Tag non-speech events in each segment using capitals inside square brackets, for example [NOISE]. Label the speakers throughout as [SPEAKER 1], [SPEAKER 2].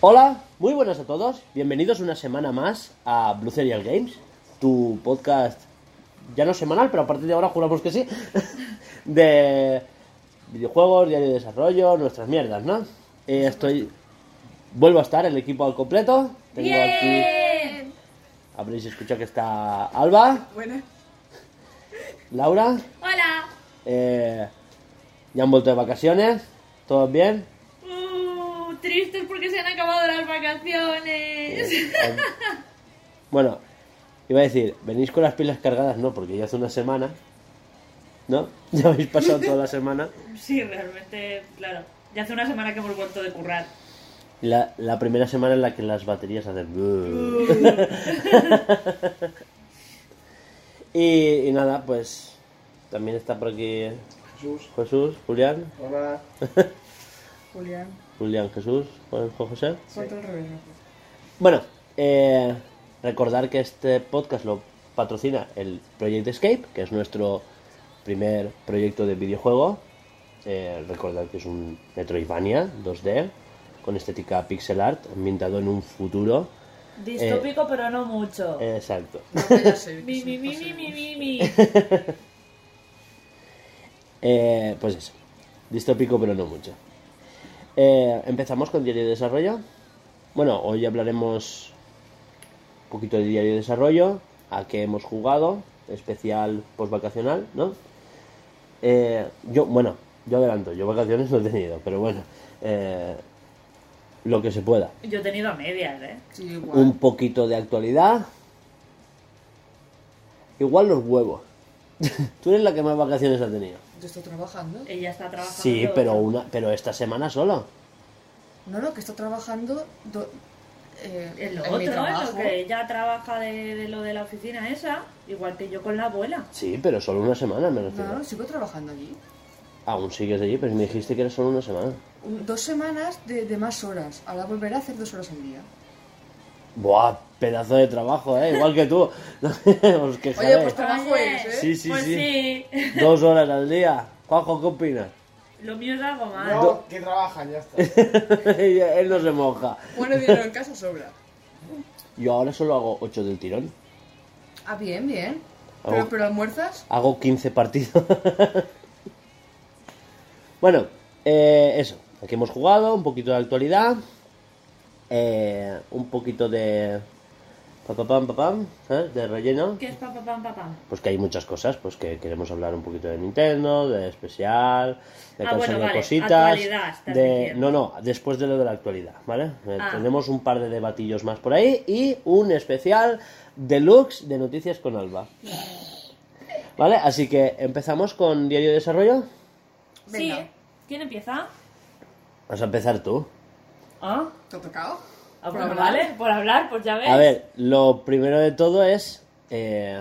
[SPEAKER 1] Hola, muy buenas a todos. Bienvenidos una semana más a Blue Serial Games, tu podcast ya no semanal, pero a partir de ahora juramos que sí, [LAUGHS] de videojuegos, diario de desarrollo, nuestras mierdas, ¿no? Eh, estoy... Vuelvo a estar el equipo al completo. Tengo aquí... Habréis escuchado que está Alba,
[SPEAKER 2] Buena.
[SPEAKER 1] Laura,
[SPEAKER 3] Hola.
[SPEAKER 1] eh, ya han vuelto de vacaciones, ¿todos bien?
[SPEAKER 3] Uh, tristes porque se han acabado las vacaciones.
[SPEAKER 1] Eh, bueno, iba a decir, venís con las pilas cargadas, no, porque ya hace una semana, ¿no? [LAUGHS] Ya habéis pasado toda la semana.
[SPEAKER 3] Sí, realmente, claro. Ya hace una semana que hemos vuelto de currar.
[SPEAKER 1] Y La, la primera semana en la que las baterías hacen... [LAUGHS] "Buh". Y, y nada, pues también está por aquí
[SPEAKER 2] Jesús.
[SPEAKER 1] Jesús, Julián,
[SPEAKER 2] Hola. Julián.
[SPEAKER 1] Julián, Jesús, Juanjo José.
[SPEAKER 2] Ponte al revés. ¿no?
[SPEAKER 1] Bueno, eh, recordar que este podcast lo patrocina el Project Escape, que es nuestro primer proyecto de videojuego. Eh, recordad que es un Metroidvania 2D con estética pixel art ambientado en un futuro.
[SPEAKER 3] Distópico,
[SPEAKER 1] Eh,
[SPEAKER 3] pero no mucho.
[SPEAKER 1] Exacto.
[SPEAKER 2] No, ya sé,
[SPEAKER 3] mi, mi,
[SPEAKER 2] que sí,
[SPEAKER 3] mi,
[SPEAKER 2] pasa.
[SPEAKER 3] mi, mi, mi, mi.
[SPEAKER 1] [LAUGHS] Eh, pues eso. Distópico, pero no mucho. Eh, Empezamos con diario de desarrollo. Bueno, hoy hablaremos un poquito de diario de desarrollo, a qué hemos jugado, especial postvacacional, ¿no? Eh, yo, bueno, yo adelanto, yo vacaciones no he tenido, pero bueno, eh, lo que se pueda.
[SPEAKER 3] Yo he tenido a medias, ¿eh?
[SPEAKER 2] Sí, igual.
[SPEAKER 1] Un poquito de actualidad. Igual los huevos. [LAUGHS] Tú eres la que más vacaciones ha tenido.
[SPEAKER 2] Yo estoy trabajando.
[SPEAKER 3] Ella está trabajando.
[SPEAKER 1] Sí, pero una, pero esta semana solo.
[SPEAKER 2] No, no, que estoy trabajando do- eh,
[SPEAKER 3] En lo
[SPEAKER 2] en
[SPEAKER 3] otro,
[SPEAKER 2] mi
[SPEAKER 3] en lo
[SPEAKER 2] trabajo.
[SPEAKER 3] que ella trabaja de, de lo de la oficina esa, igual que yo con la abuela.
[SPEAKER 1] Sí, pero solo una semana me refiero.
[SPEAKER 2] No, no, sigo trabajando allí.
[SPEAKER 1] Aún sigues allí, pero me dijiste que era solo una semana.
[SPEAKER 2] Un- Dos semanas de, de más horas. Ahora volveré a hacer dos horas al día.
[SPEAKER 1] Buah, pedazo de trabajo, ¿eh? Igual que tú. [LAUGHS] Os quejáis.
[SPEAKER 2] Oye, pues trabajo
[SPEAKER 3] Oye,
[SPEAKER 2] es, ¿eh?
[SPEAKER 1] Sí, sí,
[SPEAKER 3] pues
[SPEAKER 1] sí.
[SPEAKER 3] sí. [LAUGHS]
[SPEAKER 1] Dos horas al día. Juanjo, ¿qué opinas? [LAUGHS]
[SPEAKER 3] Lo mío es algo más.
[SPEAKER 4] No, que trabajan, ya está.
[SPEAKER 1] Él no se moja.
[SPEAKER 2] Bueno, dinero en casa sobra.
[SPEAKER 1] Yo ahora solo hago ocho del tirón.
[SPEAKER 2] [LAUGHS] Ah, bien, bien.
[SPEAKER 1] Ah,
[SPEAKER 2] Pero,
[SPEAKER 1] bueno.
[SPEAKER 2] pero almuerzas.
[SPEAKER 1] Hago 15 partidos. [LAUGHS] bueno, eh, eso. Aquí hemos jugado, un poquito de actualidad. eh, un poquito de. Pa, pa, pam, pa, pam, ¿sabes? De relleno.
[SPEAKER 3] ¿Qué es papá, pam, pam, pam?
[SPEAKER 1] Pues que hay muchas cosas, pues que queremos hablar un poquito de Nintendo, de especial, de que han
[SPEAKER 3] Ah, bueno,
[SPEAKER 1] salido
[SPEAKER 3] vale,
[SPEAKER 1] cositas.
[SPEAKER 3] actualidad, estás
[SPEAKER 1] De...
[SPEAKER 3] diciendo.
[SPEAKER 1] No, no, después de lo de la actualidad, ¿vale? Eh,
[SPEAKER 3] Ah.
[SPEAKER 1] Tenemos un par de debatillos más por ahí y un especial deluxe de noticias con
[SPEAKER 3] [LAUGHS]
[SPEAKER 1] Alba. ¿Vale? Así que empezamos con Diario de Desarrollo.
[SPEAKER 2] Venga.
[SPEAKER 3] Sí. ¿Quién empieza?
[SPEAKER 1] Vas a empezar tú.
[SPEAKER 3] ¿Ah?
[SPEAKER 2] ¿Te ha tocado?
[SPEAKER 3] Ah,
[SPEAKER 2] Por
[SPEAKER 3] bueno,
[SPEAKER 2] hablar.
[SPEAKER 3] vale, por hablar, pues ya ves.
[SPEAKER 1] A ver, lo primero de todo es eh,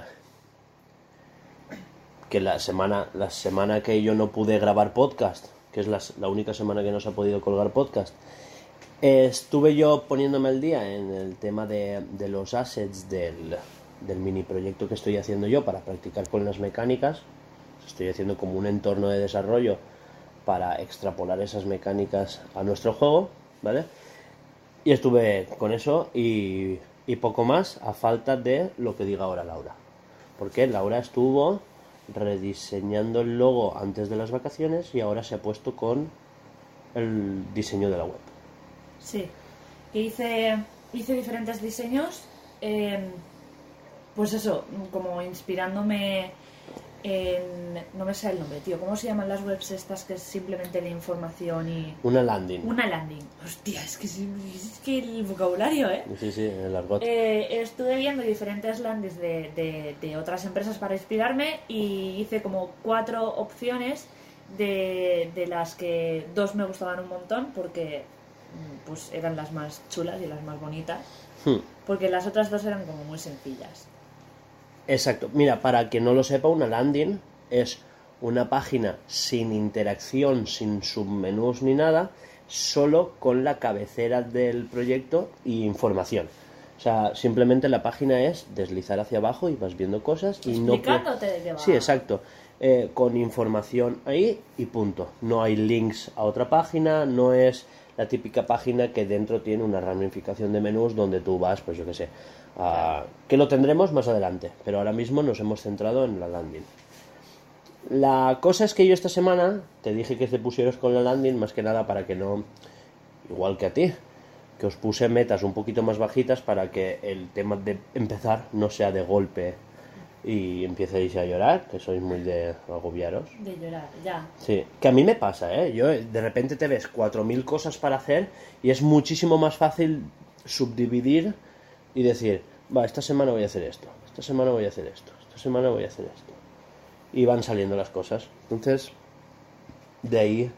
[SPEAKER 1] que la semana, la semana que yo no pude grabar podcast, que es la, s- la única semana que no se ha podido colgar podcast, eh, estuve yo poniéndome al día en el tema de, de los assets del, del mini proyecto que estoy haciendo yo para practicar con las mecánicas. Estoy haciendo como un entorno de desarrollo para extrapolar esas mecánicas a nuestro juego, ¿vale? Y estuve con eso y, y poco más a falta de lo que diga ahora Laura. Porque Laura estuvo rediseñando el logo antes de las vacaciones y ahora se ha puesto con el diseño de la web.
[SPEAKER 3] Sí, que hice, hice diferentes diseños, eh, pues eso, como inspirándome en... No me sé el nombre, tío. ¿Cómo se llaman las webs estas que es simplemente de información y...
[SPEAKER 1] Una landing.
[SPEAKER 3] Una landing. Hostia, es que, es- es que el vocabulario, ¿eh?
[SPEAKER 1] Sí, sí, el argot.
[SPEAKER 3] Eh, estuve viendo diferentes landings de, de- de otras empresas para inspirarme y hice como cuatro opciones de, de las que dos me gustaban un montón porque mm, pues eran las más chulas y las más bonitas
[SPEAKER 1] Hmm.
[SPEAKER 3] porque las otras dos eran como muy sencillas
[SPEAKER 1] Exacto. Mira, para quien no lo sepa, una landing es una página sin interacción, sin submenús ni nada, solo con la cabecera del proyecto y información. O sea, simplemente la página es deslizar hacia abajo y vas viendo cosas y no... pu-
[SPEAKER 3] Explicándote de qué va.
[SPEAKER 1] Sí, exacto. Eh, con información ahí y punto. No hay links a otra página, no es la típica página que dentro tiene una ramificación de menús donde tú vas, pues yo qué sé, a- que lo tendremos más adelante, pero ahora mismo nos hemos centrado en la landing. La cosa es que yo esta semana te dije que te pusieras con la landing más que nada para que no, igual que a ti, que os puse metas un poquito más bajitas para que el tema de empezar no sea de golpe y empecéis a llorar, que sois muy de agobiaros.
[SPEAKER 3] De llorar, ya.
[SPEAKER 1] Sí, que a mí me pasa, ¿eh? Yo eh, de repente te ves 4.000 cosas para hacer y es muchísimo más fácil subdividir y decir, va, esta semana voy a hacer esto, esta semana voy a hacer esto, esta semana voy a hacer esto. Y van saliendo las cosas. Entonces, de ahí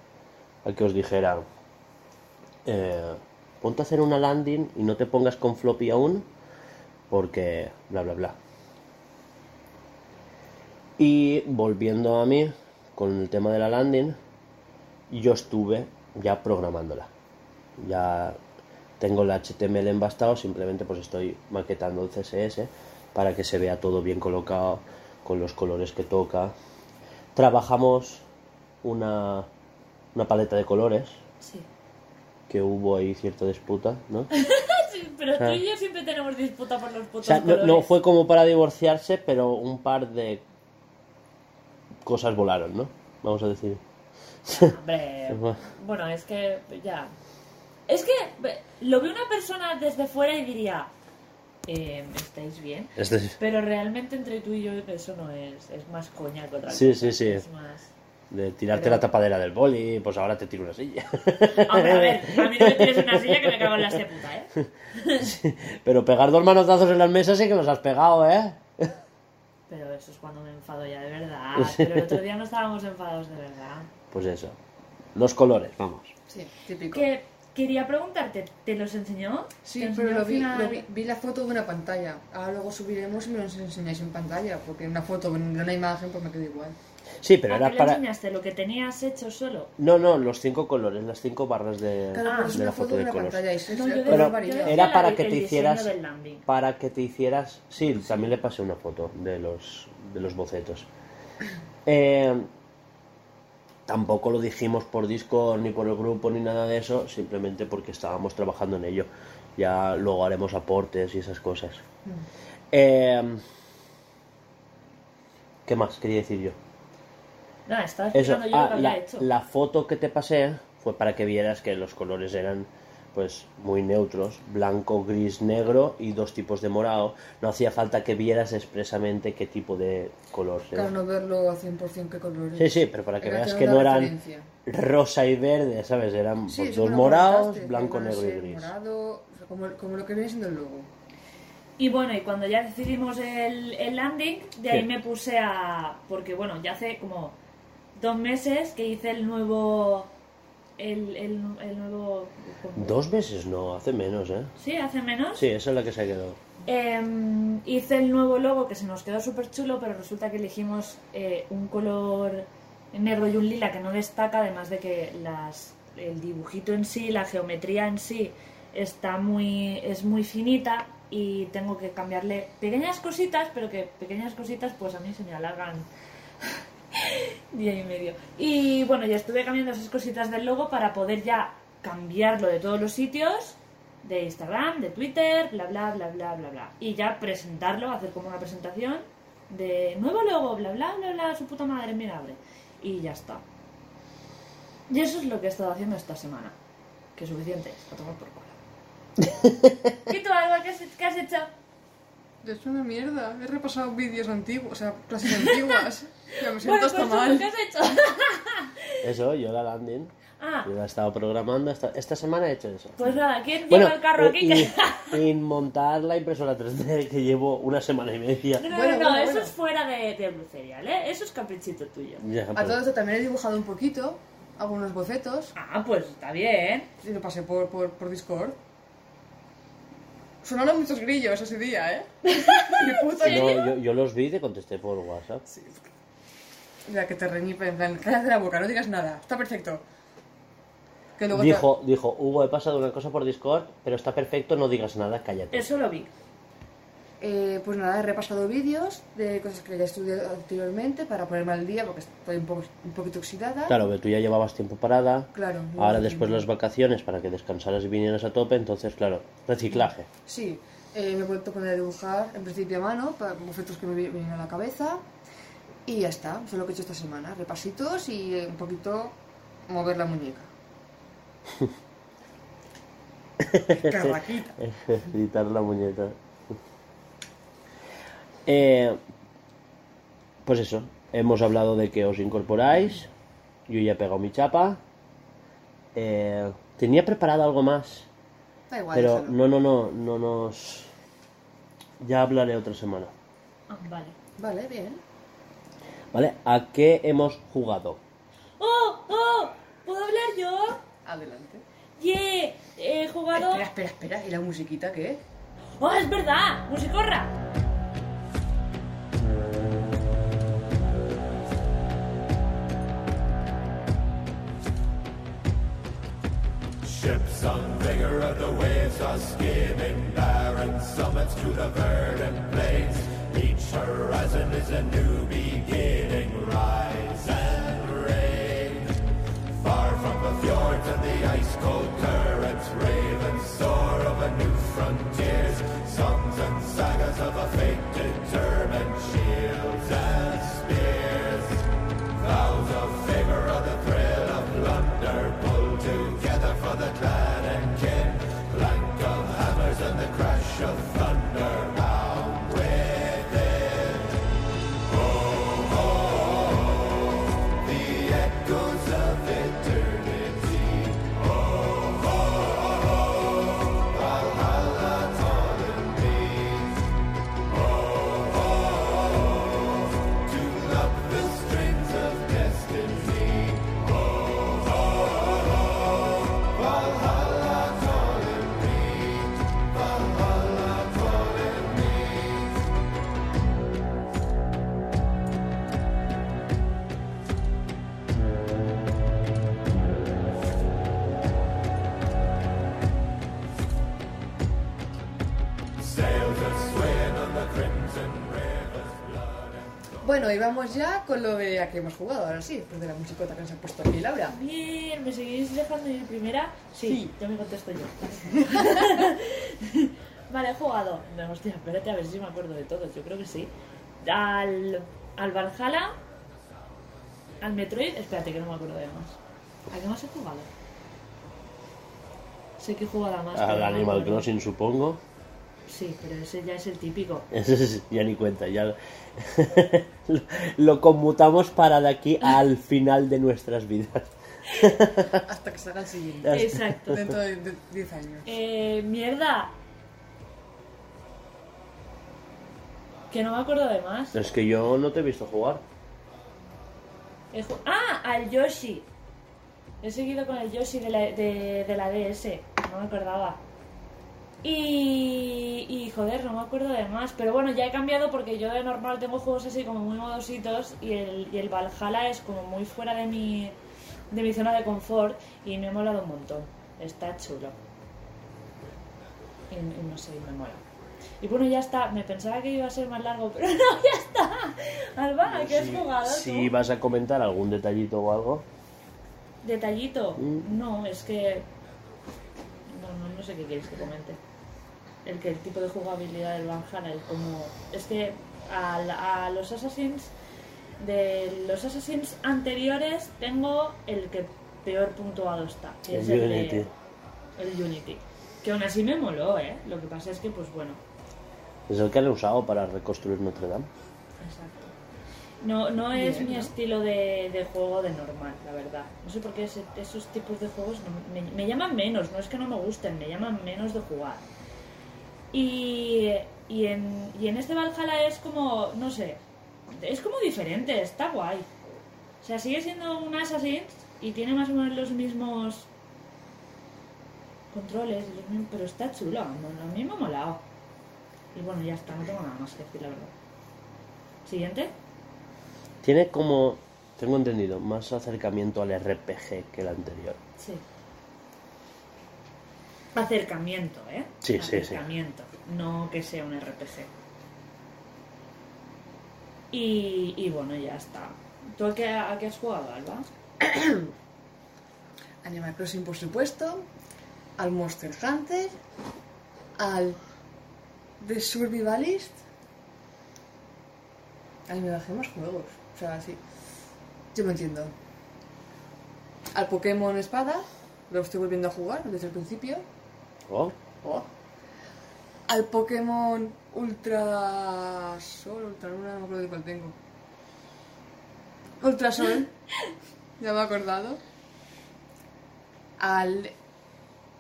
[SPEAKER 1] a que os dijera, eh, ponte a hacer una landing y no te pongas con floppy aún porque bla, bla, bla. Y volviendo a mí, con el tema de la landing, yo estuve ya programándola. Ya tengo el HTML embastado, simplemente pues estoy maquetando el CSS para que se vea todo bien colocado, con los colores que toca. Trabajamos una, una paleta de colores,
[SPEAKER 3] Sí. [LAUGHS]
[SPEAKER 1] que hubo ahí cierta disputa, ¿no?
[SPEAKER 3] Pero tú
[SPEAKER 1] Ah.
[SPEAKER 3] y yo siempre tenemos disputa por los
[SPEAKER 1] O
[SPEAKER 3] putos
[SPEAKER 1] sea, no, no
[SPEAKER 3] colores.
[SPEAKER 1] fue como para divorciarse, pero un par de cosas volaron, ¿no? Vamos a decir. [LAUGHS]
[SPEAKER 3] Hombre, bueno, es que ya. Es que ve, lo ve una persona desde fuera y diría, eh, ¿estáis bien?
[SPEAKER 1] Es decir,
[SPEAKER 3] Pero realmente entre tú y yo eso no es, es más coña que otra
[SPEAKER 1] Sí,
[SPEAKER 3] cosa.
[SPEAKER 1] sí, sí.
[SPEAKER 3] Es más...
[SPEAKER 1] de tirarte
[SPEAKER 3] Pero-
[SPEAKER 1] la tapadera del boli, pues ahora te tiro una silla. [LAUGHS]
[SPEAKER 3] Hombre, a ver, a mí no me tienes una silla que me cago en la hostia puta, ¿eh?
[SPEAKER 1] Pero pegar dos manotazos en las mesas sí que los has pegado, ¿eh?
[SPEAKER 3] Pero eso es cuando me enfado ya de
[SPEAKER 1] [LAUGHS]
[SPEAKER 3] verdad. Pero el otro día no estábamos enfadados de verdad.
[SPEAKER 1] Pues eso. Los colores, vamos.
[SPEAKER 2] Sí, típico.
[SPEAKER 3] Que quería preguntarte, ¿te los enseñó? ¿Te
[SPEAKER 2] Sí,
[SPEAKER 3] enseñó
[SPEAKER 2] pero lo
[SPEAKER 3] al
[SPEAKER 2] vi,
[SPEAKER 3] final?
[SPEAKER 2] lo vi- vi la foto de una pantalla. Ahora luego subiremos y me los enseñáis en pantalla, porque en una foto, en una imagen, pues me queda igual.
[SPEAKER 1] Sí, pero
[SPEAKER 3] ¿A
[SPEAKER 1] era
[SPEAKER 3] qué le
[SPEAKER 1] para...
[SPEAKER 3] enseñaste? ¿Lo Ah, que tenías hecho solo?
[SPEAKER 1] No, no, los cinco colores, las cinco barras de,
[SPEAKER 2] Claro, pero
[SPEAKER 1] Ah,
[SPEAKER 2] es
[SPEAKER 1] de
[SPEAKER 2] una
[SPEAKER 1] la
[SPEAKER 2] foto,
[SPEAKER 1] foto
[SPEAKER 2] de
[SPEAKER 1] de
[SPEAKER 2] una
[SPEAKER 1] colores.
[SPEAKER 2] pantalla, es es
[SPEAKER 3] No, yo
[SPEAKER 2] el
[SPEAKER 3] de-
[SPEAKER 2] color
[SPEAKER 1] Pero
[SPEAKER 2] variado.
[SPEAKER 3] Yo
[SPEAKER 1] era
[SPEAKER 3] la-
[SPEAKER 1] para que
[SPEAKER 3] el
[SPEAKER 1] te
[SPEAKER 3] diseño
[SPEAKER 1] hicieras...
[SPEAKER 3] del landing.
[SPEAKER 1] Para que te hicieras... Sí, también le pasé una foto de los, de los
[SPEAKER 3] [LAUGHS]
[SPEAKER 1] bocetos. Eh, tampoco lo dijimos por Discord ni por el grupo ni nada de eso, simplemente porque estábamos trabajando en ello. Ya luego haremos aportes y esas cosas.
[SPEAKER 3] Mm.
[SPEAKER 1] Eh, ¿Qué más quería decir yo?
[SPEAKER 3] No, estaba
[SPEAKER 1] Eso,
[SPEAKER 3] explicando yo
[SPEAKER 1] ah,
[SPEAKER 3] lo que había
[SPEAKER 1] la,
[SPEAKER 3] hecho.
[SPEAKER 1] la foto que te pasé fue para que vieras que los colores eran pues muy neutros, blanco, gris, negro y dos tipos de morado. No hacía falta que vieras expresamente qué tipo de color era.
[SPEAKER 2] Claro, no verlo a 100% qué colores.
[SPEAKER 1] Sí, sí, pero para que
[SPEAKER 2] Era
[SPEAKER 1] veas
[SPEAKER 2] tener
[SPEAKER 1] que
[SPEAKER 2] una
[SPEAKER 1] no eran
[SPEAKER 2] referencia.
[SPEAKER 1] rosa y verde, ¿sabes? Eran
[SPEAKER 2] Sí,
[SPEAKER 1] pues,
[SPEAKER 2] eso
[SPEAKER 1] dos
[SPEAKER 2] me lo
[SPEAKER 1] morados,
[SPEAKER 2] comentaste,
[SPEAKER 1] blanco,
[SPEAKER 2] que iban a
[SPEAKER 1] negro y
[SPEAKER 2] este, ser
[SPEAKER 1] gris.
[SPEAKER 2] Morado, o sea, como, como lo que viene siendo el logo.
[SPEAKER 3] Y bueno, y cuando ya decidimos el, el landing, de ahí
[SPEAKER 1] Sí.
[SPEAKER 3] me puse a... Porque bueno, ya hace como dos meses que hice el nuevo... El, el, el nuevo... ¿cómo?
[SPEAKER 1] Dos meses no, hace menos, ¿eh?
[SPEAKER 3] Sí, hace menos.
[SPEAKER 1] Sí, esa es la que se ha quedado.
[SPEAKER 3] Em, hice el nuevo logo que se nos quedó súper chulo, pero resulta que elegimos eh, un color negro y un lila que no destaca, además de que las, el dibujito en sí, la geometría en sí, está muy, es muy finita y tengo que cambiarle pequeñas cositas, pero que pequeñas cositas pues a mí se me alargan día y medio. Y bueno, ya estuve cambiando esas cositas del logo para poder ya cambiarlo de todos los sitios, de Instagram, de Twitter, bla, bla, bla, bla, bla, bla. Y ya presentarlo, hacer como una presentación de nuevo logo, bla, bla, bla, bla, su puta madre, mira, abre. Y ya está. Y eso es lo que he estado haciendo esta semana. Que suficiente es, a tomar por
[SPEAKER 1] [LAUGHS]
[SPEAKER 3] culo. ¿Y tú, Alba, qué has, qué has hecho?
[SPEAKER 2] Es una mierda, he repasado vídeos antiguos, o sea, clases antiguas. [LAUGHS] Ya me siento
[SPEAKER 3] Bueno,
[SPEAKER 2] hasta
[SPEAKER 3] pues tú,
[SPEAKER 2] mal.
[SPEAKER 3] ¿qué has hecho? [LAUGHS]
[SPEAKER 1] Eso, yo la landing.
[SPEAKER 3] Ah,
[SPEAKER 1] Yo la he estado programando. Esta, esta semana he hecho eso.
[SPEAKER 3] pues nada, ¿quién
[SPEAKER 1] Bueno,
[SPEAKER 3] lleva el carro
[SPEAKER 1] eh,
[SPEAKER 3] aquí? [LAUGHS]
[SPEAKER 1] [LAUGHS] y, y montar la impresora 3D que llevo una semana y media.
[SPEAKER 3] No, no,
[SPEAKER 2] Bueno,
[SPEAKER 3] no,
[SPEAKER 2] bueno,
[SPEAKER 3] eso
[SPEAKER 2] bueno.
[SPEAKER 3] es fuera de, de brucerial, ¿eh? Eso es caprichito tuyo.
[SPEAKER 1] Ya,
[SPEAKER 2] A
[SPEAKER 1] pero-
[SPEAKER 2] todo esto también he dibujado un poquito, algunos bocetos,
[SPEAKER 3] Ah, pues está bien.
[SPEAKER 2] y lo pasé por, por, por Discord. Sonaron muchos grillos ese [LAUGHS] día, ¿eh? De puta
[SPEAKER 1] No, yo, yo los vi y te contesté por WhatsApp.
[SPEAKER 2] Sí. la que te reñipe, en plan, cállate la boca, no digas nada, está perfecto. Que luego te-
[SPEAKER 1] Dijo, dijo, Hugo, he pasado una cosa por Discord, pero está perfecto, no digas nada, cállate.
[SPEAKER 3] Eso lo vi.
[SPEAKER 2] Eh, pues nada, he repasado vídeos de cosas que ya estudié anteriormente para ponerme al día porque estoy un, poco, un poquito oxidada.
[SPEAKER 1] Claro, pero tú ya llevabas tiempo parada.
[SPEAKER 2] Claro, no
[SPEAKER 1] Ahora
[SPEAKER 2] lo
[SPEAKER 1] después
[SPEAKER 2] entiendo.
[SPEAKER 1] las vacaciones para que descansaras y vinieras a tope, entonces claro, reciclaje.
[SPEAKER 2] Sí, eh, me he vuelto a poner a dibujar en principio a mano, para bocetos que me vi- vienen a la cabeza. Y ya está, eso es lo que he hecho esta semana. Repasitos y eh, un poquito mover la
[SPEAKER 1] [LAUGHS]
[SPEAKER 2] muñeca. Carraquita.
[SPEAKER 1] [LAUGHS] Gritar la muñeca. Eh, pues eso, hemos hablado de que os incorporáis. Yo ya he pegado mi chapa. Eh, tenía preparado algo más,
[SPEAKER 2] Da igual,
[SPEAKER 1] pero
[SPEAKER 2] déjalo.
[SPEAKER 1] no, no, no, no nos. Ya hablaré otra semana.
[SPEAKER 3] Ah, vale.
[SPEAKER 2] Vale, bien.
[SPEAKER 1] ¿Vale? ¿A qué hemos jugado?
[SPEAKER 3] ¡Oh! ¡Oh! ¿Puedo hablar yo?
[SPEAKER 2] Adelante.
[SPEAKER 3] ¡Yeah! He jugado.
[SPEAKER 2] Espera, espera, espera. ¿Y la musiquita qué?
[SPEAKER 3] ¡Oh, es verdad! ¡Musicorra!
[SPEAKER 4] Ships on vigor of the waves are skimming barren summits to the verdant plains. Each horizon is a new beginning. Rise and reign. Far from the fjords and the ice-cold currents, ravens soar over new frontiers. Songs and sagas of a fate determined, shields and spears. Vows of favor of the thrill of plunder pulled together for the clan and kin. Clank of hammers and the crash of thunder bound within. Oh, oh, oh, the echoes of eternity. Oh, oh, oh, Valhalla taught me. to love the strings of destiny. Oh, oh, oh, Valhalla calling me, Valhalla calling me. Sails are swaying on the crimson river's blood and
[SPEAKER 2] Bueno, y vamos ya con lo de a que hemos jugado, ahora sí, después de la musicota que nos ha puesto aquí Laura.
[SPEAKER 3] Bien, ¿me seguís dejando ir primera? Sí,
[SPEAKER 2] Sí.
[SPEAKER 3] yo me contesto yo. vale, he jugado. No, hostia, espérate a ver si me acuerdo de todos. Yo creo que sí. Al, al Valhalla, al Metroid. Espérate que no me acuerdo de más. ¿A qué más he jugado? Sé que he jugado a más. pero
[SPEAKER 1] Al
[SPEAKER 3] no me
[SPEAKER 1] Animal
[SPEAKER 3] acuerdo.
[SPEAKER 1] Crossing, supongo. [LAUGHS]
[SPEAKER 3] Sí, pero ese ya es el típico.
[SPEAKER 1] Eso es- ya ni cuenta, ya lo- [LAUGHS] lo conmutamos para de aquí al final de nuestras vidas.
[SPEAKER 2] Hasta que salga el siguiente.
[SPEAKER 3] Exacto.
[SPEAKER 2] Dentro de de 10 años.
[SPEAKER 3] Eh, mierda. Que no me acuerdo de más.
[SPEAKER 1] Es que yo no te he visto jugar.
[SPEAKER 3] He ju- ah, al Yoshi. He seguido con el Yoshi de la, de, de la DS. No me acordaba. Y, y joder, no me acuerdo de más. Pero bueno, ya he cambiado porque yo de normal tengo juegos así como muy modositos y el, y el Valhalla es como muy fuera de mi, de mi zona de confort y me ha molado un montón. Está chulo. Y, y no sé, me mola. Y bueno, ya está. Me pensaba que iba a ser más largo, [LAUGHS] pero no, ya está. Alba, ¿qué has
[SPEAKER 1] Si-
[SPEAKER 3] jugado? tú?
[SPEAKER 1] Si vas a comentar algún detallito o algo.
[SPEAKER 3] Detallito.
[SPEAKER 1] Mm.
[SPEAKER 3] No, es que. No, no, no sé qué quieres que comente. El que el tipo de jugabilidad del Valhalla es como. Es que a, la- a los Assassins. De los Assassins anteriores tengo el que peor puntuado está. que
[SPEAKER 1] El
[SPEAKER 3] es el de-
[SPEAKER 1] Unity.
[SPEAKER 3] el Unity. Que aún así me moló, ¿eh? Lo que pasa es que, pues bueno.
[SPEAKER 1] Es el que han usado para reconstruir Notre Dame.
[SPEAKER 3] Exacto. No, no es
[SPEAKER 2] Bien,
[SPEAKER 3] mi
[SPEAKER 2] ¿no?
[SPEAKER 3] estilo de, de juego de normal, la verdad. No sé por qué ese- esos tipos de juegos no- me, me llaman menos, no es que no me gusten, me llaman menos de jugar. Y, y, en, y en este Valhalla es como, no sé, es como diferente, está guay. O sea, sigue siendo un Assassin's y tiene más o menos los mismos controles, los mismos- pero está chulo, a mí me ha molado. Y bueno, ya está, no tengo nada más que decir, la verdad. Siguiente.
[SPEAKER 1] Tiene como Tengo entendido, más acercamiento al RPG que el anterior.
[SPEAKER 3] Sí. Acercamiento, ¿eh?
[SPEAKER 1] Sí, sí, sí.
[SPEAKER 3] Acercamiento, no que sea un RPG. Y, y bueno, ya está. ¿Tú a qué, a qué has jugado, Alba?
[SPEAKER 2] Animal Crossing, por supuesto, al Monster Hunter, al The Survivalist. Ay, me bajé más juegos. O sea, sí. Yo me entiendo. Al Pokémon Espada, lo estoy volviendo a jugar desde el principio.
[SPEAKER 1] Oh,
[SPEAKER 2] Oh. Al Pokémon Ultra Sol, Ultra Luna, no me acuerdo de cuál tengo. Ultra [LAUGHS] Sol, ya me he acordado. Al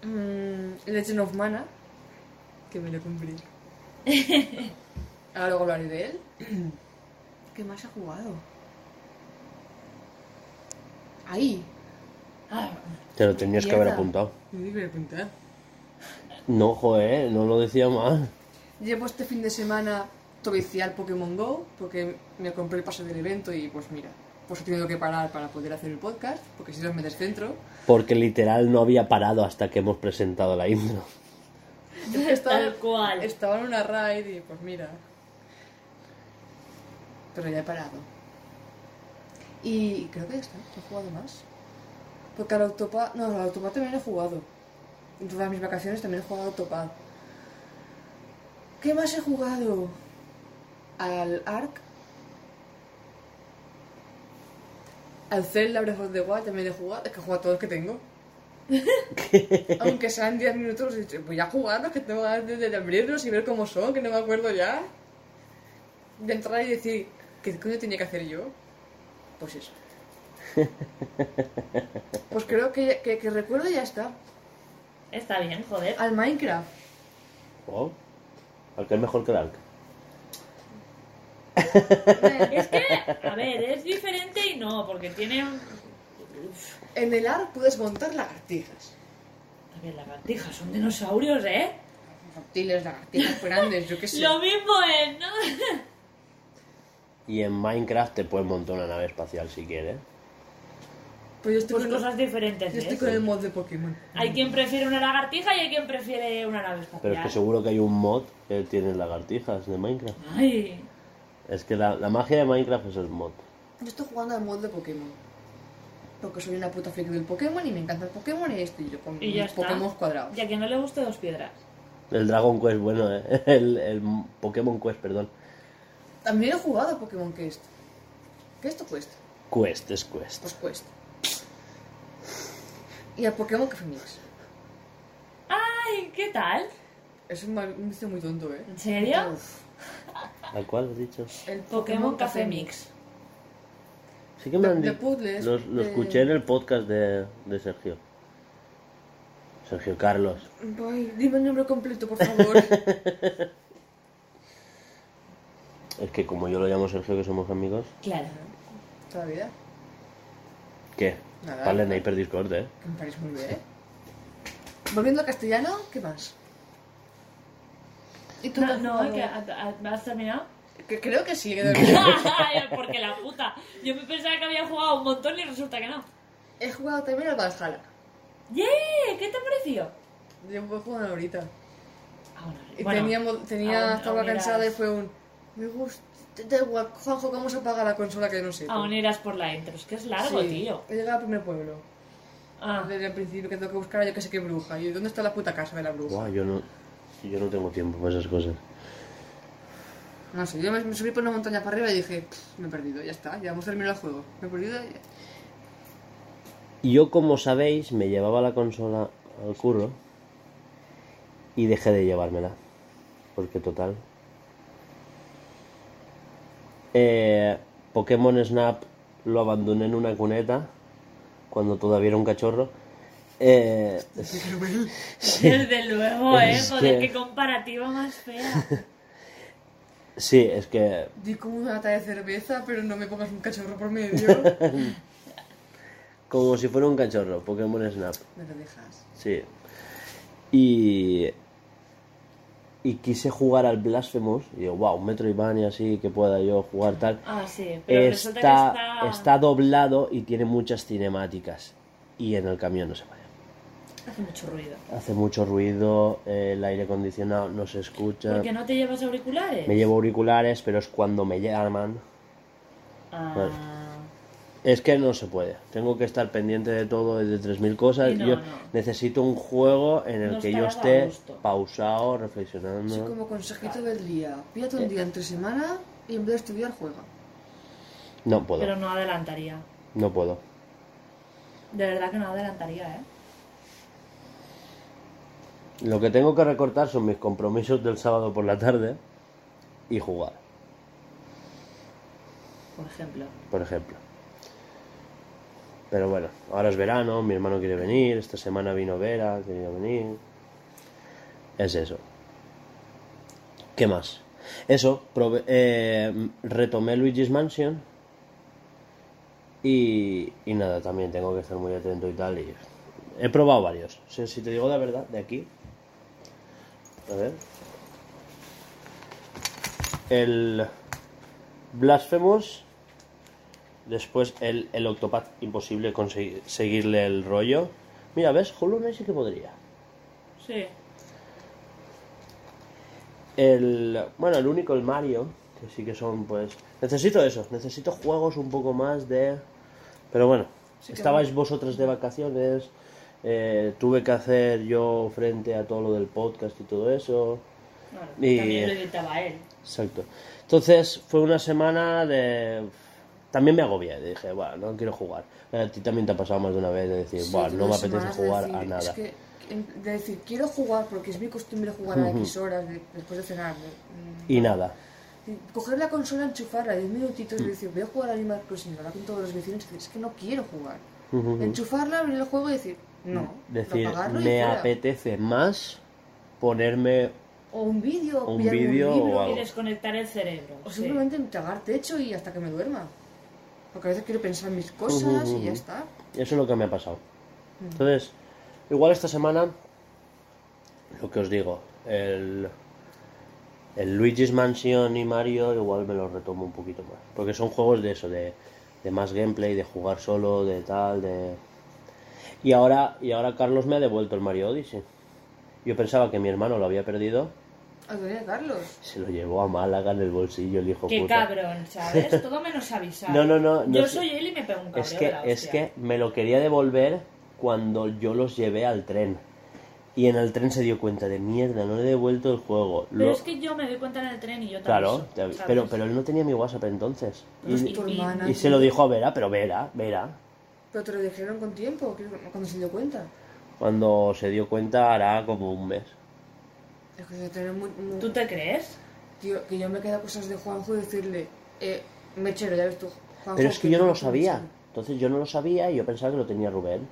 [SPEAKER 2] mm, Legend of Mana, que me lo [LAUGHS] cumplí. Ahora luego hablaré de él. [CLEARS THROAT] ¿Qué más ha jugado? Ahí,
[SPEAKER 3] Ah,
[SPEAKER 1] te lo tenías que haber
[SPEAKER 2] Mierda.
[SPEAKER 1] apuntado.
[SPEAKER 2] me di que apuntar.
[SPEAKER 1] No, joder, no lo decía mal.
[SPEAKER 2] Llevo este fin de semana tobicial Pokémon Go porque me compré el pase del evento y pues mira, pues he tenido que parar para poder hacer el podcast porque si no me descentro.
[SPEAKER 1] Porque literal no había parado hasta que hemos presentado la intro.
[SPEAKER 2] [LAUGHS]
[SPEAKER 3] Tal cual.
[SPEAKER 2] Estaba en una raid y pues mira. Pero ya he parado. Y creo que ya está, no he jugado más. Porque al Autopad, no, al Autopad también he jugado. En todas mis vacaciones también he jugado a Autopad. ¿Qué más he jugado? Al Ark. Al Zelda Breath of the Wild también he jugado. Es que he jugado a todos los que tengo. Aunque sean 10 minutos, he dicho, voy a jugarlos, que tengo ganas de, de abrirlos y ver cómo son, que no me acuerdo ya. De entrar y decir, ¿qué coño tenía que hacer yo? Pues eso. pues creo que, que, que recuerdo ya está.
[SPEAKER 3] Está bien, joder.
[SPEAKER 2] Al Minecraft.
[SPEAKER 1] Oh, al que es mejor que el Ark.
[SPEAKER 3] Es que, a ver, es diferente y no, porque tiene... un-
[SPEAKER 2] En el AR puedes montar lagartijas.
[SPEAKER 3] A ver, lagartijas son dinosaurios, ¿eh?
[SPEAKER 2] Reptiles, lagartijas grandes, yo qué sé.
[SPEAKER 3] [LAUGHS] Lo mismo es, ¿no?
[SPEAKER 1] Y en Minecraft te puedes montar una nave espacial si quieres.
[SPEAKER 2] Pues yo estoy,
[SPEAKER 3] Pues
[SPEAKER 2] con, los-
[SPEAKER 3] cosas diferentes,
[SPEAKER 2] yo
[SPEAKER 3] ¿eh?
[SPEAKER 2] estoy con el mod de Pokémon.
[SPEAKER 3] Hay quien prefiere una lagartija y hay quien prefiere una nave espacial.
[SPEAKER 1] Pero es que seguro que hay un mod que tiene lagartijas de Minecraft.
[SPEAKER 3] Ay,
[SPEAKER 1] Es que la, la magia de Minecraft pues, es el mod.
[SPEAKER 2] Yo estoy jugando al mod de Pokémon. Porque soy una puta friki del Pokémon y me encanta el Pokémon y estoy yo con
[SPEAKER 3] y ya
[SPEAKER 2] mis
[SPEAKER 3] está.
[SPEAKER 2] Pokémon cuadrados.
[SPEAKER 3] Y a quien no le guste dos piedras.
[SPEAKER 1] El Dragon Quest, bueno, eh, [LAUGHS] el, el Pokémon Quest, perdón.
[SPEAKER 2] También he jugado a Pokémon Quest. ¿Qué esto cuesta?
[SPEAKER 1] Quest es Quest.
[SPEAKER 2] Pues cuesta. Y a Pokémon Café Mix.
[SPEAKER 3] Ay, ¿qué tal?
[SPEAKER 2] Es un mal- un vicio muy tonto, ¿eh?
[SPEAKER 3] ¿En serio?
[SPEAKER 2] Uf.
[SPEAKER 1] ¿A cuál has dicho?
[SPEAKER 2] El
[SPEAKER 3] Pokémon Café Mix.
[SPEAKER 1] Sí que me
[SPEAKER 2] De-
[SPEAKER 1] han
[SPEAKER 2] de
[SPEAKER 1] di-
[SPEAKER 2] puzzles,
[SPEAKER 1] Los- Lo,
[SPEAKER 2] de-
[SPEAKER 1] escuché en el podcast de, de Sergio. Sergio Carlos.
[SPEAKER 2] Ay, dime el nombre completo, por
[SPEAKER 3] [LAUGHS]
[SPEAKER 2] favor.
[SPEAKER 1] Es que como yo lo llamo Sergio, que somos amigos.
[SPEAKER 3] Claro.
[SPEAKER 2] Toda la vida.
[SPEAKER 1] ¿Qué?
[SPEAKER 2] Nada.
[SPEAKER 1] Vale, en Hyper Discord, ¿eh?
[SPEAKER 2] Que me parece muy bien, ¿eh? Volviendo al castellano, ¿qué más? ¿Y tú qué
[SPEAKER 3] No,
[SPEAKER 2] has
[SPEAKER 3] no, eh.
[SPEAKER 2] jugado?
[SPEAKER 3] que- a- a- ¿has terminado? [LAUGHS]
[SPEAKER 2] Que creo que sí. que
[SPEAKER 3] Ay, porque la puta. Yo me pensaba que había jugado un montón y resulta que no.
[SPEAKER 2] he jugado también al Valhalla.
[SPEAKER 3] ¡Yeah! ¿Qué te ha parecido?
[SPEAKER 2] Llevo jugando ahorita.
[SPEAKER 3] Ah, bueno,
[SPEAKER 2] Y
[SPEAKER 3] bueno,
[SPEAKER 2] teníamos, tenía,
[SPEAKER 3] aún-
[SPEAKER 2] estaba
[SPEAKER 3] aún eras-
[SPEAKER 2] cansada y fue un. Me gusta. Da igual, Juanjo, ¿cómo se apaga la consola que no sé?
[SPEAKER 3] Aún irás por la intro, es que es largo,
[SPEAKER 2] Sí,
[SPEAKER 3] tío.
[SPEAKER 2] He llegado al primer pueblo.
[SPEAKER 3] [LAUGHS] Ah,
[SPEAKER 2] Desde el principio que tengo que buscar, a yo que sé qué bruja. ¿Y dónde está la puta casa de la bruja?
[SPEAKER 1] Buah, yo no, yo no tengo tiempo para esas cosas.
[SPEAKER 2] No sé, yo me, me subí por una montaña para arriba y dije, "Pff, me he perdido, ya está, ya hemos terminado el juego. Me he perdido. y-
[SPEAKER 1] Y Yo, como sabéis, me llevaba la consola al curro y dejé de llevármela. Porque total. Eh, Pokémon Snap lo abandoné en una cuneta cuando todavía era un cachorro. Eh,
[SPEAKER 3] [LAUGHS] desde luego, eh.
[SPEAKER 1] Es
[SPEAKER 3] Joder,
[SPEAKER 1] que-
[SPEAKER 3] qué comparativa más fea.
[SPEAKER 1] sí, es que
[SPEAKER 2] Di como una lata de cerveza, pero no me pongas un cachorro por medio.
[SPEAKER 1] como si fuera un cachorro, Pokémon Snap.
[SPEAKER 2] me lo dejas.
[SPEAKER 1] Sí. Y. y quise jugar al Blasphemous. Y digo, wow, Metroidvania así, que pueda yo jugar tal.
[SPEAKER 3] Ah, sí, pero resulta que
[SPEAKER 1] Está,
[SPEAKER 3] está...
[SPEAKER 1] está doblado y tiene muchas cinemáticas. Y en el camión no se puede.
[SPEAKER 3] Hace mucho ruido.
[SPEAKER 1] Hace mucho ruido, eh, el aire acondicionado no se escucha.
[SPEAKER 3] ¿Por qué no te llevas auriculares?
[SPEAKER 1] Me llevo auriculares, pero es cuando me llaman.
[SPEAKER 3] Ah,
[SPEAKER 1] Vale. Es que no se puede. Tengo que estar pendiente de todo, de 3.000 cosas.
[SPEAKER 3] Y no,
[SPEAKER 1] yo
[SPEAKER 3] no.
[SPEAKER 1] necesito un juego en el
[SPEAKER 3] No
[SPEAKER 1] que yo
[SPEAKER 3] estarás a
[SPEAKER 1] esté
[SPEAKER 3] gusto.
[SPEAKER 1] pausado,
[SPEAKER 2] Sí,
[SPEAKER 1] reflexionando.
[SPEAKER 2] como consejito del día. Pídate un día entre semana y en vez de estudiar, juega.
[SPEAKER 1] No puedo,
[SPEAKER 3] pero no adelantaría.
[SPEAKER 1] no puedo.
[SPEAKER 3] De verdad que no adelantaría, ¿eh?
[SPEAKER 1] Lo que tengo que recortar son mis compromisos del sábado por la tarde y jugar,
[SPEAKER 3] Por ejemplo.
[SPEAKER 1] por ejemplo. Pero bueno, ahora es verano, mi hermano quiere venir, esta semana vino Vera, quería venir. Es eso. ¿Qué más? Eso, prove- eh, retomé Luigi's Mansion y, y nada, también tengo que estar muy atento y tal. Y he probado varios. Si, si te digo la verdad, de aquí. A ver. El Blasphemous. Después el, el Octopath, imposible conseguir, seguirle el rollo. Mira, ¿ves? Hollow Knight sí que podría.
[SPEAKER 3] Sí.
[SPEAKER 1] El, bueno, el único, el Mario, que sí que son, pues... Necesito eso, necesito juegos un poco más de... Pero bueno, estabais vosotras de vacaciones, eh, tuve que hacer yo frente a todo lo del podcast y todo eso.
[SPEAKER 3] Bueno,
[SPEAKER 1] Y-
[SPEAKER 3] También lo editaba él.
[SPEAKER 1] Exacto. Entonces fue una semana de... También me agobié, dije, bueno, no quiero jugar. A ti también te ha pasado más de una vez de decir,
[SPEAKER 2] Sí,
[SPEAKER 1] bueno, no me
[SPEAKER 2] unas
[SPEAKER 1] apetece
[SPEAKER 2] semanas de
[SPEAKER 1] jugar
[SPEAKER 2] decir,
[SPEAKER 1] a nada.
[SPEAKER 2] Es que, en- de decir, quiero jugar porque es mi costumbre jugar a X horas de- después de cenar. de- mm,
[SPEAKER 1] Y nada.
[SPEAKER 2] y Coger la consola, enchufarla 10 minutitos y
[SPEAKER 1] Mm.
[SPEAKER 2] decir, voy a jugar a Animal Crossing, ahora con todos los vecinos, y decir, es que no quiero jugar.
[SPEAKER 1] Ujú. Mm,
[SPEAKER 2] Enchufarla, abrir el juego y decir, no.
[SPEAKER 1] decir,
[SPEAKER 2] apagarlo y
[SPEAKER 1] me
[SPEAKER 2] fuera.
[SPEAKER 1] apetece más ponerme
[SPEAKER 2] O un vídeo,
[SPEAKER 1] Un
[SPEAKER 2] o pillarme
[SPEAKER 1] vídeo o
[SPEAKER 2] un libro.
[SPEAKER 1] algo.
[SPEAKER 3] Y desconectar el cerebro.
[SPEAKER 2] O
[SPEAKER 3] sí.
[SPEAKER 2] simplemente tragar techo y hasta que me duerma. Porque a veces quiero pensar mis cosas y ya está.
[SPEAKER 1] Eso es lo que me ha pasado.
[SPEAKER 3] Mm.
[SPEAKER 1] Entonces, igual esta semana, lo que os digo, el, el Luigi's Mansion y Mario igual me lo retomo un poquito más. Porque son juegos de eso, de, de más gameplay, de jugar solo, de tal, de... Y ahora, y ahora Carlos me ha devuelto el Mario Odyssey. Yo pensaba que mi hermano lo había perdido.
[SPEAKER 2] Antonio Carlos.
[SPEAKER 1] Se lo llevó a Málaga en el bolsillo el hijo
[SPEAKER 3] Qué
[SPEAKER 1] Pues puta.
[SPEAKER 3] cabrón,
[SPEAKER 1] [LAUGHS]
[SPEAKER 3] ¿sabes? Todo menos avisar.
[SPEAKER 1] No, no, no, no
[SPEAKER 3] Yo
[SPEAKER 1] sé.
[SPEAKER 3] soy él y me pego un cabrón.
[SPEAKER 1] Es que, es que me lo quería devolver cuando yo los llevé al tren. Y en el tren se dio cuenta de mierda, no le he devuelto el juego.
[SPEAKER 3] Pero
[SPEAKER 1] Lo-
[SPEAKER 3] es que yo me doy cuenta en el tren y yo también.
[SPEAKER 1] claro, te- pero, pero él no tenía mi WhatsApp entonces.
[SPEAKER 2] Pero
[SPEAKER 1] Y,
[SPEAKER 2] es tu hermana.
[SPEAKER 1] y se lo dijo a Vera, pero Vera, Vera.
[SPEAKER 2] Pero te lo dijeron con tiempo, creo, cuando se dio cuenta.
[SPEAKER 1] Cuando se dio cuenta hará como un mes.
[SPEAKER 2] Es que se tiene muy, muy-
[SPEAKER 3] ¿Tú te crees?
[SPEAKER 2] Tío, que yo me queda cosas de Juanjo y decirle, eh, mechero, ya ves tú. Juanjo,
[SPEAKER 1] Pero es que yo no
[SPEAKER 2] te
[SPEAKER 1] lo
[SPEAKER 2] pasa
[SPEAKER 1] sabía.
[SPEAKER 2] mucho".
[SPEAKER 1] Entonces yo no lo sabía y yo pensaba que lo tenía Rubén.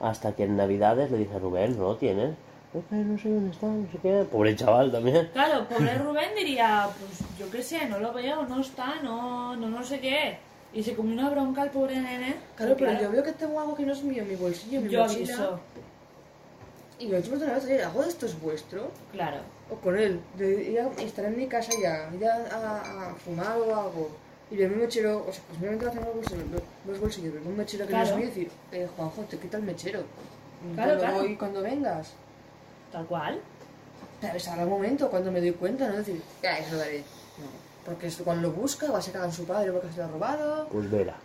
[SPEAKER 1] Hasta que en Navidades le dije a Rubén, no lo tienes. "Es que No sé dónde está, no sé qué. Pobre chaval también.
[SPEAKER 3] Claro,
[SPEAKER 1] [LAUGHS]
[SPEAKER 3] pobre Rubén diría, pues yo qué sé, no lo veo, no está, no, no, no sé qué. Y se comió una bronca el pobre nene.
[SPEAKER 2] Claro, pero yo veo que tengo algo que no es mío en mi bolsillo, en mi
[SPEAKER 3] Yo
[SPEAKER 2] mochila.
[SPEAKER 3] aviso,
[SPEAKER 2] Y lo he hecho por otra vez, oye, ¿hago esto es vuestro?
[SPEAKER 3] claro.
[SPEAKER 2] O con él. De ir a- estar en mi casa ya, ir a, a- a fumar o algo. Y ver mi mechero, o sea, pues me voy a hacer los bolsillos, lo- los bolsillos, ver un mechero que
[SPEAKER 3] Claro.
[SPEAKER 2] no es mío y decir, eh, Juanjo, te quita el mechero.
[SPEAKER 3] Claro,
[SPEAKER 2] cuando
[SPEAKER 3] claro.
[SPEAKER 2] voy, cuando vengas.
[SPEAKER 3] Tal cual.
[SPEAKER 2] ¿Sabes? Ahora un momento, cuando me doy cuenta, no decir, ya, eso lo daré. No. Porque es- cuando lo busca, va a sacar a su padre porque se lo ha robado.
[SPEAKER 1] Pues Vera.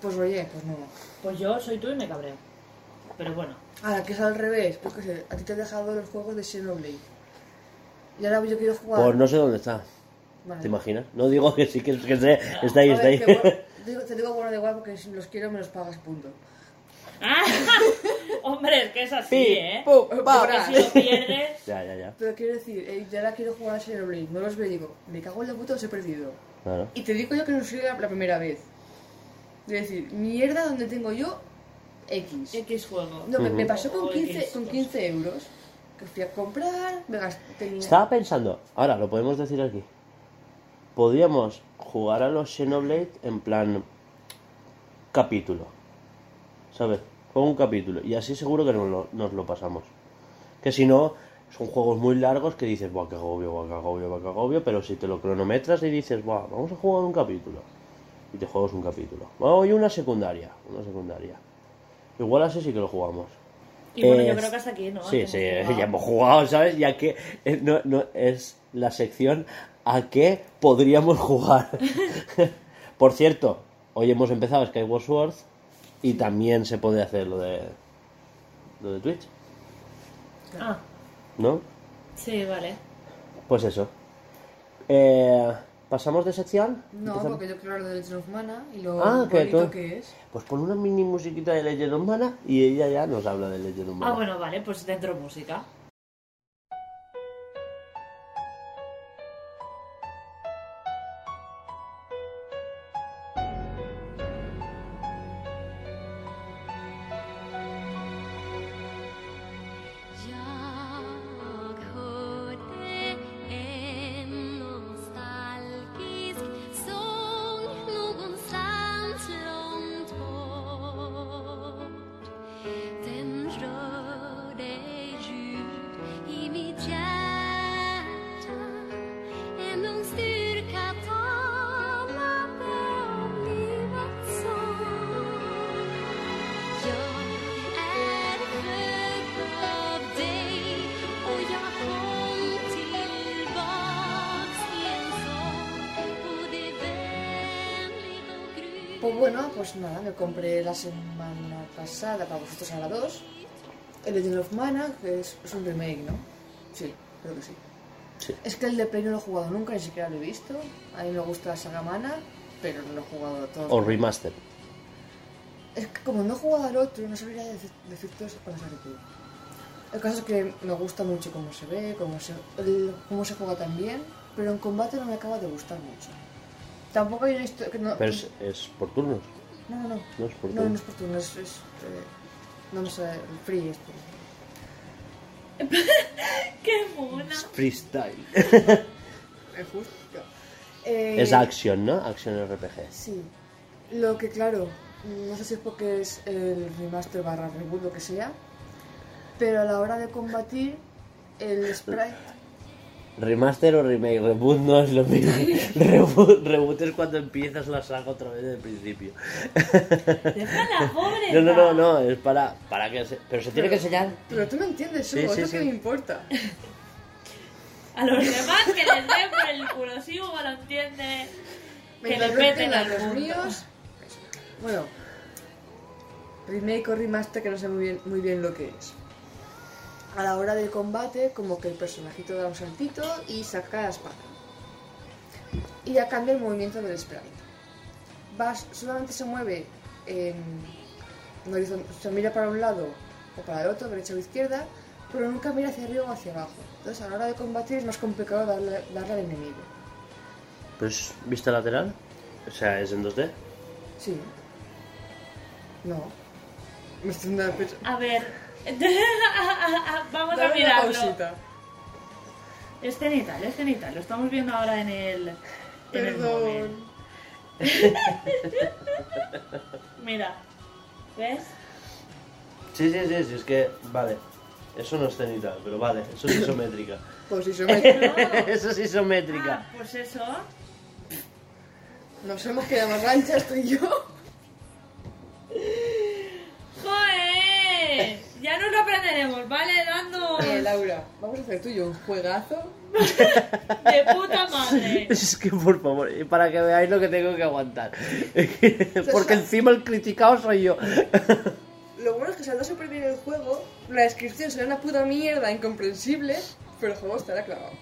[SPEAKER 2] Pues oye, pues no.
[SPEAKER 3] Pues yo soy tú y me cabreo. Pero bueno,
[SPEAKER 2] [LAUGHS] Ahora, que es al revés, pues que sé, a ti te he dejado los juegos de Xenoblade. Y ahora yo quiero jugar.
[SPEAKER 1] Pues no sé dónde está.
[SPEAKER 2] Vale.
[SPEAKER 1] ¿Te imaginas? No digo que sí, que, que sé. Está ahí,
[SPEAKER 2] A
[SPEAKER 1] está
[SPEAKER 2] ver,
[SPEAKER 1] ahí.
[SPEAKER 2] te, guar- digo- te digo bueno de igual porque si los quiero me los pagas, punto.
[SPEAKER 3] ¡Ah! Hombre, es que es así,
[SPEAKER 1] Pi,
[SPEAKER 3] ¿eh?
[SPEAKER 1] pu,
[SPEAKER 2] Porque
[SPEAKER 1] pa.
[SPEAKER 3] Porque si lo
[SPEAKER 1] [LAUGHS]
[SPEAKER 3] pierdes,
[SPEAKER 1] Ya, ya, ya.
[SPEAKER 2] Pero quiero decir, eh, yo ahora quiero jugar a Xenoblade, no los veo y digo, me cago en la puta, os he perdido.
[SPEAKER 1] Claro.
[SPEAKER 2] Y te digo yo que no soy la, la primera vez. Es decir, mierda donde tengo yo X.
[SPEAKER 3] X juego.
[SPEAKER 2] No, me, me pasó con
[SPEAKER 3] O
[SPEAKER 2] 15,
[SPEAKER 3] X
[SPEAKER 2] con
[SPEAKER 3] cosa.
[SPEAKER 2] 15 euros que fui a comprar, me gasté.
[SPEAKER 1] Estaba pensando, ahora lo podemos decir aquí. Podríamos jugar a los Xenoblade en plan capítulo. ¿Sabes? Con un capítulo. Y así seguro que nos lo, nos lo pasamos. Que si no, Son juegos muy largos que dices, buah, qué agobio, buah, qué agobio, buah, qué agobio, pero si te lo cronometras y dices, buah, vamos a jugar un capítulo. Y te juegas un capítulo. Vamos, y una secundaria, una secundaria. Igual así sí que lo jugamos.
[SPEAKER 3] Y bueno, yo
[SPEAKER 1] Es-
[SPEAKER 3] creo que hasta aquí, ¿no?
[SPEAKER 1] Sí,
[SPEAKER 3] Que
[SPEAKER 1] sí,
[SPEAKER 3] hemos jugado.
[SPEAKER 1] ya hemos jugado, ¿sabes? Ya que eh, no, no, es la sección a qué podríamos
[SPEAKER 3] [LAUGHS]
[SPEAKER 1] jugar. Por cierto, hoy hemos empezado Skyward Sword y también se puede hacer lo de, lo de Twitch,
[SPEAKER 3] Ah,
[SPEAKER 1] ¿no?
[SPEAKER 3] sí, vale.
[SPEAKER 1] Pues eso. Eh, ¿Pasamos de sección?
[SPEAKER 2] No,
[SPEAKER 1] Empezamos-
[SPEAKER 2] porque yo quiero hablar de Legend of Mana y lo
[SPEAKER 1] Ah, que
[SPEAKER 2] bonito
[SPEAKER 1] tú-
[SPEAKER 2] que es.
[SPEAKER 1] Pues pon una mini musiquita de Legend of Mana y ella ya nos habla de Legend of Mana.
[SPEAKER 3] Ah, bueno, vale, pues dentro música.
[SPEAKER 5] Jag hörde en nostalgisk sång någonstans långt bort. Den rörde djupt i mitt hjärta. En lugn styrka talade om livets sång. Jag är född av dig och jag kom tillbaks i en sång både vänlig och grym
[SPEAKER 2] Pues bueno, pues nada, me compré la semana pasada, para vosotros ahora dos, el Legend of Mana, que es, es un remake, ¿no? Sí, creo que sí.
[SPEAKER 1] Sí.
[SPEAKER 2] Es que el de Play no lo he jugado nunca, ni siquiera lo he visto. A mí me gusta la saga Mana, pero no lo he jugado todo.
[SPEAKER 1] O remaster.
[SPEAKER 2] Es que como no he jugado al otro, no sabría decir- decirte eso para saber tú. El caso es que me gusta mucho cómo se ve, cómo se, el- cómo se juega también, pero en combate no me acaba de gustar mucho. Tampoco hay una historia... que No,
[SPEAKER 1] Pero es, es por turnos,
[SPEAKER 2] no, no, no.
[SPEAKER 1] no es por
[SPEAKER 2] No, no es
[SPEAKER 1] turnos.
[SPEAKER 2] por turno, es... es, eh, no me sale el free este.
[SPEAKER 3] ¡Qué mona!
[SPEAKER 2] [LAUGHS]
[SPEAKER 1] Freestyle.
[SPEAKER 3] Eh,
[SPEAKER 2] Es justo. Eh,
[SPEAKER 1] Es acción, ¿no? Acción RPG.
[SPEAKER 2] Sí. Lo que, claro, no sé si es porque es el remaster barra reboot, lo que sea, pero a la hora de combatir, el sprite...
[SPEAKER 1] Remaster o remake, reboot no es lo mismo. Reboot, reboot es cuando empiezas la saga otra vez desde el principio.
[SPEAKER 3] ¡Déjala, pobre!
[SPEAKER 1] No, no, no, no, es para, para que se... Pero se tiene que enseñar.
[SPEAKER 2] Pero tú me entiendes,
[SPEAKER 1] Sí,
[SPEAKER 2] Hugo,
[SPEAKER 1] sí,
[SPEAKER 2] es
[SPEAKER 1] sí.
[SPEAKER 2] lo que me importa.
[SPEAKER 3] A los demás que les den por el culo, si Hugo lo entiende, que le
[SPEAKER 2] Mientras no
[SPEAKER 3] peten
[SPEAKER 2] entiendan
[SPEAKER 3] al
[SPEAKER 2] los
[SPEAKER 3] punto.
[SPEAKER 2] míos... Bueno, remake o remaster que no sé muy bien, muy bien lo que es. A la hora del combate, como que el personajito da un saltito y saca la espada. Y ya cambia el movimiento del sprite. Vas, solamente se mueve en en horizon- o sea, mira para un lado o para el otro, derecha o izquierda, pero nunca mira hacia arriba o hacia abajo. Entonces, a la hora de combatir es más complicado darle, darle al enemigo.
[SPEAKER 1] Pues vista lateral. O sea, es en 2D.
[SPEAKER 2] Sí. No. Me estoy dando la pesa-
[SPEAKER 3] A ver, [LAUGHS] vamos a
[SPEAKER 2] Dame una
[SPEAKER 3] mirarlo.
[SPEAKER 2] pausita.
[SPEAKER 3] Es cenital, es cenital, lo estamos viendo ahora en el. en el móvil.
[SPEAKER 2] Perdón.
[SPEAKER 3] Mira, ¿ves?
[SPEAKER 1] Sí, sí, sí, sí, es que, vale. Eso no es cenital, pero vale, eso es isométrica. [LAUGHS]
[SPEAKER 2] Pues si se me-
[SPEAKER 3] ¿Eh?
[SPEAKER 1] eso es
[SPEAKER 3] Ah,
[SPEAKER 1] isométrica.
[SPEAKER 3] pues eso.
[SPEAKER 2] [LAUGHS] nos hemos quedado más anchas tú y yo.
[SPEAKER 3] [LAUGHS] ¡Joder! Ya nos lo aprenderemos, ¿vale? Dando
[SPEAKER 2] Eh, Laura, vamos a hacer tú y yo un juegazo.
[SPEAKER 3] de puta
[SPEAKER 1] [LAUGHS]
[SPEAKER 3] madre.
[SPEAKER 1] Es que, por favor, y para que veáis lo que tengo que aguantar. [LAUGHS] Porque encima el criticado soy yo.
[SPEAKER 2] Lo bueno es que saldrá súper bien el juego. La descripción será una puta mierda incomprensible, pero el juego estará
[SPEAKER 3] [LAUGHS]
[SPEAKER 2] clavado.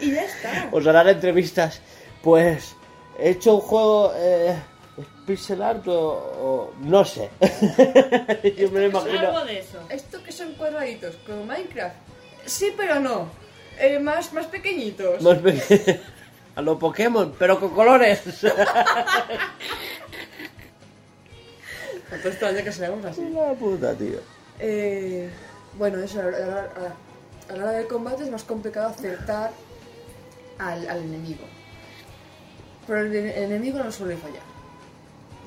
[SPEAKER 2] y ya está.
[SPEAKER 1] os harán entrevistas. Pues he hecho un juego eh, pixel art o, o- no sé. [LAUGHS] Yo me lo
[SPEAKER 3] Algo
[SPEAKER 1] imagino.
[SPEAKER 3] de eso.
[SPEAKER 2] Esto que son cuadraditos, como Minecraft. Sí, pero no. Eh, más, más pequeñitos.
[SPEAKER 1] Más peque- [LAUGHS] a los Pokémon, pero con colores. [LAUGHS]
[SPEAKER 2] Entonces todavía que seamos así.
[SPEAKER 1] La puta, tío.
[SPEAKER 2] Eh, bueno, eso, a la, a- a la hora del combate es más complicado acertar al, al enemigo. Pero el, el enemigo no suele fallar.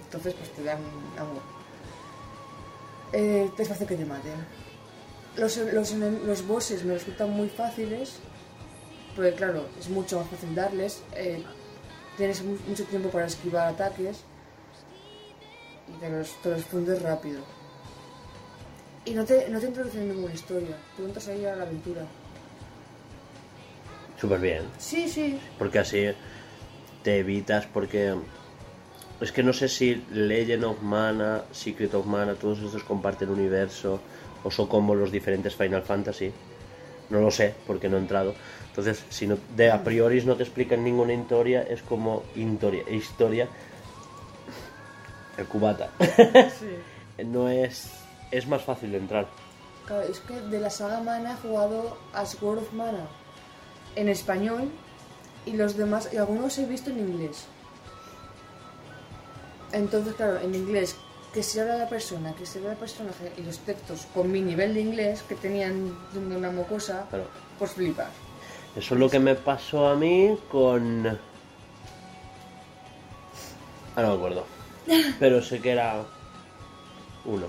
[SPEAKER 2] Entonces, pues te dan algo. Eh, es fácil que te maten. Los, los, enem- los bosses me resultan muy fáciles, porque claro, es mucho más fácil darles. eh, tienes mu- mucho tiempo para esquivar ataques y te los, te los fundes rápido. Y no te, no te introducen en ninguna historia, tú entras ahí a la aventura.
[SPEAKER 1] Súper bien.
[SPEAKER 2] Sí, sí,
[SPEAKER 1] Porque así te evitas, porque es que no sé si Legend of Mana, Secret of Mana, todos estos comparten universo, o son como los diferentes Final Fantasy. No lo sé, porque no he entrado. Entonces, si no, de a priori no te explican ninguna historia, es como historia, historia el cubata.
[SPEAKER 2] sí.
[SPEAKER 1] [LAUGHS] No es... Es más fácil de entrar.
[SPEAKER 2] Claro, es que de la saga Mana he jugado a Sword of Mana en español y los demás, y algunos he visto en inglés. Entonces, claro, en inglés, que se habla la persona, que se habla el personaje y los textos con mi nivel de inglés, que tenían de una mocosa,
[SPEAKER 1] Claro.
[SPEAKER 2] pues flipar.
[SPEAKER 1] Eso es lo que me pasó a mí con. Ah, no me acuerdo. Pero sé que era. Uno.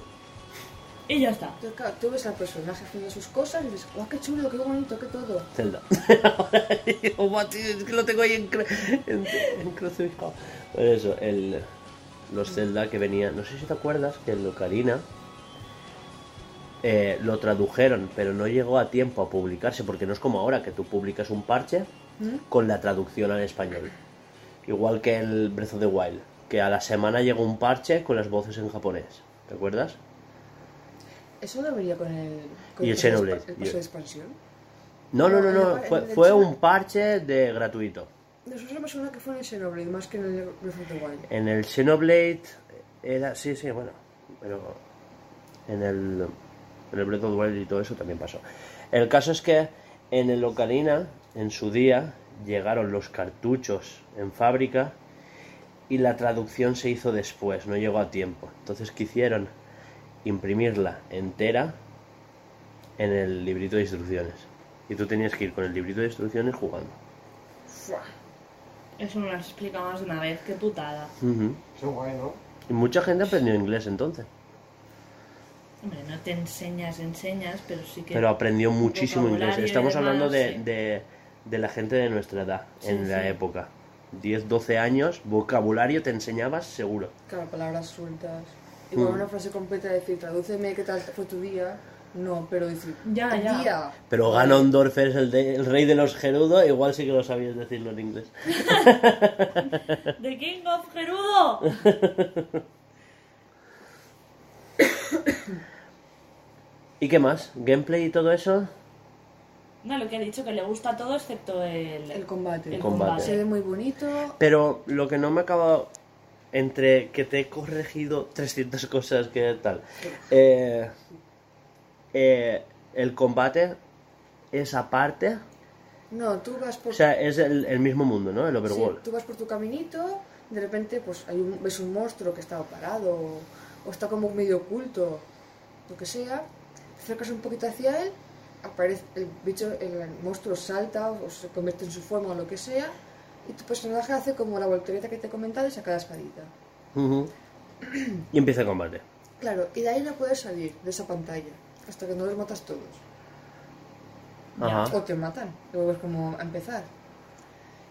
[SPEAKER 3] Y ya está.
[SPEAKER 2] Entonces, claro, tú ves al personaje haciendo sus cosas y dices, guau, qué chulo, qué bonito, qué todo.
[SPEAKER 1] Zelda. [LAUGHS] Ahora digo, "Buah, tío, es que lo tengo ahí en, cru- en, en crucificado". Pero eso, el, los Zelda que venían. No sé si te acuerdas que el Ocarina. eh, lo tradujeron, pero no llegó a tiempo a publicarse, porque no es como ahora que tú publicas un parche
[SPEAKER 2] ¿Mm?
[SPEAKER 1] con la traducción al español. Igual que el Breath of the Wild, que a la semana llegó un parche con las voces en japonés. ¿Te acuerdas?
[SPEAKER 2] Eso no venía con el, con
[SPEAKER 1] Y el
[SPEAKER 2] pase de
[SPEAKER 1] Xenoblade,
[SPEAKER 2] expa- el
[SPEAKER 1] y
[SPEAKER 2] pase
[SPEAKER 1] el-
[SPEAKER 2] de expansión.
[SPEAKER 1] No, no, no,
[SPEAKER 2] No,
[SPEAKER 1] no.
[SPEAKER 2] el-
[SPEAKER 1] Fue,
[SPEAKER 2] Ah, el de
[SPEAKER 1] fue
[SPEAKER 2] China.
[SPEAKER 1] un parche de gratuito.
[SPEAKER 2] Nosotros me suena que fue en el Xenoblade más que en el Breath of the Wild.
[SPEAKER 1] En el Xenoblade era. Sí, sí, bueno. Pero. En el. En el Breath of the Wild y todo eso también pasó. El caso es que en el Ocarina, en su día, llegaron los cartuchos en fábrica y la traducción se hizo después, no llegó a tiempo. Entonces quisieron imprimirla entera en el librito de instrucciones. Y tú tenías que ir con el librito de instrucciones jugando.
[SPEAKER 2] Fua.
[SPEAKER 3] Eso me lo has explicado más de una vez, qué putada.
[SPEAKER 1] Ujú.
[SPEAKER 6] Qué guay, ¿no?
[SPEAKER 1] Y mucha gente aprendió inglés entonces.
[SPEAKER 3] Hombre, no te enseñas, enseñas, pero sí que...
[SPEAKER 1] Pero aprendió muchísimo inglés.
[SPEAKER 3] vocabulario y
[SPEAKER 1] Estamos
[SPEAKER 3] demás,
[SPEAKER 1] hablando de,
[SPEAKER 3] sí.
[SPEAKER 1] de- de la gente de nuestra edad,
[SPEAKER 3] Sí,
[SPEAKER 1] en la
[SPEAKER 3] sí.
[SPEAKER 1] época. 10, 12 años, vocabulario te enseñabas seguro.
[SPEAKER 2] Claro, palabras sueltas. Igual
[SPEAKER 1] Mm.
[SPEAKER 2] una frase completa, decir, tradúceme qué tal fue tu día. No, pero decir,
[SPEAKER 3] Ya,
[SPEAKER 2] "Tu
[SPEAKER 3] ya.
[SPEAKER 2] día.
[SPEAKER 1] Pero Ganondorf es el, de- el rey de los Gerudo, igual sí que lo sabías decirlo en inglés.
[SPEAKER 3] ¡The King of Gerudo!
[SPEAKER 1] [LAUGHS] ¿Y qué más? ¿Gameplay y todo eso?
[SPEAKER 3] No, lo que ha dicho, que le gusta todo excepto el...
[SPEAKER 2] El combate.
[SPEAKER 3] el
[SPEAKER 1] combate.
[SPEAKER 2] Se ve muy bonito.
[SPEAKER 1] Pero lo que no me ha acabado entre que te he corregido 300 cosas que tal. eh, eh, el combate es aparte.
[SPEAKER 2] No, tú vas por,
[SPEAKER 1] O sea, es el, el mismo mundo, ¿no? El
[SPEAKER 2] sí,
[SPEAKER 1] Overworld.
[SPEAKER 2] tú vas por tu caminito, de repente pues hay un, ves un monstruo que está parado o, o está como medio oculto, lo que sea. Te acercas un poquito hacia él, aparece el bicho, el monstruo salta o se convierte en su forma o lo que sea. Y tu personaje hace como la voltereta que te he comentado y saca la espadita.
[SPEAKER 1] Ujú. Y empieza el combate.
[SPEAKER 2] Claro, y de ahí no puedes salir de esa pantalla hasta que no los matas todos.
[SPEAKER 1] Ajá.
[SPEAKER 2] O te matan, luego es como a empezar.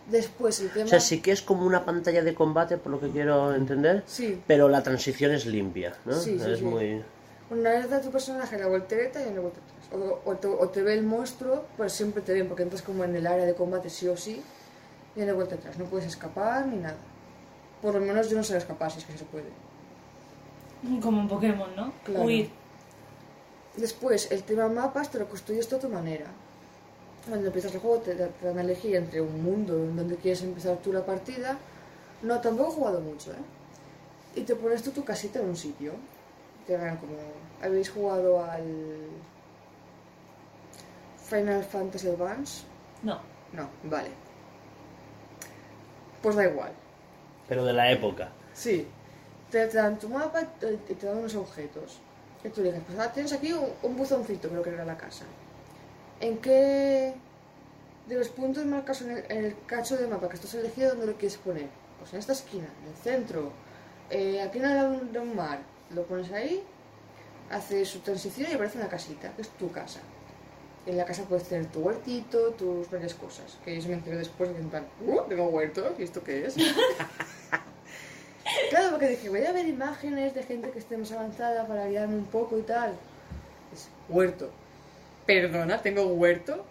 [SPEAKER 2] Después el tema.
[SPEAKER 1] O sea, sí que es como una pantalla de combate, por lo que quiero entender,
[SPEAKER 2] Sí,
[SPEAKER 1] pero la transición es limpia, ¿no?
[SPEAKER 2] Sí, sí,
[SPEAKER 1] es
[SPEAKER 2] sí.
[SPEAKER 1] muy...
[SPEAKER 2] una vez da tu personaje la voltereta y una vuelta atrás. O, o te, o te ve el monstruo, pues siempre te ven, porque entras como en el área de combate sí o sí, y una vuelta atrás. No puedes escapar ni nada. Por lo menos yo no sé escapar si es que se puede.
[SPEAKER 3] Como un Pokémon, ¿no?
[SPEAKER 2] Claro.
[SPEAKER 3] Huir.
[SPEAKER 2] Después, el tema mapas te lo construyes tú a tu manera. Cuando empiezas el juego te, da- te dan a elegir entre un mundo en donde quieres empezar tú la partida. No, tampoco he jugado mucho, ¿eh? Y te pones tú tu casita en un sitio. Te dan como... ¿Habéis jugado al... Final Fantasy Advance?
[SPEAKER 3] No.
[SPEAKER 2] No, vale. Pues da igual.
[SPEAKER 1] Pero de la época.
[SPEAKER 2] Sí. Te, te dan tu mapa y te- y te dan unos objetos. Y tú dices, pues ah, tienes aquí un, un buzoncito, creo que era la casa. ¿En qué de los puntos marcas en el, en el cacho de mapa que estás elegido dónde lo quieres poner? Pues en esta esquina, en el centro, eh, aquí en el lado de un mar. Lo pones ahí. hace su transición y aparece una casita, que es tu casa. En la casa puedes tener tu huertito, tus varias cosas. Que yo se me enteré después de en plan, ¡uh! Tengo huerto, ¿y esto qué es? claro, porque dije, voy a ver imágenes de gente que esté más avanzada para guiarme un poco y tal. Es huerto. Perdona, tengo huerto.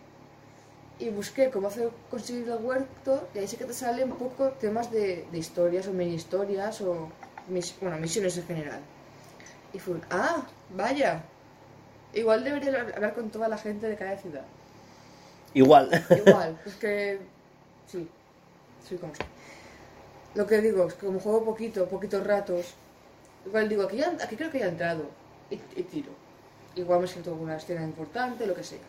[SPEAKER 2] Y busqué cómo hacer conseguir el huerto, y ahí sí que te salen un poco temas de, de historias o mini historias o mis- bueno, misiones en general. Y fue, un, ah, vaya. Igual debería hablar- hablar con toda la gente de cada ciudad.
[SPEAKER 1] Igual. [LAUGHS]
[SPEAKER 2] Igual, es que sí, soy como soy. Lo que digo es que como juego poquito, poquitos ratos, igual digo, aquí, ya- aquí creo que ya he entrado y, y tiro. Igual me siento alguna escena importante, lo que sea.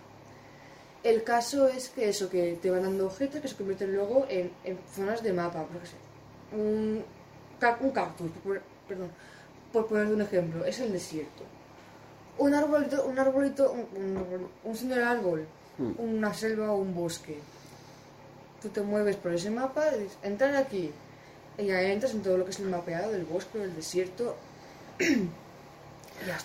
[SPEAKER 2] El caso es que eso, que te van dando objetos que se convierten luego en, en zonas de mapa, por ejemplo. Un, ca- un cactus, por, poner- perdón, por poner un ejemplo, es el desierto. Un arbolito, un arbolito, un, un, árbol- un señor árbol,
[SPEAKER 1] Hmm.
[SPEAKER 2] una selva o un bosque. Tú te mueves por ese mapa, y dices, entrar aquí. Y ya entras en todo lo que es el mapeado del bosque, del desierto.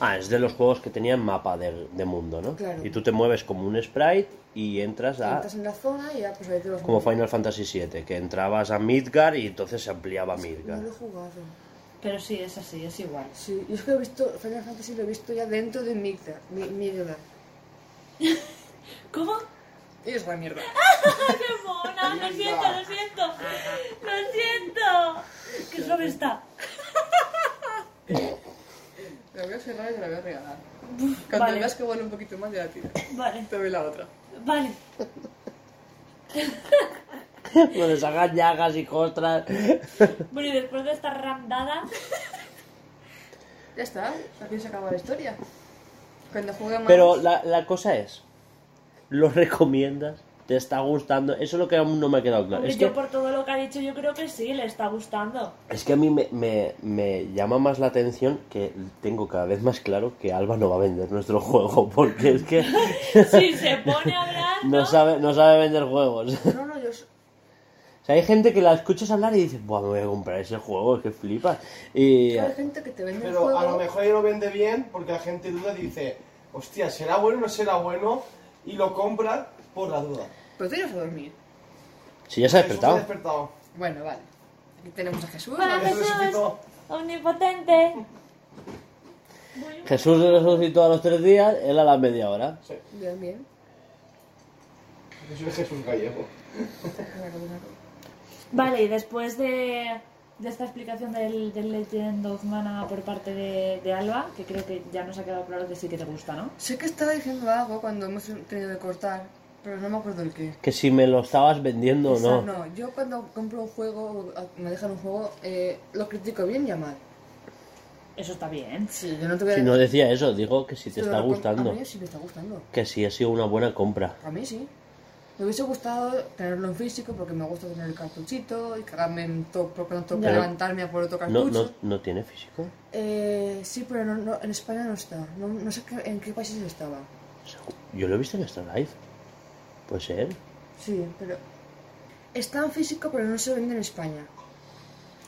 [SPEAKER 1] Ah, es de los juegos que tenían mapa de, de mundo, ¿no?
[SPEAKER 2] Claro.
[SPEAKER 1] Y tú te mueves como un sprite y entras a...
[SPEAKER 2] Entras en la zona y ya pues ahí te vas
[SPEAKER 1] Como
[SPEAKER 2] moviendo.
[SPEAKER 1] Final Fantasy VII, que entrabas a Midgar y entonces se ampliaba Midgar.
[SPEAKER 2] No [LAUGHS] lo he jugado.
[SPEAKER 3] Pero sí, es así, es igual.
[SPEAKER 2] Sí, yo es que lo he visto, Final Fantasy lo he visto ya dentro de Migda. Mi, Migda.
[SPEAKER 3] ¿Cómo?
[SPEAKER 2] Y es la mierda.
[SPEAKER 3] ¡Qué mona! ¡Lo siento, lo siento! ¡Lo siento! ¡Qué suave está!
[SPEAKER 2] La voy a cerrar y te la voy a regalar. Cuando
[SPEAKER 3] Vale,
[SPEAKER 2] veas que vuelve un poquito más, ya la tiro.
[SPEAKER 3] vale,
[SPEAKER 2] Te doy la otra.
[SPEAKER 3] vale.
[SPEAKER 1] Donde sacan llagas y costras.
[SPEAKER 3] Bueno, y después de esta randada,
[SPEAKER 2] Ya está, aquí se acaba la historia. Cuando juegue más...
[SPEAKER 1] Pero la, la cosa es, ¿lo recomiendas? ¿Te está gustando? Eso es lo que aún no me ha quedado claro.
[SPEAKER 3] hombre,
[SPEAKER 1] Es
[SPEAKER 3] yo
[SPEAKER 1] que,
[SPEAKER 3] por todo lo que ha dicho, yo creo que sí, le está
[SPEAKER 1] [LAUGHS]
[SPEAKER 3] gustando.
[SPEAKER 1] es que a mí me, me- me llama más la atención que tengo cada vez más claro que Alba no va a vender nuestro [LAUGHS] juego, porque es que
[SPEAKER 3] Si se pone a hablar, ¿no?
[SPEAKER 1] no sabe, no sabe vender juegos. O
[SPEAKER 2] No, no, yo...
[SPEAKER 1] sea, hay gente que la escuchas hablar y dices, Buah, me voy a comprar ese juego, es que flipas. Y...
[SPEAKER 2] Hay gente que te vende el
[SPEAKER 6] Pero
[SPEAKER 2] juego...
[SPEAKER 6] a lo mejor ya lo vende bien porque la gente duda y dice, hostia, ¿será bueno o no será bueno? Y lo compra por la duda.
[SPEAKER 2] Pero tú irás a Pues dormir.
[SPEAKER 1] Si ya se ha
[SPEAKER 6] Jesús
[SPEAKER 1] despertado.
[SPEAKER 6] despertado.
[SPEAKER 2] Bueno, vale. Aquí tenemos a Jesús.
[SPEAKER 3] Hola,
[SPEAKER 2] ¿vale?
[SPEAKER 6] Jesús
[SPEAKER 3] Jesús,
[SPEAKER 6] resucitó.
[SPEAKER 3] omnipotente.
[SPEAKER 1] Jesús resucitó a los tres días, él a la media hora.
[SPEAKER 6] Sí,
[SPEAKER 2] Bien, bien.
[SPEAKER 6] Jesús es Jesús Gallego.
[SPEAKER 3] Vale, y después de, de esta explicación del, del Legend of Mana por parte de, de Alba, que creo que ya nos ha quedado claro que sí que te gusta, ¿no?
[SPEAKER 2] Sé que estaba diciendo algo cuando hemos tenido que cortar, pero no me acuerdo el qué.
[SPEAKER 1] Que si me lo estabas vendiendo o
[SPEAKER 2] O sea,
[SPEAKER 1] no.
[SPEAKER 2] yo cuando compro un juego, o me dejan un juego, eh, lo critico bien y a mal.
[SPEAKER 3] Eso está bien.
[SPEAKER 2] Sí, yo no te voy a
[SPEAKER 1] Si no decía eso, digo que si te
[SPEAKER 2] Pero
[SPEAKER 1] está
[SPEAKER 2] lo compro-
[SPEAKER 1] gustando.
[SPEAKER 2] A mí sí me está gustando.
[SPEAKER 1] Que si ha sido una buena compra.
[SPEAKER 2] A mí sí. Me hubiese gustado tenerlo en físico porque me gusta tener el cartuchito y cagarme en todo, porque no tengo que
[SPEAKER 1] Ya.
[SPEAKER 2] levantarme a por otro
[SPEAKER 1] No,
[SPEAKER 2] cartucho.
[SPEAKER 1] no, no tiene físico.
[SPEAKER 2] Eh, sí, pero no, no, en España no está. No, no sé qué- en qué países estaba.
[SPEAKER 1] Yo lo he visto en Extra Life. Pues Puede ser.
[SPEAKER 2] Sí, pero está en físico, pero no se vende en España.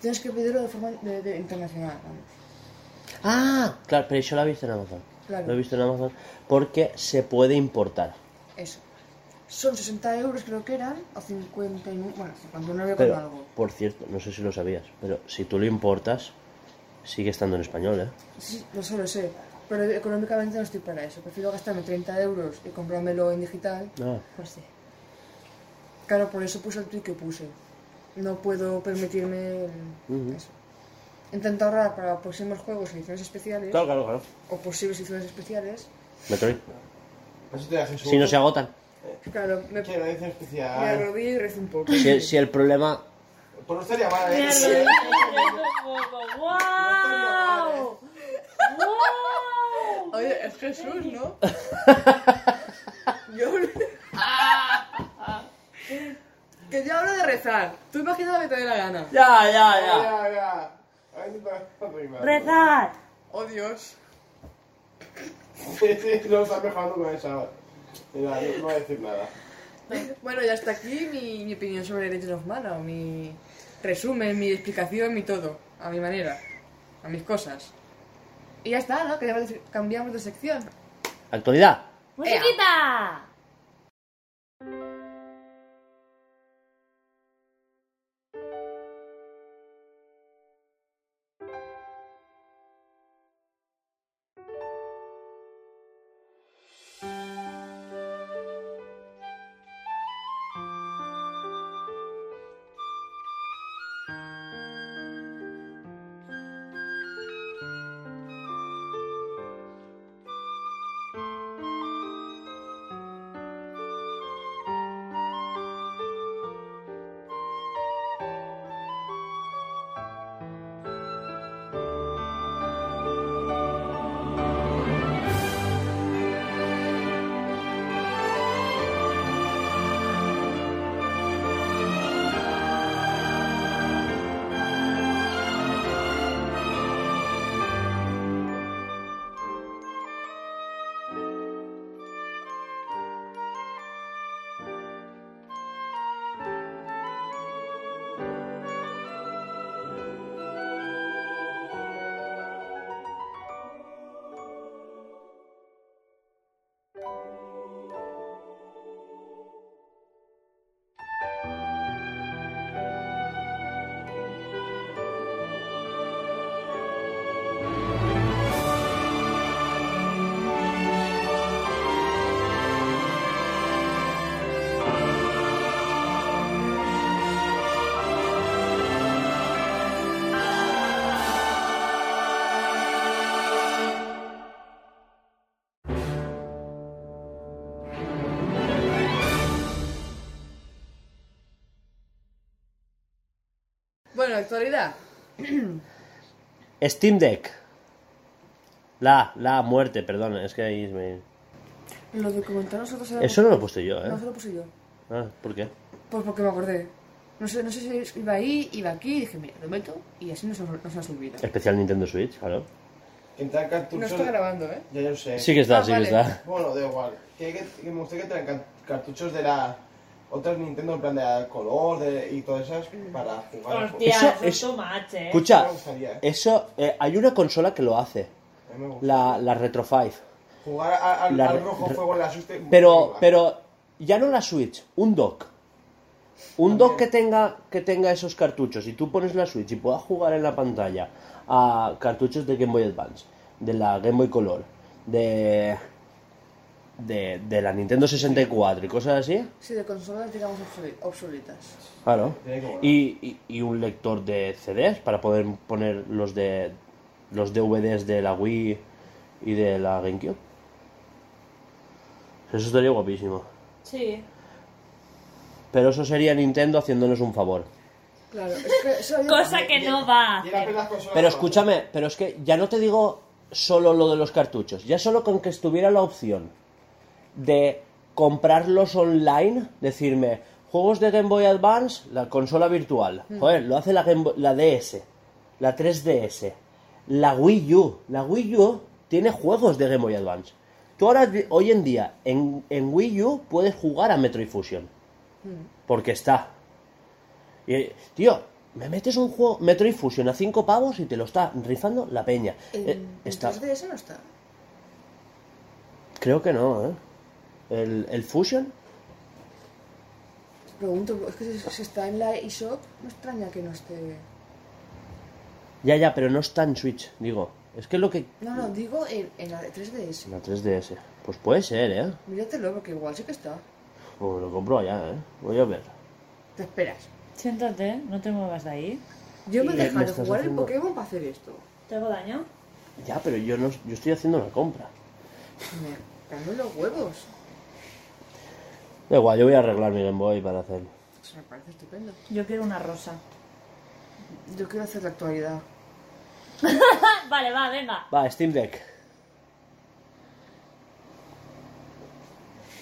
[SPEAKER 2] Tienes que pedirlo de forma de- de internacional. vamos.
[SPEAKER 1] Ah, claro, pero eso lo he visto en Amazon.
[SPEAKER 2] Claro.
[SPEAKER 1] Lo he visto en Amazon porque se puede importar.
[SPEAKER 2] Eso. Son 60 euros creo que eran, o 59, bueno, 59 con
[SPEAKER 1] Pero,
[SPEAKER 2] algo.
[SPEAKER 1] por cierto, no sé si lo sabías, pero si tú lo importas, sigue estando en español, ¿eh?
[SPEAKER 2] Sí, no sé, lo sé. Pero económicamente no estoy para eso. Prefiero gastarme 30 euros y comprármelo en digital.
[SPEAKER 1] Ah,
[SPEAKER 3] Pues sí.
[SPEAKER 2] Claro, por eso puse el tweet que puse. No puedo permitirme el-
[SPEAKER 1] Ujú.
[SPEAKER 2] eso. Intento ahorrar para próximos juegos y ediciones especiales,
[SPEAKER 1] claro, claro, claro.
[SPEAKER 2] o posibles ediciones especiales.
[SPEAKER 1] Metroid.
[SPEAKER 6] Eso te da Jesús.
[SPEAKER 1] Si no se agotan.
[SPEAKER 2] Claro, me,
[SPEAKER 6] Que no dice
[SPEAKER 2] me
[SPEAKER 6] especial.
[SPEAKER 2] arrodillo y rezo un poco.
[SPEAKER 1] Si, si el problema
[SPEAKER 6] Por no estaría mal,
[SPEAKER 3] Me
[SPEAKER 6] ¿eh?
[SPEAKER 3] arrodillé como, ¡Wow! ¡Wow!
[SPEAKER 2] Oye, es Jesús, ¿no? [LAUGHS] yo... [LAUGHS] que yo hablo de rezar. Tú imagina lo que te dé la gana.
[SPEAKER 1] Ya, ya, ya.
[SPEAKER 6] Ya, ya. A ver si te rimar.
[SPEAKER 3] ¡Rezad!
[SPEAKER 2] Oh, Dios.
[SPEAKER 6] [LAUGHS] Sí, sí, no está mejorando con esa. Mira, no, no voy a decir nada.
[SPEAKER 2] [LAUGHS] Bueno, ya hasta aquí mi, mi opinión sobre Legend of Mana, o mi resumen, mi explicación, mi todo, a mi manera, a mis cosas. Y ya está, ¿no? Queremos decir- cambiamos de sección.
[SPEAKER 1] Actualidad.
[SPEAKER 3] ¡Musiquita!
[SPEAKER 2] Bueno, actualidad.
[SPEAKER 1] Steam Deck. La, la muerte, perdón, es que ahí me...
[SPEAKER 2] Lo de comentar nosotros era
[SPEAKER 1] Eso no lo he puesto yo, ¿eh?
[SPEAKER 2] No se lo puse yo.
[SPEAKER 1] Ah, ¿por qué?
[SPEAKER 2] Pues porque me acordé. No sé, no sé si iba ahí, iba aquí, y dije, mira, lo meto y así no se nos nos olvida.
[SPEAKER 1] Especial Nintendo Switch, claro.
[SPEAKER 6] Entrar
[SPEAKER 2] No
[SPEAKER 6] cartuchos.
[SPEAKER 2] está grabando, ¿eh?
[SPEAKER 6] Ya yo sé.
[SPEAKER 1] Sí que está,
[SPEAKER 2] Ah,
[SPEAKER 1] sí
[SPEAKER 2] vale.
[SPEAKER 1] que está.
[SPEAKER 6] Bueno, da igual. Que, que- que me gustaría que traen cartuchos de la. Otras Nintendo, en plan de color de, y todas esas, para jugar. a juegos.
[SPEAKER 3] Hostia,
[SPEAKER 1] Eso
[SPEAKER 3] eso
[SPEAKER 1] es-
[SPEAKER 3] es too much, eh.
[SPEAKER 1] Escucha,
[SPEAKER 6] Me gustaría, ¿eh?
[SPEAKER 1] eso... eh, hay una consola que lo hace.
[SPEAKER 6] A mí me gusta.
[SPEAKER 1] La, la Retro 5.
[SPEAKER 6] Jugar a- al,
[SPEAKER 1] la-
[SPEAKER 6] al rojo fuego en la asuste.
[SPEAKER 1] Pero, pero ya no la Switch, un dock. Un dock que tenga, que tenga esos cartuchos y tú pones la Switch y puedas jugar en la pantalla a cartuchos de Game Boy Advance, de la Game Boy Color, de, de, de la Nintendo 64 y cosas así.
[SPEAKER 2] Sí, de consolas, digamos, obsoli- obsoletas.
[SPEAKER 1] Claro.
[SPEAKER 6] Tiene que molar.
[SPEAKER 1] Y, y- y un lector de CDs para poder poner los de los DVDs de la Wii y de la GameCube. Eso estaría guapísimo.
[SPEAKER 3] Sí.
[SPEAKER 1] Pero eso sería Nintendo haciéndonos un favor.
[SPEAKER 2] [LAUGHS] Claro, es que eso había-
[SPEAKER 3] Cosa que no va a hacer.
[SPEAKER 1] Pero escúchame, pero es que ya no te digo solo lo de los cartuchos, ya solo con que estuviera la opción de comprarlos online, decirme, juegos de Game Boy Advance, la consola virtual, joder, lo hace la, Game Boy- la DS, la 3DS, la Wii U, la Wii U tiene juegos de Game Boy Advance. Tú ahora, di- hoy en día, en, en Wii U puedes jugar a Metroid Fusion, porque está, y, tío, me metes un juego Metroid Fusion a 5 pavos y te lo está rifando la peña.
[SPEAKER 2] En-
[SPEAKER 1] Eh,
[SPEAKER 2] en
[SPEAKER 1] está,
[SPEAKER 2] 3DS no está.
[SPEAKER 1] creo que no, ¿eh? El, el Fusion.
[SPEAKER 2] Pregunto, es que si, si está en la eShop, no extraña que no esté.
[SPEAKER 1] Ya, ya, pero no está en Switch, digo. Es que es lo que...
[SPEAKER 2] No, no, digo en, en la de 3DS.
[SPEAKER 1] La 3DS. Pues puede ser, ¿eh?
[SPEAKER 2] Míratelo, porque igual sí que está.
[SPEAKER 1] Pues lo compro allá, ¿eh? Voy a ver.
[SPEAKER 2] Te esperas.
[SPEAKER 3] Siéntate, no te muevas de ahí.
[SPEAKER 2] Yo me he
[SPEAKER 1] Me- me
[SPEAKER 2] dejado
[SPEAKER 1] estás
[SPEAKER 2] jugar
[SPEAKER 1] haciendo-
[SPEAKER 2] en Pokémon para hacer esto.
[SPEAKER 3] ¿Te hago daño?
[SPEAKER 1] Ya, pero yo no, yo estoy haciendo una compra.
[SPEAKER 2] Me caen los huevos.
[SPEAKER 1] Da igual, yo voy a arreglar mi Game Boy para hacer...
[SPEAKER 2] O sea, me parece estupendo.
[SPEAKER 3] Yo quiero una rosa.
[SPEAKER 2] Yo quiero hacer la actualidad.
[SPEAKER 3] Ah, Vale, va, venga.
[SPEAKER 1] Va, Steam Deck.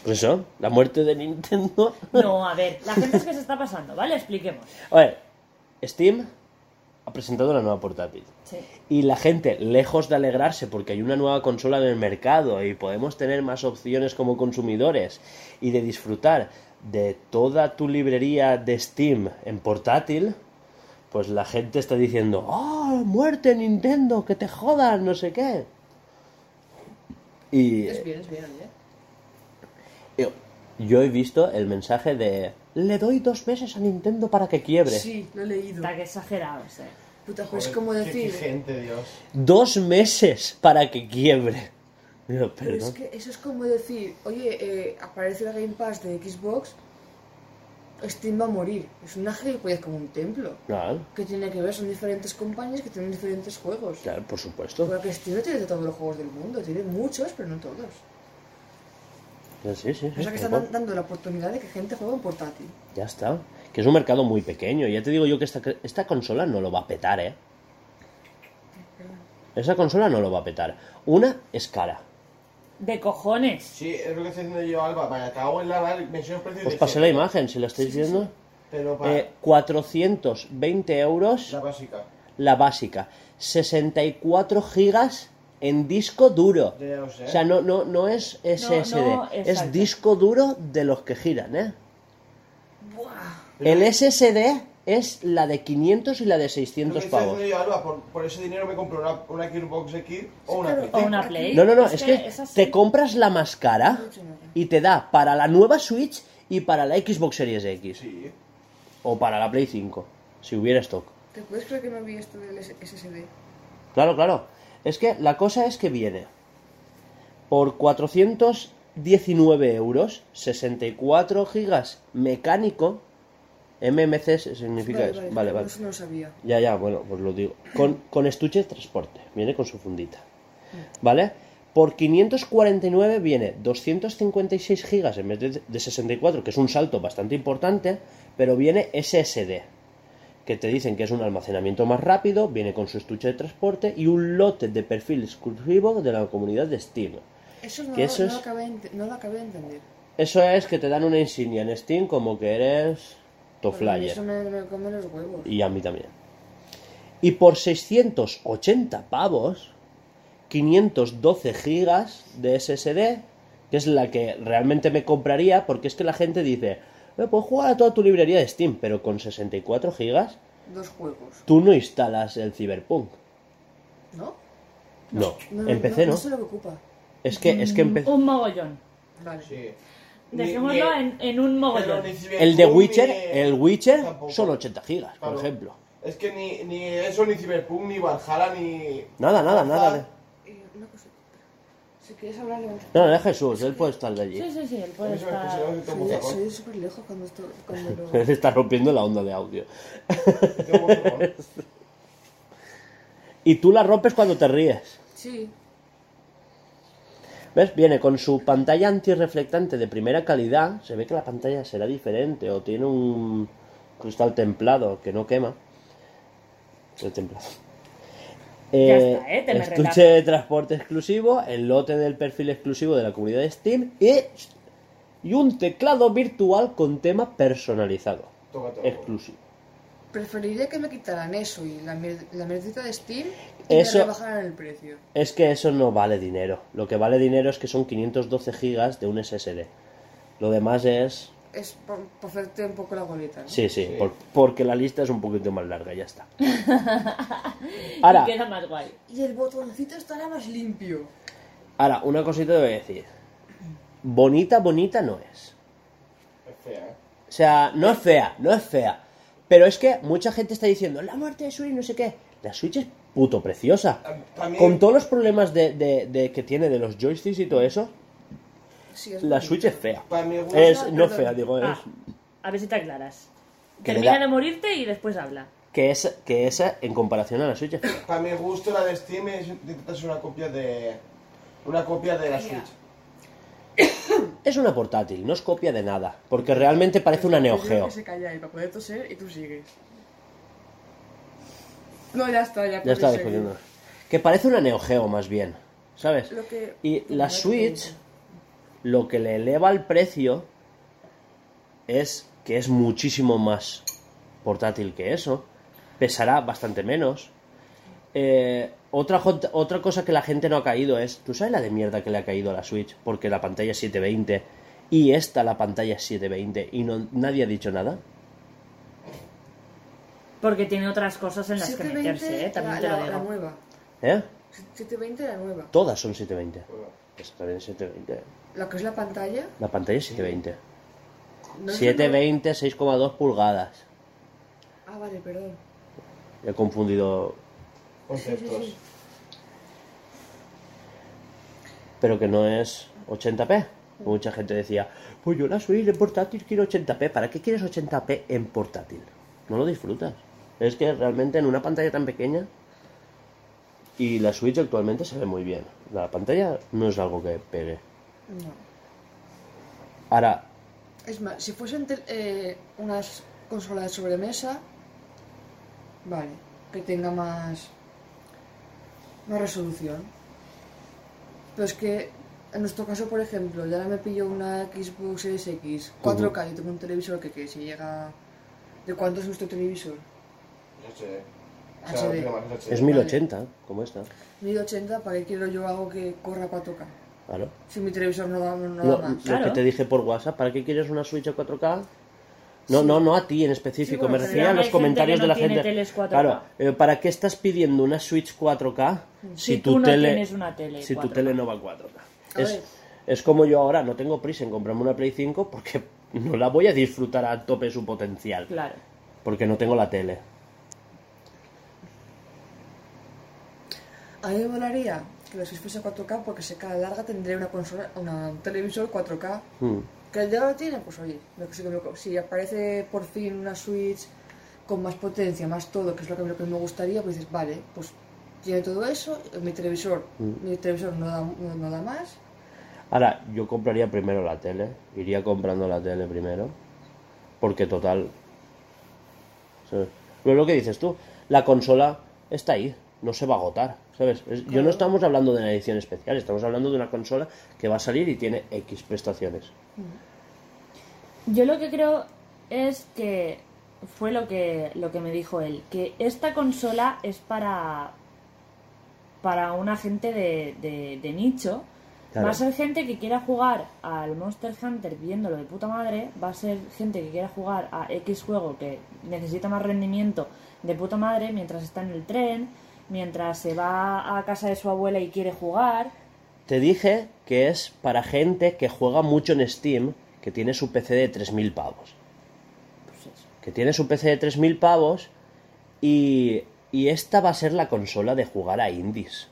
[SPEAKER 1] Pues eso, la muerte de Nintendo.
[SPEAKER 3] No, a ver, la gente es que se está pasando, ¿vale? Expliquemos.
[SPEAKER 1] A ver, Steam ha presentado una nueva portátil.
[SPEAKER 3] Sí.
[SPEAKER 1] Y la gente, lejos de alegrarse porque hay una nueva consola en el mercado y podemos tener más opciones como consumidores y de disfrutar de toda tu librería de Steam en portátil, pues la gente está diciendo, ¡Oh, muerte Nintendo, que te jodan, no sé qué! Y
[SPEAKER 2] Es bien, es bien, ¿eh?
[SPEAKER 1] eh, yo he visto el mensaje de le doy dos meses a Nintendo para que quiebre.
[SPEAKER 2] Sí, lo he leído.
[SPEAKER 3] Está que exagerados, eh.
[SPEAKER 2] Puta, pues es
[SPEAKER 6] Joder,
[SPEAKER 2] como
[SPEAKER 6] qué
[SPEAKER 2] decir.
[SPEAKER 6] exigente, Dios.
[SPEAKER 1] Dos meses para que quiebre. Digo,
[SPEAKER 2] Pero
[SPEAKER 1] perdón.
[SPEAKER 2] es que eso es como decir, oye, eh, aparece el Game Pass de Xbox, Steam va a morir. Es una gilipollez como un templo.
[SPEAKER 1] Claro,
[SPEAKER 2] ¿Qué tiene que ver? Son diferentes compañías que tienen diferentes juegos.
[SPEAKER 1] claro, por supuesto.
[SPEAKER 2] Porque Steam no tiene todos los juegos del mundo, tiene muchos, pero no todos.
[SPEAKER 1] Sí, sí, sí,
[SPEAKER 2] O sea Pues, que
[SPEAKER 1] tal
[SPEAKER 2] están
[SPEAKER 1] cual.
[SPEAKER 2] dan- dando la oportunidad de que gente juegue en portátil.
[SPEAKER 1] Ya está. Que es un mercado muy pequeño. Ya te digo yo que esta, esta consola no lo va a petar, ¿eh? Esa consola no lo va a petar. Una es cara.
[SPEAKER 3] De cojones.
[SPEAKER 6] Sí, es lo que estoy diciendo yo, Alba. Vaya, cago en la madre, menciono precios
[SPEAKER 1] Os
[SPEAKER 6] de
[SPEAKER 1] pasé la
[SPEAKER 6] siempre,
[SPEAKER 1] imagen, si la estáis viendo.
[SPEAKER 6] Pero para
[SPEAKER 1] Eh, 420 euros
[SPEAKER 6] la básica.
[SPEAKER 1] la básica. 64 gigas en disco duro.
[SPEAKER 6] Ya, ya lo sé.
[SPEAKER 1] O sea, no, no, no es SSD.
[SPEAKER 3] no,
[SPEAKER 1] es
[SPEAKER 3] exacto.
[SPEAKER 1] disco duro de los que giran, ¿eh?
[SPEAKER 2] ¡Buah!
[SPEAKER 1] El SSD es la de 500 y la de
[SPEAKER 6] Es lo que
[SPEAKER 1] 600
[SPEAKER 6] estoy
[SPEAKER 1] pavos.
[SPEAKER 6] diciendo yo, Alba. Por, por ese dinero me compro una, una Gearbox X o una Ah,
[SPEAKER 2] claro.
[SPEAKER 6] PC.
[SPEAKER 3] O una Play.
[SPEAKER 1] No, no, no, es, que,
[SPEAKER 3] es así.
[SPEAKER 1] te compras la más cara
[SPEAKER 2] No, señora.
[SPEAKER 1] y te da para la nueva Switch y para la Xbox Series X.
[SPEAKER 6] Sí.
[SPEAKER 1] O para la Play 5, si hubiera stock.
[SPEAKER 2] ¿Te puedes creer que no vi esto del S- SSD?
[SPEAKER 1] Claro, claro. Es que la cosa es que viene por 419 euros, 64 gigas mecánico. MMC significa eso. Vale, vale.
[SPEAKER 2] Eso no lo sabía.
[SPEAKER 1] Ya, ya, bueno, pues lo digo. Con, con estuche de transporte, viene con su fundita. ¿Vale? Por 549 viene 256 gigas en vez de, de 64, que es un salto bastante importante, pero viene SSD, que te dicen que es un almacenamiento más rápido, viene con su estuche de transporte y un lote de perfil exclusivo de la comunidad de Steam.
[SPEAKER 2] Eso no,
[SPEAKER 1] Que eso
[SPEAKER 2] no
[SPEAKER 1] es-
[SPEAKER 2] lo acabé de ent- no lo acabé de entender.
[SPEAKER 1] Eso es que te dan una insignia en Steam como que eres top
[SPEAKER 2] Porque a mí
[SPEAKER 1] flyer.
[SPEAKER 2] Eso me, me come los huevos.
[SPEAKER 1] Y a mí también. Y por 680 pavos, 512 gigas de SSD, que es la que realmente me compraría, porque es que la gente dice, "Eh, pues jugar a toda tu librería de Steam, pero con 64 gigas,
[SPEAKER 2] Dos juegos,
[SPEAKER 1] tú no instalas el Cyberpunk.
[SPEAKER 2] ¿no?
[SPEAKER 1] No,
[SPEAKER 2] No,
[SPEAKER 1] en PC no.
[SPEAKER 2] No sé lo que ocupa.
[SPEAKER 1] Es que, es que en PC...
[SPEAKER 3] Un mogollón.
[SPEAKER 2] Vale.
[SPEAKER 6] Sí. Ni-
[SPEAKER 3] Dejémoslo
[SPEAKER 6] ni-
[SPEAKER 3] en, en un
[SPEAKER 6] pero
[SPEAKER 3] mogollón.
[SPEAKER 6] ni Cyberpunk
[SPEAKER 1] El de
[SPEAKER 6] ni-
[SPEAKER 1] Witcher, el Witcher
[SPEAKER 6] eh, Tampoco.
[SPEAKER 1] son 80 gigas, por
[SPEAKER 6] Claro.
[SPEAKER 1] ejemplo.
[SPEAKER 6] Es que ni, ni eso, ni Cyberpunk, ni Valhalla, ni.
[SPEAKER 1] Nada, nada, nada. de-
[SPEAKER 2] Eh, una cosa. Si quieres hablar, levanta.
[SPEAKER 1] No, no, de Jesús, él puede estar de allí.
[SPEAKER 3] Sí, sí, sí, él
[SPEAKER 6] Eso
[SPEAKER 3] puede
[SPEAKER 6] es que se
[SPEAKER 3] estar.
[SPEAKER 6] ve que tomo
[SPEAKER 2] Soy,
[SPEAKER 6] tapón.
[SPEAKER 2] soy súper lejos cuando, esto,
[SPEAKER 1] [LAUGHS]
[SPEAKER 2] cuando lo...
[SPEAKER 1] Él está rompiendo la onda de audio.
[SPEAKER 6] Tomo tapón.
[SPEAKER 1] [LAUGHS] Y tú la rompes cuando te ríes.
[SPEAKER 2] Sí,
[SPEAKER 1] ¿Ves? Viene con su pantalla antirreflectante de primera calidad. Se ve que la pantalla será diferente o tiene un cristal templado que no quema. El templado.
[SPEAKER 3] está, ¿eh? Te me relajas.
[SPEAKER 1] estuche de transporte exclusivo, el lote del perfil exclusivo de la comunidad de Steam y, y un teclado virtual con tema personalizado.
[SPEAKER 6] Toma tapón.
[SPEAKER 1] Exclusivo.
[SPEAKER 2] preferiría que me quitaran eso y la, mier- la mierdita de Steam y
[SPEAKER 1] Eso-
[SPEAKER 2] me rebajaran el precio.
[SPEAKER 1] Es que eso no vale dinero. Lo que vale dinero es que son 512 gigas de un SSD. Lo demás es
[SPEAKER 2] Es por, por hacerte un poco la goleta. ¿no?
[SPEAKER 1] Sí, sí,
[SPEAKER 6] Sí.
[SPEAKER 1] por- porque la lista es un poquito más larga, ya está. Ahora,
[SPEAKER 3] Y queda más guay.
[SPEAKER 2] Y el botoncito estará más limpio.
[SPEAKER 1] ahora, una cosita te voy a decir. Bonita, bonita no es.
[SPEAKER 6] Es fea, ¿eh?
[SPEAKER 1] O sea, no es fea, no es fea. Pero es que mucha gente está diciendo, la muerte de Switch, no sé qué. La Switch es puto preciosa.
[SPEAKER 6] Tam- también-
[SPEAKER 1] Con todos los problemas de, de- de que tiene de los joysticks y todo eso,
[SPEAKER 2] Sí, es
[SPEAKER 1] la
[SPEAKER 2] bonito.
[SPEAKER 1] Switch es fea.
[SPEAKER 6] Para mi gusto-
[SPEAKER 1] Es, no es
[SPEAKER 2] perdón.
[SPEAKER 1] fea, digo, es...
[SPEAKER 3] Ah, a ver si te aclaras.
[SPEAKER 1] Que le
[SPEAKER 3] Termina
[SPEAKER 1] da-
[SPEAKER 3] de morirte y después habla.
[SPEAKER 1] Que, es, que esa, en comparación a la Switch, es fea.
[SPEAKER 6] Para mi gusto, la de Steam es intenta ser una copia de. Una copia de la Switch.
[SPEAKER 1] Es una portátil, no es copia de nada. Porque realmente parece una Neo
[SPEAKER 2] Yo creo
[SPEAKER 1] Geo.
[SPEAKER 2] que se calla ahí para poder toser y tú sigues. No, ya está, ya
[SPEAKER 1] Ya
[SPEAKER 2] podéis
[SPEAKER 1] está
[SPEAKER 2] seguir.
[SPEAKER 1] discutiendo. Que parece una Neo Geo más bien, ¿sabes?
[SPEAKER 2] Lo que-
[SPEAKER 1] Y la
[SPEAKER 2] Vale,
[SPEAKER 1] Switch, lo que le eleva el precio es que es muchísimo más portátil que eso. Pesará bastante menos. Eh, otra, jot- otra cosa que la gente no ha caído es, ¿tú sabes la de mierda que le ha caído a la Switch? Porque la pantalla es 720 y esta la pantalla es 720 y no, nadie ha dicho nada.
[SPEAKER 3] Porque tiene otras cosas en las que
[SPEAKER 2] 720,
[SPEAKER 3] meterse, ¿eh? También
[SPEAKER 2] la,
[SPEAKER 3] te lo
[SPEAKER 2] la- la
[SPEAKER 3] digo.
[SPEAKER 2] nueva.
[SPEAKER 1] ¿Eh?
[SPEAKER 2] 720 la nueva.
[SPEAKER 1] Todas son 720.
[SPEAKER 6] Bueno,
[SPEAKER 1] Esto también es 720.
[SPEAKER 2] Lo que es la pantalla.
[SPEAKER 1] La pantalla es 720.
[SPEAKER 2] No es
[SPEAKER 1] 720, 6,2 pulgadas.
[SPEAKER 2] una- Ah, vale, perdón.
[SPEAKER 1] He confundido.
[SPEAKER 6] Conceptos.
[SPEAKER 1] Pero que no es 80p. Mucha gente decía, pues yo la Switch en portátil quiero 80p. ¿Para qué quieres 80p en portátil? No lo disfrutas. Es que realmente en una pantalla tan pequeña. Y la Switch actualmente se ve muy bien. La pantalla no es algo que pegue.
[SPEAKER 2] No.
[SPEAKER 1] Ahora,
[SPEAKER 2] Es más, si fuesen tel- eh, unas consolas de sobremesa, vale, que tenga más, más resolución. Pero es que en nuestro caso, por ejemplo, ya ahora me pillo una Xbox Series X 4K y tengo un televisor que, que si llega... ¿De cuánto es nuestro televisor?
[SPEAKER 6] Es HD. O sea, no tiene más, es HD.
[SPEAKER 1] es 1080, como esta.
[SPEAKER 2] 1080, ¿para qué quiero yo algo que corra para tocar?
[SPEAKER 1] Claro.
[SPEAKER 2] Si mi televisor no da, no da
[SPEAKER 1] Lo,
[SPEAKER 2] más.
[SPEAKER 1] lo
[SPEAKER 3] Claro.
[SPEAKER 1] que te dije por WhatsApp, ¿para qué quieres una Switch a 4K? No, no, no a ti en específico,
[SPEAKER 3] Sí, bueno,
[SPEAKER 1] me
[SPEAKER 3] pero
[SPEAKER 1] refería a
[SPEAKER 3] hay
[SPEAKER 1] los
[SPEAKER 3] gente
[SPEAKER 1] comentarios
[SPEAKER 3] que
[SPEAKER 1] de
[SPEAKER 3] no
[SPEAKER 1] la
[SPEAKER 3] tiene
[SPEAKER 1] gente.
[SPEAKER 3] teles 4K.
[SPEAKER 1] Claro, eh, ¿para qué estás pidiendo una Switch 4K
[SPEAKER 3] Si tú no tienes una tele
[SPEAKER 1] si tu
[SPEAKER 3] 4K?
[SPEAKER 1] tele no va a 4K?
[SPEAKER 2] A
[SPEAKER 1] Es,
[SPEAKER 2] ver.
[SPEAKER 1] es como yo ahora, no tengo prisa en comprarme una Play 5 porque [LAUGHS] no la voy a disfrutar a tope su potencial,
[SPEAKER 3] Claro.
[SPEAKER 1] porque no tengo la tele.
[SPEAKER 2] A mí me molaría que la Switch fuese 4K porque si cada larga tendría una consola, una, un televisor 4K.
[SPEAKER 1] Mm.
[SPEAKER 2] ¿Que ya lo tiene? Pues oye, lo que sí que me- si aparece por fin una Switch con más potencia, más todo, que es lo que, lo que me gustaría, pues dices, vale, pues tiene todo eso, mi televisor, mi televisor no da, no, no da más.
[SPEAKER 1] Ahora, yo compraría primero la tele. Iría comprando la tele primero. Porque total. ¿sabes? Pero es lo que dices tú. La consola está ahí. No se va a agotar. ¿Sabes? Es- Yo no estamos hablando de una edición especial. Estamos hablando de una consola que va a salir y tiene X prestaciones.
[SPEAKER 3] Yo lo que creo es que fue lo que, lo que me dijo él, que esta consola es para, para una gente de, de- de nicho.
[SPEAKER 1] Claro.
[SPEAKER 3] Va a ser gente que quiera jugar al Monster Hunter viéndolo de puta madre, va a ser gente que quiera jugar a X juego que necesita más rendimiento de puta madre mientras está en el tren, mientras se va a casa de su abuela y quiere jugar.
[SPEAKER 1] Te dije que es para gente que juega mucho en Steam. Que tiene su PC de 3.000 pavos.
[SPEAKER 3] Pues eso.
[SPEAKER 1] que tiene su PC de 3.000 pavos y, y esta va a ser la consola de jugar a indies.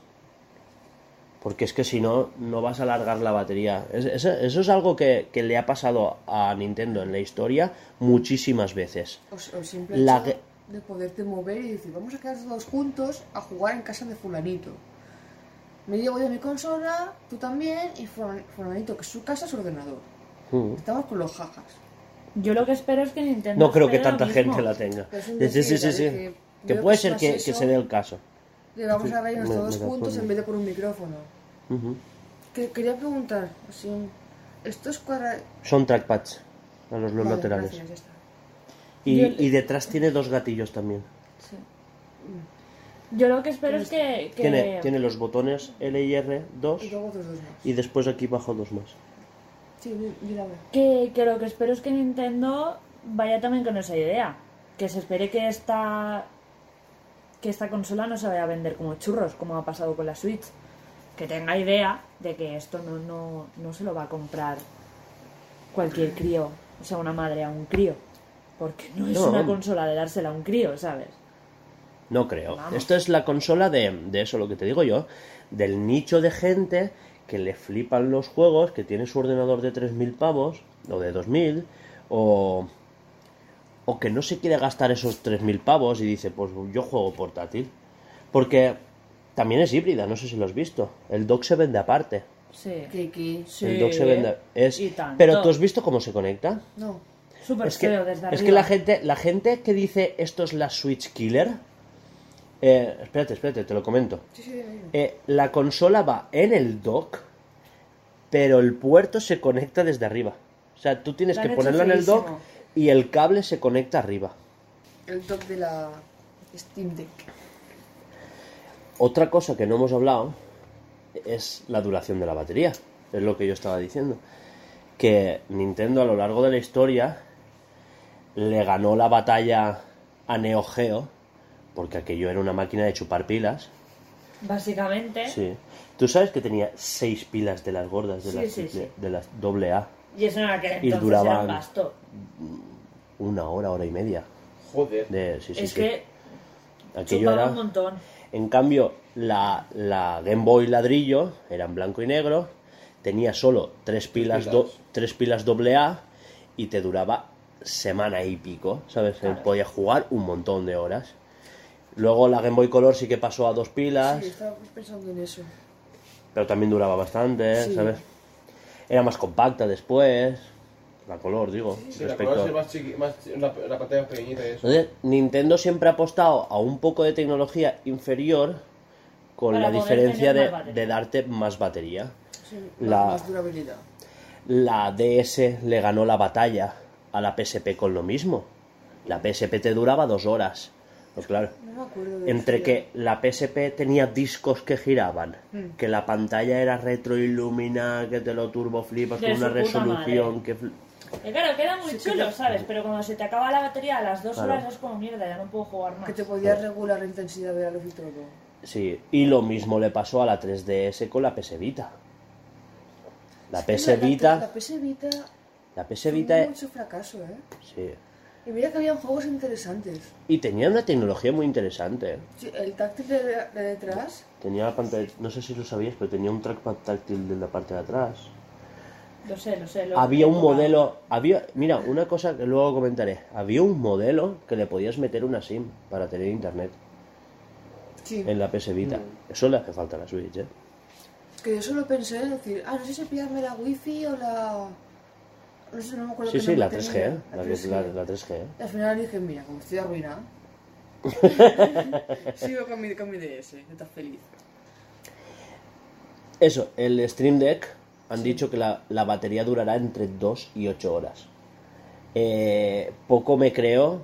[SPEAKER 1] Porque es que si no, no vas a alargar la batería. Es- eso, eso es algo que, que le ha pasado a Nintendo en la historia muchísimas veces.
[SPEAKER 2] O, s- o el simple
[SPEAKER 1] La
[SPEAKER 2] hecho
[SPEAKER 1] que-
[SPEAKER 2] de poderte mover y decir, vamos a quedar todos juntos a jugar en casa de fulanito. Me llevo yo mi consola, tú también, y fulan- fulanito, que es su casa, su ordenador.
[SPEAKER 1] Mm.
[SPEAKER 2] Estamos con los jajas.
[SPEAKER 3] Yo lo que espero es que Nintendo...
[SPEAKER 1] No creo que
[SPEAKER 3] espere Pues lo
[SPEAKER 1] tanta
[SPEAKER 3] mismo.
[SPEAKER 1] gente la tenga.
[SPEAKER 2] Es un
[SPEAKER 1] Sí, sí, sí,
[SPEAKER 2] decir,
[SPEAKER 1] sí,
[SPEAKER 2] a
[SPEAKER 1] sí.
[SPEAKER 2] ver, que
[SPEAKER 1] Que
[SPEAKER 2] veo
[SPEAKER 1] puede
[SPEAKER 2] que
[SPEAKER 1] ser
[SPEAKER 2] es
[SPEAKER 1] que,
[SPEAKER 2] más
[SPEAKER 1] que
[SPEAKER 2] eso.
[SPEAKER 1] se dé el caso.
[SPEAKER 2] Le vamos a reírnos
[SPEAKER 1] Me-
[SPEAKER 2] todos
[SPEAKER 1] me
[SPEAKER 2] juntos
[SPEAKER 1] conformo.
[SPEAKER 2] en vez de por un micrófono.
[SPEAKER 1] Ujú.
[SPEAKER 2] Que- quería preguntar, si estos cuadra...
[SPEAKER 1] Son trackpads a los dos
[SPEAKER 2] Vale,
[SPEAKER 1] laterales.
[SPEAKER 2] gracias, ya está.
[SPEAKER 1] Y,
[SPEAKER 3] Yo-
[SPEAKER 1] y detrás tiene dos gatillos también.
[SPEAKER 3] Sí. Yo lo que espero es que... que-
[SPEAKER 1] Tiene, tiene los botones L y R, dos,
[SPEAKER 2] Y luego otros dos más.
[SPEAKER 1] y después aquí abajo dos más.
[SPEAKER 2] Sí, di- di la verdad.
[SPEAKER 3] que, que lo que espero es que Nintendo vaya también con esa idea. Que se espere que esta... Que esta consola no se vaya a vender como churros, como ha pasado con la Switch. Que tenga idea de que esto no, no, no se lo va a comprar cualquier crío. O sea, una madre a un crío. Porque no es
[SPEAKER 1] No.
[SPEAKER 3] una consola de dársela a un crío, ¿sabes?
[SPEAKER 1] No creo.
[SPEAKER 3] Vamos.
[SPEAKER 1] Esta es la consola de, de eso, lo que te digo yo, del nicho de gente que le flipan los juegos, que tiene su ordenador de 3.000 pavos, o de 2.000, o, o que no se quiere gastar esos 3.000 pavos y dice, pues yo juego portátil. Porque también es híbrida, no sé si lo has visto. El dock se vende aparte.
[SPEAKER 3] Sí.
[SPEAKER 2] Que, que...
[SPEAKER 3] Sí.
[SPEAKER 1] El dock se vende... Es...
[SPEAKER 3] Y tanto.
[SPEAKER 1] Pero ¿tú has visto cómo se conecta?
[SPEAKER 2] No.
[SPEAKER 3] Súper
[SPEAKER 1] es que,
[SPEAKER 3] feo desde
[SPEAKER 1] es
[SPEAKER 3] arriba.
[SPEAKER 1] que la gente la gente que dice esto es la Switch Killer eh, espérate espérate te lo comento
[SPEAKER 2] Sí, sí, dime, dime.
[SPEAKER 1] Eh, la consola va en el dock pero el puerto se conecta desde arriba o sea tú tienes
[SPEAKER 3] Lo
[SPEAKER 1] que
[SPEAKER 3] han hecho
[SPEAKER 1] ponerla en el dock
[SPEAKER 3] feísimo.
[SPEAKER 1] y el cable se conecta arriba
[SPEAKER 2] El top de la Steam Deck.
[SPEAKER 1] Otra cosa que no hemos hablado es la duración de la batería. Es lo que yo estaba diciendo. Que Nintendo a lo largo de la historia le ganó la batalla a Neo Geo, porque aquello era una máquina de chupar pilas.
[SPEAKER 3] básicamente.
[SPEAKER 1] Sí. Tú sabes que tenía seis pilas de las gordas de,
[SPEAKER 3] Sí,
[SPEAKER 1] las,
[SPEAKER 3] sí,
[SPEAKER 1] triple-
[SPEAKER 3] sí.
[SPEAKER 1] de las doble A.
[SPEAKER 3] Y eso en aquel
[SPEAKER 1] Y
[SPEAKER 3] entonces era
[SPEAKER 1] duraban-
[SPEAKER 3] un gasto.
[SPEAKER 1] Una hora, hora y media.
[SPEAKER 6] Joder.
[SPEAKER 1] De, sí, sí,
[SPEAKER 3] es
[SPEAKER 1] sí.
[SPEAKER 3] que
[SPEAKER 1] Aquello
[SPEAKER 3] chupaba
[SPEAKER 1] era...
[SPEAKER 3] un montón.
[SPEAKER 1] En cambio, la, la Game Boy ladrillo era en blanco y negro, tenía solo tres pilas, do-
[SPEAKER 6] pilas.
[SPEAKER 1] tres pilas doble A y te duraba semana y pico, ¿sabes?
[SPEAKER 3] Claro.
[SPEAKER 1] Podías jugar un montón de horas. Luego la Game Boy Color sí que pasó a dos pilas,
[SPEAKER 2] Sí, estaba pensando en eso.
[SPEAKER 1] pero también duraba bastante,
[SPEAKER 2] Sí.
[SPEAKER 1] ¿sabes? Era más compacta después, la color, digo,
[SPEAKER 6] Sí, la
[SPEAKER 1] respecto...
[SPEAKER 6] color es más chiqui, más chi- la, la pantalla más pequeñita y eso.
[SPEAKER 1] Entonces, Nintendo siempre ha apostado a un poco de tecnología inferior con la
[SPEAKER 3] Para poder
[SPEAKER 1] diferencia
[SPEAKER 3] tener
[SPEAKER 1] de,
[SPEAKER 3] más batería.
[SPEAKER 1] de darte más batería.
[SPEAKER 2] Sí,
[SPEAKER 1] La-
[SPEAKER 2] Más durabilidad.
[SPEAKER 1] La DS le ganó la batalla a la PSP con lo mismo. La PSP te duraba dos horas. Pues claro,
[SPEAKER 2] No me acuerdo de
[SPEAKER 1] entre
[SPEAKER 2] eso.
[SPEAKER 1] que la PSP tenía discos que giraban,
[SPEAKER 3] Hmm.
[SPEAKER 2] Mm.
[SPEAKER 1] que la pantalla era retroiluminada, que te lo turbo flipas
[SPEAKER 3] De
[SPEAKER 1] con una
[SPEAKER 3] su puta
[SPEAKER 1] resolución
[SPEAKER 3] madre.
[SPEAKER 1] que... fl-
[SPEAKER 3] Y Eh, claro, queda muy chulo, ¿sabes? Pero cuando se te acaba la batería a las dos
[SPEAKER 1] Claro.
[SPEAKER 3] horas es como mierda, ya no puedo jugar más.
[SPEAKER 2] Que te podías regular la intensidad de la luz y todo.
[SPEAKER 1] Sí, y lo mismo le pasó a la 3DS con la PS Vita. La
[SPEAKER 2] Es que
[SPEAKER 1] PS Vita,
[SPEAKER 2] La PS Vita
[SPEAKER 1] la PS
[SPEAKER 2] fue
[SPEAKER 1] Vita, eh,
[SPEAKER 2] mucho fracaso, ¿eh?
[SPEAKER 1] sí.
[SPEAKER 2] Y mira que habían juegos interesantes.
[SPEAKER 1] Y tenía una tecnología muy interesante. eh.
[SPEAKER 2] Sí, El táctil de, de detrás,
[SPEAKER 1] Tenía la pantalla, no sé si lo sabías, pero tenía un trackpad táctil de la parte de atrás.
[SPEAKER 3] Lo sé, lo sé. lo-
[SPEAKER 1] Había un
[SPEAKER 3] lo-
[SPEAKER 1] modelo, había, mira, una cosa que luego comentaré. Había un modelo que le podías meter una SIM para tener internet
[SPEAKER 2] sí.
[SPEAKER 1] en la PS Vita.
[SPEAKER 2] Mm.
[SPEAKER 1] Eso le hace falta a la Switch, ¿eh?
[SPEAKER 2] Que yo solo pensé en decir, ah, no sé si pillarme la wifi o la. No sé, no me acuerdo
[SPEAKER 1] Sí,
[SPEAKER 2] qué
[SPEAKER 1] sí, la
[SPEAKER 2] nombre tenía.
[SPEAKER 1] 3G, ¿eh? La, que-
[SPEAKER 2] 3G.
[SPEAKER 1] la, la 3G, ¿eh?
[SPEAKER 2] Y al final dije, mira, como
[SPEAKER 1] [LAUGHS]
[SPEAKER 2] estoy arruinada. Sigo con mi, con mi DS, estás feliz.
[SPEAKER 1] Eso, el Stream Deck han dicho que la, la batería durará entre 2 y 8 horas. Eh, poco me creo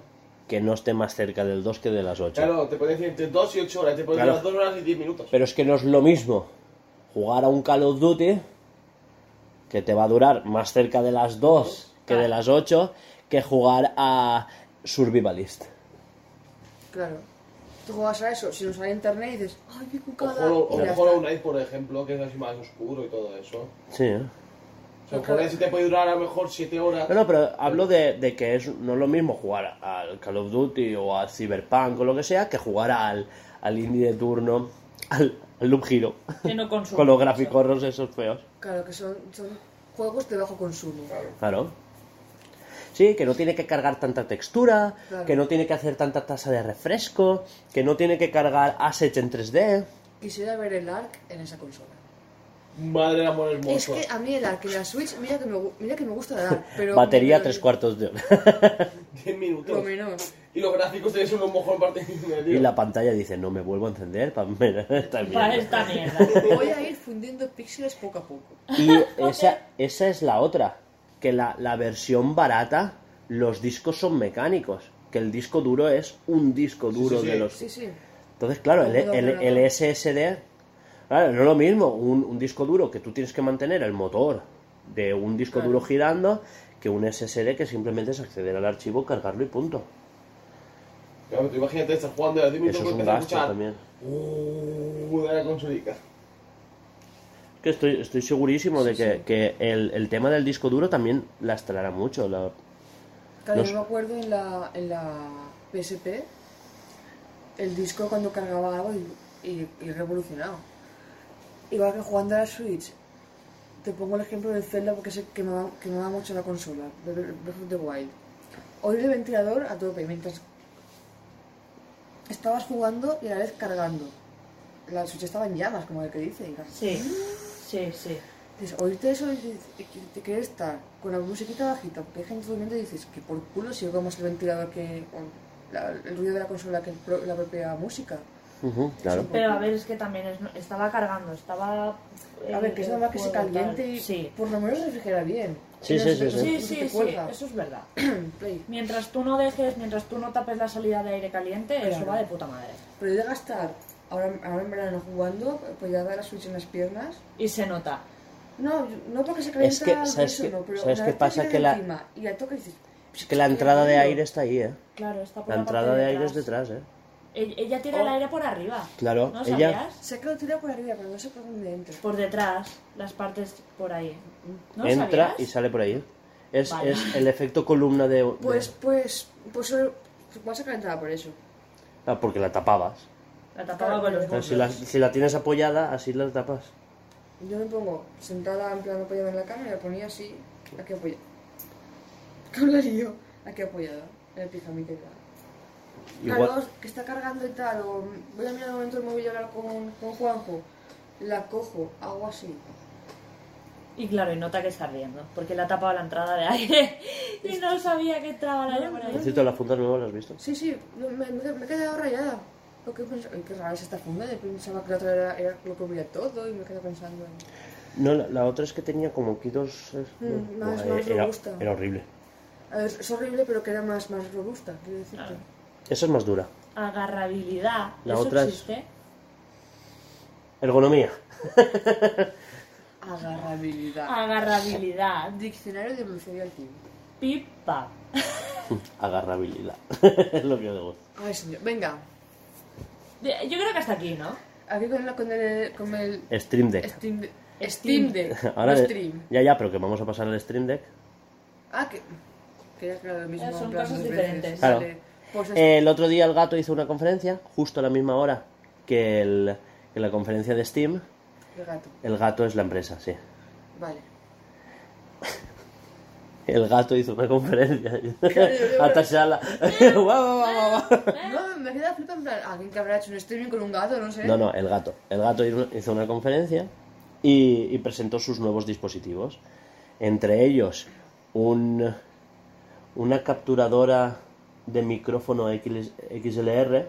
[SPEAKER 1] que no esté más cerca del 2 que de las 8.
[SPEAKER 6] Claro, te pueden decir entre 2 y 8 horas, te pueden
[SPEAKER 1] Claro.
[SPEAKER 6] durar 2 horas y 10 minutos.
[SPEAKER 1] Pero es que no es lo mismo jugar a un Call of Duty que te va a durar más cerca de las 2 que de las 8 que jugar a Survivalist.
[SPEAKER 2] Claro. Tú juegas a eso, si no sale internet y dices, ay, qué
[SPEAKER 6] O
[SPEAKER 2] cucada.
[SPEAKER 6] Hollow,
[SPEAKER 2] y ya
[SPEAKER 6] o
[SPEAKER 2] está.
[SPEAKER 6] Hollow Knight, por ejemplo, que es así más oscuro y todo eso.
[SPEAKER 1] Sí, ¿eh?
[SPEAKER 6] O sea, Hollow Knight sí te puede durar a lo mejor 7 horas.
[SPEAKER 1] No, no, pero hablo de, de que es, no es lo mismo jugar al Call of Duty o al Cyberpunk o lo que sea que jugar al, al indie de turno, al, al Loop Hero,
[SPEAKER 3] Que no consumo.
[SPEAKER 1] con los gráficos esos feos.
[SPEAKER 2] Claro, que son, son juegos de bajo consumo.
[SPEAKER 1] Claro. Sí, que no tiene que cargar tanta textura,
[SPEAKER 2] Claro.
[SPEAKER 1] que no tiene que hacer tanta tasa de refresco, que no tiene que cargar assets en 3D.
[SPEAKER 2] Quisiera ver el ARC en esa consola.
[SPEAKER 6] Madre del amor
[SPEAKER 2] Es
[SPEAKER 6] hermoso. [LAUGHS]
[SPEAKER 2] que a mí el ARC en la Switch, mira que me, gu- mira que me gusta el
[SPEAKER 1] [LAUGHS]
[SPEAKER 2] ARC, pero...
[SPEAKER 1] Batería
[SPEAKER 2] pero-
[SPEAKER 1] tres cuartos de hora.
[SPEAKER 6] 10 minutos.
[SPEAKER 2] Lo menos.
[SPEAKER 6] Y los gráficos te son lo mejor parte
[SPEAKER 1] [LAUGHS]
[SPEAKER 6] de
[SPEAKER 1] Y la pantalla dice, no me vuelvo a encender [LAUGHS] para esta
[SPEAKER 3] [LAUGHS] Para
[SPEAKER 1] mierda".
[SPEAKER 3] esta mierda.
[SPEAKER 2] Voy a ir fundiendo píxeles poco a poco.
[SPEAKER 1] Y esa, esa es la otra, que la, la versión barata, los discos son mecánicos, que el disco duro es un disco duro
[SPEAKER 6] sí, sí.
[SPEAKER 1] de los...
[SPEAKER 2] Sí, sí.
[SPEAKER 1] Entonces, claro, el,
[SPEAKER 2] Un
[SPEAKER 1] el,
[SPEAKER 2] ordenador.
[SPEAKER 1] el SSD, claro, no es lo mismo un, un disco duro que tú tienes que mantener el motor de un disco
[SPEAKER 2] Claro.
[SPEAKER 1] duro girando que un SSD que simplemente es acceder al archivo, cargarlo y punto.
[SPEAKER 6] Claro, tú imagínate, estás jugando y a los 10 minutos
[SPEAKER 1] Eso es un
[SPEAKER 6] empiezas a
[SPEAKER 1] gasto
[SPEAKER 6] escuchar,
[SPEAKER 1] también.
[SPEAKER 6] "Uh", de la consolica.
[SPEAKER 1] Que estoy, estoy segurísimo de que, que el, el tema del disco duro también lastrará mucho. la-
[SPEAKER 2] Claro,
[SPEAKER 1] Los-
[SPEAKER 2] yo me acuerdo en la, en la PSP, el disco cuando cargaba algo y, y, y revolucionado. Igual que jugando a la Switch, te pongo el ejemplo del Zelda porque se quemaba, quemaba mucho la consola, de de Breath of the Wild. Oír el ventilador a tope mientras estabas jugando y a la vez cargando. La Switch estaba en llamas, como el que dice. y las-
[SPEAKER 3] Sí, sí, sí.
[SPEAKER 2] Dices, oírte eso y dices, y que- te quieres estar con la musiquita bajita, porque hay gente durmiendo y dices que por culo si oigo más el ventilador que o la- el ruido de la consola que el pro- la propia música.
[SPEAKER 1] Ujú, claro.
[SPEAKER 3] Pero a ver, es que también es- estaba cargando, estaba... eh,
[SPEAKER 2] A ver, que es normal que se
[SPEAKER 3] juego,
[SPEAKER 2] caliente
[SPEAKER 3] tal.
[SPEAKER 2] y
[SPEAKER 3] Sí.
[SPEAKER 2] por lo menos refrigera bien.
[SPEAKER 1] Sí,
[SPEAKER 2] Y
[SPEAKER 1] sí, sí,
[SPEAKER 2] se-
[SPEAKER 1] sí.
[SPEAKER 2] no se
[SPEAKER 3] Sí,
[SPEAKER 2] te
[SPEAKER 3] sí, sí,
[SPEAKER 2] cuelga.
[SPEAKER 3] eso es verdad.
[SPEAKER 2] [CLEARS THROAT] Play.
[SPEAKER 3] Mientras tú no dejes, mientras tú no tapes la salida de aire caliente, eso
[SPEAKER 2] Claro.
[SPEAKER 3] va de puta madre.
[SPEAKER 2] Pero yo de gastar, ahora, ahora en verano jugando, pues ya da la switch en las piernas.
[SPEAKER 3] Y se nota.
[SPEAKER 2] No, yo- no porque se
[SPEAKER 1] Es
[SPEAKER 2] calienta
[SPEAKER 1] que,
[SPEAKER 2] el
[SPEAKER 1] ¿sabes
[SPEAKER 2] hueso,
[SPEAKER 1] qué-
[SPEAKER 2] no, pero
[SPEAKER 1] sabes
[SPEAKER 2] una
[SPEAKER 1] qué
[SPEAKER 2] vez te
[SPEAKER 1] pasa?
[SPEAKER 2] queda
[SPEAKER 1] Que la-
[SPEAKER 2] encima y la toca y dices, "Pues
[SPEAKER 1] Es que la entrada de aire está ahí, ¿eh?
[SPEAKER 3] Claro, está por
[SPEAKER 1] La
[SPEAKER 3] la,
[SPEAKER 1] entrada
[SPEAKER 3] parte
[SPEAKER 1] de aire es detrás, ¿eh?
[SPEAKER 3] E- Ella tira el
[SPEAKER 6] Oh.
[SPEAKER 3] aire por arriba.
[SPEAKER 1] Claro,
[SPEAKER 3] ¿No
[SPEAKER 1] ella-
[SPEAKER 3] sabías?
[SPEAKER 2] Sé que lo tira por arriba, pero no sé por dónde entra.
[SPEAKER 3] Por detrás, las partes por ahí. ¿No
[SPEAKER 1] Entra
[SPEAKER 3] sabías?
[SPEAKER 1] y sale por ahí. Es,
[SPEAKER 3] Vale.
[SPEAKER 1] es el efecto columna de... de-
[SPEAKER 2] Pues, pues, pues solo vas a calentar por eso.
[SPEAKER 1] Ah, porque la tapabas.
[SPEAKER 3] La tapaba con los
[SPEAKER 1] Pero
[SPEAKER 3] muslos.
[SPEAKER 1] si, la, si la tienes apoyada, así la tapas.
[SPEAKER 2] Yo me pongo sentada en plan apoyada en la cama y la ponía así, aquí [LAUGHS] apoyada. ¿Qué hablaría yo? Aquí apoyada, en el pijamita y tal.
[SPEAKER 1] Igual,
[SPEAKER 2] Claro, que está cargando y tal, o voy a mirar un momento el móvil y hablar con, con Juanjo. La cojo, hago así.
[SPEAKER 3] Y claro, y nota que está riendo, porque le ha tapado la entrada de aire [LAUGHS] y no sabía que entraba la aire por
[SPEAKER 1] por
[SPEAKER 3] ahí.
[SPEAKER 1] cierto, la funda nueva la has visto.
[SPEAKER 2] Sí, sí, no, me, me- me he quedado rayada. Lo que pens- ay, qué rara es esta funda, yo pensaba que la otra era, era lo que cubría todo y me quedo pensando en...
[SPEAKER 1] No, la, la otra es que tenía como quitos... es-
[SPEAKER 2] Mm,
[SPEAKER 1] no,
[SPEAKER 2] más-
[SPEAKER 1] eh,
[SPEAKER 2] más
[SPEAKER 1] era,
[SPEAKER 2] robusta.
[SPEAKER 1] era horrible.
[SPEAKER 2] A ver, es horrible, pero que era más, más robusta, quiero decirte.
[SPEAKER 3] Claro.
[SPEAKER 1] Esa es más dura.
[SPEAKER 3] Agarrabilidad.
[SPEAKER 1] La
[SPEAKER 3] ¿Eso
[SPEAKER 1] otra es-
[SPEAKER 3] existe?
[SPEAKER 1] Ergonomía. [LAUGHS]
[SPEAKER 3] Ah,
[SPEAKER 2] Agarrabilidad.
[SPEAKER 3] Agarrabilidad.
[SPEAKER 2] Diccionario de evolución activa.
[SPEAKER 3] Pipa.
[SPEAKER 1] Agarrabilidad. [LAUGHS] es lo que yo digo.
[SPEAKER 2] Ay, señor. Venga,
[SPEAKER 3] Yo creo que hasta aquí, ¿no?
[SPEAKER 2] aquí con, la, con, el, con el
[SPEAKER 1] Stream Deck.
[SPEAKER 2] Steam, de-
[SPEAKER 3] Steam.
[SPEAKER 2] Steam Deck.
[SPEAKER 1] [LAUGHS] Ahora,
[SPEAKER 2] no
[SPEAKER 1] eh,
[SPEAKER 2] Stream.
[SPEAKER 1] ya, ya, pero que vamos a pasar al Stream Deck.
[SPEAKER 2] Ah, que. Quería que era lo mismo.
[SPEAKER 3] Eh, son
[SPEAKER 2] en plan,
[SPEAKER 3] cosas
[SPEAKER 2] dos
[SPEAKER 3] diferentes.
[SPEAKER 2] veces,
[SPEAKER 1] Claro.
[SPEAKER 2] vale. Pues es-
[SPEAKER 1] Eh, el otro día el gato hizo una conferencia, justo a la misma hora que, el- que la conferencia de Steam.
[SPEAKER 2] el gato.
[SPEAKER 1] El gato es la empresa, sí.
[SPEAKER 2] Vale.
[SPEAKER 1] El gato hizo una conferencia. [LAUGHS]
[SPEAKER 2] yo-
[SPEAKER 1] Atashala. [LAUGHS] Guau, guau, guau, guau.
[SPEAKER 2] No, me queda flipando en plan. Alguien que habrá hecho un streaming con un gato, no sé.
[SPEAKER 1] No, no, el gato. El gato hizo una conferencia y, y presentó sus nuevos dispositivos. Entre ellos, un, una capturadora de micrófono X- XLR,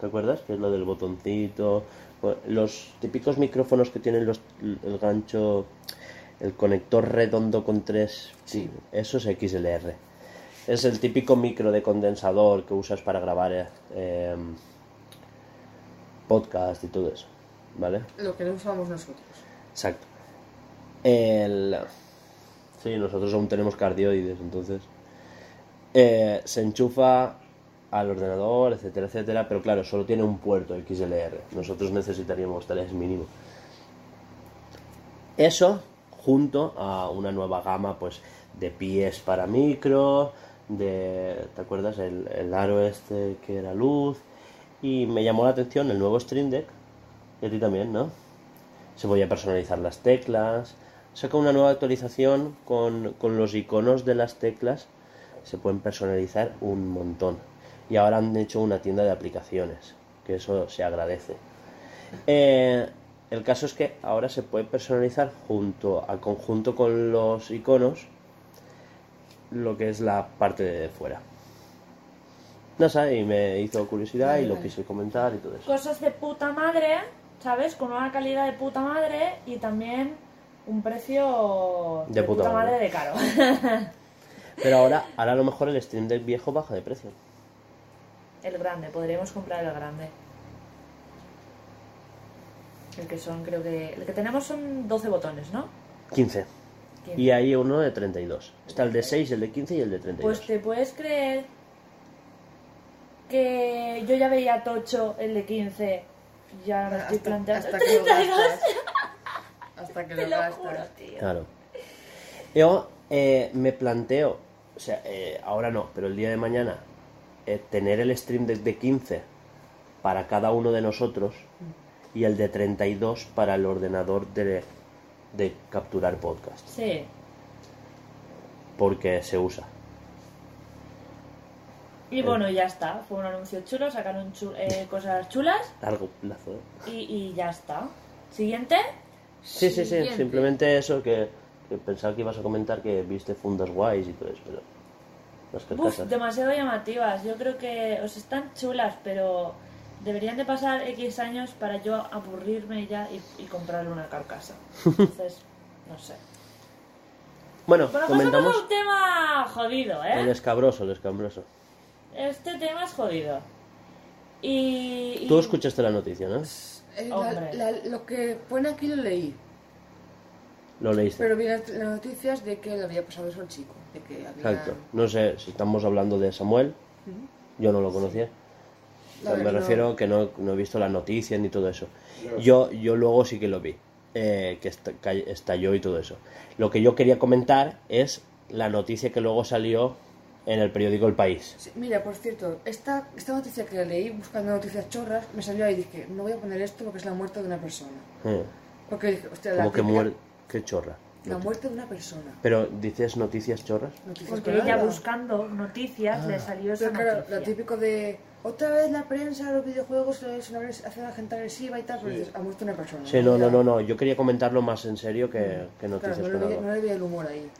[SPEAKER 1] ¿te acuerdas? Que es lo del botoncito. bueno, Los típicos micrófonos que tienen los, el gancho, el conector redondo con tres. Sí. Eso es XLR. Es el típico micro de condensador que usas para grabar. eh, em, podcast y todo eso, ¿vale?
[SPEAKER 2] Lo que no usamos nosotros.
[SPEAKER 1] Exacto. El... Sí, nosotros aún tenemos cardioides, entonces... Eh, se enchufa al ordenador, etcétera, etcétera, pero claro, solo tiene un puerto XLR. Nosotros necesitaríamos tres mínimo. Eso junto a una nueva gama pues de pies para micro, de ¿te acuerdas? El, el aro este que era luz. Y me llamó la atención el nuevo Stream Deck. Y a ti también, ¿no? Se podía personalizar las teclas. Saca una nueva actualización con, con los iconos de las teclas. Se pueden personalizar un montón. Y ahora han hecho una tienda de aplicaciones. Que eso se agradece. Eh, el caso es que ahora se puede personalizar junto a conjunto con los iconos lo que es la parte de fuera. No sé, y me hizo curiosidad y lo quise comentar y todo eso.
[SPEAKER 3] Cosas de puta madre, ¿sabes? Con una calidad de puta madre y también un precio
[SPEAKER 1] De puta
[SPEAKER 3] madre.
[SPEAKER 1] madre.
[SPEAKER 3] de caro.
[SPEAKER 1] Pero ahora, ahora a lo mejor el Stream Deck viejo baja de precio.
[SPEAKER 3] el grande, podríamos comprar el grande. El que son, creo que. El que tenemos son 12 botones, ¿no?
[SPEAKER 1] 15.
[SPEAKER 3] Quince.
[SPEAKER 1] Y hay uno de 32. Está el de 6, el de 15 y el de 32.
[SPEAKER 3] Pues te puedes creer que yo ya veía Tocho el de 15 y ahora me estoy planteando
[SPEAKER 2] hasta
[SPEAKER 3] el
[SPEAKER 2] que lo
[SPEAKER 3] 32.
[SPEAKER 2] gastas. Hasta
[SPEAKER 3] [LAUGHS]
[SPEAKER 2] que
[SPEAKER 3] Te
[SPEAKER 2] lo
[SPEAKER 3] lo juro,
[SPEAKER 2] gastas.
[SPEAKER 3] tío.
[SPEAKER 1] Claro. Yo eh, me planteo, o sea, eh, ahora no, pero el día de mañana, eh, tener el Stream Deck de 15 para cada uno de nosotros y el de 32 para el ordenador de, de capturar podcast.
[SPEAKER 3] Sí,
[SPEAKER 1] Porque se usa.
[SPEAKER 3] y bueno, ya está. Fue un anuncio chulo, sacaron chu- eh, cosas chulas
[SPEAKER 1] Largo plazo. ¿eh?
[SPEAKER 3] y, y ya está. Siguiente.
[SPEAKER 1] Sí, sí, sí,
[SPEAKER 2] Siguiente.
[SPEAKER 1] simplemente eso que, que pensaba que ibas a comentar que viste fundas guays y todo eso, pero las
[SPEAKER 3] Uf,
[SPEAKER 1] carcasas.
[SPEAKER 3] demasiado llamativas. Yo creo que os están chulas, pero deberían de pasar X años para yo aburrirme ya y, y comprarle una carcasa. Entonces, no sé.
[SPEAKER 1] Bueno,
[SPEAKER 3] Bueno, pasamos
[SPEAKER 2] pues
[SPEAKER 3] a
[SPEAKER 1] comentamos
[SPEAKER 3] un tema jodido, ¿eh?
[SPEAKER 1] el escabroso, el escabroso.
[SPEAKER 3] Este tema es jodido. Y. y-
[SPEAKER 1] Tú escuchaste la noticia, ¿no?
[SPEAKER 2] Eh, la-
[SPEAKER 3] Hombre.
[SPEAKER 2] la- lo que pone aquí lo leí.
[SPEAKER 1] Lo leíste.
[SPEAKER 2] Pero vi las, las noticias de que le había pasado eso al chico. De que había...
[SPEAKER 1] Exacto. No sé si estamos hablando de Samuel. Yo no lo conocía.
[SPEAKER 2] La
[SPEAKER 1] me
[SPEAKER 2] verdad, no.
[SPEAKER 1] refiero que no, no he visto las noticias ni todo eso.
[SPEAKER 6] Yo-
[SPEAKER 1] Yo, yo luego sí que lo vi, eh, que est- ca- estalló y todo eso. Lo que yo quería comentar es la noticia que luego salió en el periódico El País.
[SPEAKER 2] Sí, mira, por cierto, esta, esta noticia que leí buscando noticias chorras me salió ahí y dije, no voy a poner esto porque es la muerte de una persona.
[SPEAKER 1] Eh,
[SPEAKER 2] Porque dije, hostia, la,
[SPEAKER 1] Como que
[SPEAKER 2] típica-
[SPEAKER 1] muer... Qué chorra.
[SPEAKER 2] la
[SPEAKER 1] Noti-
[SPEAKER 2] muerte de una persona.
[SPEAKER 1] Pero dices noticias chorras.
[SPEAKER 2] Noticias
[SPEAKER 3] Porque ella
[SPEAKER 2] chorras.
[SPEAKER 3] buscando noticias
[SPEAKER 1] Ah.
[SPEAKER 3] le salió esa
[SPEAKER 2] Pero claro, lo
[SPEAKER 3] noticia.
[SPEAKER 2] típico de otra vez la prensa, los videojuegos es una vez hace a la gente agresiva y tal, pero
[SPEAKER 6] Sí.
[SPEAKER 2] dices, ha muerto una persona.
[SPEAKER 1] Sí, no, no,
[SPEAKER 2] Ya.
[SPEAKER 1] no, no. Yo quería comentarlo más en serio que, que noticias
[SPEAKER 2] Claro, no
[SPEAKER 1] con
[SPEAKER 2] le, veía,
[SPEAKER 1] algo.
[SPEAKER 2] no le veía el humor ahí.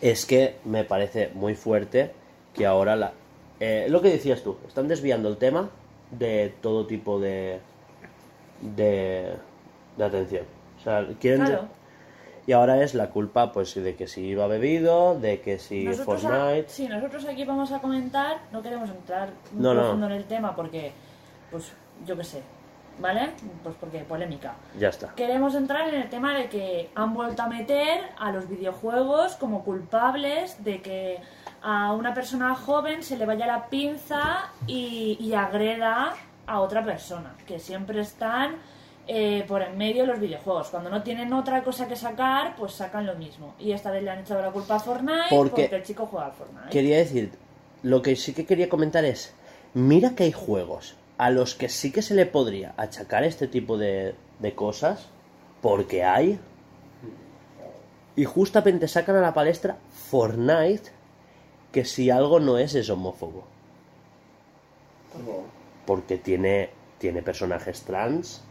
[SPEAKER 1] es que me parece muy fuerte que ahora la eh, lo que decías tú están desviando el tema de todo tipo de de, de atención o sea quieren
[SPEAKER 3] Claro,
[SPEAKER 1] y ahora es la culpa pues de que si iba bebido de que si
[SPEAKER 3] nosotros, a-
[SPEAKER 1] Fortnite
[SPEAKER 3] sí, nosotros aquí vamos a comentar, no queremos entrar muy
[SPEAKER 1] No, no.
[SPEAKER 3] profundo en el tema porque, pues, yo qué sé, ¿vale? Pues porque polémica.
[SPEAKER 1] ya está
[SPEAKER 3] Queremos entrar en el tema de que han vuelto a meter a los videojuegos como culpables de que a una persona joven se le vaya la pinza y, y agreda a otra persona, que siempre están eh, por en medio los videojuegos. Cuando no tienen otra cosa que sacar, pues sacan lo mismo. Y esta vez le han echado la culpa a Fortnite
[SPEAKER 1] Porque-
[SPEAKER 3] porque, el chico juega al Fortnite.
[SPEAKER 1] quería decir lo que sí que quería comentar es mira que hay juegos a los que sí que se le podría achacar este tipo de, de cosas porque hay y justamente sacan a la palestra Fortnite que si algo no es es homófobo
[SPEAKER 6] No,
[SPEAKER 1] porque tiene tiene personajes trans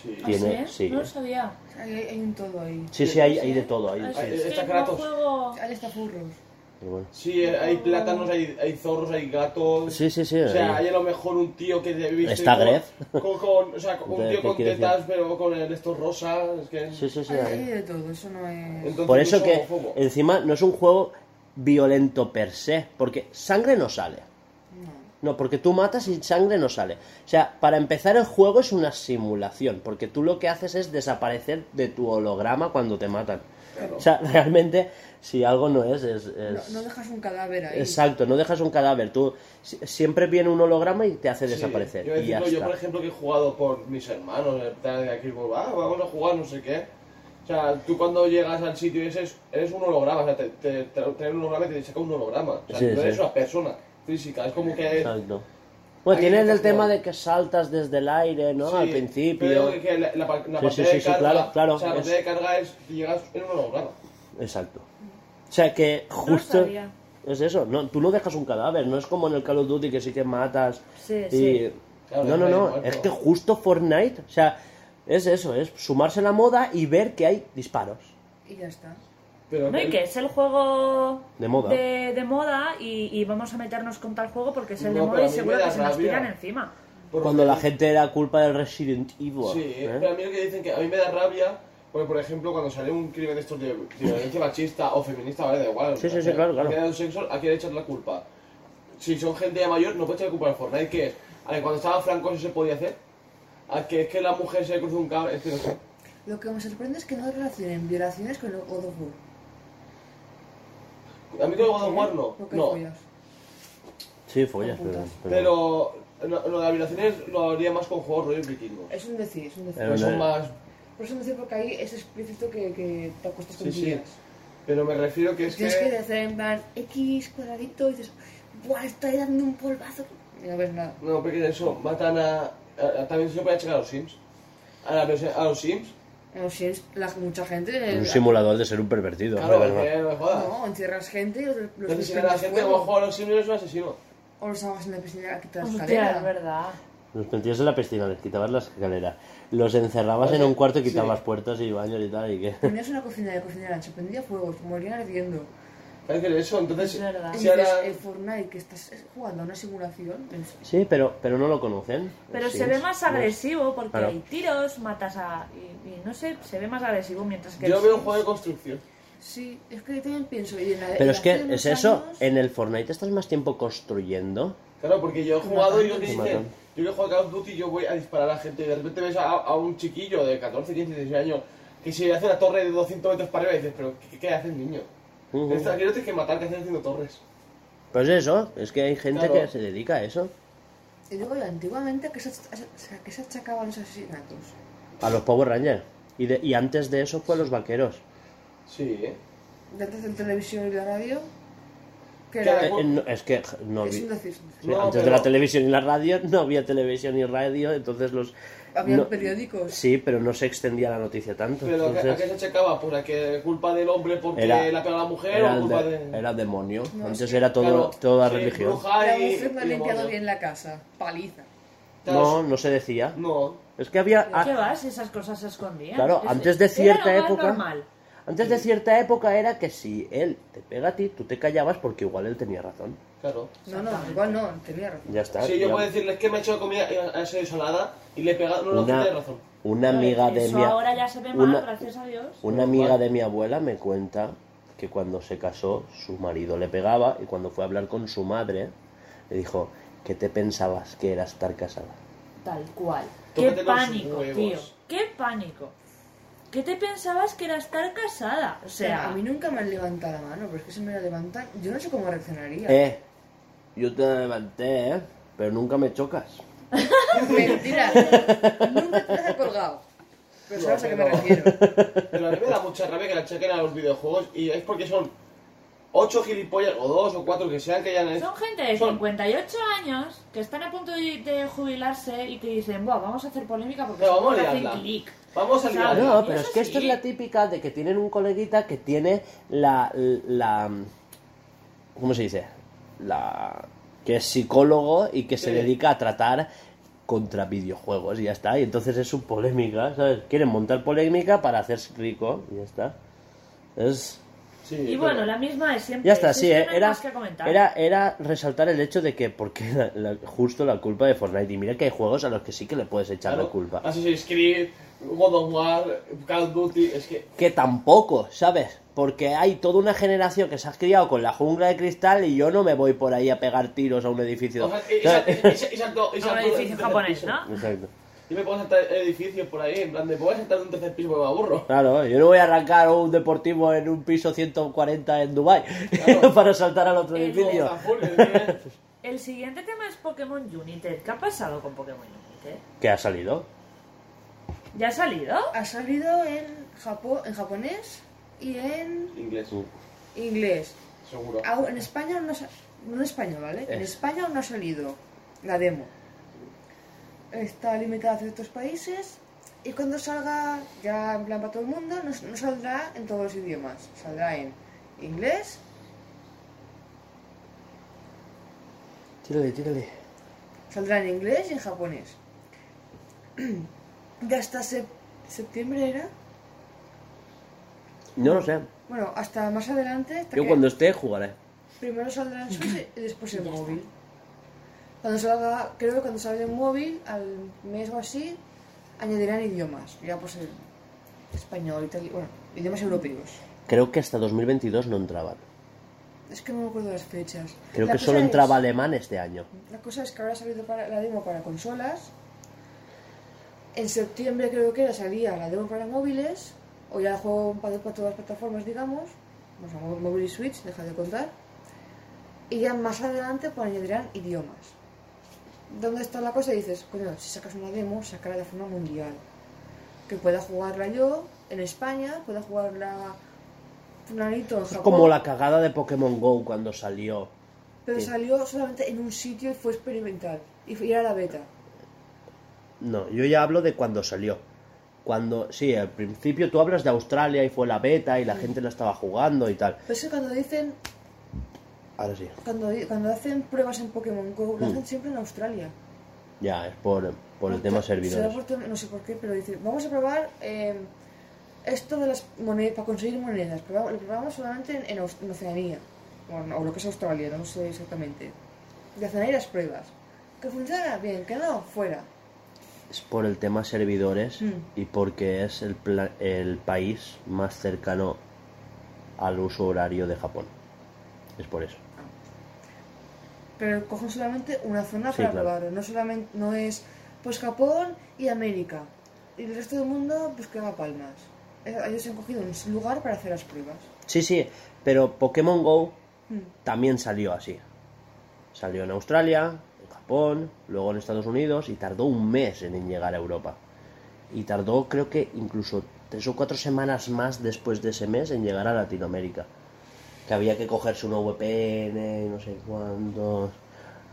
[SPEAKER 6] sí.
[SPEAKER 3] ¿Ah,
[SPEAKER 1] tiene-
[SPEAKER 3] sí?
[SPEAKER 1] sí.
[SPEAKER 3] No lo sabía.
[SPEAKER 2] Hay, hay un todo ahí.
[SPEAKER 1] sí sí hay, hay de todo hay,
[SPEAKER 3] Es
[SPEAKER 1] sí.
[SPEAKER 3] que
[SPEAKER 6] Está
[SPEAKER 3] no
[SPEAKER 6] Kratos.
[SPEAKER 3] juego-
[SPEAKER 2] Hay hasta furros.
[SPEAKER 1] Pero bueno.
[SPEAKER 6] Sí, hay plátanos, hay, hay zorros, hay gatos.
[SPEAKER 1] Sí, sí, sí,
[SPEAKER 6] O sea,
[SPEAKER 1] ahí.
[SPEAKER 6] hay a lo mejor un tío que te viste
[SPEAKER 1] Está
[SPEAKER 6] con-
[SPEAKER 1] Gref.
[SPEAKER 6] Con, con-
[SPEAKER 1] [LAUGHS]
[SPEAKER 6] o sea, con un
[SPEAKER 1] ¿Qué-
[SPEAKER 6] tío
[SPEAKER 1] qué
[SPEAKER 6] con
[SPEAKER 1] quieres
[SPEAKER 6] tetas, pero con el, estos rosas. Es que...
[SPEAKER 1] Sí, sí, sí,
[SPEAKER 2] Hay,
[SPEAKER 1] hay.
[SPEAKER 2] hay de todo, eso no es...
[SPEAKER 6] Entonces,
[SPEAKER 1] Por
[SPEAKER 6] no
[SPEAKER 1] eso
[SPEAKER 6] es
[SPEAKER 1] que
[SPEAKER 6] homófobo.
[SPEAKER 1] encima no es un juego violento per se, porque sangre no sale.
[SPEAKER 2] No.
[SPEAKER 1] No, porque tú matas y sangre no sale. O sea, para empezar el juego es una simulación, porque tú lo que haces es desaparecer de tu holograma cuando te matan. O sea, [LAUGHS] realmente si algo no es, es... es-
[SPEAKER 2] No, no dejas un cadáver ahí.
[SPEAKER 1] Exacto, no dejas un cadáver, tú si- siempre viene un holograma y te hace
[SPEAKER 6] Sí,
[SPEAKER 1] desaparecer.
[SPEAKER 6] Yo,
[SPEAKER 1] y ya
[SPEAKER 6] decirlo, yo,
[SPEAKER 1] está.
[SPEAKER 6] por ejemplo, que he jugado por mis hermanos, eh, tal, de aquí, como, ah, vamos a jugar, no sé qué. O sea, tú cuando llegas al sitio ese es- eres un holograma, o sea, te, te, te- te- un holograma y te saca un holograma. O sea,
[SPEAKER 1] Sí,
[SPEAKER 6] no eres
[SPEAKER 1] sí.
[SPEAKER 6] una persona física, es como que...
[SPEAKER 1] Exacto. Bueno,
[SPEAKER 6] Ahí
[SPEAKER 1] tienen
[SPEAKER 6] está
[SPEAKER 1] el tema
[SPEAKER 6] jugando.
[SPEAKER 1] de que saltas desde el aire, ¿no?
[SPEAKER 6] Sí,
[SPEAKER 1] Al principio.
[SPEAKER 6] Pero que- que la, la, pa- la
[SPEAKER 1] Sí, sí,
[SPEAKER 6] pantalla
[SPEAKER 1] sí,
[SPEAKER 6] de
[SPEAKER 1] sí,
[SPEAKER 6] carga,
[SPEAKER 1] claro, claro,
[SPEAKER 6] o sea, la
[SPEAKER 1] es-
[SPEAKER 6] pantalla de carga es que llegas en un holograma.
[SPEAKER 1] Exacto. O sea que justo
[SPEAKER 3] sabía.
[SPEAKER 1] es eso, no, tú no dejas un cadáver, no es como en el Call of Duty que sí que matas.
[SPEAKER 3] Sí,
[SPEAKER 1] y-
[SPEAKER 3] sí.
[SPEAKER 6] Claro,
[SPEAKER 1] no, no,
[SPEAKER 6] nadie
[SPEAKER 1] no,
[SPEAKER 6] muerto.
[SPEAKER 1] es que justo Fortnite, o sea, es eso, es sumarse a la moda y ver que hay disparos.
[SPEAKER 2] Y ya está.
[SPEAKER 6] Pero
[SPEAKER 3] No, y
[SPEAKER 6] el-
[SPEAKER 3] que es el juego
[SPEAKER 1] De moda.
[SPEAKER 3] de, de moda y, y vamos a meternos con tal juego porque es el de
[SPEAKER 6] No,
[SPEAKER 3] moda
[SPEAKER 6] pero
[SPEAKER 3] y
[SPEAKER 6] a mí
[SPEAKER 3] seguro
[SPEAKER 6] me da
[SPEAKER 3] que se nos
[SPEAKER 6] rabia.
[SPEAKER 3] tiran encima.
[SPEAKER 6] por-
[SPEAKER 1] Cuando la gente era culpa del Resident Evil.
[SPEAKER 6] Sí,
[SPEAKER 1] ¿eh?
[SPEAKER 6] pero a mí lo que dicen que a mí me da rabia, porque por ejemplo cuando sale un crimen de estos de, de violencia machista o feminista, vale, da igual.
[SPEAKER 1] Sí,
[SPEAKER 6] o sea,
[SPEAKER 1] sí, sí, claro, claro.
[SPEAKER 6] al final de los sexos, ¿a quién echar la culpa? Si son gente ya mayor, no puedes echar la culpa al Fortnite, que es, a ver, cuando estaba Franco eso se podía hacer, a que es que la mujer se cruzó un cable, es que no sé.
[SPEAKER 2] Lo que me sorprende es que no relacionen violaciones con el God of War.
[SPEAKER 6] A mí que luego de War no,
[SPEAKER 2] Lo que
[SPEAKER 6] no,
[SPEAKER 2] follas.
[SPEAKER 1] Sí, follas,
[SPEAKER 2] Con
[SPEAKER 1] pero,
[SPEAKER 2] puntas.
[SPEAKER 6] pero no- lo de las violaciones lo haría más con juegos rollos vikingos,
[SPEAKER 2] Es un decir, es un decir.
[SPEAKER 1] Pero
[SPEAKER 6] que
[SPEAKER 1] no-
[SPEAKER 6] son más...
[SPEAKER 2] Por eso no sé porque ahí es explícito que, que te acuestas con
[SPEAKER 6] Sí, sí,
[SPEAKER 2] tías.
[SPEAKER 6] pero me refiero que es
[SPEAKER 2] Tienes que
[SPEAKER 6] que...
[SPEAKER 2] hacer en plan X cuadradito y dices, ¡buah, estoy dando un polvazo! Y no ves nada.
[SPEAKER 6] No, porque eso, matan a... a- a- también se puede echar a los Sims. A, la versión- a los Sims
[SPEAKER 2] O si es la, mucha gente.
[SPEAKER 1] Un simulador de ser un pervertido.
[SPEAKER 6] Claro, eh.
[SPEAKER 1] la verdad.
[SPEAKER 6] porque no me jodas.
[SPEAKER 2] No, encierras gente y los, los
[SPEAKER 6] Entonces, si la
[SPEAKER 2] prendes
[SPEAKER 6] gente
[SPEAKER 2] fuego.
[SPEAKER 6] como juega a los Sims es un asesino.
[SPEAKER 2] O los ahogas en la piscina a quitar la
[SPEAKER 3] Hostia, es
[SPEAKER 2] escalera.
[SPEAKER 3] verdad.
[SPEAKER 1] Los metías en la piscina, les quitabas las escaleras, los encerrabas en un cuarto y quitabas puertas y baños y tal, y que... [LAUGHS]
[SPEAKER 2] Ponías una cocina de cocinera, se prendía fuego, morían ardiendo.
[SPEAKER 6] ¿Sabes qué es eso? Entonces,
[SPEAKER 3] Es verdad.
[SPEAKER 2] Y
[SPEAKER 6] Ah, si
[SPEAKER 2] dices,
[SPEAKER 6] ahora...
[SPEAKER 2] el Fortnite, que estás jugando a una simulación, es-
[SPEAKER 1] Sí, pero, pero no lo conocen.
[SPEAKER 3] Pero
[SPEAKER 1] Sí,
[SPEAKER 3] se ve
[SPEAKER 1] es-
[SPEAKER 3] más
[SPEAKER 1] no es-
[SPEAKER 3] agresivo porque
[SPEAKER 1] Claro.
[SPEAKER 3] hay tiros, matas a. Y, y no sé, se ve más agresivo mientras que.
[SPEAKER 6] Yo
[SPEAKER 3] el
[SPEAKER 6] veo un
[SPEAKER 3] Sims-
[SPEAKER 6] juego de construcción.
[SPEAKER 2] sí, es que yo también pienso. Eh, Y en la, en
[SPEAKER 1] Pero es
[SPEAKER 2] la
[SPEAKER 1] que
[SPEAKER 2] hace
[SPEAKER 1] es
[SPEAKER 2] unos
[SPEAKER 1] eso,
[SPEAKER 2] años-
[SPEAKER 1] en el Fortnite estás más tiempo construyendo.
[SPEAKER 6] Claro, porque yo he jugado y lo
[SPEAKER 1] Un
[SPEAKER 6] que dicen...
[SPEAKER 1] matón.
[SPEAKER 6] Yo que he jugado a Call of Duty yo voy a disparar a la gente y de repente ves a, a un chiquillo de 14, 15, 16 años que si hace la torre de 200 metros para arriba y dices, pero ¿qué, qué haces, niño?
[SPEAKER 1] Ujú.
[SPEAKER 6] Esta- Aquí no tienes que matar, que haces haciendo torres.
[SPEAKER 1] Pues eso, es que hay gente
[SPEAKER 6] Claro.
[SPEAKER 1] que se dedica a eso.
[SPEAKER 2] Y digo yo, antiguamente, ¿a qué se, a- a qué se achacaban los asesinatos?
[SPEAKER 1] A los Power Rangers. Y, de- y antes de eso fue a los vaqueros.
[SPEAKER 6] Sí, ¿eh?
[SPEAKER 2] ¿De antes de la televisión y la radio? Que
[SPEAKER 6] ¿Qué
[SPEAKER 2] era...
[SPEAKER 1] Eh, eh, no, es que no
[SPEAKER 2] Es
[SPEAKER 1] vi-
[SPEAKER 2] un decir.
[SPEAKER 1] Sí,
[SPEAKER 6] No,
[SPEAKER 1] antes de
[SPEAKER 6] pero-
[SPEAKER 1] la televisión y la radio [LAUGHS] no había televisión y radio, entonces los...
[SPEAKER 2] Había
[SPEAKER 1] no-
[SPEAKER 2] periódicos.
[SPEAKER 1] Sí, pero no se extendía la noticia tanto.
[SPEAKER 6] Pero ¿a qué- ¿a qué
[SPEAKER 1] entonces,
[SPEAKER 6] se achacaba? Pues a que culpa del hombre porque
[SPEAKER 1] Era-
[SPEAKER 6] le ha pegado a la mujer
[SPEAKER 1] era,
[SPEAKER 6] o
[SPEAKER 1] el
[SPEAKER 6] culpa
[SPEAKER 1] de-
[SPEAKER 6] de...
[SPEAKER 1] era demonio.
[SPEAKER 2] No,
[SPEAKER 1] antes
[SPEAKER 2] es que-
[SPEAKER 1] era todo,
[SPEAKER 6] Claro,
[SPEAKER 1] toda
[SPEAKER 6] sí,
[SPEAKER 1] religión.
[SPEAKER 6] bruja
[SPEAKER 2] La
[SPEAKER 6] y-
[SPEAKER 2] mujer no ha
[SPEAKER 6] y
[SPEAKER 2] limpiado
[SPEAKER 6] demonio.
[SPEAKER 2] bien la casa. Paliza.
[SPEAKER 1] No, no se decía.
[SPEAKER 6] No.
[SPEAKER 1] Es que había...
[SPEAKER 3] ¿Pero
[SPEAKER 1] a-
[SPEAKER 3] ¿Qué vas? Esas cosas se escondían.
[SPEAKER 1] Ah. Claro,
[SPEAKER 3] Es-
[SPEAKER 1] antes de
[SPEAKER 3] era
[SPEAKER 1] cierta
[SPEAKER 3] lo más
[SPEAKER 1] época-
[SPEAKER 3] normal.
[SPEAKER 1] Antes de cierta época era que si él te pega a ti, tú te callabas porque igual él tenía razón.
[SPEAKER 6] Claro.
[SPEAKER 2] No, no, igual no, tenía razón.
[SPEAKER 1] Ya está.
[SPEAKER 6] Sí, yo
[SPEAKER 1] ya-
[SPEAKER 6] puedo decirles que me he hecho comida y ha sido salada y le he pegado... No, no,
[SPEAKER 1] una,
[SPEAKER 6] tiene razón.
[SPEAKER 1] una amiga de
[SPEAKER 3] Eso
[SPEAKER 1] mi a-
[SPEAKER 3] ahora ya se ve mal,
[SPEAKER 1] una-
[SPEAKER 3] gracias a Dios.
[SPEAKER 1] Una amiga de mi abuela me cuenta que cuando se casó su marido le pegaba y cuando fue a hablar con su madre le dijo que te pensabas que era estar casada.
[SPEAKER 3] Tal cual. Qué
[SPEAKER 6] Tócate los
[SPEAKER 3] pánico,
[SPEAKER 6] huevos.
[SPEAKER 3] tío. Qué pánico. ¿Qué te pensabas que era estar casada? O
[SPEAKER 2] O sea,
[SPEAKER 3] sea,
[SPEAKER 2] a mí nunca me han levantado la mano, pero es que si me la levantan, yo no sé cómo reaccionaría.
[SPEAKER 1] Eh, yo te levanté, eh, pero nunca me chocas.
[SPEAKER 2] [LAUGHS] Mentira, nunca te has colgado. Pero
[SPEAKER 6] No,
[SPEAKER 2] sabes a qué me
[SPEAKER 6] pero-
[SPEAKER 2] refiero.
[SPEAKER 6] Pero a mí me da mucha rabia que la chequen a los videojuegos y es porque son ocho gilipollas o dos o cuatro que sean que ya es...
[SPEAKER 3] son gente de
[SPEAKER 6] son-
[SPEAKER 3] 58 años que están a punto de, de jubilarse y que dicen, Buah, vamos a hacer polémica porque
[SPEAKER 6] Pero vamos a
[SPEAKER 3] seguro que
[SPEAKER 6] liarla.
[SPEAKER 3] hacen clic.
[SPEAKER 6] Vamos a
[SPEAKER 3] Claro.
[SPEAKER 6] liarla.
[SPEAKER 1] No,
[SPEAKER 3] y
[SPEAKER 1] pero
[SPEAKER 3] eso
[SPEAKER 1] es que esta es
[SPEAKER 3] sí.
[SPEAKER 1] la típica de que tienen un coleguita que tiene la... la ¿Cómo se dice? La... que es psicólogo y que se
[SPEAKER 6] Sí.
[SPEAKER 1] dedica a tratar contra videojuegos y ya está. Y entonces es su polémica, ¿sabes? Quieren montar polémica para hacerse rico y ya está. Es...
[SPEAKER 6] Sí,
[SPEAKER 3] Y
[SPEAKER 6] pero-
[SPEAKER 3] bueno, la misma de siempre.
[SPEAKER 1] Ya está,
[SPEAKER 3] Si
[SPEAKER 1] sí,
[SPEAKER 3] es que
[SPEAKER 1] eh,
[SPEAKER 3] no hay
[SPEAKER 1] era,
[SPEAKER 3] más que comentar.
[SPEAKER 1] era, era resaltar el hecho de que porque [LAUGHS] la- la- justo la culpa de Fortnite y mira que hay juegos a los que sí que le puedes echar
[SPEAKER 6] claro,
[SPEAKER 1] la culpa.
[SPEAKER 6] Assassin's Creed, God of War, Call of Duty, es que...
[SPEAKER 1] que tampoco, ¿sabes? Porque hay toda una generación que se ha criado con la jungla de cristal y yo no me voy por ahí a pegar tiros a un edificio.
[SPEAKER 6] O sea, y- y- [LAUGHS]
[SPEAKER 1] ¿Sabes?
[SPEAKER 6] y- y- y- y salto-
[SPEAKER 3] A
[SPEAKER 6] y
[SPEAKER 3] un
[SPEAKER 6] salto del
[SPEAKER 3] edificio
[SPEAKER 6] tercer
[SPEAKER 3] japonés,
[SPEAKER 6] piso.
[SPEAKER 3] ¿no?
[SPEAKER 1] Exacto.
[SPEAKER 6] Yo me puedo saltar edificios por ahí, en plan de, "Pues puedo saltar de un tercer piso porque me [LAUGHS] aburro.
[SPEAKER 1] Claro, yo no voy a arrancar un deportivo en un piso 140 en Dubai
[SPEAKER 6] Claro.
[SPEAKER 1] [LAUGHS] para saltar al otro
[SPEAKER 3] El
[SPEAKER 1] edificio.
[SPEAKER 6] Como Zafur, que tiene-
[SPEAKER 3] El siguiente tema es Pokémon United. ¿Qué ha pasado con Pokémon United?
[SPEAKER 1] ¿Qué ha salido?
[SPEAKER 3] ¿Ya ha salido?
[SPEAKER 2] Ha salido en, Japo- en japonés y en
[SPEAKER 6] Inglés,
[SPEAKER 2] inglés.
[SPEAKER 6] seguro.
[SPEAKER 2] Au- En España no, sa- no en España, ¿vale? En
[SPEAKER 1] Es.
[SPEAKER 2] España no ha salido la demo. Está limitada a ciertos países y cuando salga ya en plan para todo el mundo, no, s- no saldrá en todos los idiomas. Saldrá en inglés,
[SPEAKER 1] Tírale, tírale.
[SPEAKER 2] saldrá en inglés y en japonés. [CLEARS THROAT] Ya hasta sep- septiembre era.
[SPEAKER 1] No lo sé.
[SPEAKER 2] Bueno, hasta más adelante. hasta
[SPEAKER 1] Yo
[SPEAKER 2] que-
[SPEAKER 1] cuando esté jugaré.
[SPEAKER 2] Primero saldrá en Switch y después en móvil. Cuando salga, creo que cuando salga en móvil, al mes o así, añadirán idiomas. Ya pues el español, italiano, bueno, idiomas europeos.
[SPEAKER 1] Creo que hasta 2022 no entraban.
[SPEAKER 2] Es que no me acuerdo las fechas.
[SPEAKER 1] Creo
[SPEAKER 2] La
[SPEAKER 1] que
[SPEAKER 2] cosa
[SPEAKER 1] solo
[SPEAKER 2] es-
[SPEAKER 1] entraba alemán este año.
[SPEAKER 2] La cosa es que ahora ha salido para, la demo para consolas. En septiembre creo que era salía la demo para móviles, o ya el juego para, para todas las plataformas, digamos. O sea, mó- móvil y Switch, deja de contar. Y ya más adelante pues añadirán idiomas. ¿Dónde está la cosa? Y dices, coño, si sacas una demo, sacará de forma mundial. Que pueda jugarla yo en España, pueda jugarla Fulanito en
[SPEAKER 1] Es
[SPEAKER 2] Japón.
[SPEAKER 1] como la cagada de Pokémon Go cuando salió.
[SPEAKER 2] Pero
[SPEAKER 1] Sí.
[SPEAKER 2] salió solamente en un sitio y fue experimental. Y fue- y era la beta.
[SPEAKER 1] No, yo ya hablo de cuando salió. Cuando, sí, al principio tú hablas de Australia y fue la beta y la gente la estaba jugando y tal.
[SPEAKER 2] Pero es que Pues cuando dicen,
[SPEAKER 1] Ahora sí,
[SPEAKER 2] cuando, di- cuando hacen pruebas en Pokémon Go, lo
[SPEAKER 1] Mm.
[SPEAKER 2] hacen siempre en Australia.
[SPEAKER 1] ya, es por, por el tema
[SPEAKER 2] Será
[SPEAKER 1] servidores.
[SPEAKER 2] Ah, por tem- no sé por qué, pero dicen, vamos a probar eh, esto de las monedas, para conseguir monedas. Probamos- lo probamos solamente en, en Aus- en Oceanía, o, en- o lo que es Australia, no sé exactamente. Y hacen ahí las pruebas. ¿Que funciona? Bien, que no, fuera.
[SPEAKER 1] Es por el tema servidores
[SPEAKER 2] Mm.
[SPEAKER 1] y porque es el, pla- el país más cercano al uso horario de Japón. Es por eso.
[SPEAKER 2] Pero cogen solamente una zona
[SPEAKER 1] Sí,
[SPEAKER 2] para
[SPEAKER 1] claro.
[SPEAKER 2] probarlo. No, solamente, no es pues Japón y América. Y el resto del mundo pues que haga palmas. Eh, Ellos han cogido un lugar para hacer las pruebas.
[SPEAKER 1] Sí, sí, pero Pokémon Go
[SPEAKER 2] Mm.
[SPEAKER 1] también salió así. Salió en Australia, en Japón. Japón, luego en Estados Unidos y tardó un mes en llegar a Europa. Y tardó creo que incluso tres o cuatro semanas más después de ese mes en llegar a Latinoamérica. Que había que cogerse una VPN, no sé cuántos,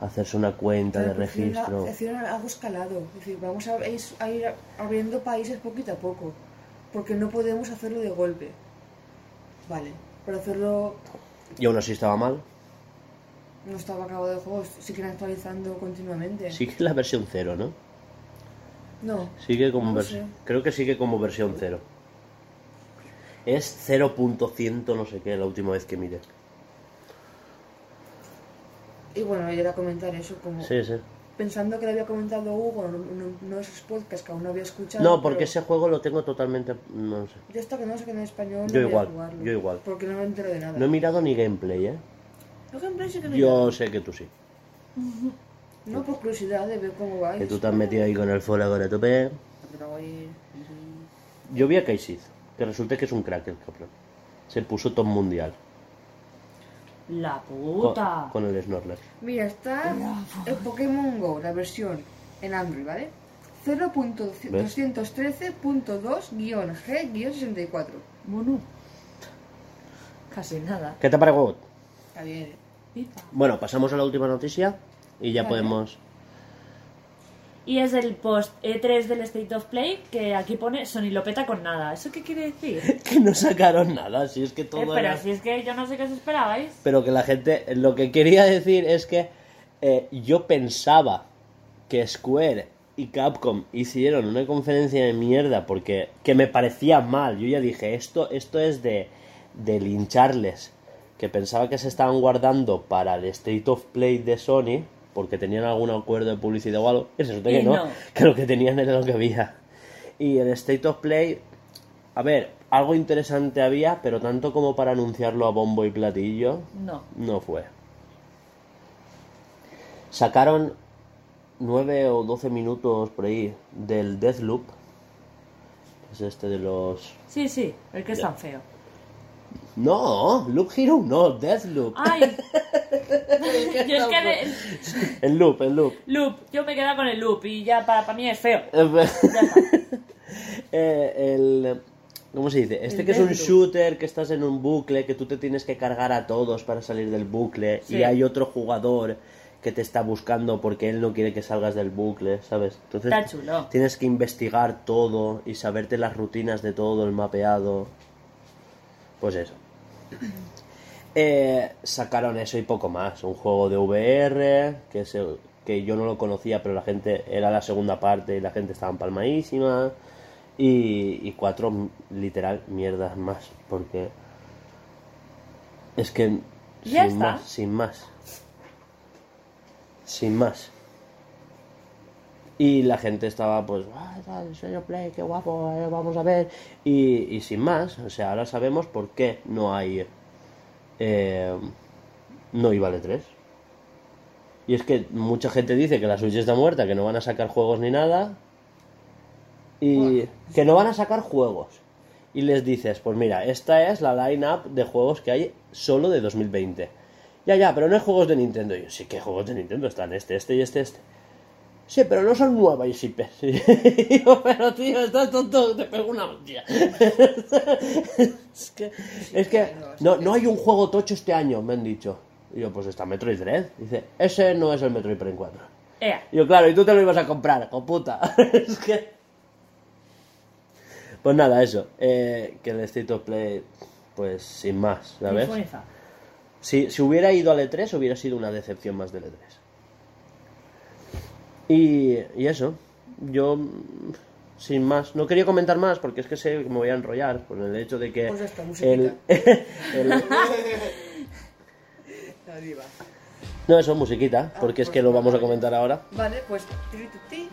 [SPEAKER 1] hacerse una cuenta de
[SPEAKER 2] Pero pues, hicieron a-
[SPEAKER 1] registro.
[SPEAKER 2] Hicieron algo escalado. Es decir, vamos a, es- a ir abriendo países poquito a poco. Porque no podemos hacerlo de golpe. Vale. Pero hacerlo
[SPEAKER 1] Y aún así estaba mal.
[SPEAKER 2] no estaba acabado de juego. Siguen actualizando continuamente.
[SPEAKER 1] Sigue la versión cero, ¿no?
[SPEAKER 2] No.
[SPEAKER 1] Sigue como
[SPEAKER 2] No
[SPEAKER 1] vers-
[SPEAKER 2] sé.
[SPEAKER 1] Creo que sigue como versión cero. Es 0.100 no sé qué la última vez que mire.
[SPEAKER 2] Y bueno, yo era comentar eso como...
[SPEAKER 1] Sí, sí.
[SPEAKER 2] Pensando que lo había comentado Hugo en uno uno de esos podcasts que aún no había escuchado.
[SPEAKER 1] No, porque
[SPEAKER 2] pero
[SPEAKER 1] ese juego lo tengo totalmente... No sé.
[SPEAKER 2] Yo hasta que no sé que en español no
[SPEAKER 1] Yo
[SPEAKER 2] voy a
[SPEAKER 1] igual,
[SPEAKER 2] jugarlo,
[SPEAKER 1] yo igual.
[SPEAKER 2] Porque no me entero de nada.
[SPEAKER 1] No he mirado ni gameplay, ¿eh?
[SPEAKER 3] Yo gameplay sí que me
[SPEAKER 1] Yo sé que tú sí.
[SPEAKER 2] No por curiosidad de ver cómo va.
[SPEAKER 1] Que tú te has metido ahí con el Fallout ahora a tope. Yo vi a Kaisid, que resulta que es un crack el cabrón. Se puso top mundial
[SPEAKER 3] La
[SPEAKER 1] con,
[SPEAKER 3] puta.
[SPEAKER 1] con el Snorlax.
[SPEAKER 2] Mira, está el Pokémon Go, la versión en Android, ¿vale? 0.213.2-G-64.
[SPEAKER 3] Bueno. Casi nada.
[SPEAKER 1] ¿Qué te ha parecido?
[SPEAKER 2] Está bien.
[SPEAKER 3] Pipa.
[SPEAKER 1] Bueno, pasamos a la última noticia y ya
[SPEAKER 2] Vale.
[SPEAKER 1] podemos... [LAUGHS]
[SPEAKER 3] Y es el post E3 del State of Play que aquí pone Sony lo peta con nada. ¿Eso qué quiere decir?
[SPEAKER 6] [LAUGHS]
[SPEAKER 3] Eh,
[SPEAKER 1] que no sacaron nada, si es que todo
[SPEAKER 3] pero
[SPEAKER 1] era-
[SPEAKER 3] si es que yo no sé qué os esperabais.
[SPEAKER 1] pero que la gente lo que quería decir es que eh, yo pensaba que Square y Capcom hicieron una conferencia de mierda porque que me parecía mal yo ya dije esto esto es de de lincharles que pensaba que se estaban guardando para el State of Play de Sony porque tenían algún acuerdo de publicidad o algo y resulta que
[SPEAKER 3] Y
[SPEAKER 1] no,
[SPEAKER 3] no.
[SPEAKER 1] que lo que tenían era lo que había y el State of Play a ver algo interesante había pero tanto como para anunciarlo a bombo y platillo
[SPEAKER 3] No.
[SPEAKER 1] no fue. Sacaron 9 o 12 minutos por ahí del Deathloop. que Es este de los.
[SPEAKER 3] Sí, sí, el que es tan feo.
[SPEAKER 1] No, Loop Hero no, Deathloop.
[SPEAKER 3] ¡Ay! yo es que de-
[SPEAKER 1] El Loop, el Loop.
[SPEAKER 3] Loop, yo me queda con el loop y ya para, para mí es feo.
[SPEAKER 1] [LAUGHS] Eh, el. ¿Cómo se dice? Este
[SPEAKER 3] El
[SPEAKER 1] que es un
[SPEAKER 3] Deathloop.
[SPEAKER 1] shooter, que estás en un bucle, que tú te tienes que cargar a todos para salir del bucle.
[SPEAKER 3] Sí.
[SPEAKER 1] Y hay otro jugador que te está buscando porque él no quiere que salgas del bucle, ¿sabes? Entonces,
[SPEAKER 3] Está chulo.
[SPEAKER 1] Tienes que investigar todo y saberte las rutinas de todo, el mapeado. Pues eso. Eh, sacaron eso y poco más. Un juego de VR, que, es el- que yo no lo conocía, pero la gente era la segunda parte y la gente estaba empalmadísima. Y, y cuatro, m- literal, mierdas más. Porque es que
[SPEAKER 3] Ya
[SPEAKER 1] sin
[SPEAKER 3] está.
[SPEAKER 1] más, sin más. Sin más. Y la gente estaba pues, ah, tal, el State of Play, qué guapo, eh, vamos a ver. Y, y sin más, o sea, ahora sabemos por qué no hay... eh, no iba de 3. Y es que mucha gente dice que la Switch está muerta, que no van a sacar juegos ni nada. Y que no van a sacar juegos. Y les dices, pues mira, esta es la line-up de juegos que hay solo de 2020. Ya, ya, pero no hay juegos de Nintendo. Y yo, sí, que juegos de Nintendo están este, este y este, este. Sí, pero no son nuevas [LAUGHS] IPs. Y yo, pero tío, estás tonto, te pego una hostia. [LAUGHS] es que, es que no, no hay un juego tocho este año, me han dicho. Y yo, pues está Metroid Dread. Dice, ese no es el Metroid Prime 4.
[SPEAKER 3] Ea.
[SPEAKER 1] Y yo, claro, y tú te lo ibas a comprar, coputa. [LAUGHS] es que... Pues nada, eso. eh, que el State of Play, pues sin más,
[SPEAKER 3] ni
[SPEAKER 1] ¿sabes?
[SPEAKER 3] fu ni fa.
[SPEAKER 1] Si, si hubiera ido al E3, hubiera sido una decepción más del E E3. Y, y eso. Yo, mm, sin más, no quería comentar más porque es que sé que me voy a enrollar por el hecho de que.
[SPEAKER 2] Pues ya está,
[SPEAKER 1] el- [LAUGHS]
[SPEAKER 2] musiquita.
[SPEAKER 1] el-
[SPEAKER 2] Ahí va.
[SPEAKER 1] no, eso, musiquita, porque es
[SPEAKER 2] pues
[SPEAKER 1] que lo
[SPEAKER 2] vale.
[SPEAKER 1] vamos a comentar ahora.
[SPEAKER 2] Vale, pues... tiri, tu, ti.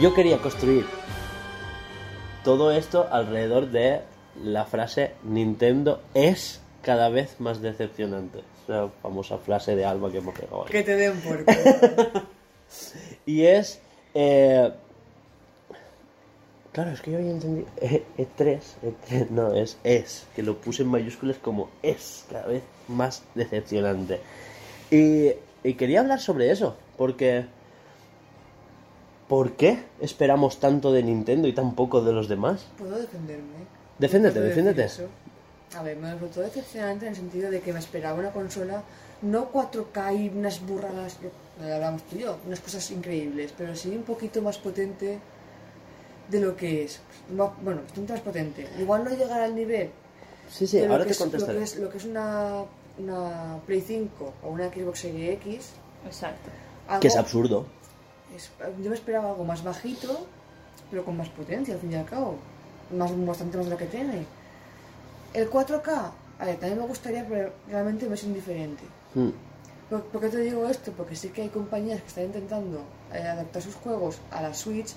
[SPEAKER 1] Yo quería construir todo esto alrededor de la frase Nintendo es cada vez más decepcionante. Esa famosa frase de Alba que hemos pegado ahí.
[SPEAKER 2] Que te den puerco.
[SPEAKER 1] [LAUGHS] Y es. eh, Claro, es que yo había entendido. E- E3, E3, no, es es, que lo puse en mayúsculas como es, cada vez más decepcionante. Y, y quería hablar sobre eso, porque. ¿Por qué esperamos tanto de Nintendo y tan poco de los demás?
[SPEAKER 2] ¿Puedo defenderme?
[SPEAKER 1] Defiéndete,
[SPEAKER 2] ¿Puedo decir
[SPEAKER 1] defiéndete.
[SPEAKER 2] eso? A ver, me resultó decepcionante en el sentido de que me esperaba una consola, no 4K y unas burradas, lo lo hablamos tú y yo, unas cosas increíbles, pero sí un poquito más potente de lo que es. Ma- Bueno, bastante más potente. Igual no llegará al nivel,
[SPEAKER 1] Sí, sí,
[SPEAKER 2] de lo
[SPEAKER 1] ahora te
[SPEAKER 2] que es- lo que
[SPEAKER 1] contestaré.
[SPEAKER 2] es- Lo que es, una, una Play 5 o una Xbox Series X,
[SPEAKER 3] Exacto.
[SPEAKER 2] algo-
[SPEAKER 1] Que es absurdo.
[SPEAKER 2] es- yo me esperaba algo más bajito, pero con más potencia, al fin y al cabo. Más, bastante más de la que tiene. El 4K, a ver, también me gustaría, pero realmente me es indiferente.
[SPEAKER 1] Mm.
[SPEAKER 2] ¿Por, por qué te digo esto? Porque sé que hay compañías que están intentando eh, adaptar sus juegos a la Switch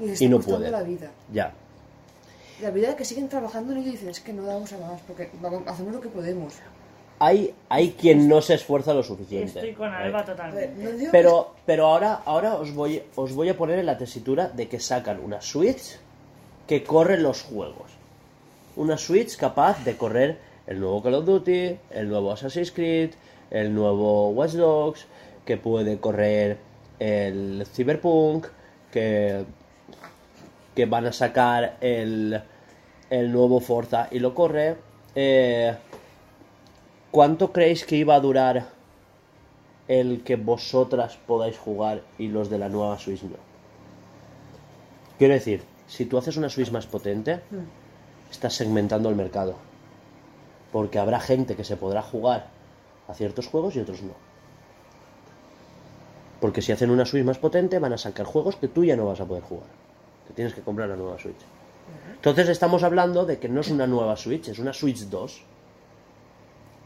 [SPEAKER 2] y les está
[SPEAKER 1] Y no
[SPEAKER 2] costando
[SPEAKER 1] pueden.
[SPEAKER 2] la vida.
[SPEAKER 1] Ya,
[SPEAKER 2] La vida que siguen trabajando en ello y dicen, es que no damos a más, porque vamos, hacemos lo que podemos.
[SPEAKER 1] hay, hay quien no se esfuerza lo suficiente.
[SPEAKER 3] Estoy con
[SPEAKER 1] Ahí.
[SPEAKER 3] Alba
[SPEAKER 2] A ver,
[SPEAKER 3] totalmente.
[SPEAKER 2] no digo que-
[SPEAKER 1] Pero, pero ahora, ahora os, voy, os voy a poner en la tesitura de que sacan una Switch que corre los juegos. Una Switch capaz de correr el nuevo Call of Duty, el nuevo Assassin's Creed, el nuevo Watch Dogs, que puede correr el Cyberpunk, que, que van a sacar el, el nuevo Forza y lo corre. Eh, ¿Cuánto creéis que iba a durar el que vosotras podáis jugar y los de la nueva Switch no. Quiero decir, si tú haces una Switch más potente, estás segmentando el mercado. Porque habrá gente que se podrá jugar a ciertos juegos y otros no. Porque si hacen una Switch más potente, van a sacar juegos que tú ya no vas a poder jugar. Que tienes que comprar la nueva Switch. Entonces estamos hablando de que no es una nueva Switch, es una Switch 2.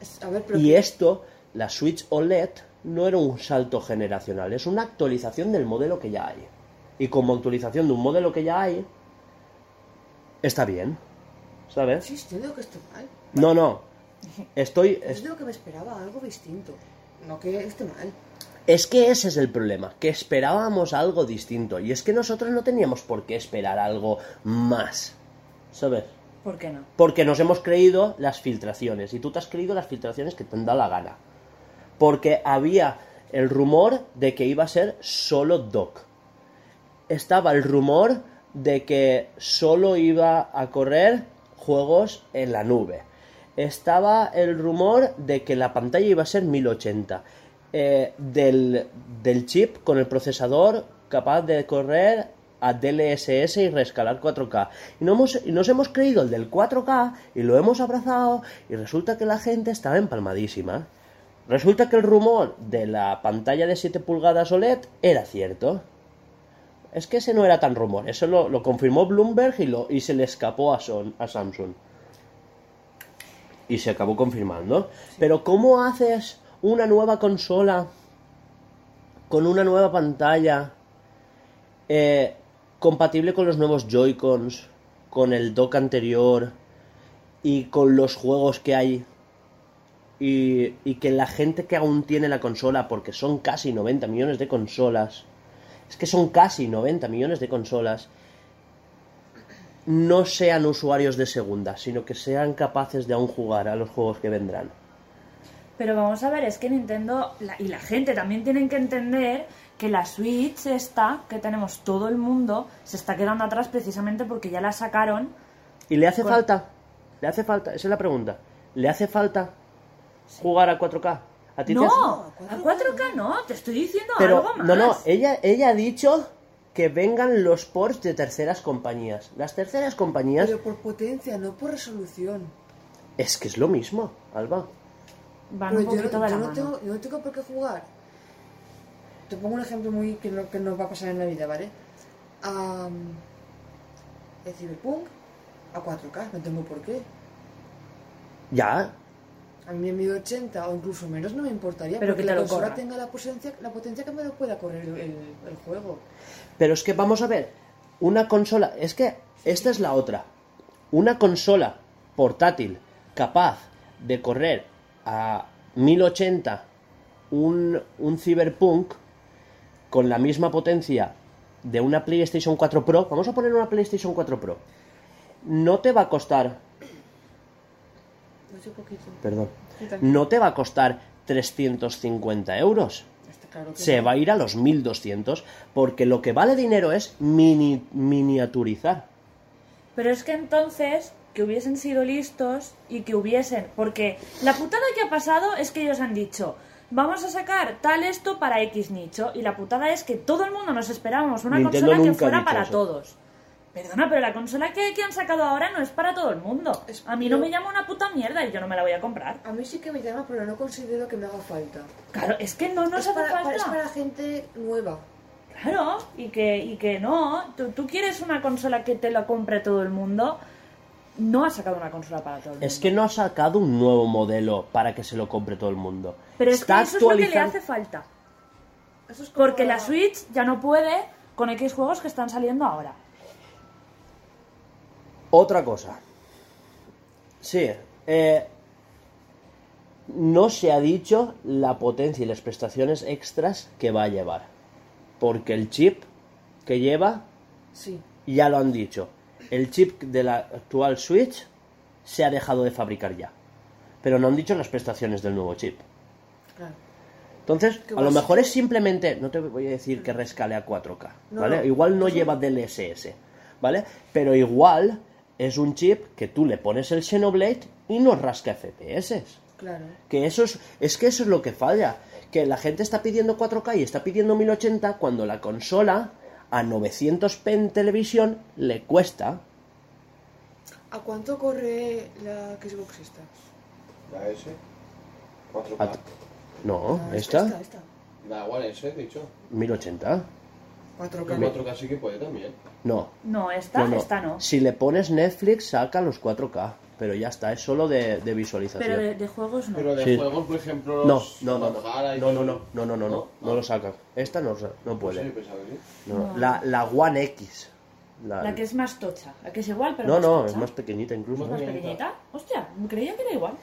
[SPEAKER 2] es- A ver, pero
[SPEAKER 1] Y esto, la Switch OLED, no era un salto generacional, es una actualización del modelo que ya hay. Y como actualización de un modelo que ya hay, está bien. ¿Sabes?
[SPEAKER 2] Sí, sí, digo que estoy mal.
[SPEAKER 1] No, no. Estoy.
[SPEAKER 2] Es...
[SPEAKER 1] Es,
[SPEAKER 2] Yo digo que me esperaba algo distinto. No que esté mal.
[SPEAKER 1] es que ese es el problema, que esperábamos algo distinto. Y es que nosotros no teníamos por qué esperar algo más. ¿Sabes?
[SPEAKER 3] ¿Por qué no?
[SPEAKER 1] Porque nos hemos creído las filtraciones. Y tú te has creído las filtraciones que te han dado la gana. Porque había el rumor de que iba a ser solo Doc. Estaba el rumor de que solo iba a correr juegos en la nube. Estaba el rumor de que la pantalla iba a ser 1080. eh, del, del chip con el procesador capaz de correr a DLSS y reescalar 4K. Y, no hemos- y nos hemos creído el del 4K y lo hemos abrazado y resulta que la gente estaba empalmadísima. Resulta que el rumor de la pantalla de 7 pulgadas OLED era cierto. Es que ese no era tan rumor, eso lo, lo confirmó Bloomberg y, lo, y se le escapó a, Son- a Samsung. Y se acabó confirmando. Pero ¿cómo haces una nueva consola con una nueva pantalla eh, compatible con los nuevos Joy-Cons, con el dock anterior y con los juegos que hay y, y que la gente que aún tiene la consola, porque son casi 90 millones de consolas, es que son casi 90 millones de consolas, no sean usuarios de segunda, sino que sean capaces de aún jugar a los juegos que vendrán.
[SPEAKER 3] Pero vamos a ver, es que Nintendo la- y la gente también tienen que entender que la Switch esta, que tenemos todo el mundo, se está quedando atrás precisamente porque ya la sacaron.
[SPEAKER 1] ¿Y le hace
[SPEAKER 3] Con-
[SPEAKER 1] falta? ¿Le hace falta? Esa es la pregunta. ¿Le hace falta jugar a 4K? ¿A ti te
[SPEAKER 3] No,
[SPEAKER 1] hace-
[SPEAKER 3] a 4K no, te estoy diciendo
[SPEAKER 1] Pero,
[SPEAKER 3] algo más.
[SPEAKER 1] no, eh, no, ella, ella ha dicho que vengan los ports de terceras compañías. Las terceras compañías
[SPEAKER 2] Pero por potencia, no por resolución.
[SPEAKER 1] es que es lo mismo, Alba.
[SPEAKER 3] Van
[SPEAKER 2] Pero
[SPEAKER 3] un poquito de la
[SPEAKER 2] no
[SPEAKER 3] mano.
[SPEAKER 2] tengo, Pues yo no tengo por qué jugar. Te pongo un ejemplo muy que no, que no va a pasar en la vida, ¿vale? mm, Am, el Cyberpunk a 4K, no tengo por qué.
[SPEAKER 1] Ya,
[SPEAKER 2] A mí mi 80 o incluso menos no me importaría,
[SPEAKER 3] Pero
[SPEAKER 2] porque
[SPEAKER 3] que te
[SPEAKER 2] la
[SPEAKER 3] lo
[SPEAKER 2] consola
[SPEAKER 3] corra.
[SPEAKER 2] tenga la potencia, la potencia que me lo pueda correr el, el- el juego.
[SPEAKER 1] Pero es que vamos a ver, una consola, es que esta es la otra. Una consola portátil capaz de correr a 1080 un, un Cyberpunk con la misma potencia de una PlayStation 4 Pro, vamos a poner una PlayStation 4 Pro, no te va a costar,
[SPEAKER 2] No sé poquito.
[SPEAKER 1] perdón,
[SPEAKER 2] Sí, también.
[SPEAKER 1] no te va a costar 350 euros.
[SPEAKER 2] Está claro que
[SPEAKER 1] se
[SPEAKER 2] no.
[SPEAKER 1] va a ir a los 1200 porque lo que vale dinero es mini- miniaturizar.
[SPEAKER 3] Pero es que entonces que hubiesen sido listos y que hubiesen, porque la putada que ha pasado es que ellos han dicho, vamos a sacar tal esto para X nicho y la putada es que todo el mundo nos esperábamos una
[SPEAKER 1] Nintendo
[SPEAKER 3] consola que
[SPEAKER 1] nunca ha
[SPEAKER 3] fuera
[SPEAKER 1] dicho
[SPEAKER 3] para
[SPEAKER 1] eso.
[SPEAKER 3] todos. Perdona, pero la consola que, que han sacado ahora no es para todo el mundo.
[SPEAKER 2] Es-
[SPEAKER 3] A mí no
[SPEAKER 2] pero-
[SPEAKER 3] me llama una puta mierda y yo no me la voy a comprar.
[SPEAKER 2] A mí sí que me llama, pero no considero que me haga falta.
[SPEAKER 3] Claro, es que no nos
[SPEAKER 2] es,
[SPEAKER 3] hace
[SPEAKER 2] para,
[SPEAKER 3] falta.
[SPEAKER 2] para- es para gente nueva.
[SPEAKER 3] Claro, y que, y que no. ¿Tú, tú quieres una consola que te la compre todo el mundo. No ha sacado una consola para todo el mundo.
[SPEAKER 1] Es que no ha sacado un nuevo modelo para que se lo compre todo el mundo.
[SPEAKER 3] Pero es que eso es lo que le
[SPEAKER 1] actualizan-
[SPEAKER 3] hace falta.
[SPEAKER 2] Eso es como
[SPEAKER 3] Porque la Switch ya no puede con X juegos que están saliendo ahora.
[SPEAKER 1] Otra cosa. Sí. eh, no se ha dicho la potencia y las prestaciones extras que va a llevar. Porque el chip que lleva,
[SPEAKER 2] Sí.
[SPEAKER 1] ya lo han dicho. El chip de la actual Switch se ha dejado de fabricar ya. Pero no han dicho las prestaciones del nuevo chip.
[SPEAKER 2] Claro.
[SPEAKER 1] Entonces,
[SPEAKER 2] Qué
[SPEAKER 1] a lo
[SPEAKER 2] guay.
[SPEAKER 1] mejor es simplemente, no te voy a decir que rescale a 4K,
[SPEAKER 2] No,
[SPEAKER 1] ¿vale?
[SPEAKER 2] no.
[SPEAKER 1] Igual no lleva DLSS, ¿vale? Pero igual es un chip que tú le pones el Xenoblade y no rasca FPS.
[SPEAKER 2] Claro.
[SPEAKER 1] Que eso es, es que eso es lo que falla, que la gente está pidiendo 4K y está pidiendo 1080 cuando la consola a 900p en televisión le cuesta
[SPEAKER 2] ¿A cuánto corre la Xbox esta?
[SPEAKER 6] La S. 4K.
[SPEAKER 1] a- no,
[SPEAKER 2] Ah,
[SPEAKER 1] Oh, esta
[SPEAKER 2] Esta, esta.
[SPEAKER 6] La One S, he dicho.
[SPEAKER 1] 1080.
[SPEAKER 2] 4K.
[SPEAKER 6] La 4K sí que puede también.
[SPEAKER 1] No,
[SPEAKER 3] No, esta,
[SPEAKER 1] No, no.
[SPEAKER 3] esta no.
[SPEAKER 1] Si le pones Netflix, saca los 4K. Pero ya está, es solo de, de
[SPEAKER 3] Pero
[SPEAKER 1] visualización.
[SPEAKER 3] de, de juegos no.
[SPEAKER 6] Pero de
[SPEAKER 1] Sí.
[SPEAKER 6] juegos, por ejemplo,
[SPEAKER 1] No,
[SPEAKER 6] los
[SPEAKER 1] no, no,
[SPEAKER 6] Mangala y
[SPEAKER 1] no, no, no,
[SPEAKER 6] todo.
[SPEAKER 1] no, no, no, no, no,
[SPEAKER 6] No,
[SPEAKER 1] lo saca. Esta no, no
[SPEAKER 6] Pues
[SPEAKER 1] puede.
[SPEAKER 6] sí, pensaba que sí.
[SPEAKER 1] No, no.
[SPEAKER 3] No.
[SPEAKER 1] La, la One X. La-
[SPEAKER 3] La que es más tocha. La que es igual, pero
[SPEAKER 1] no,
[SPEAKER 3] más
[SPEAKER 1] no,
[SPEAKER 3] tocha.
[SPEAKER 1] es más pequeñita incluso.
[SPEAKER 3] ¿Es
[SPEAKER 1] ¿eh?
[SPEAKER 3] más pequeñita. Hostia, creía que era igual.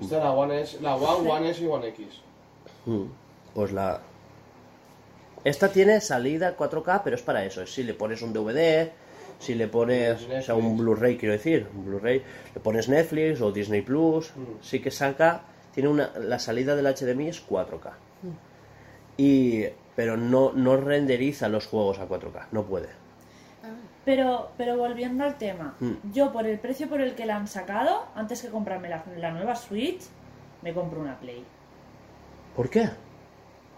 [SPEAKER 6] Esta la One S, la One, One S y One X.
[SPEAKER 1] Mm. Pues la... Esta tiene salida 4K, pero es para eso. Si le pones un DVD, si le pones... O sea, un
[SPEAKER 6] Netflix.
[SPEAKER 1] Blu-ray, quiero decir. Un Blu-ray. Le pones Netflix o Disney Plus. Sí que saca... Tiene una... La salida del HDMI es 4K. Y... Pero no, no renderiza los juegos a 4K. No puede.
[SPEAKER 3] Pero, pero volviendo al tema,
[SPEAKER 1] Mm.
[SPEAKER 3] yo por el precio por el que la han sacado, antes que comprarme la, la nueva Switch, me compro una Play.
[SPEAKER 1] ¿Por qué?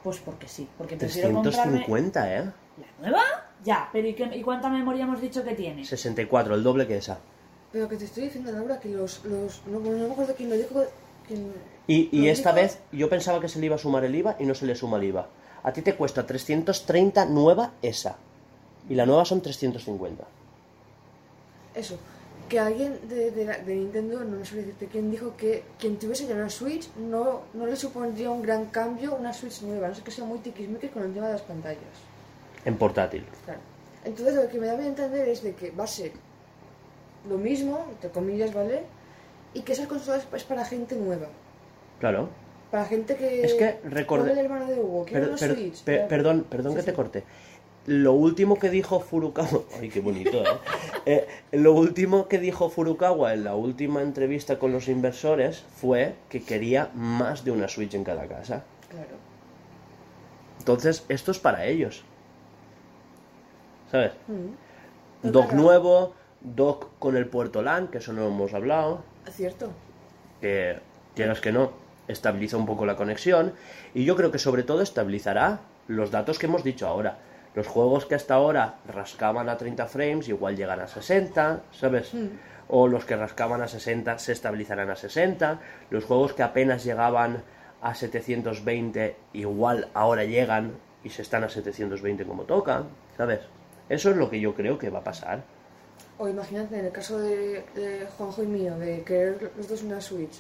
[SPEAKER 3] Pues porque sí, porque prefiero comprarme...
[SPEAKER 1] 350, ¿eh?
[SPEAKER 3] ¿La nueva? Ya, pero ¿y, qué- y cuánta memoria hemos dicho que tiene?
[SPEAKER 1] 64, el doble que esa.
[SPEAKER 2] Pero que te estoy diciendo, Laura, que los... los no, no me acuerdo quién lo dijo... quién-
[SPEAKER 1] Y, y
[SPEAKER 2] lo
[SPEAKER 1] esta
[SPEAKER 2] dijo.
[SPEAKER 1] vez yo pensaba que se le iba a sumar el IVA y no se le suma el IVA. A ti te cuesta 330 nueva esa. Y la nueva son 350.
[SPEAKER 2] Eso. Que alguien de, de la- de Nintendo, no sé decirte quién, dijo que quien tuviese ya una Switch no, no le supondría un gran cambio una Switch nueva, a no sé que sea muy tiquismiquis con el tema de las pantallas.
[SPEAKER 1] En portátil.
[SPEAKER 2] Claro. Entonces lo que me da a entender es de que va a ser lo mismo, entre comillas, ¿vale? Y que esas consolas es para gente nueva.
[SPEAKER 1] Claro.
[SPEAKER 2] Para gente que...
[SPEAKER 1] Es que recorde-
[SPEAKER 2] Como el hermano de Hugo, que
[SPEAKER 1] Per-
[SPEAKER 2] una
[SPEAKER 1] per-
[SPEAKER 2] Switch.
[SPEAKER 1] per-
[SPEAKER 2] Pero-
[SPEAKER 1] perdón, perdón
[SPEAKER 2] Sí,
[SPEAKER 1] que
[SPEAKER 2] sí.
[SPEAKER 1] te corte. Lo último que dijo Furukawa. [LAUGHS] Ay, qué bonito, ¿eh? Eh, Lo último que dijo Furukawa en la última entrevista con los inversores fue que quería más de una Switch en cada casa.
[SPEAKER 2] Claro.
[SPEAKER 1] Entonces, esto es para ellos. ¿Sabes?
[SPEAKER 2] Mm. Pero
[SPEAKER 1] Dock
[SPEAKER 2] claro.
[SPEAKER 1] nuevo, dock con el puerto LAN, que eso no hemos hablado,
[SPEAKER 2] Cierto.
[SPEAKER 1] que quieras que no, estabiliza un poco la conexión y yo creo que sobre todo estabilizará los datos que hemos dicho ahora. Los juegos que hasta ahora rascaban a 30 frames igual llegan a 60, ¿sabes? O los que rascaban a 60 se estabilizarán a 60. Los juegos que apenas llegaban a 720 igual ahora llegan y se están a 720 como toca, ¿sabes? Eso es lo que yo creo que va a pasar.
[SPEAKER 2] O imagínate, en el caso de, de Juanjo y mío, de querer los dos una Switch,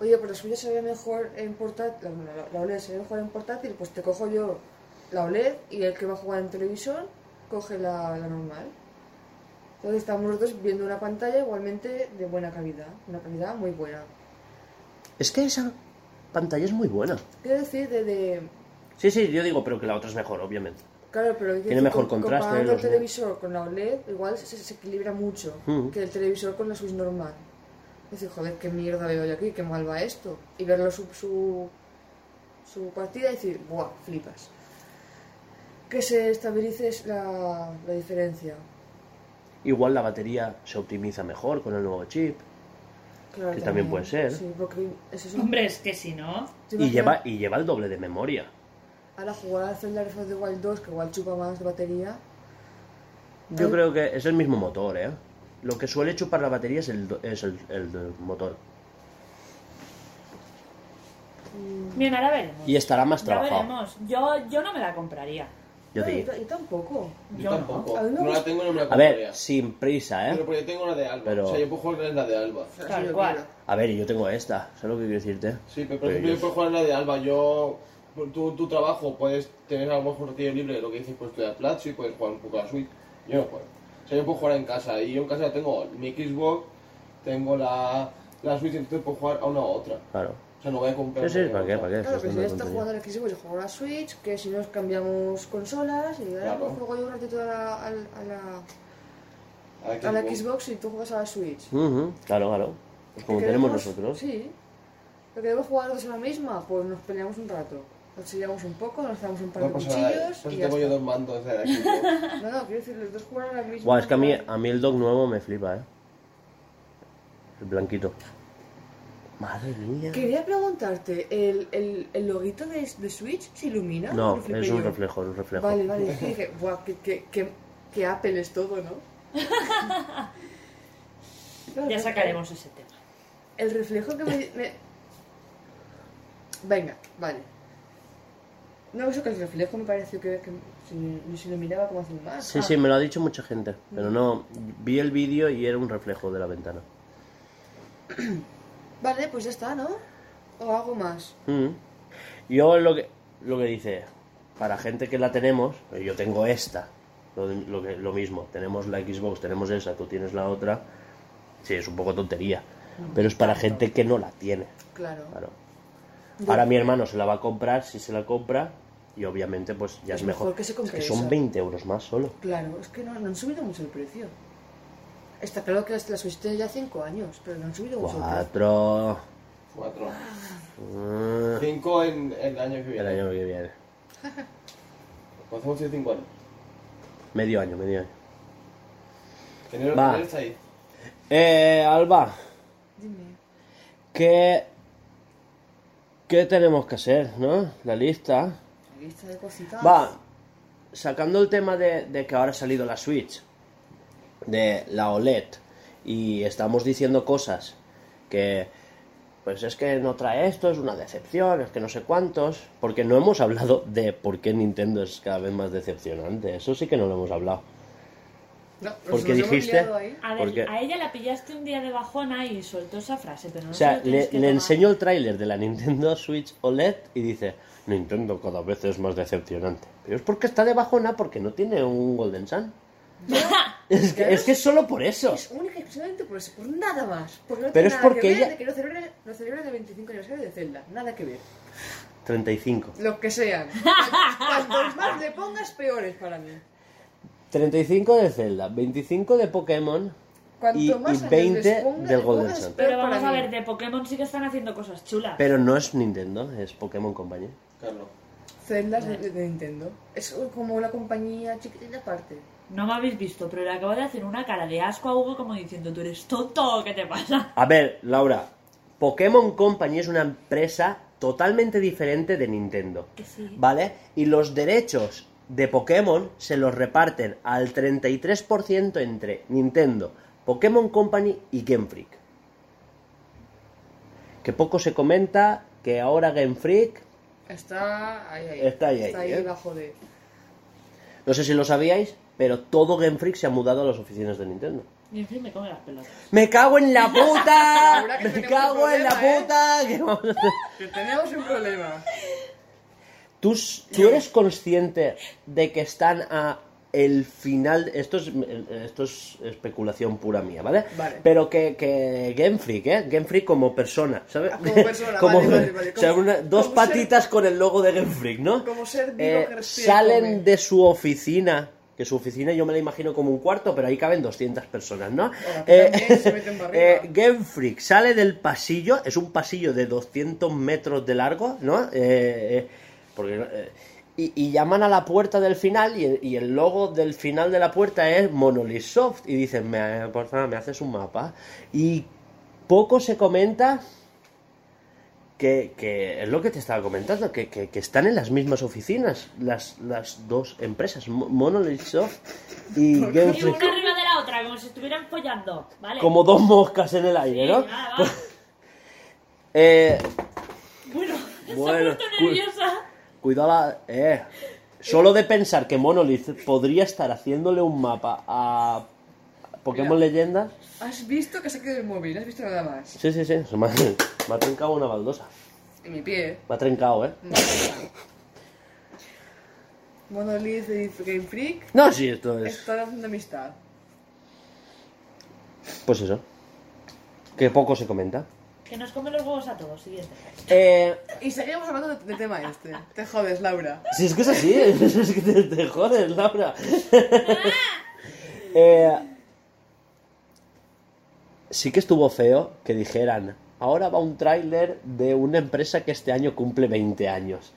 [SPEAKER 2] oye, pero la suya se ve mejor en portátil, la, la- la OLED se ve mejor en portátil, pues te cojo yo la OLED y el que va a jugar en televisión coge la, la normal. Entonces estamos los dos viendo una pantalla igualmente de buena calidad, una calidad muy buena.
[SPEAKER 1] Es que esa pantalla es muy buena.
[SPEAKER 2] Quiero decir, de, de-
[SPEAKER 1] Sí, sí, yo digo, pero que la otra es mejor, obviamente.
[SPEAKER 2] Claro, pero quiero
[SPEAKER 1] Tiene
[SPEAKER 2] decir,
[SPEAKER 1] mejor
[SPEAKER 2] com-
[SPEAKER 1] contraste,
[SPEAKER 2] Comparando
[SPEAKER 1] ¿eh?
[SPEAKER 2] el
[SPEAKER 1] Los-
[SPEAKER 2] televisor con la OLED, igual se, se equilibra mucho
[SPEAKER 1] Mm.
[SPEAKER 2] que el televisor con la Switch normal. Es decir, joder, qué mierda veo yo aquí, qué mal va esto. Y verlo su, su, su partida y decir, ¡buah! Flipas. Que se estabilice es la, la diferencia.
[SPEAKER 1] Igual la batería se optimiza mejor con el nuevo chip.
[SPEAKER 2] Claro,
[SPEAKER 1] Que también puede ser.
[SPEAKER 2] Sí, porque es eso.
[SPEAKER 3] Hombre, es que si no.
[SPEAKER 2] ¿Te
[SPEAKER 1] Y
[SPEAKER 2] imaginas
[SPEAKER 1] lleva, y lleva el doble de memoria.
[SPEAKER 2] Ahora jugar al Zelda Breath of the Wild 2, que igual chupa más de batería.
[SPEAKER 1] Yo
[SPEAKER 2] Ay.
[SPEAKER 1] creo que es el mismo motor, ¿eh? Lo que suele chupar la batería es el, do- es el, el do- motor.
[SPEAKER 3] Bien, ahora veremos.
[SPEAKER 1] Y estará más
[SPEAKER 3] Ya
[SPEAKER 1] trabajado.
[SPEAKER 3] veremos. Yo, yo no me la compraría.
[SPEAKER 1] Yo te
[SPEAKER 2] No,
[SPEAKER 1] digo.
[SPEAKER 2] yo, yo tampoco.
[SPEAKER 6] Yo,
[SPEAKER 3] Yo no.
[SPEAKER 6] tampoco.
[SPEAKER 2] A mí me
[SPEAKER 6] No la
[SPEAKER 2] gusta-
[SPEAKER 6] tengo ni una
[SPEAKER 1] A ver,
[SPEAKER 6] ¿eh?
[SPEAKER 1] sin prisa,
[SPEAKER 6] Pero
[SPEAKER 1] ¿eh?
[SPEAKER 6] porque tengo la de Alba.
[SPEAKER 1] Pero-
[SPEAKER 6] O sea, yo puedo jugar con la de Alba.
[SPEAKER 2] O sea,
[SPEAKER 3] Tal
[SPEAKER 2] si yo
[SPEAKER 3] cual.
[SPEAKER 2] quiero.
[SPEAKER 1] A ver, yo tengo esta. ¿Sabes lo que quiero decirte? Pues,
[SPEAKER 6] Sí, pero por
[SPEAKER 1] Pero
[SPEAKER 6] ejemplo,
[SPEAKER 1] yo-
[SPEAKER 6] yo puedo jugar en la de Alba. Yo, por tu, tu trabajo, puedes tener a lo mejor un ratillo libre, lo que dices, pues estudiar Platz y puedes jugar un poco a la Switch. Yo no juego. O sea, yo puedo jugar en casa. Y yo en casa tengo mi Xbox, tengo la, la Switch, entonces puedo jugar a una u otra.
[SPEAKER 1] Claro.
[SPEAKER 6] O sea, no voy a comprar.
[SPEAKER 1] Sí, sí, ¿para qué? ¿Para qué? Si
[SPEAKER 2] Claro, pero
[SPEAKER 1] es
[SPEAKER 2] si
[SPEAKER 1] una
[SPEAKER 2] ya está
[SPEAKER 1] tontería.
[SPEAKER 2] jugando al Xbox, yo juego a la Switch, que si nos cambiamos consolas, y ahora
[SPEAKER 6] Claro.
[SPEAKER 2] pues juego yo un ratito a la, a, la, a la-
[SPEAKER 6] qué?
[SPEAKER 2] a la Xbox y tú juegas a la Switch.
[SPEAKER 1] Ujú, Claro, claro. Como tenemos
[SPEAKER 2] ¿Que queremos?
[SPEAKER 1] nosotros.
[SPEAKER 2] Sí. ¿Pero queremos jugar dos a la misma? Pues nos peleamos un rato. Nos chillamos un poco, nos damos un par
[SPEAKER 6] No
[SPEAKER 2] de
[SPEAKER 6] pasa nada.
[SPEAKER 2] cuchillos
[SPEAKER 6] Pues
[SPEAKER 2] y ya
[SPEAKER 6] tengo yo
[SPEAKER 2] está.
[SPEAKER 6] dos mandos de la Xbox.
[SPEAKER 2] No, no, quiero decir, los dos jugaron a la misma.
[SPEAKER 1] Buah, es que a mí, a mí el dog nuevo me flipa, ¿eh? El blanquito. Madre mía.
[SPEAKER 2] Quería preguntarte, ¿el, el, el loguito de, de Switch se ilumina? ¿O
[SPEAKER 1] No,
[SPEAKER 2] lo flipé
[SPEAKER 1] es un
[SPEAKER 2] yo?
[SPEAKER 1] reflejo, un reflejo.
[SPEAKER 2] Vale, vale, es que dije, buah, que, que, que, que Apple es todo, ¿no?
[SPEAKER 3] [LAUGHS] Ya sacaremos ese tema.
[SPEAKER 2] El reflejo que me... me- Venga, vale. No, eso que el reflejo me pareció que, que se, no se iluminaba como hace un más.
[SPEAKER 1] Sí, sí, me lo ha dicho mucha gente. Pero no, vi el vídeo y era un reflejo de la ventana.
[SPEAKER 2] Vale, pues ya está, ¿no? O algo más.
[SPEAKER 1] Mm. Yo lo que, lo que dice, para gente que la tenemos, eh, yo tengo esta, lo, de- lo que, lo mismo, tenemos la Xbox, tenemos esa, tú tienes la otra, sí, es un poco tontería, pero es para gente que no la tiene,
[SPEAKER 2] Claro.
[SPEAKER 1] claro. Ahora mi hermano se la va a comprar, si se la compra, y obviamente pues ya es,
[SPEAKER 2] Es mejor que se
[SPEAKER 1] es
[SPEAKER 2] compre
[SPEAKER 1] que son
[SPEAKER 2] esa.
[SPEAKER 1] 20 euros más solo.
[SPEAKER 2] Claro, es que no, no han subido mucho el precio. Está claro que la Switch tiene ya 5 años, pero no han subido mucho el precio.
[SPEAKER 1] Cuatro...
[SPEAKER 6] Cuatro.
[SPEAKER 1] mm,
[SPEAKER 6] Cinco en, en el año que
[SPEAKER 1] el
[SPEAKER 6] viene.
[SPEAKER 1] año que viene.
[SPEAKER 6] Pues hacemos el cinco años.
[SPEAKER 1] Medio año, medio año.
[SPEAKER 6] Enero,
[SPEAKER 1] Va.
[SPEAKER 6] enero está ahí.
[SPEAKER 1] Eh, Alba,
[SPEAKER 2] Dime.
[SPEAKER 1] ¿Qué, ¿Qué tenemos que hacer, no? La lista.
[SPEAKER 2] La lista de cositas.
[SPEAKER 1] Va, sacando el tema de, de que ahora ha salido la Switch, de la OLED, y estamos diciendo cosas que, pues es que no trae esto, es una decepción, es que no sé cuántos, porque no hemos hablado de por qué Nintendo es cada vez más decepcionante, eso sí que no lo hemos hablado.
[SPEAKER 2] No, pues nos
[SPEAKER 1] Porque
[SPEAKER 2] hemos
[SPEAKER 1] dijiste-
[SPEAKER 2] liado ahí.
[SPEAKER 3] A ver,
[SPEAKER 1] ¿Por qué?
[SPEAKER 3] a ella la pillaste un día de bajona y soltó esa frase, pero no
[SPEAKER 1] O
[SPEAKER 3] se
[SPEAKER 1] sea,
[SPEAKER 3] lo tienes
[SPEAKER 1] le,
[SPEAKER 3] que
[SPEAKER 1] le
[SPEAKER 3] tomar.
[SPEAKER 1] enseño el tráiler de la Nintendo Switch OLED y dice, Nintendo cada vez es más decepcionante. Pero es porque está de bajona porque no tiene un Golden Sun. [LAUGHS] es, que, es que es solo por eso.
[SPEAKER 2] Es única y exclusivamente por eso, por nada más. Porque no
[SPEAKER 1] Pero
[SPEAKER 2] tiene
[SPEAKER 1] es
[SPEAKER 2] nada
[SPEAKER 1] porque
[SPEAKER 2] que ver
[SPEAKER 1] ella-
[SPEAKER 2] de que no celebra, no celebra el 25 aniversario de Zelda, nada que ver.
[SPEAKER 1] 35.
[SPEAKER 2] Los que sean. [LAUGHS] Cuantos más le pongas, peores para mí.
[SPEAKER 1] 35 de Zelda, 25 de Pokémon
[SPEAKER 2] Cuanto
[SPEAKER 1] y,
[SPEAKER 2] más
[SPEAKER 1] y
[SPEAKER 2] años
[SPEAKER 1] 20
[SPEAKER 2] les ponga-
[SPEAKER 1] del
[SPEAKER 2] le
[SPEAKER 1] Golden
[SPEAKER 2] pongas-
[SPEAKER 1] Sun.
[SPEAKER 3] Pero
[SPEAKER 2] Pero
[SPEAKER 3] vamos
[SPEAKER 2] para
[SPEAKER 3] a
[SPEAKER 2] mí-
[SPEAKER 3] ver, de Pokémon sí que están haciendo cosas chulas.
[SPEAKER 1] Pero no es Nintendo, es Pokémon Company.
[SPEAKER 6] Carlos.
[SPEAKER 2] Zelda de, de Nintendo. Es como una compañía chiquitita aparte.
[SPEAKER 3] No me habéis visto, pero le acabo de hacer una cara de asco a Hugo como diciendo, tú eres tonto, o ¿qué te pasa?
[SPEAKER 1] A ver, Laura, Pokémon Company es una empresa totalmente diferente de Nintendo.
[SPEAKER 3] Que sí.
[SPEAKER 1] ¿Vale? Y los derechos de Pokémon se los reparten al 33% entre Nintendo, Pokémon Company y Game Freak. Que poco se comenta que ahora Game Freak,
[SPEAKER 2] Está ahí, ahí.
[SPEAKER 1] Está ahí, ahí, ¿eh?
[SPEAKER 2] bajo de.
[SPEAKER 1] no sé si lo sabíais, pero todo Game Freak se ha mudado a las oficinas de Nintendo.
[SPEAKER 3] Y en fin, me come las pelotas.
[SPEAKER 1] ¡Me cago en la
[SPEAKER 2] [LAUGHS]
[SPEAKER 1] puta!
[SPEAKER 2] Ahora que
[SPEAKER 1] ¡Me
[SPEAKER 2] tenemos
[SPEAKER 1] cago
[SPEAKER 2] un
[SPEAKER 1] en la
[SPEAKER 2] problema, ¿eh?
[SPEAKER 1] puta! [LAUGHS] ¿Qué vamos a hacer?
[SPEAKER 2] Que tenemos un problema.
[SPEAKER 1] ¿Tú, s- tú eres consciente de que están a el final. Esto es, esto es especulación pura mía, ¿vale?
[SPEAKER 2] Vale.
[SPEAKER 1] Pero que, que Game Freak, ¿eh? Game Freak como persona, ¿sabes?
[SPEAKER 2] Ah,
[SPEAKER 1] [LAUGHS]
[SPEAKER 2] como persona, vale, vale, vale.
[SPEAKER 1] o sea,
[SPEAKER 2] Como-
[SPEAKER 1] una- dos
[SPEAKER 2] como ser-
[SPEAKER 1] patitas con el logo de Game Freak, ¿no?
[SPEAKER 2] Como ser vivo
[SPEAKER 1] Eh,
[SPEAKER 2] que respira y come.
[SPEAKER 1] salen de su oficina. Que su oficina yo me la imagino como un cuarto, pero ahí caben 200 personas, ¿no?
[SPEAKER 2] que también se meten para arriba.
[SPEAKER 1] eh, Game Freak sale del pasillo, es un pasillo de 200 metros de largo, ¿no? Eh, eh, porque, eh, y, y llaman a la puerta del final y el, y el logo del final de la puerta es Monolith Soft. Y dicen, me, por favor, me haces un mapa. Y poco se comenta que, que es lo que te estaba comentando, que, que- que están en las mismas oficinas las, las dos empresas, Mo- Monolith Soft y Game
[SPEAKER 3] Y una
[SPEAKER 1] Freak.
[SPEAKER 3] arriba de la otra, como si estuvieran follando, ¿vale?
[SPEAKER 1] Como dos moscas en el
[SPEAKER 3] Sí,
[SPEAKER 1] aire, ¿no?
[SPEAKER 3] nada, va.
[SPEAKER 1] [LAUGHS] Eh,
[SPEAKER 3] Bueno,
[SPEAKER 1] Bueno,
[SPEAKER 3] se ha puesto
[SPEAKER 1] cool.
[SPEAKER 3] nerviosa.
[SPEAKER 1] cuidado la- eh. Solo de pensar que Monolith podría estar haciéndole un mapa a Pokémon
[SPEAKER 2] Mira.
[SPEAKER 1] Leyendas.
[SPEAKER 2] ¿Has visto que se ha quedado el móvil? ¿Has visto nada más?
[SPEAKER 1] Sí, sí, sí. se Me ha, me ha trincado una baldosa.
[SPEAKER 2] En mi pie.
[SPEAKER 1] Me ha trincado, ¿eh?
[SPEAKER 2] Monolith de Game Freak
[SPEAKER 1] No, sí, esto es.
[SPEAKER 2] están haciendo amistad.
[SPEAKER 1] Pues eso. Que poco se comenta.
[SPEAKER 3] Que nos come los huevos a todos, siguiente.
[SPEAKER 1] Eh,
[SPEAKER 2] Y seguimos hablando de- del tema este. Te jodes, Laura.
[SPEAKER 1] Si es que es así, [LAUGHS] es que te, te jodes,
[SPEAKER 3] [LAUGHS]
[SPEAKER 1] Laura. Eh, sí que estuvo feo que dijeran, ahora va un tráiler de una empresa que este año cumple 20 años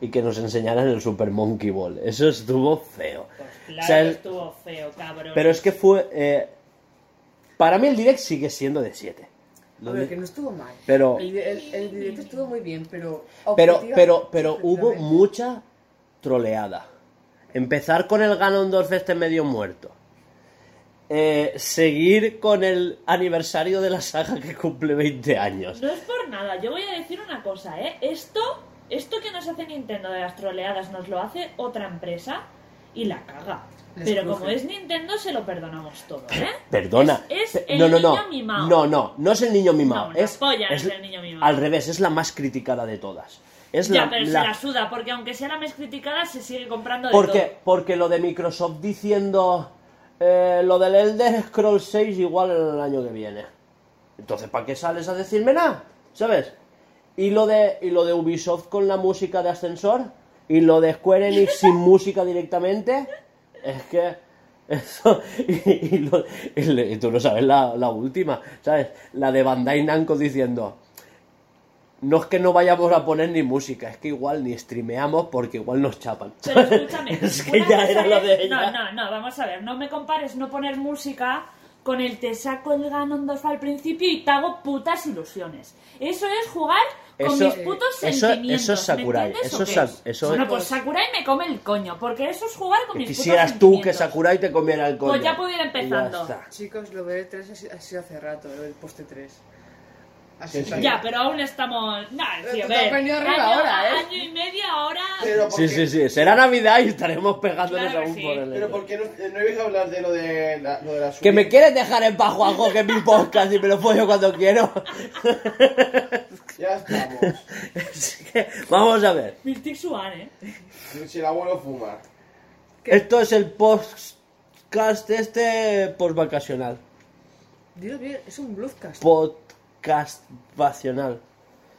[SPEAKER 1] y que nos enseñaran el Super Monkey Ball. Eso estuvo feo.
[SPEAKER 3] Pues
[SPEAKER 1] O
[SPEAKER 3] claro
[SPEAKER 1] sea,
[SPEAKER 3] que
[SPEAKER 1] el-
[SPEAKER 3] estuvo feo, cabrón.
[SPEAKER 1] pero es que fue... eh, para mí el direct sigue siendo de 7.
[SPEAKER 2] A ver, que no estuvo mal.
[SPEAKER 1] Pero-
[SPEAKER 2] El, el, el directo estuvo muy bien, pero.
[SPEAKER 1] Pero,
[SPEAKER 2] objetiva-
[SPEAKER 1] pero, pero hubo
[SPEAKER 2] objetivamente-
[SPEAKER 1] mucha troleada. Empezar con el Ganondorf este medio muerto. Eh, seguir con el aniversario de la saga que cumple 20 años.
[SPEAKER 3] No es por nada, yo voy a decir una cosa, ¿eh? Esto, esto que nos hace Nintendo de las troleadas nos lo hace otra empresa y la caga.
[SPEAKER 2] Les
[SPEAKER 3] Pero
[SPEAKER 2] cruje.
[SPEAKER 3] como es Nintendo, se lo perdonamos todo, ¿eh?
[SPEAKER 1] Perdona.
[SPEAKER 3] Es- es
[SPEAKER 1] Pe-
[SPEAKER 3] el
[SPEAKER 1] no, no,
[SPEAKER 3] niño
[SPEAKER 1] no.
[SPEAKER 3] mimado.
[SPEAKER 1] No, no, no es el niño mimado.
[SPEAKER 3] No, una
[SPEAKER 1] es,
[SPEAKER 3] polla es el niño mimado.
[SPEAKER 1] Al revés, es la más criticada de todas. Es
[SPEAKER 3] ya,
[SPEAKER 1] la,
[SPEAKER 3] pero
[SPEAKER 1] la-
[SPEAKER 3] se la suda, porque aunque sea la más criticada, se sigue comprando de
[SPEAKER 1] porque, porque lo de Microsoft diciendo eh, lo del Elder Scrolls 6 igual en el año que viene. Entonces, ¿para qué sales a decirme nada? ¿Sabes? Y lo de y lo de Ubisoft con la música de ascensor y lo de Square Enix sin música directamente, es que eso [LAUGHS] y, y lo- y le- y tú no sabes la, la última, ¿sabes? La de Bandai Namco diciendo no es que no vayamos a poner ni música, es que igual ni streameamos porque igual nos chapan.
[SPEAKER 3] todo.
[SPEAKER 1] [LAUGHS]
[SPEAKER 3] Pero escúchame,
[SPEAKER 1] es que
[SPEAKER 3] una
[SPEAKER 1] ya
[SPEAKER 3] cosa
[SPEAKER 1] era lo
[SPEAKER 3] es-
[SPEAKER 1] de ella.
[SPEAKER 3] No, no, no, vamos a ver, no me compares no poner música con el te saco el Ganondorf al principio y te hago putas ilusiones. Eso es jugar con
[SPEAKER 1] Eso-
[SPEAKER 3] mis putos
[SPEAKER 1] eh, eso-
[SPEAKER 3] sentimientos.
[SPEAKER 1] eso es
[SPEAKER 3] ¿me
[SPEAKER 1] Sakurai,
[SPEAKER 3] entiendes o
[SPEAKER 1] eso es
[SPEAKER 3] qué
[SPEAKER 1] Sa- eso
[SPEAKER 3] bueno,
[SPEAKER 1] es-
[SPEAKER 3] pues Sakurai me come el coño, porque eso es jugar con mis putos
[SPEAKER 1] Quisieras tú que
[SPEAKER 3] sentimientos.
[SPEAKER 1] Sakurai te comiera el coño.
[SPEAKER 3] Pues ya pudiera empezando.
[SPEAKER 1] Ya está.
[SPEAKER 2] Chicos, lo de 3 ha si- ha sido hace rato, lo del poste 3. Así
[SPEAKER 6] Sí, sí.
[SPEAKER 2] también.
[SPEAKER 3] Ya, pero aún estamos... Nah,
[SPEAKER 2] Pero
[SPEAKER 3] sí, a
[SPEAKER 2] tú te has
[SPEAKER 3] ver,
[SPEAKER 2] venido arriba
[SPEAKER 3] año,
[SPEAKER 2] ahora, ¿eh?
[SPEAKER 3] año y medio ahora...
[SPEAKER 6] Pero
[SPEAKER 1] Sí,
[SPEAKER 6] porque-
[SPEAKER 1] sí, sí. Será Navidad y estaremos pegándonos
[SPEAKER 3] Claro que
[SPEAKER 1] aún
[SPEAKER 3] sí.
[SPEAKER 1] por el
[SPEAKER 6] Pero
[SPEAKER 1] otro.
[SPEAKER 6] ¿por qué no, eh, no he oído hablar de lo de la, lo de la
[SPEAKER 1] Que
[SPEAKER 6] subida?
[SPEAKER 1] me quieres dejar en paz, Juanjo, que es mi podcast y me lo puedo yo cuando quiero. [LAUGHS]
[SPEAKER 6] Ya estamos.
[SPEAKER 1] Así que, vamos a ver.
[SPEAKER 3] Mystic Swan, ¿eh?
[SPEAKER 6] si el abuelo fuma.
[SPEAKER 2] ¿Qué?
[SPEAKER 1] Esto es el podcast este postvacacional.
[SPEAKER 2] Dios mío, es un bluescast.
[SPEAKER 1] Podcast vacacional.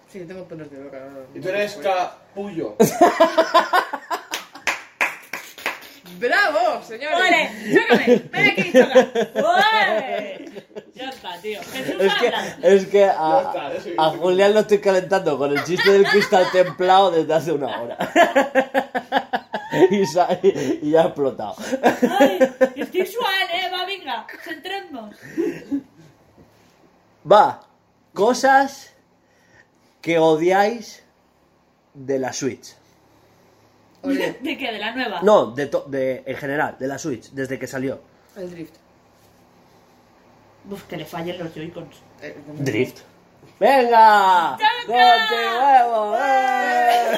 [SPEAKER 2] Sí, yo tengo pelos de boca. no, no,
[SPEAKER 6] Y
[SPEAKER 2] no
[SPEAKER 6] tú eres
[SPEAKER 1] [LAUGHS]
[SPEAKER 2] sé.
[SPEAKER 6] capullo.
[SPEAKER 2] ¡Bravo, señores!
[SPEAKER 3] ¡Ole! ¡Chócame! ¡Ven aquí, [LAUGHS] choca! ¡Ole! Ya está, tío. Jesús
[SPEAKER 1] Es que,
[SPEAKER 3] habla.
[SPEAKER 1] es que a,
[SPEAKER 6] está, eso ya
[SPEAKER 1] a
[SPEAKER 6] está.
[SPEAKER 1] Julián lo estoy calentando con el chiste del cristal templado desde hace una hora. [LAUGHS] y, sa- y ya ha explotado.
[SPEAKER 3] ¡Ay! Mystic Swan, ¿eh? Va, venga. Centremos.
[SPEAKER 1] Va, cosas que odiáis de la Switch.
[SPEAKER 3] [LAUGHS]
[SPEAKER 2] Ole,
[SPEAKER 3] ¿De qué? ¿De la nueva?
[SPEAKER 1] No, de, to- de- en general, de la Switch, desde que salió.
[SPEAKER 2] el drift.
[SPEAKER 3] Uf, que le fallen los Joy-Cons.
[SPEAKER 2] Eh,
[SPEAKER 1] Drift. ¡Venga!
[SPEAKER 3] ¡Chaca!
[SPEAKER 1] ¡Continuemos!
[SPEAKER 3] [LAUGHS]
[SPEAKER 1] ¡Eh!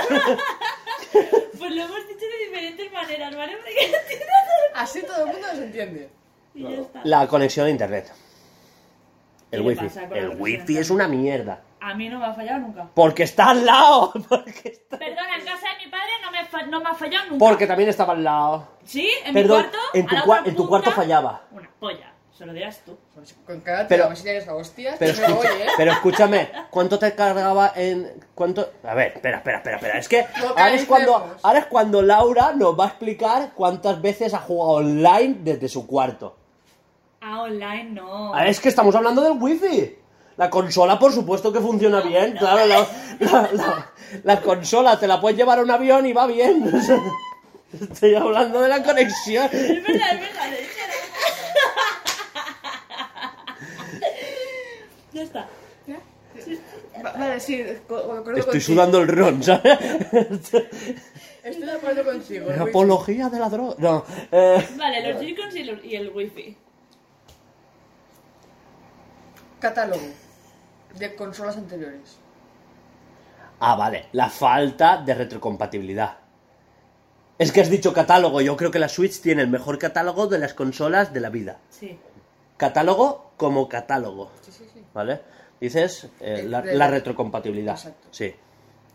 [SPEAKER 3] Pues lo hemos dicho de diferentes maneras, ¿vale? Porque-
[SPEAKER 2] Así todo el mundo se entiende.
[SPEAKER 3] Y ya
[SPEAKER 6] Claro.
[SPEAKER 3] está.
[SPEAKER 1] La conexión a internet. El
[SPEAKER 3] ¿Qué le
[SPEAKER 1] wifi.
[SPEAKER 3] pasa con la
[SPEAKER 1] El
[SPEAKER 3] conexión a
[SPEAKER 1] wifi
[SPEAKER 3] internet?
[SPEAKER 1] es una mierda.
[SPEAKER 3] A mí no me ha fallado nunca.
[SPEAKER 1] Porque está al lado. [LAUGHS] Porque, está-
[SPEAKER 3] Perdona, en casa de mi padre no me, fa- no me ha fallado nunca.
[SPEAKER 1] porque también estaba al lado.
[SPEAKER 3] ¿Sí? ¿En
[SPEAKER 1] Perdón,
[SPEAKER 3] mi cuarto?
[SPEAKER 1] en tu
[SPEAKER 3] a la
[SPEAKER 1] cua-
[SPEAKER 3] otra
[SPEAKER 1] en tu cuarto
[SPEAKER 3] punta,
[SPEAKER 1] fallaba.
[SPEAKER 3] Una polla. Se lo dirás tú.
[SPEAKER 2] Con cada
[SPEAKER 1] Pero-
[SPEAKER 2] pero, si tienes a hostias,
[SPEAKER 1] Pero,
[SPEAKER 2] me voy,
[SPEAKER 1] escucha-
[SPEAKER 2] ¿eh?
[SPEAKER 1] pero escúchame, ¿cuánto te cargaba en. cuánto A ver, espera, espera, espera, espera. Es que
[SPEAKER 2] No
[SPEAKER 1] ahora es,
[SPEAKER 2] canalicemos.
[SPEAKER 1] cuando, ahora es cuando Laura nos va a explicar cuántas veces ha jugado online desde su cuarto.
[SPEAKER 3] Ah, online no.
[SPEAKER 1] Ah, es que estamos hablando del wifi. La consola, por supuesto que funciona bien, claro. La, la- la- la consola te la puedes llevar a un avión y va bien. [LAUGHS] Estoy hablando de la conexión.
[SPEAKER 3] Es verdad, es verdad. de hecho, era- [LAUGHS] ya está.
[SPEAKER 2] Va- Vale, sí, co- de acuerdo
[SPEAKER 1] Estoy
[SPEAKER 2] contigo.
[SPEAKER 1] sudando el ron, ¿sabes?
[SPEAKER 2] Estoy de acuerdo contigo. Luis.
[SPEAKER 1] Apología de la droga. No. eh,
[SPEAKER 3] Vale, los Joy-Cons y, los- y el wifi.
[SPEAKER 2] Catálogo de consolas anteriores.
[SPEAKER 1] Ah, vale. La falta de retrocompatibilidad. Es que has dicho catálogo. Yo creo que la Switch tiene el mejor catálogo de las consolas de la vida.
[SPEAKER 3] Sí.
[SPEAKER 1] Catálogo como catálogo.
[SPEAKER 2] Sí, sí, sí.
[SPEAKER 1] ¿Vale? Dices eh, la,
[SPEAKER 2] De-
[SPEAKER 1] la retrocompatibilidad.
[SPEAKER 2] Exacto.
[SPEAKER 1] Sí.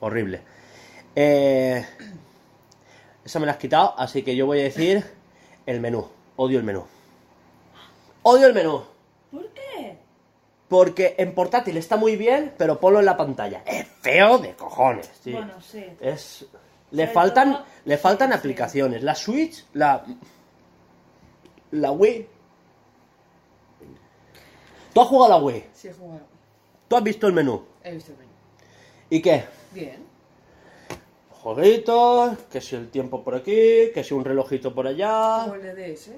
[SPEAKER 1] Horrible. Eh, esa me la has quitado, así que yo voy a decir el menú. Odio el menú. Odio el menú.
[SPEAKER 3] ¿Por qué?
[SPEAKER 1] Porque en portátil está muy bien, pero ponlo en la pantalla. Es feo de cojones. tío.
[SPEAKER 3] Bueno, sí.
[SPEAKER 1] Es. Le
[SPEAKER 3] Sobre
[SPEAKER 1] faltan,
[SPEAKER 3] todo-
[SPEAKER 1] le faltan
[SPEAKER 3] sí.
[SPEAKER 1] aplicaciones. La Switch, la. La Wii. Tú has jugado a la Wii.
[SPEAKER 2] Sí, he jugado.
[SPEAKER 1] Tú has visto el menú.
[SPEAKER 2] He visto el menú.
[SPEAKER 1] ¿Y qué?
[SPEAKER 2] Bien.
[SPEAKER 1] Jueguitos, que si el tiempo por aquí, que si un relojito por
[SPEAKER 2] Como
[SPEAKER 1] allá.
[SPEAKER 2] el DDS.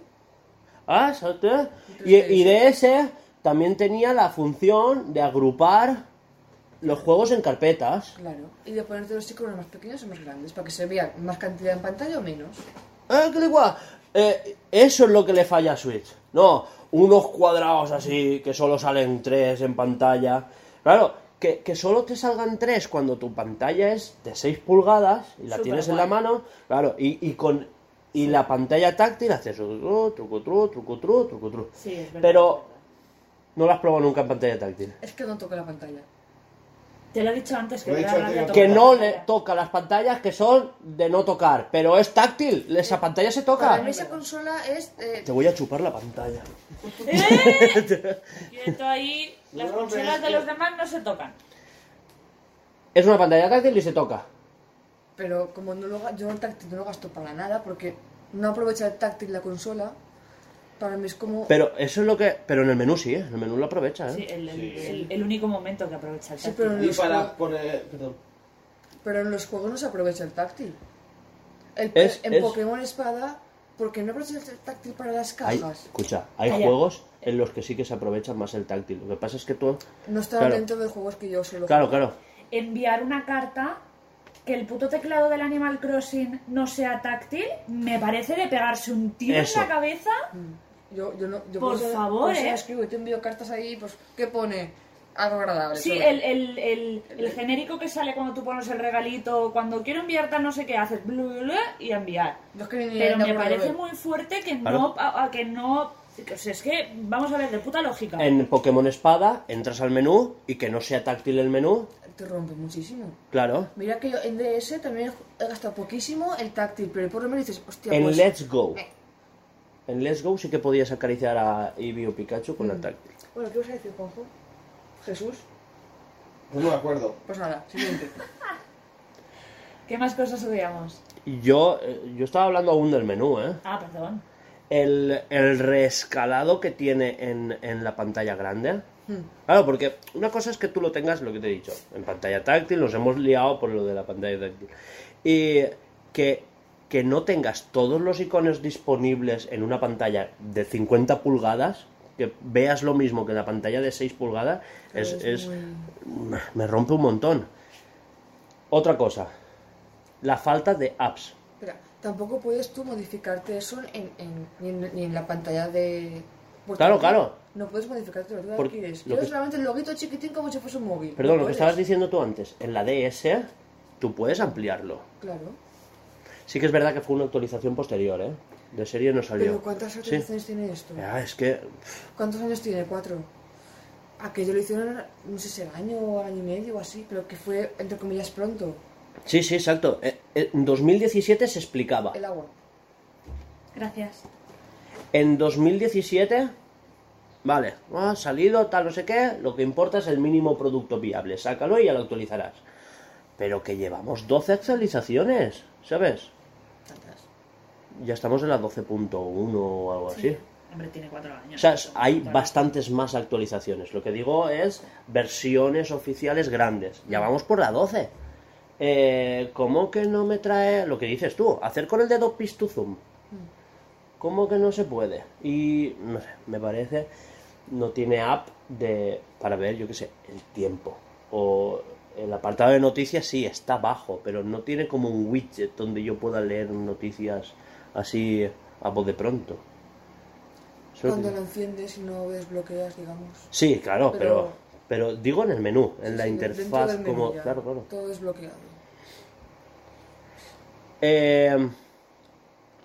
[SPEAKER 1] Ah, exacto. Y, y de ese también tenía la función de agrupar los juegos en carpetas.
[SPEAKER 2] Claro. Y de ponerte los iconos más pequeños o más grandes, para que se vea más cantidad en pantalla o menos.
[SPEAKER 1] Ah, qué guay. Eh, eso es lo que le falla a Switch. No, unos cuadrados así que solo salen tres en pantalla. Claro, que, que solo te salgan tres cuando tu pantalla es de 6 pulgadas y la
[SPEAKER 3] Súper
[SPEAKER 1] tienes en
[SPEAKER 3] guay.
[SPEAKER 1] la mano. Claro, y, y con y la pantalla táctil haces truco, truco, truco, truco, truco, truco, truco.
[SPEAKER 3] Sí, es verdad.
[SPEAKER 1] Pero no la has probado nunca en pantalla táctil.
[SPEAKER 2] Es que no toca la pantalla.
[SPEAKER 3] Te lo he dicho antes que
[SPEAKER 6] Lo he
[SPEAKER 3] me da
[SPEAKER 6] dicho
[SPEAKER 3] rabia
[SPEAKER 6] antes,
[SPEAKER 1] Que
[SPEAKER 3] tocar
[SPEAKER 1] no
[SPEAKER 3] la
[SPEAKER 1] le
[SPEAKER 3] pantalla.
[SPEAKER 1] toca las pantallas que son de no tocar, pero es táctil, esa pantalla se toca.
[SPEAKER 2] Para mí esa consola es... eh,
[SPEAKER 1] Te voy a chupar la pantalla.
[SPEAKER 3] Eh,
[SPEAKER 1] [LAUGHS]
[SPEAKER 3] Quieto ahí. Las
[SPEAKER 6] No, pero
[SPEAKER 3] consolas
[SPEAKER 6] es
[SPEAKER 3] de
[SPEAKER 6] que-
[SPEAKER 3] los demás no se tocan.
[SPEAKER 1] Es una pantalla táctil y se toca.
[SPEAKER 2] pero como no lo, ga- yo el táctil no lo gasto para nada, porque no aprovecha el táctil la consola, para mí es como...
[SPEAKER 1] Pero eso es lo que. Pero en el menú sí, ¿eh? En el menú lo aprovecha, ¿eh?
[SPEAKER 3] Sí, el, el-
[SPEAKER 6] Sí.
[SPEAKER 3] el- el único momento que aprovecha el
[SPEAKER 2] Sí,
[SPEAKER 3] táctil.
[SPEAKER 2] pero-
[SPEAKER 6] Y para poner. Perdón.
[SPEAKER 2] Pero en los juegos no se aprovecha el táctil. El-
[SPEAKER 1] Es-
[SPEAKER 2] en
[SPEAKER 1] es-
[SPEAKER 2] Pokémon Espada, porque no aprovechas el táctil para las
[SPEAKER 1] Hay-
[SPEAKER 2] cajas.
[SPEAKER 1] escucha, hay
[SPEAKER 3] Calla.
[SPEAKER 1] juegos en los que sí que se aprovechan más el táctil. Lo que pasa es que tú.
[SPEAKER 2] No está
[SPEAKER 1] Claro.
[SPEAKER 2] dentro de juegos que yo solo
[SPEAKER 1] Claro,
[SPEAKER 2] juego.
[SPEAKER 1] claro.
[SPEAKER 3] Enviar una carta que el puto teclado del Animal Crossing no sea táctil me parece de pegarse un tiro
[SPEAKER 1] Eso.
[SPEAKER 3] en la cabeza.
[SPEAKER 2] Yo, yo no, yo pues,
[SPEAKER 3] Por
[SPEAKER 2] eso-
[SPEAKER 3] favor,
[SPEAKER 2] eso
[SPEAKER 3] ¿eh?
[SPEAKER 2] escribo y te envío cartas ahí, pues, ¿qué pone? Algo agradable.
[SPEAKER 3] Sí,
[SPEAKER 2] solo.
[SPEAKER 3] el, el- el- el genérico que sale cuando tú pones el regalito, cuando quiero enviar tal no sé qué, haces blu, blu, blu, y enviar.
[SPEAKER 2] Yo es que ni
[SPEAKER 3] Pero
[SPEAKER 2] ni
[SPEAKER 3] me
[SPEAKER 2] me
[SPEAKER 3] parece
[SPEAKER 2] acuerdo.
[SPEAKER 3] muy fuerte que
[SPEAKER 1] Claro.
[SPEAKER 3] no, a- a que no, o sea, es que vamos a ver de puta lógica.
[SPEAKER 1] En Pokémon Espada entras al menú y que no sea táctil el menú,
[SPEAKER 2] Te rompe muchísimo.
[SPEAKER 1] claro.
[SPEAKER 2] Mira que yo en DS también he gastado poquísimo el táctil, pero por lo menos dices, hostia,
[SPEAKER 1] En
[SPEAKER 2] pues,
[SPEAKER 1] Let's Go. En Let's Go sí que podías acariciar a Eevee o Pikachu con la táctil.
[SPEAKER 2] Bueno, ¿qué vas a decir, Juanjo? Jesús.
[SPEAKER 6] No me acuerdo.
[SPEAKER 2] Pues nada, siguiente.
[SPEAKER 3] ¿Qué más cosas odiamos?
[SPEAKER 1] Y Yo, eh, yo estaba hablando aún del menú, ¿eh?
[SPEAKER 3] Ah, perdón.
[SPEAKER 1] el, el reescalado que tiene en, en la pantalla grande. Claro, porque una cosa es que tú lo tengas, lo que te he dicho, en pantalla táctil, nos hemos liado por lo de la pantalla táctil. Y que, que no tengas todos los iconos disponibles en una pantalla de 50 pulgadas, que veas lo mismo que en la pantalla de 6 pulgadas, es, es- me rompe un montón. Otra cosa, la falta de apps.
[SPEAKER 2] Espera, tampoco puedes tú modificarte eso en, en- ni, en, ni en la pantalla de...
[SPEAKER 1] Claro, claro.
[SPEAKER 2] No puedes modificarte lo que
[SPEAKER 1] Por-
[SPEAKER 2] quieres.
[SPEAKER 1] lo
[SPEAKER 2] Quiero
[SPEAKER 1] que-
[SPEAKER 2] solamente el loguito chiquitín como si fuese un móvil.
[SPEAKER 1] Perdón,
[SPEAKER 2] No
[SPEAKER 1] lo que
[SPEAKER 2] puedes.
[SPEAKER 1] estabas diciendo tú antes, en la DS tú puedes ampliarlo.
[SPEAKER 2] Claro.
[SPEAKER 1] Sí que es verdad que fue una actualización posterior, ¿eh? De serie no salió.
[SPEAKER 2] Pero ¿cuántas actualizaciones tiene esto?
[SPEAKER 1] Sí. Ah, es que pff,
[SPEAKER 2] ¿Cuántos años tiene? Cuatro. Aquello lo hicieron, no sé si el año, año y medio o así, pero que fue, entre comillas, pronto.
[SPEAKER 1] Sí, sí, exacto. Eh, eh, En 2017 se explicaba.
[SPEAKER 2] El agua.
[SPEAKER 3] Gracias.
[SPEAKER 1] En 2017, vale, ha salido tal, no sé qué, lo que importa es el mínimo producto viable. Sácalo y ya lo actualizarás. Pero que llevamos 12 actualizaciones, ¿sabes?
[SPEAKER 2] Tantas.
[SPEAKER 1] Ya estamos en la 12.1 o algo así.
[SPEAKER 3] Hombre, tiene cuatro años.
[SPEAKER 1] O sea, es- hay
[SPEAKER 3] Cuatro años.
[SPEAKER 1] bastantes más actualizaciones. Lo que digo es versiones oficiales grandes. Ya vamos por la 12. Eh, ¿Cómo que no me trae lo que dices tú? Hacer con el dedo pistuzum. ¿Cómo que no se puede? Y no sé, me parece no tiene app de para ver, yo qué sé, el tiempo o el apartado de noticias sí está bajo, pero no tiene como un widget donde yo pueda leer noticias así a voz de pronto. Eso es lo que-
[SPEAKER 2] Cuando lo enciendes y no desbloqueas, digamos.
[SPEAKER 1] Sí, claro, pero,
[SPEAKER 2] Pero-
[SPEAKER 1] pero digo en el menú, en
[SPEAKER 2] Sí,
[SPEAKER 1] la
[SPEAKER 2] sí, dentro
[SPEAKER 1] interfaz,
[SPEAKER 2] del menú
[SPEAKER 1] como
[SPEAKER 2] ya,
[SPEAKER 1] claro, claro.
[SPEAKER 2] Todo desbloqueado.
[SPEAKER 1] Eh,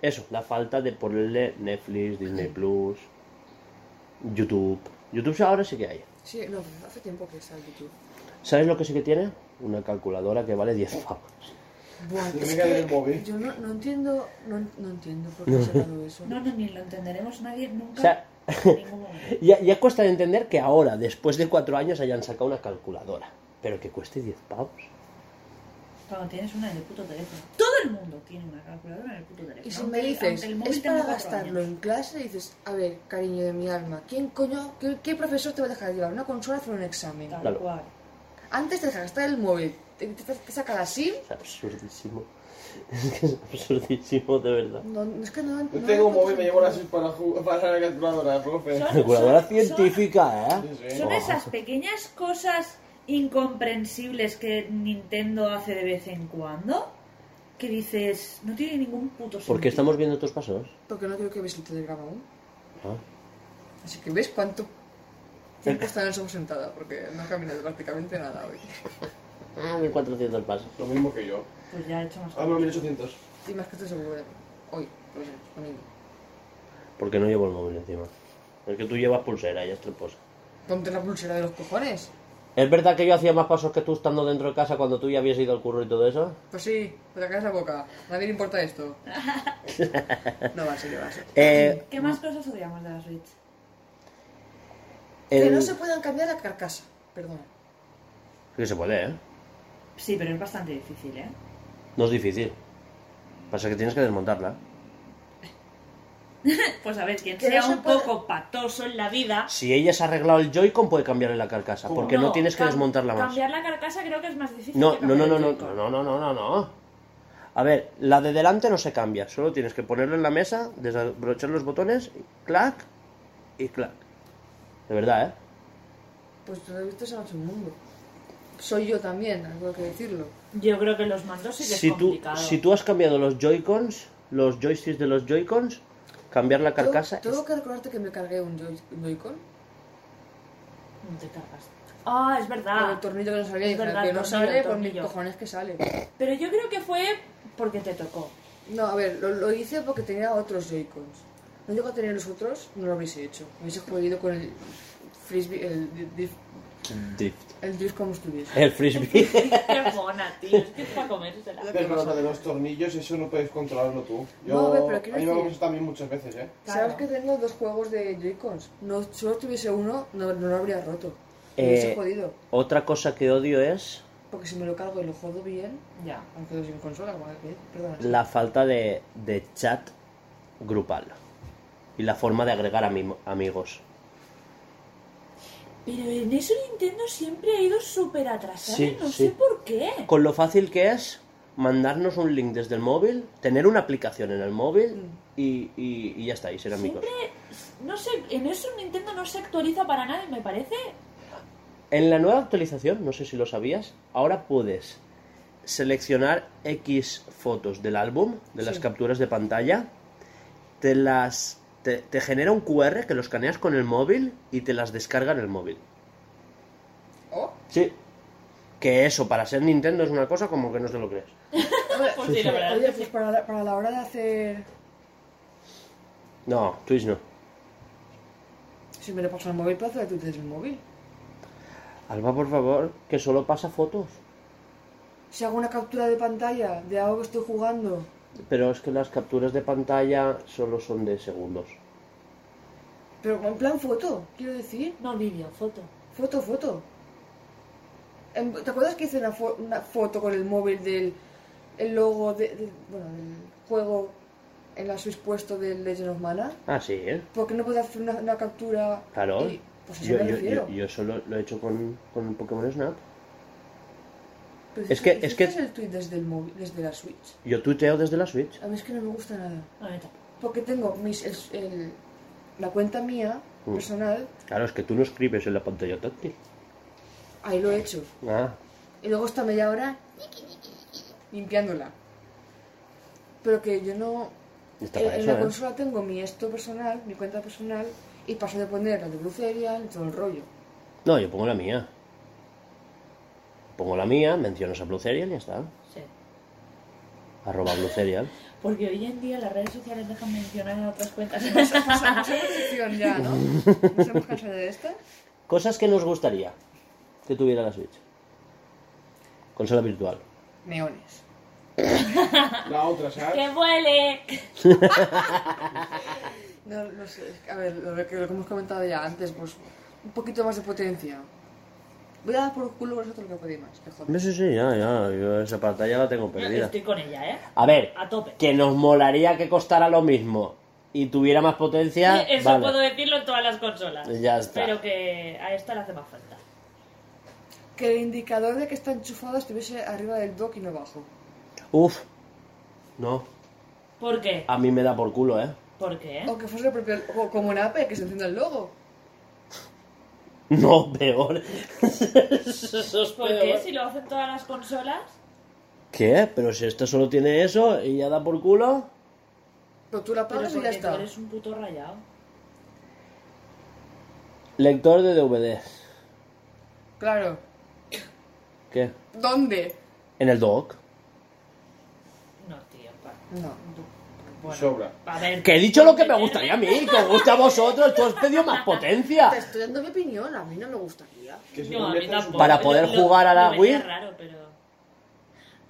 [SPEAKER 1] eso, la falta de ponerle Netflix, Disney Plus, YouTube. YouTube ahora sí que hay.
[SPEAKER 2] Sí, no, hace tiempo que está en YouTube.
[SPEAKER 1] ¿Sabes lo que sí que tiene? Una calculadora que vale 10 pavos.
[SPEAKER 2] Buah,
[SPEAKER 6] Tiene
[SPEAKER 2] es
[SPEAKER 6] que haber
[SPEAKER 2] que
[SPEAKER 6] el móvil.
[SPEAKER 2] yo no, no entiendo, no, no entiendo por qué se
[SPEAKER 1] [LAUGHS]
[SPEAKER 2] ha dado eso.
[SPEAKER 3] No, no, ni lo entenderemos nadie nunca.
[SPEAKER 1] O sea, [LAUGHS]
[SPEAKER 3] en ningún momento.
[SPEAKER 1] Ya, ya cuesta de entender que ahora, después de 4 años, hayan sacado una calculadora. Pero que cueste 10 pavos.
[SPEAKER 3] Cuando tienes una en el puto teléfono. Todo el mundo tiene una calculadora en el puto teléfono.
[SPEAKER 2] Y si
[SPEAKER 3] aunque-
[SPEAKER 2] me dices,
[SPEAKER 3] aunque el móvil
[SPEAKER 2] es
[SPEAKER 3] tenga
[SPEAKER 2] para
[SPEAKER 3] cuatro
[SPEAKER 2] gastarlo
[SPEAKER 3] años.
[SPEAKER 2] en clase, dices, a ver, cariño de mi alma, ¿quién coño, qué, qué profesor te va a dejar llevar una consola a hacer un examen?
[SPEAKER 3] Tal
[SPEAKER 1] Claro.
[SPEAKER 3] cual.
[SPEAKER 2] Antes te deja gastar el móvil, te, te- te saca la SIM,
[SPEAKER 1] Es absurdísimo. [LAUGHS] Es que es absurdísimo, de verdad.
[SPEAKER 2] no, es que no...
[SPEAKER 6] Yo
[SPEAKER 2] no
[SPEAKER 6] tengo un móvil,
[SPEAKER 2] encuentro
[SPEAKER 6] me llevo las
[SPEAKER 2] sentido.
[SPEAKER 6] para, ju- para la calculadora, profe.
[SPEAKER 3] Son-
[SPEAKER 1] Calculadora
[SPEAKER 3] son-
[SPEAKER 1] científica, ¿eh?
[SPEAKER 6] Sí, sí.
[SPEAKER 3] Son
[SPEAKER 1] Oh.
[SPEAKER 3] esas pequeñas cosas incomprensibles que Nintendo hace de vez en cuando que dices, no tiene ningún puto sentido.
[SPEAKER 1] ¿Por qué estamos viendo tus pasos?
[SPEAKER 2] Porque no creo que veas el telegrama aún.
[SPEAKER 1] Ah.
[SPEAKER 2] Así que ves cuánto tiempo estarán somos sentada, porque no ha caminado prácticamente nada hoy.
[SPEAKER 1] Ah, 1400 pasos.
[SPEAKER 6] Lo mismo que yo.
[SPEAKER 3] Pues ya he hecho más
[SPEAKER 6] Ah, no, 1800.
[SPEAKER 2] Y más que esto seguro de hoy, por ejemplo, domingo.
[SPEAKER 1] Porque no llevo el móvil encima. Es que tú llevas pulsera y es tramposa.
[SPEAKER 2] Ponte la pulsera de los cojones.
[SPEAKER 1] ¿Es verdad que yo hacía más pasos que tú estando dentro de casa cuando tú ya habías ido al curro y todo eso?
[SPEAKER 2] Pues sí, te la caes la boca. A nadie le importa esto. No va a ser, va a ser.
[SPEAKER 1] Eh,
[SPEAKER 3] ¿Qué más cosas odiamos de la Switch?
[SPEAKER 2] Que
[SPEAKER 1] el-
[SPEAKER 2] no se puedan cambiar la carcasa. Perdona.
[SPEAKER 1] Que se puede, ¿eh?
[SPEAKER 3] Sí, pero es bastante difícil, [LAUGHS] ¿eh?
[SPEAKER 1] No es difícil. Pasa que tienes que desmontarla.
[SPEAKER 3] Pues a ver, quien
[SPEAKER 2] Que no
[SPEAKER 3] sea
[SPEAKER 2] se
[SPEAKER 3] un
[SPEAKER 2] puede-
[SPEAKER 3] poco patoso en la vida...
[SPEAKER 1] Si ella se ha arreglado el Joy-Con, puede cambiarle la carcasa. Porque no, tienes que
[SPEAKER 3] cam-
[SPEAKER 1] desmontarla más.
[SPEAKER 3] Cambiar la carcasa creo que es más difícil.
[SPEAKER 1] No,
[SPEAKER 3] que
[SPEAKER 1] no, no,
[SPEAKER 3] cambiar
[SPEAKER 1] no, no,
[SPEAKER 3] el Joy-Con.
[SPEAKER 1] no, no, no, no, no. A ver, la de delante no se cambia, solo tienes que ponerla en la mesa, desabrochar los botones, clac y clac. De verdad, ¿eh?
[SPEAKER 2] Pues tú lo has visto, se más un mundo. Soy yo también, tengo que decirlo.
[SPEAKER 3] Yo creo que los mandos sí que
[SPEAKER 1] Si
[SPEAKER 3] es
[SPEAKER 1] tú,
[SPEAKER 3] complicado.
[SPEAKER 1] si tú has cambiado los Joy-Cons, los joysticks de los Joy-Cons, cambiar la
[SPEAKER 2] Tengo-
[SPEAKER 1] carcasa
[SPEAKER 2] Tengo
[SPEAKER 1] es
[SPEAKER 2] que recordarte que me cargué un Joy- un Joy-Con.
[SPEAKER 3] No te cargas. Ah, es
[SPEAKER 2] con
[SPEAKER 3] verdad.
[SPEAKER 2] el tornillo que no salía.
[SPEAKER 3] es
[SPEAKER 2] y dije,
[SPEAKER 3] verdad,
[SPEAKER 2] que
[SPEAKER 3] el
[SPEAKER 2] no
[SPEAKER 3] tornillo,
[SPEAKER 2] sale,
[SPEAKER 3] el
[SPEAKER 2] pues mis
[SPEAKER 3] tornillo.
[SPEAKER 2] cojones que sale.
[SPEAKER 3] Pero yo creo que fue porque te
[SPEAKER 1] [LAUGHS]
[SPEAKER 3] tocó.
[SPEAKER 2] No, a ver, lo, lo hice porque tenía otros Joy-Cons. No llego a tener los otros, no lo hubiese hecho. Me hubiese jodido con el frisbee, el, di- di-
[SPEAKER 1] drift.
[SPEAKER 2] el drift como estuviese.
[SPEAKER 1] El
[SPEAKER 3] [LAUGHS]
[SPEAKER 1] frisbee.
[SPEAKER 3] Qué mona, tío. Es que es para comérsela.
[SPEAKER 6] Pero lo de los tornillos, eso no puedes controlarlo tú. Yo,
[SPEAKER 2] No, a ver, pero quiero
[SPEAKER 6] a mí me
[SPEAKER 2] decir-
[SPEAKER 6] ha pasado también muchas veces, ¿eh?
[SPEAKER 2] ¿Sabes
[SPEAKER 3] Claro.
[SPEAKER 2] que tengo dos juegos de Joy-Cons? No, solo tuviese uno, no, no lo habría roto. Me
[SPEAKER 1] Eh,
[SPEAKER 2] hubiese jodido.
[SPEAKER 1] Otra cosa que odio es
[SPEAKER 2] Porque si me lo cargo y lo jodo bien,
[SPEAKER 3] Ya.
[SPEAKER 2] aunque lo sin consola, igual, ¿eh? perdón.
[SPEAKER 1] la falta de, de chat grupal y la forma de agregar ami- amigos.
[SPEAKER 3] Pero en eso Nintendo siempre ha ido súper atrasado.
[SPEAKER 1] Sí,
[SPEAKER 3] no
[SPEAKER 1] sí.
[SPEAKER 3] sé por qué.
[SPEAKER 1] Con lo fácil que es mandarnos un link desde el móvil, tener una aplicación en el
[SPEAKER 3] Mm.
[SPEAKER 1] móvil y, y- y ya está, y ser amigos.
[SPEAKER 3] Siempre, no sé, en eso Nintendo no se actualiza para nada y me parece
[SPEAKER 1] En la nueva actualización, no sé si lo sabías, ahora puedes seleccionar X fotos del álbum, de las
[SPEAKER 2] Sí.
[SPEAKER 1] capturas de pantalla, te las te, te genera un QR que lo escaneas con el móvil y te las descarga en el móvil.
[SPEAKER 2] Oh,
[SPEAKER 1] Sí. Que eso para ser Nintendo es una cosa como que no se lo crees.
[SPEAKER 3] Pues sí, la verdad.
[SPEAKER 2] Oye, pues para la, para la hora de hacer.
[SPEAKER 1] No, Twitch no.
[SPEAKER 2] Si me lo paso al móvil, puedo hacer Twitch desde el móvil.
[SPEAKER 1] Alba, por favor, que solo pasa fotos.
[SPEAKER 2] Si hago una captura de pantalla de algo que estoy jugando,
[SPEAKER 1] Pero es que las capturas de pantalla solo son de segundos.
[SPEAKER 2] pero en plan foto, quiero decir.
[SPEAKER 3] No vídeo, foto.
[SPEAKER 2] Foto, foto. En- ¿Te acuerdas que hice una, fo- una foto con el móvil del el logo de, de- bueno, del juego en la Switch puesto del Legend of Mana?
[SPEAKER 1] Ah, sí, ¿eh?
[SPEAKER 2] ¿Por qué no puedo hacer una, una captura?
[SPEAKER 1] Claro.
[SPEAKER 2] y- pues a eso
[SPEAKER 1] Yo,
[SPEAKER 2] me
[SPEAKER 1] yo-
[SPEAKER 2] refiero.
[SPEAKER 1] yo- yo solo lo he hecho con, con Pokémon Snap.
[SPEAKER 2] Pero
[SPEAKER 1] es
[SPEAKER 2] hiciste-
[SPEAKER 1] que- es que-
[SPEAKER 2] hiciste el tweet desde, el móvil, desde la Switch?
[SPEAKER 1] Yo tuiteo desde la Switch.
[SPEAKER 2] A mí es que no me gusta nada.
[SPEAKER 3] La neta.
[SPEAKER 2] Porque tengo mis, el- el- la cuenta mía,
[SPEAKER 1] Mm.
[SPEAKER 2] personal,
[SPEAKER 1] Claro, es que tú no escribes en la pantalla táctil.
[SPEAKER 2] ahí lo he hecho.
[SPEAKER 1] Ah,
[SPEAKER 2] Y luego está media hora limpiándola. Pero que yo no...
[SPEAKER 1] está
[SPEAKER 2] En,
[SPEAKER 1] para
[SPEAKER 2] en
[SPEAKER 1] eso,
[SPEAKER 2] la
[SPEAKER 1] ¿eh?
[SPEAKER 2] consola tengo mi esto personal, mi cuenta personal, y paso de poner la de brucería y todo el rollo.
[SPEAKER 1] No, yo pongo la mía. Pongo la mía, menciono a Blue Serial y ya está.
[SPEAKER 3] Sí.
[SPEAKER 1] Arroba Blue Serial.
[SPEAKER 3] Porque hoy en día las redes sociales dejan mencionar a otras
[SPEAKER 1] [LAUGHS]
[SPEAKER 3] cuentas.
[SPEAKER 2] Pasamos a sección ya, ¿no? Nos hemos cansado de esta.
[SPEAKER 1] Cosas que nos gustaría que tuviera la Switch. Consola virtual.
[SPEAKER 2] Neones. Ah.
[SPEAKER 6] La otra, ¿sabes?
[SPEAKER 3] ¡Que vuele!
[SPEAKER 2] No, no sé, es que, a ver, lo que, lo que hemos comentado ya antes, pues un poquito más de potencia. Voy a dar por culo vosotros lo que podéis más, que joder.
[SPEAKER 1] No sé, sí, ya, ya. Yo esa pantalla la tengo perdida.
[SPEAKER 3] Estoy con ella, ¿eh?
[SPEAKER 1] A ver,
[SPEAKER 3] A tope.
[SPEAKER 1] que nos molaría que costara lo mismo y tuviera más potencia.
[SPEAKER 3] Eso
[SPEAKER 1] vale.
[SPEAKER 3] puedo decirlo en todas las consolas.
[SPEAKER 1] Ya está.
[SPEAKER 3] Pero que a esta le hace más falta.
[SPEAKER 2] Que el indicador de que está enchufado estuviese arriba del dock y no abajo.
[SPEAKER 1] Uf. No,
[SPEAKER 3] ¿Por qué?
[SPEAKER 1] a mí me da por culo, ¿eh? [LAUGHS]
[SPEAKER 3] ¿Por qué?
[SPEAKER 2] O que fuese el propio, o como en Apple, que se encienda el logo.
[SPEAKER 1] No, peor. Eso es
[SPEAKER 3] ¿Por
[SPEAKER 1] peor.
[SPEAKER 3] qué si lo hacen todas las consolas?
[SPEAKER 1] ¿Qué? Pero si esto solo tiene eso y ya da por culo.
[SPEAKER 2] Pero tú la
[SPEAKER 3] Pero
[SPEAKER 1] pues
[SPEAKER 2] apagas y ya
[SPEAKER 3] porque tú
[SPEAKER 2] está.
[SPEAKER 3] eres un puto rayado.
[SPEAKER 1] Lector de DVD.
[SPEAKER 2] Claro.
[SPEAKER 1] ¿Qué?
[SPEAKER 2] ¿Dónde?
[SPEAKER 1] En el dock.
[SPEAKER 3] No, tío. pa-
[SPEAKER 2] No.
[SPEAKER 3] Bueno,
[SPEAKER 6] Sobra.
[SPEAKER 3] A ver.
[SPEAKER 1] Que he dicho lo que me gustaría a mí, que os gusta a vosotros. Tú has pedido más potencia.
[SPEAKER 2] Te estoy dando mi opinión, a mí no me gustaría.
[SPEAKER 6] Que se
[SPEAKER 3] No, a mí
[SPEAKER 6] convierta en
[SPEAKER 3] tampoco.
[SPEAKER 6] su-
[SPEAKER 1] Para poder
[SPEAKER 3] Lo- lo-
[SPEAKER 1] jugar a la
[SPEAKER 3] lo vería
[SPEAKER 1] Wii.
[SPEAKER 3] raro, pero...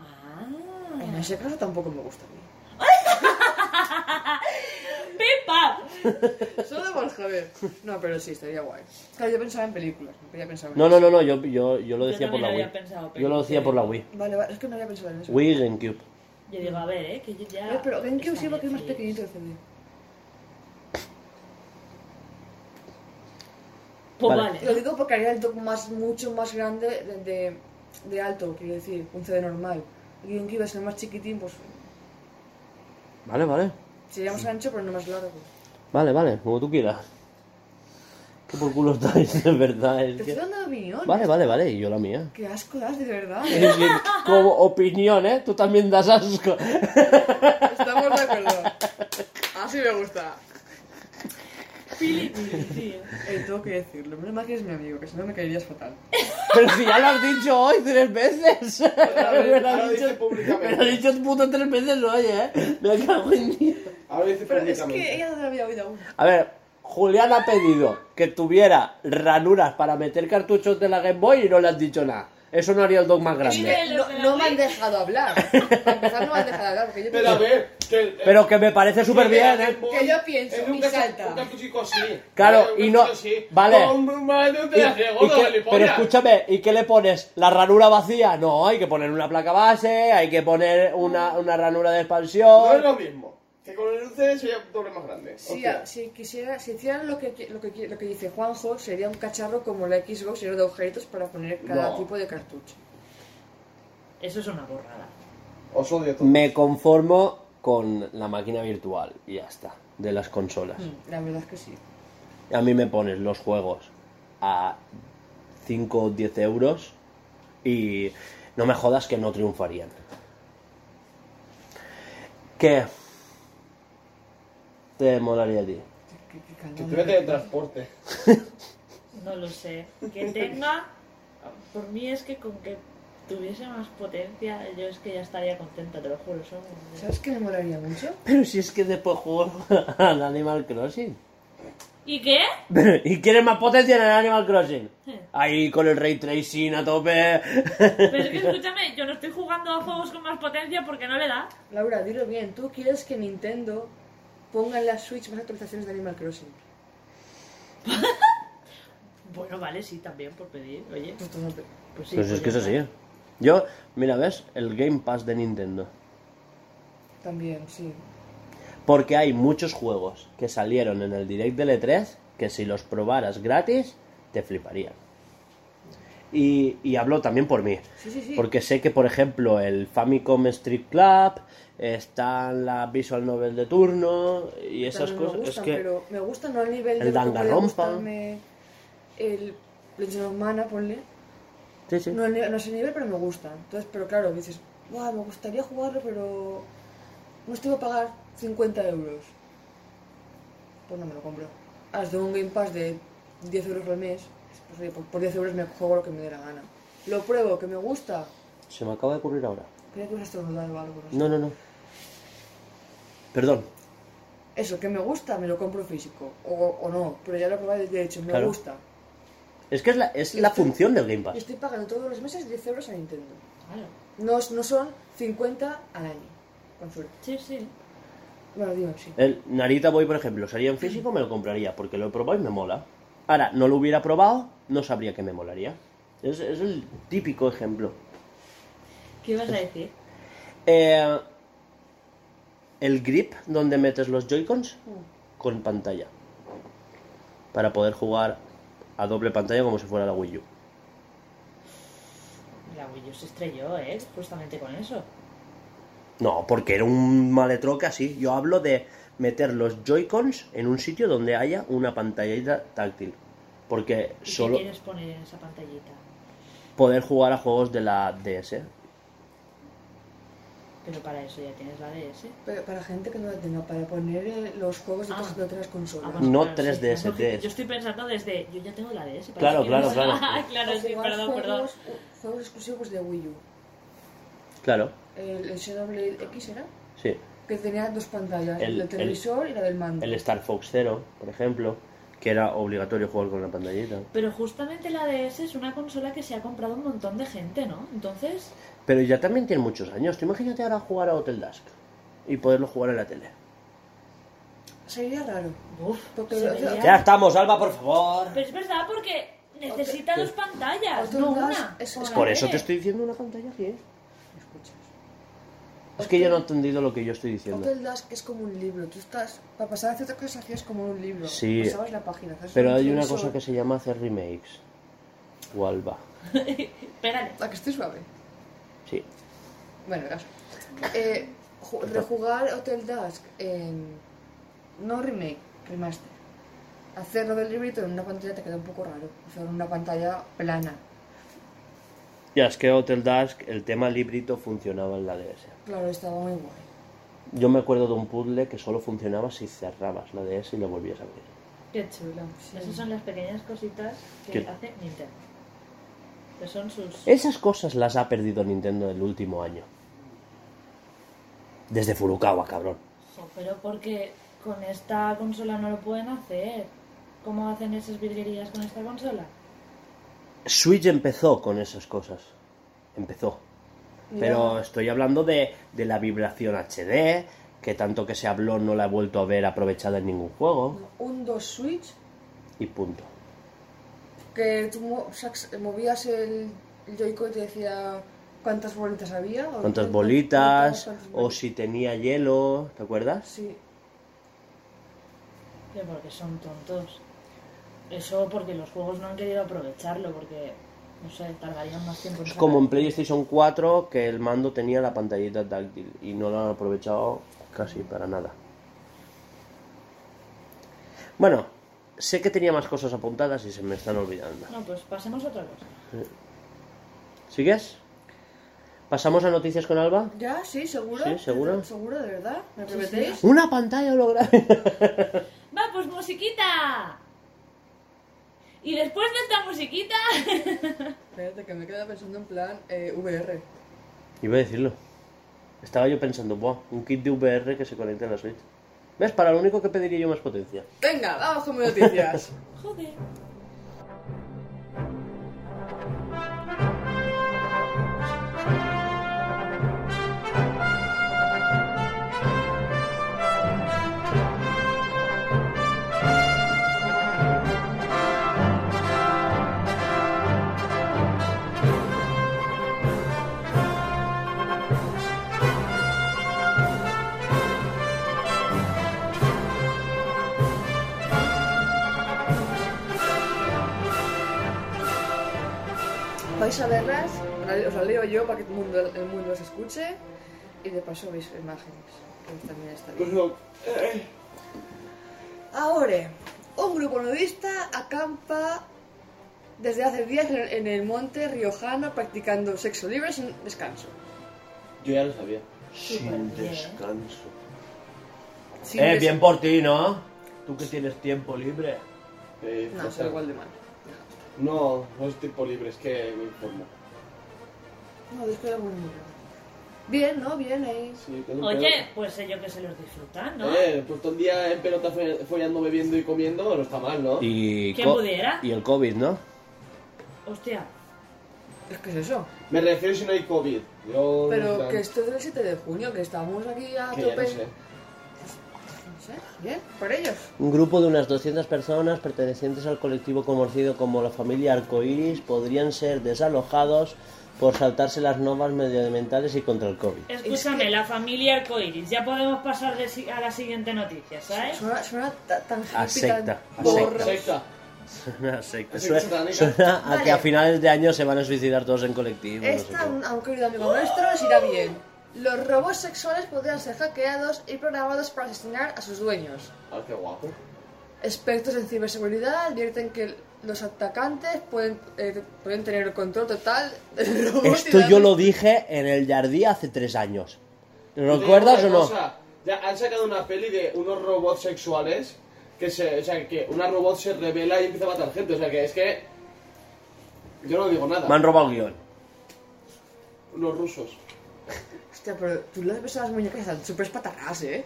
[SPEAKER 3] Ah.
[SPEAKER 2] En ese caso tampoco me gustaría.
[SPEAKER 3] ¡Pipa!
[SPEAKER 2] Solo por joder. No, pero sí, estaría guay. Claro, yo pensaba en películas, no quería pensar en
[SPEAKER 1] No, no, no, no. Yo, yo, yo lo
[SPEAKER 3] Yo
[SPEAKER 1] decía por
[SPEAKER 3] también
[SPEAKER 1] la
[SPEAKER 3] había
[SPEAKER 1] Wii.
[SPEAKER 3] pensado, pero
[SPEAKER 1] Yo lo decía por la Wii.
[SPEAKER 2] Vale, vale, es que no había pensado en eso.
[SPEAKER 1] Wii y GameCube.
[SPEAKER 3] Yo digo, a ver, ¿eh? Que yo ya...
[SPEAKER 2] Eh, pero GameCube
[SPEAKER 3] está
[SPEAKER 2] sí porque es más
[SPEAKER 3] bien, sí.
[SPEAKER 2] pequeñito el CD.
[SPEAKER 3] Pues
[SPEAKER 1] Vale.
[SPEAKER 3] vale.
[SPEAKER 2] Lo digo porque haría el dock más, mucho más grande de, de, de alto, quiero decir, un CD normal. Y GameCube es el más chiquitín, pues
[SPEAKER 1] Vale, vale.
[SPEAKER 2] sería más ancho, pero no más largo.
[SPEAKER 1] Vale, vale, como tú quieras. Que por culo estáis, de verdad.
[SPEAKER 2] Te
[SPEAKER 1] Es
[SPEAKER 2] estoy
[SPEAKER 1] que...
[SPEAKER 2] dando opinión.
[SPEAKER 1] Vale, vale, vale, y yo la mía.
[SPEAKER 2] Qué asco das, de verdad.
[SPEAKER 1] Es decir, como opinión, ¿eh? Tú también das asco.
[SPEAKER 6] [LAUGHS]
[SPEAKER 2] Estamos de acuerdo. Así me gusta.
[SPEAKER 3] Pili, pili, tío.
[SPEAKER 2] Eh, tengo que decirlo. Menos mal que eres mi amigo, que si no me caerías fatal.
[SPEAKER 1] Pero si ya lo has dicho hoy tres veces. [LAUGHS] Me lo
[SPEAKER 6] ahora
[SPEAKER 1] has
[SPEAKER 6] lo dice
[SPEAKER 1] dicho, me lo
[SPEAKER 6] públicamente.
[SPEAKER 1] has dicho puto tres veces hoy, ¿eh? Me cago en Dios.
[SPEAKER 6] Ahora lo dice
[SPEAKER 2] Pero es que
[SPEAKER 6] públicamente.
[SPEAKER 2] ella no te había oído aún.
[SPEAKER 1] A ver, Julián ha pedido que tuviera ranuras para meter cartuchos de la Game Boy y no le has dicho nada. Eso no haría el dog más grande.
[SPEAKER 3] Pero
[SPEAKER 2] No,
[SPEAKER 3] se la
[SPEAKER 2] no me
[SPEAKER 3] doy.
[SPEAKER 2] han dejado hablar. Para empezar, no me han dejado hablar. Porque yo
[SPEAKER 6] Pero a ver, que el-
[SPEAKER 1] Pero que me parece súper bien, ¿eh?
[SPEAKER 2] Que yo pienso,
[SPEAKER 6] Es un
[SPEAKER 2] y
[SPEAKER 6] cacho-
[SPEAKER 2] salta.
[SPEAKER 6] un cachuchico así.
[SPEAKER 1] Claro,
[SPEAKER 6] Vale, un
[SPEAKER 1] y no-
[SPEAKER 6] cachuchico así.
[SPEAKER 1] vale.
[SPEAKER 6] No, hombre, madre, no te
[SPEAKER 1] Y-
[SPEAKER 6] la hace,
[SPEAKER 1] y
[SPEAKER 6] gordo,
[SPEAKER 1] que-
[SPEAKER 6] gilipollas.
[SPEAKER 1] pero escúchame, ¿y qué le pones? ¿La ranura vacía? No, hay que poner una placa base, hay que poner una, una ranura de
[SPEAKER 6] No es
[SPEAKER 1] expansión.
[SPEAKER 6] lo mismo. Que con el dulce sería doble más grande.
[SPEAKER 2] Si,
[SPEAKER 6] Hostia.
[SPEAKER 2] si quisiera, si hicieran lo que, qui- lo, que, qui- lo que dice Juanjo, sería un cacharro como la Xbox lleno de agujeritos para poner cada
[SPEAKER 6] No.
[SPEAKER 2] tipo de cartucho.
[SPEAKER 3] Eso es una borrada.
[SPEAKER 6] Os odio a todos.
[SPEAKER 1] Me conformo con la máquina virtual y ya está, de las consolas.
[SPEAKER 2] La verdad es que sí.
[SPEAKER 1] A mí me pones los juegos a 5 o 10 euros y no me jodas que no triunfarían. ¿Qué? Te molaría a ti.
[SPEAKER 2] Qué- qué
[SPEAKER 6] Que
[SPEAKER 2] calma.
[SPEAKER 6] te mete de transporte.
[SPEAKER 3] [LAUGHS] No lo sé. Que tenga. Por mí es que con que tuviese más potencia, yo es que ya estaría contenta, te lo juro. Son...
[SPEAKER 2] ¿Sabes qué me molaría mucho?
[SPEAKER 1] Pero si es que después juego [LAUGHS] al Animal Crossing. [LAUGHS]
[SPEAKER 3] ¿Y qué?
[SPEAKER 1] Pero, ¿Y quieres más potencia en el Animal Crossing? Ahí con el Ray Tracing a tope.
[SPEAKER 3] Pero [LAUGHS] es que escúchame, yo no estoy jugando a juegos con más potencia porque no le da.
[SPEAKER 2] Laura, dilo bien, ¿tú quieres que Nintendo ponga en la Switch más actualizaciones de Animal Crossing?
[SPEAKER 3] Bueno, vale, sí, también por pedir, oye.
[SPEAKER 2] Totalmente.
[SPEAKER 3] Pues sí.
[SPEAKER 1] Pues es
[SPEAKER 3] pues
[SPEAKER 1] que es
[SPEAKER 3] ya
[SPEAKER 1] así. Yo, mira, ¿ves? El Game Pass de Nintendo.
[SPEAKER 2] También, sí.
[SPEAKER 1] Porque hay muchos juegos que salieron en el Direct del E3 que si los probaras gratis, te fliparían. Y, y hablo también por mí.
[SPEAKER 2] Sí, sí, sí.
[SPEAKER 1] Porque sé que, por ejemplo, el Famicom Street Club, están la Visual Novel de turno y esas
[SPEAKER 2] También
[SPEAKER 1] cosas.
[SPEAKER 2] Me
[SPEAKER 1] es
[SPEAKER 2] gustan,
[SPEAKER 1] que...
[SPEAKER 2] pero me gustan no al nivel
[SPEAKER 1] el
[SPEAKER 2] de lo que puede
[SPEAKER 1] Danganronpa.
[SPEAKER 2] gustarme el Legend of Mana, ponle.
[SPEAKER 1] Sí, sí.
[SPEAKER 2] No, al nivel- no sé el nivel, pero me gustan. Entonces, pero claro, dices, guau, me gustaría jugarlo, pero no estoy a pagar 50 euros. Pues no me lo compro. Haz de un Game Pass de 10 euros al mes, pues oye, por, por 10 euros me juego lo que me dé la gana. Lo pruebo, que me gusta.
[SPEAKER 1] Se me acaba de ocurrir ahora.
[SPEAKER 2] Creo que vas a estornudar o algo. no sé.
[SPEAKER 1] No, no, no. Perdón.
[SPEAKER 2] Eso, que me gusta, me lo compro físico. O, o no, pero ya lo he probado y de hecho, me
[SPEAKER 1] Claro.
[SPEAKER 2] gusta.
[SPEAKER 1] Es que es la, es la función del Game
[SPEAKER 2] Y
[SPEAKER 1] Pass.
[SPEAKER 2] estoy pagando todos los meses 10 euros a Nintendo.
[SPEAKER 3] Claro.
[SPEAKER 2] No, no son 50 al año, con suerte.
[SPEAKER 3] Sí, sí.
[SPEAKER 2] Bueno, digo, sí.
[SPEAKER 1] El Narita Boy, por ejemplo, sería en físico, me lo compraría porque lo he probado y me mola. Ahora, no lo hubiera probado, no sabría que me molaría. Es, es el típico ejemplo.
[SPEAKER 3] ¿Qué ibas a decir?
[SPEAKER 1] Eh, el grip donde metes los Joy-Cons con pantalla. Para poder jugar a doble pantalla como si fuera la Wii U.
[SPEAKER 3] La Wii U se estrelló, ¿eh? Justamente con eso.
[SPEAKER 1] No, porque era un maletroque así. Yo hablo de meter los Joy-Cons en un sitio donde haya una pantallita táctil. Porque
[SPEAKER 3] ¿Y
[SPEAKER 1] solo
[SPEAKER 3] qué quieres poner en esa pantallita?
[SPEAKER 1] poder jugar a juegos de la DS.
[SPEAKER 3] Pero para eso ya tienes la DS.
[SPEAKER 2] Pero para gente que no la tenga, para poner eh, los juegos de
[SPEAKER 3] Ah.
[SPEAKER 2] otras, de otras consolas.
[SPEAKER 3] Ah, bueno,
[SPEAKER 1] No
[SPEAKER 3] claro, sí,
[SPEAKER 1] 3DS,
[SPEAKER 3] claro,
[SPEAKER 1] DS.
[SPEAKER 3] Yo estoy pensando desde. Yo ya tengo la DS. ¿para
[SPEAKER 1] Claro,
[SPEAKER 3] qué
[SPEAKER 1] claro,
[SPEAKER 3] quiero esa?
[SPEAKER 1] claro.
[SPEAKER 3] [LAUGHS] claro,
[SPEAKER 2] O
[SPEAKER 3] sí,
[SPEAKER 2] jugar
[SPEAKER 3] perdón, perdón.
[SPEAKER 2] juegos, u- juegos exclusivos de Wii U.
[SPEAKER 1] Claro,
[SPEAKER 2] El, el Xenoblade X era,
[SPEAKER 1] sí.
[SPEAKER 2] que tenía dos pantallas,
[SPEAKER 1] El-
[SPEAKER 2] el,
[SPEAKER 1] el-
[SPEAKER 2] del televisor y la del mando.
[SPEAKER 1] El Star Fox Zero, por ejemplo, que era obligatorio jugar con la pantallita.
[SPEAKER 3] Pero justamente la DS es una consola que se ha comprado un montón de gente, ¿no? Entonces,
[SPEAKER 1] Pero ya también tiene muchos años. Tú imagínate ahora jugar a Hotel Dusk y poderlo jugar en la tele.
[SPEAKER 2] Sería raro.
[SPEAKER 3] uff,
[SPEAKER 2] Porque
[SPEAKER 3] se
[SPEAKER 2] lo-
[SPEAKER 3] veía-
[SPEAKER 1] Ya estamos, Alba, por favor.
[SPEAKER 3] Pero es verdad, porque necesita dos pantallas,
[SPEAKER 2] Otro
[SPEAKER 3] no
[SPEAKER 2] más
[SPEAKER 3] una.
[SPEAKER 2] es-
[SPEAKER 3] como
[SPEAKER 2] es
[SPEAKER 3] la
[SPEAKER 1] Por eso
[SPEAKER 3] tele.
[SPEAKER 1] te estoy diciendo una pantalla aquí. ¿eh?
[SPEAKER 2] ¿Me escuchas?
[SPEAKER 1] Es que yo no he entendido lo que yo estoy diciendo.
[SPEAKER 2] Hotel Dusk es como un libro. Tú estás, para pasar a hacer otras cosas hacías como un libro.
[SPEAKER 1] Sí.
[SPEAKER 2] Pasabas la página. hacías
[SPEAKER 1] Pero
[SPEAKER 2] un
[SPEAKER 1] hay una
[SPEAKER 2] cursor.
[SPEAKER 1] cosa que se llama hacer remakes. O Alba.
[SPEAKER 3] Espérate.
[SPEAKER 2] La que estoy suave.
[SPEAKER 1] Sí.
[SPEAKER 2] Bueno, el caso. Eh, ju- rejugar Hotel Dusk en. No remake, remaster. Hacerlo del librito en una pantalla te queda un poco raro. Hacerlo en una pantalla plana.
[SPEAKER 1] Ya es que Hotel Dusk, el tema librito funcionaba en la DS.
[SPEAKER 2] Claro, estaba muy guay.
[SPEAKER 1] Yo me acuerdo de un puzzle que solo funcionaba si cerrabas la DS y la volvías a abrir.
[SPEAKER 3] Qué chulo. Esas son las pequeñas cositas que
[SPEAKER 1] ¿Qué? Eh,
[SPEAKER 3] hace Nintendo. Que son sus.
[SPEAKER 1] Esas cosas las ha perdido Nintendo el último año. Desde Furukawa, cabrón.
[SPEAKER 3] Jo, Pero porque con esta consola no lo pueden hacer. ¿Cómo hacen esas virguerías con esta consola?
[SPEAKER 1] Switch empezó con esas cosas. Empezó. Pero estoy hablando de, de la vibración HD, que tanto que se habló no la he vuelto a ver aprovechada en ningún juego.
[SPEAKER 2] Un 2 Switch
[SPEAKER 1] Y punto.
[SPEAKER 2] que tú mo- sacs- movías el, el Joy-Con y te decía cuántas bolitas había. o
[SPEAKER 1] ¿Cuántas
[SPEAKER 2] cuántas-
[SPEAKER 1] bolitas?
[SPEAKER 2] cuántas
[SPEAKER 1] O
[SPEAKER 2] bolitas.
[SPEAKER 1] si tenía hielo, ¿te acuerdas?
[SPEAKER 2] Sí.
[SPEAKER 3] Que porque son tontos. Eso porque los juegos no han querido aprovecharlo, porque, no sé, tardarían más tiempo. en
[SPEAKER 1] Es
[SPEAKER 3] sacar.
[SPEAKER 1] como en PlayStation 4 que el mando tenía la pantallita táctil y no lo han aprovechado casi para nada. Bueno, sé que tenía más cosas apuntadas y se me están olvidando.
[SPEAKER 3] No, pues pasemos a otra cosa.
[SPEAKER 1] ¿Sigues? ¿Pasamos a noticias con Alba?
[SPEAKER 2] ¿Ya? ¿Sí? ¿Seguro?
[SPEAKER 1] Sí, ¿seguro?
[SPEAKER 2] ¿Seguro, de verdad? ¿Me
[SPEAKER 3] Sí, sí.
[SPEAKER 2] prometéis?
[SPEAKER 1] Una pantalla holográfica.
[SPEAKER 3] ¡Va, pues musiquita! Y después de esta musiquita,
[SPEAKER 2] Espérate, que me queda pensando en plan eh, VR.
[SPEAKER 1] Iba a decirlo. Estaba yo pensando, buah, un kit de VR que se conecte a la Switch. ¿Ves? Para lo único que pediría yo más potencia.
[SPEAKER 2] Venga, vamos con [LAUGHS] mis noticias.
[SPEAKER 3] [LAUGHS] Joder.
[SPEAKER 2] Vais a verlas, os las leo yo para que el mundo, el mundo las escuche y de paso veis imágenes, que también está bien.
[SPEAKER 6] Entonces,
[SPEAKER 2] Ahora, un grupo nudista acampa desde hace días en el, en el monte riojano practicando sexo libre sin descanso.
[SPEAKER 6] yo ya lo sabía.
[SPEAKER 1] Sin descanso.
[SPEAKER 2] Sin
[SPEAKER 1] Eh,
[SPEAKER 2] des-
[SPEAKER 1] bien por ti, ¿no? Tú que tienes tiempo libre.
[SPEAKER 6] Eh,
[SPEAKER 2] No, soy igual de mal.
[SPEAKER 6] no, no es tiempo libre, es que me informo.
[SPEAKER 2] No, es que era muy malo. Bien, ¿no? Bien ahí.
[SPEAKER 6] Sí, tengo un
[SPEAKER 3] Oye, pues ellos que se los disfrutan,
[SPEAKER 6] pedo.
[SPEAKER 3] ¿no?
[SPEAKER 6] Eh, pues todo el día en pelota fo- follando, bebiendo y comiendo no está mal, ¿no?
[SPEAKER 1] Y
[SPEAKER 3] ¿Quién
[SPEAKER 1] co-
[SPEAKER 3] pudiera?
[SPEAKER 1] Y el COVID, ¿no?
[SPEAKER 3] Hostia.
[SPEAKER 2] Es que es eso.
[SPEAKER 6] Me refiero si no hay COVID. Yo, en
[SPEAKER 2] Pero
[SPEAKER 6] plan,
[SPEAKER 2] que esto es del 7 de junio, que estamos aquí a
[SPEAKER 6] que ya
[SPEAKER 2] tope.
[SPEAKER 6] no sé.
[SPEAKER 2] No sé, bien, por ellos.
[SPEAKER 1] Un grupo de unas 200 personas pertenecientes al colectivo conocido como la familia Arcoiris podrían ser desalojados por saltarse las normas medioambientales y contra el COVID.
[SPEAKER 3] [LAUGHS] Escúchame, la familia arcoiris. Ya podemos pasar de si- a la siguiente noticia, ¿sabes?
[SPEAKER 2] Suena, suena ta- tan hippie,
[SPEAKER 1] A secta,
[SPEAKER 2] tan
[SPEAKER 1] a
[SPEAKER 2] porro.
[SPEAKER 6] Secta.
[SPEAKER 1] Suena, secta,
[SPEAKER 6] Sí,
[SPEAKER 1] suena-
[SPEAKER 6] satánica.
[SPEAKER 1] suena a que a
[SPEAKER 2] Vale.
[SPEAKER 1] finales de año se van a suicidar todos en colectivo. no sé
[SPEAKER 2] Esta,
[SPEAKER 1] qué.
[SPEAKER 2] un- a un querido amigo nuestro, les irá bien. Los robots sexuales podrían ser hackeados y programados para asesinar a sus dueños.
[SPEAKER 6] Ah, qué guapo.
[SPEAKER 2] Expertos en ciberseguridad advierten que los atacantes pueden, eh, pueden tener el control total del robot. y
[SPEAKER 1] Esto
[SPEAKER 2] darle-
[SPEAKER 1] yo lo dije en el Jardí hace tres años. ¿Lo recuerdas
[SPEAKER 6] Te
[SPEAKER 1] o
[SPEAKER 6] digo una
[SPEAKER 1] no?
[SPEAKER 6] cosa, ya han sacado una peli de unos robots sexuales que se, o sea, que una robot se revela y empieza a matar gente, o sea que es que yo no digo nada.
[SPEAKER 1] Me han robado el guión.
[SPEAKER 6] Los rusos.
[SPEAKER 2] Hostia, pero tú las ves a las muñecas y están súper espatarrás, ¿eh?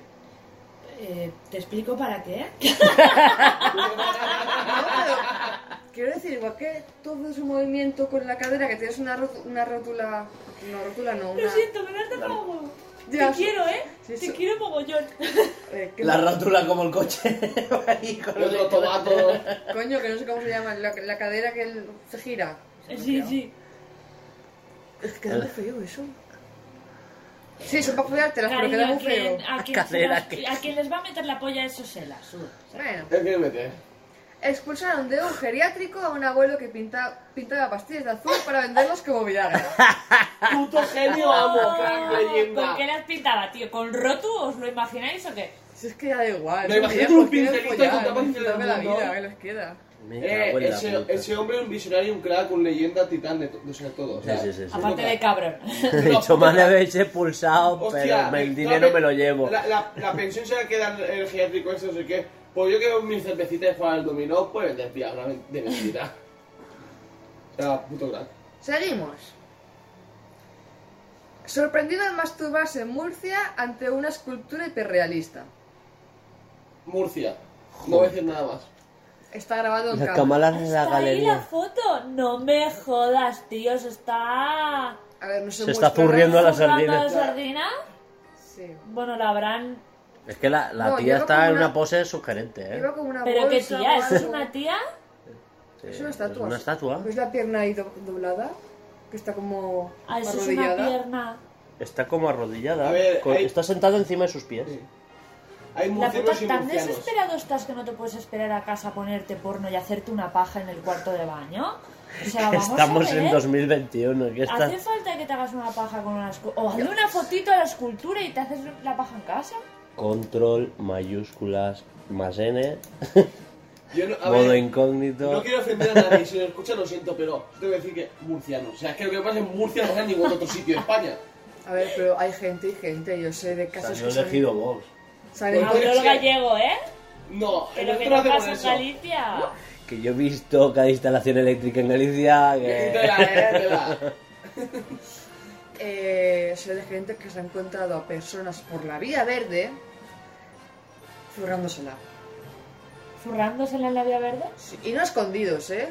[SPEAKER 3] Eh, ¿Te explico para qué?
[SPEAKER 2] No, pero quiero decir, igual que todo es un movimiento con la cadera, que tienes una, rot- una rótula... No, rótula no, una...
[SPEAKER 3] Lo siento, me das de pago.
[SPEAKER 2] Ya,
[SPEAKER 3] Te
[SPEAKER 2] sí.
[SPEAKER 3] quiero, ¿eh?
[SPEAKER 2] Sí,
[SPEAKER 3] Te
[SPEAKER 2] [LAUGHS] sí.
[SPEAKER 3] quiero mogollón.
[SPEAKER 2] eh, que-
[SPEAKER 1] La rátula como el coche. [LAUGHS] Ahí con el-
[SPEAKER 6] Otro tomato.
[SPEAKER 2] Coño, que no sé cómo se llama, la, la cadera que el- se gira.
[SPEAKER 3] Sí, sí.
[SPEAKER 2] Es que queda muy feo eso. Sí, son para follártelas, pero
[SPEAKER 3] Cariño,
[SPEAKER 2] queda
[SPEAKER 3] a
[SPEAKER 2] muy
[SPEAKER 3] quien,
[SPEAKER 2] feo. [LAUGHS]
[SPEAKER 3] a, quien se
[SPEAKER 1] Cadera
[SPEAKER 3] las-
[SPEAKER 1] que-
[SPEAKER 3] a quien les va a meter la polla eso se la suda.
[SPEAKER 2] Bueno,
[SPEAKER 6] Es que me mete.
[SPEAKER 2] expulsaron de un geriátrico a un abuelo que pinta, pintaba pastillas de azul para venderlas como Viagra.
[SPEAKER 6] Puto genio, [LAUGHS] amo, crack,
[SPEAKER 3] ¿Con
[SPEAKER 6] Ah, leyenda.
[SPEAKER 3] qué las pintaba, tío? ¿Con Rotu os lo imagináis o qué?
[SPEAKER 2] [LAUGHS] Si es que ya da igual.
[SPEAKER 6] Me
[SPEAKER 2] ¿no?
[SPEAKER 6] imagino
[SPEAKER 2] Ya,
[SPEAKER 6] un
[SPEAKER 2] pues, quieren
[SPEAKER 6] pincelito
[SPEAKER 2] follar,
[SPEAKER 6] con tapas
[SPEAKER 2] ¿no?
[SPEAKER 6] que le dan
[SPEAKER 2] Dame la
[SPEAKER 6] un
[SPEAKER 2] vida,
[SPEAKER 6] don.
[SPEAKER 2] que les queda.
[SPEAKER 1] Me
[SPEAKER 6] Eh,
[SPEAKER 1] cago en la
[SPEAKER 6] ese,
[SPEAKER 1] puta. [LAUGHS]
[SPEAKER 6] ese hombre es un visionario, un crack, un leyenda, titán, de, to- o sea, todo. o sea,
[SPEAKER 1] Sí, sí, sí, sí.
[SPEAKER 6] es
[SPEAKER 3] Aparte
[SPEAKER 6] lo [LAUGHS]
[SPEAKER 3] de
[SPEAKER 6] que-
[SPEAKER 2] [LAUGHS]
[SPEAKER 3] cabrón.
[SPEAKER 1] He dicho, me han expulsado,
[SPEAKER 6] Hostia,
[SPEAKER 1] pero me- el
[SPEAKER 6] la-
[SPEAKER 1] dinero me lo llevo.
[SPEAKER 6] La, la- la pensión se la queda el, el geriátrico ese, no sé qué. Pues yo quiero mi cervecita de jugar al dominó, pues desviar una de mentira. o sea, puto crack.
[SPEAKER 2] Seguimos. Sorprendido al masturbarse en Murcia ante una escultura hiperrealista.
[SPEAKER 6] Murcia. No voy a decir nada más.
[SPEAKER 2] Está grabado en
[SPEAKER 1] La cámara
[SPEAKER 2] cámara.
[SPEAKER 1] de la
[SPEAKER 3] Está ahí la
[SPEAKER 1] galería.
[SPEAKER 3] foto. No me jodas, tío. Se está...
[SPEAKER 2] A ver, no se,
[SPEAKER 1] Se está
[SPEAKER 2] muestra-
[SPEAKER 1] zurriendo a la
[SPEAKER 3] ¿Zurrando
[SPEAKER 1] sardina.
[SPEAKER 3] de sardina?
[SPEAKER 2] Sí.
[SPEAKER 3] Bueno, la habrán...
[SPEAKER 1] Es que la, la
[SPEAKER 2] No,
[SPEAKER 1] tía
[SPEAKER 2] lleva
[SPEAKER 1] está
[SPEAKER 2] como
[SPEAKER 1] en una
[SPEAKER 2] una-
[SPEAKER 1] pose sugerente, ¿eh?
[SPEAKER 2] Iba con una
[SPEAKER 3] ¿Pero qué
[SPEAKER 2] bolsa
[SPEAKER 3] tía?
[SPEAKER 2] o
[SPEAKER 3] ¿Es
[SPEAKER 2] algo.
[SPEAKER 3] una tía?
[SPEAKER 1] Sí,
[SPEAKER 2] Es una estatua.
[SPEAKER 1] este, una estatua.
[SPEAKER 2] ¿Ves la pierna ahí do- doblada? Que está como
[SPEAKER 3] Ah, eso es una
[SPEAKER 2] arrodillada.
[SPEAKER 3] pierna.
[SPEAKER 1] Está como arrodillada.
[SPEAKER 6] A ver,
[SPEAKER 1] con-
[SPEAKER 6] hay-
[SPEAKER 1] Está sentada encima de sus pies.
[SPEAKER 6] Hay
[SPEAKER 3] La puta,
[SPEAKER 6] murcianos y
[SPEAKER 3] ¿tan
[SPEAKER 6] murcianos.
[SPEAKER 3] desesperado estás que no te puedes esperar a casa a ponerte porno y hacerte una paja en el cuarto de baño? O sea, vamos
[SPEAKER 1] Estamos
[SPEAKER 3] a ver.
[SPEAKER 1] en 2021. que está-
[SPEAKER 3] ¿Hace falta que te hagas una paja con una escultura? O hazle una fotito a la escultura y te haces la paja en casa.
[SPEAKER 1] Control, mayúsculas, más N,
[SPEAKER 6] Yo no, a
[SPEAKER 1] modo
[SPEAKER 6] ver,
[SPEAKER 1] incógnito.
[SPEAKER 6] no quiero ofender a nadie. Si lo escucha, lo siento, pero tengo que decir que murciano. O sea, es que lo que pasa en Murcia no es en ningún otro sitio de España.
[SPEAKER 2] A ver, pero hay gente y gente. Yo sé de casos
[SPEAKER 1] Salió
[SPEAKER 2] que son-
[SPEAKER 1] elegido Vox.
[SPEAKER 2] salen-
[SPEAKER 6] Pues-
[SPEAKER 3] Aurora
[SPEAKER 6] sí.
[SPEAKER 3] Gallego, ¿eh?
[SPEAKER 6] No,
[SPEAKER 3] Pero que
[SPEAKER 6] nosotros
[SPEAKER 3] no
[SPEAKER 6] hacemos
[SPEAKER 3] pasa en
[SPEAKER 6] eso.
[SPEAKER 3] Galicia.
[SPEAKER 1] que yo he visto cada instalación eléctrica en Galicia. que-
[SPEAKER 6] Tela, eh, tela.
[SPEAKER 2] Eh, sé de gente que se ha encontrado a personas por la vía verde zurrándosela.
[SPEAKER 3] ¿Zurrándosela en la vía verde?
[SPEAKER 2] Sí, Y no escondidos, ¿eh?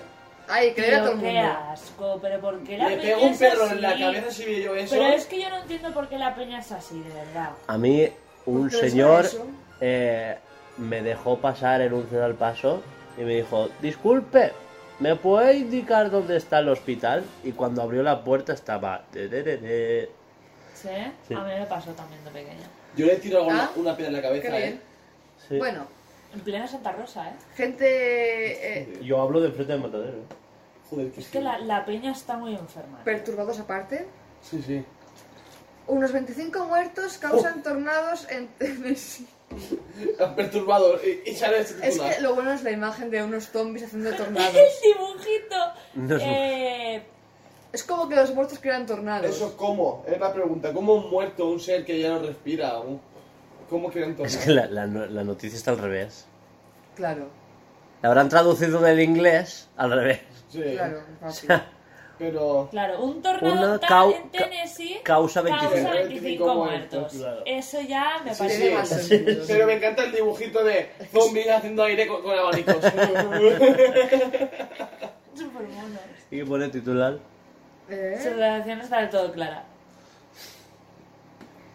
[SPEAKER 2] Ay, que le vea
[SPEAKER 3] Tío,
[SPEAKER 2] todo el mundo.
[SPEAKER 3] qué asco, pero ¿por qué la
[SPEAKER 6] Le
[SPEAKER 3] peña
[SPEAKER 6] pego un
[SPEAKER 3] es
[SPEAKER 6] perro
[SPEAKER 3] así?
[SPEAKER 6] en la cabeza si veo yo eso.
[SPEAKER 3] Pero es que yo no entiendo por qué la peña es así, de verdad.
[SPEAKER 1] A mí, un
[SPEAKER 2] Porque les
[SPEAKER 1] señor
[SPEAKER 2] parece.
[SPEAKER 1] eh, me dejó pasar en un cero al paso y me dijo, disculpe, ¿me puede indicar dónde está el hospital? Y cuando abrió la puerta estaba... tererere.
[SPEAKER 3] ¿Sí?
[SPEAKER 1] Sí.
[SPEAKER 3] A mí me pasó también de pequeña.
[SPEAKER 6] Yo le tiro una,
[SPEAKER 2] Ah,
[SPEAKER 6] una piedra en la
[SPEAKER 2] Qué
[SPEAKER 6] cabeza, eh.
[SPEAKER 2] bien.
[SPEAKER 1] Sí.
[SPEAKER 2] Bueno,
[SPEAKER 3] En plena Santa Rosa, ¿eh?
[SPEAKER 2] gente... eh,
[SPEAKER 1] Yo hablo de frente de matadero. ¿eh?
[SPEAKER 6] Joder, qué
[SPEAKER 3] Es que la, la peña está muy enferma.
[SPEAKER 2] perturbados aparte.
[SPEAKER 6] Sí, sí. [LAUGHS]
[SPEAKER 2] Unos 25 muertos causan
[SPEAKER 1] Oh.
[SPEAKER 2] tornados en [LAUGHS] Tennessee.
[SPEAKER 6] Han perturbado. Y, y sale este
[SPEAKER 2] Es
[SPEAKER 6] titular.
[SPEAKER 2] que lo bueno es la imagen de unos zombies
[SPEAKER 3] [LAUGHS]
[SPEAKER 2] haciendo tornados.
[SPEAKER 3] [LAUGHS] ¡El dibujito!
[SPEAKER 1] No es-
[SPEAKER 3] Eh,
[SPEAKER 2] es como que los muertos crean tornados.
[SPEAKER 6] Eso, ¿cómo? Es la pregunta. ¿Cómo un muerto, un ser que ya no respira? un- ¿Cómo crean todo?
[SPEAKER 1] Es que la, la no- la noticia está al revés.
[SPEAKER 2] Claro,
[SPEAKER 1] La habrán traducido del inglés al revés. [LAUGHS]
[SPEAKER 6] Sí,
[SPEAKER 2] claro, rápido.
[SPEAKER 6] pero...
[SPEAKER 3] claro, un tornado
[SPEAKER 1] Una
[SPEAKER 3] tal
[SPEAKER 1] cau-
[SPEAKER 3] en Tennessee
[SPEAKER 1] ca- causa 25.
[SPEAKER 3] 25 muertos.
[SPEAKER 1] Claro.
[SPEAKER 3] Eso ya me
[SPEAKER 6] Sí,
[SPEAKER 3] parece...
[SPEAKER 2] Tiene más sentido.
[SPEAKER 6] Pero me encanta el dibujito de zombies haciendo aire con, con [LAUGHS] abanicos.
[SPEAKER 3] Súper mono.
[SPEAKER 1] ¿Y qué pone titular?
[SPEAKER 3] Su
[SPEAKER 2] ¿Eh?
[SPEAKER 3] relación está del todo clara.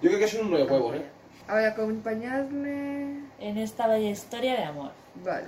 [SPEAKER 6] Yo creo que son nueve huevos, ¿eh?
[SPEAKER 2] A ver, acompañadme...
[SPEAKER 3] En esta bella historia de amor.
[SPEAKER 2] Vale.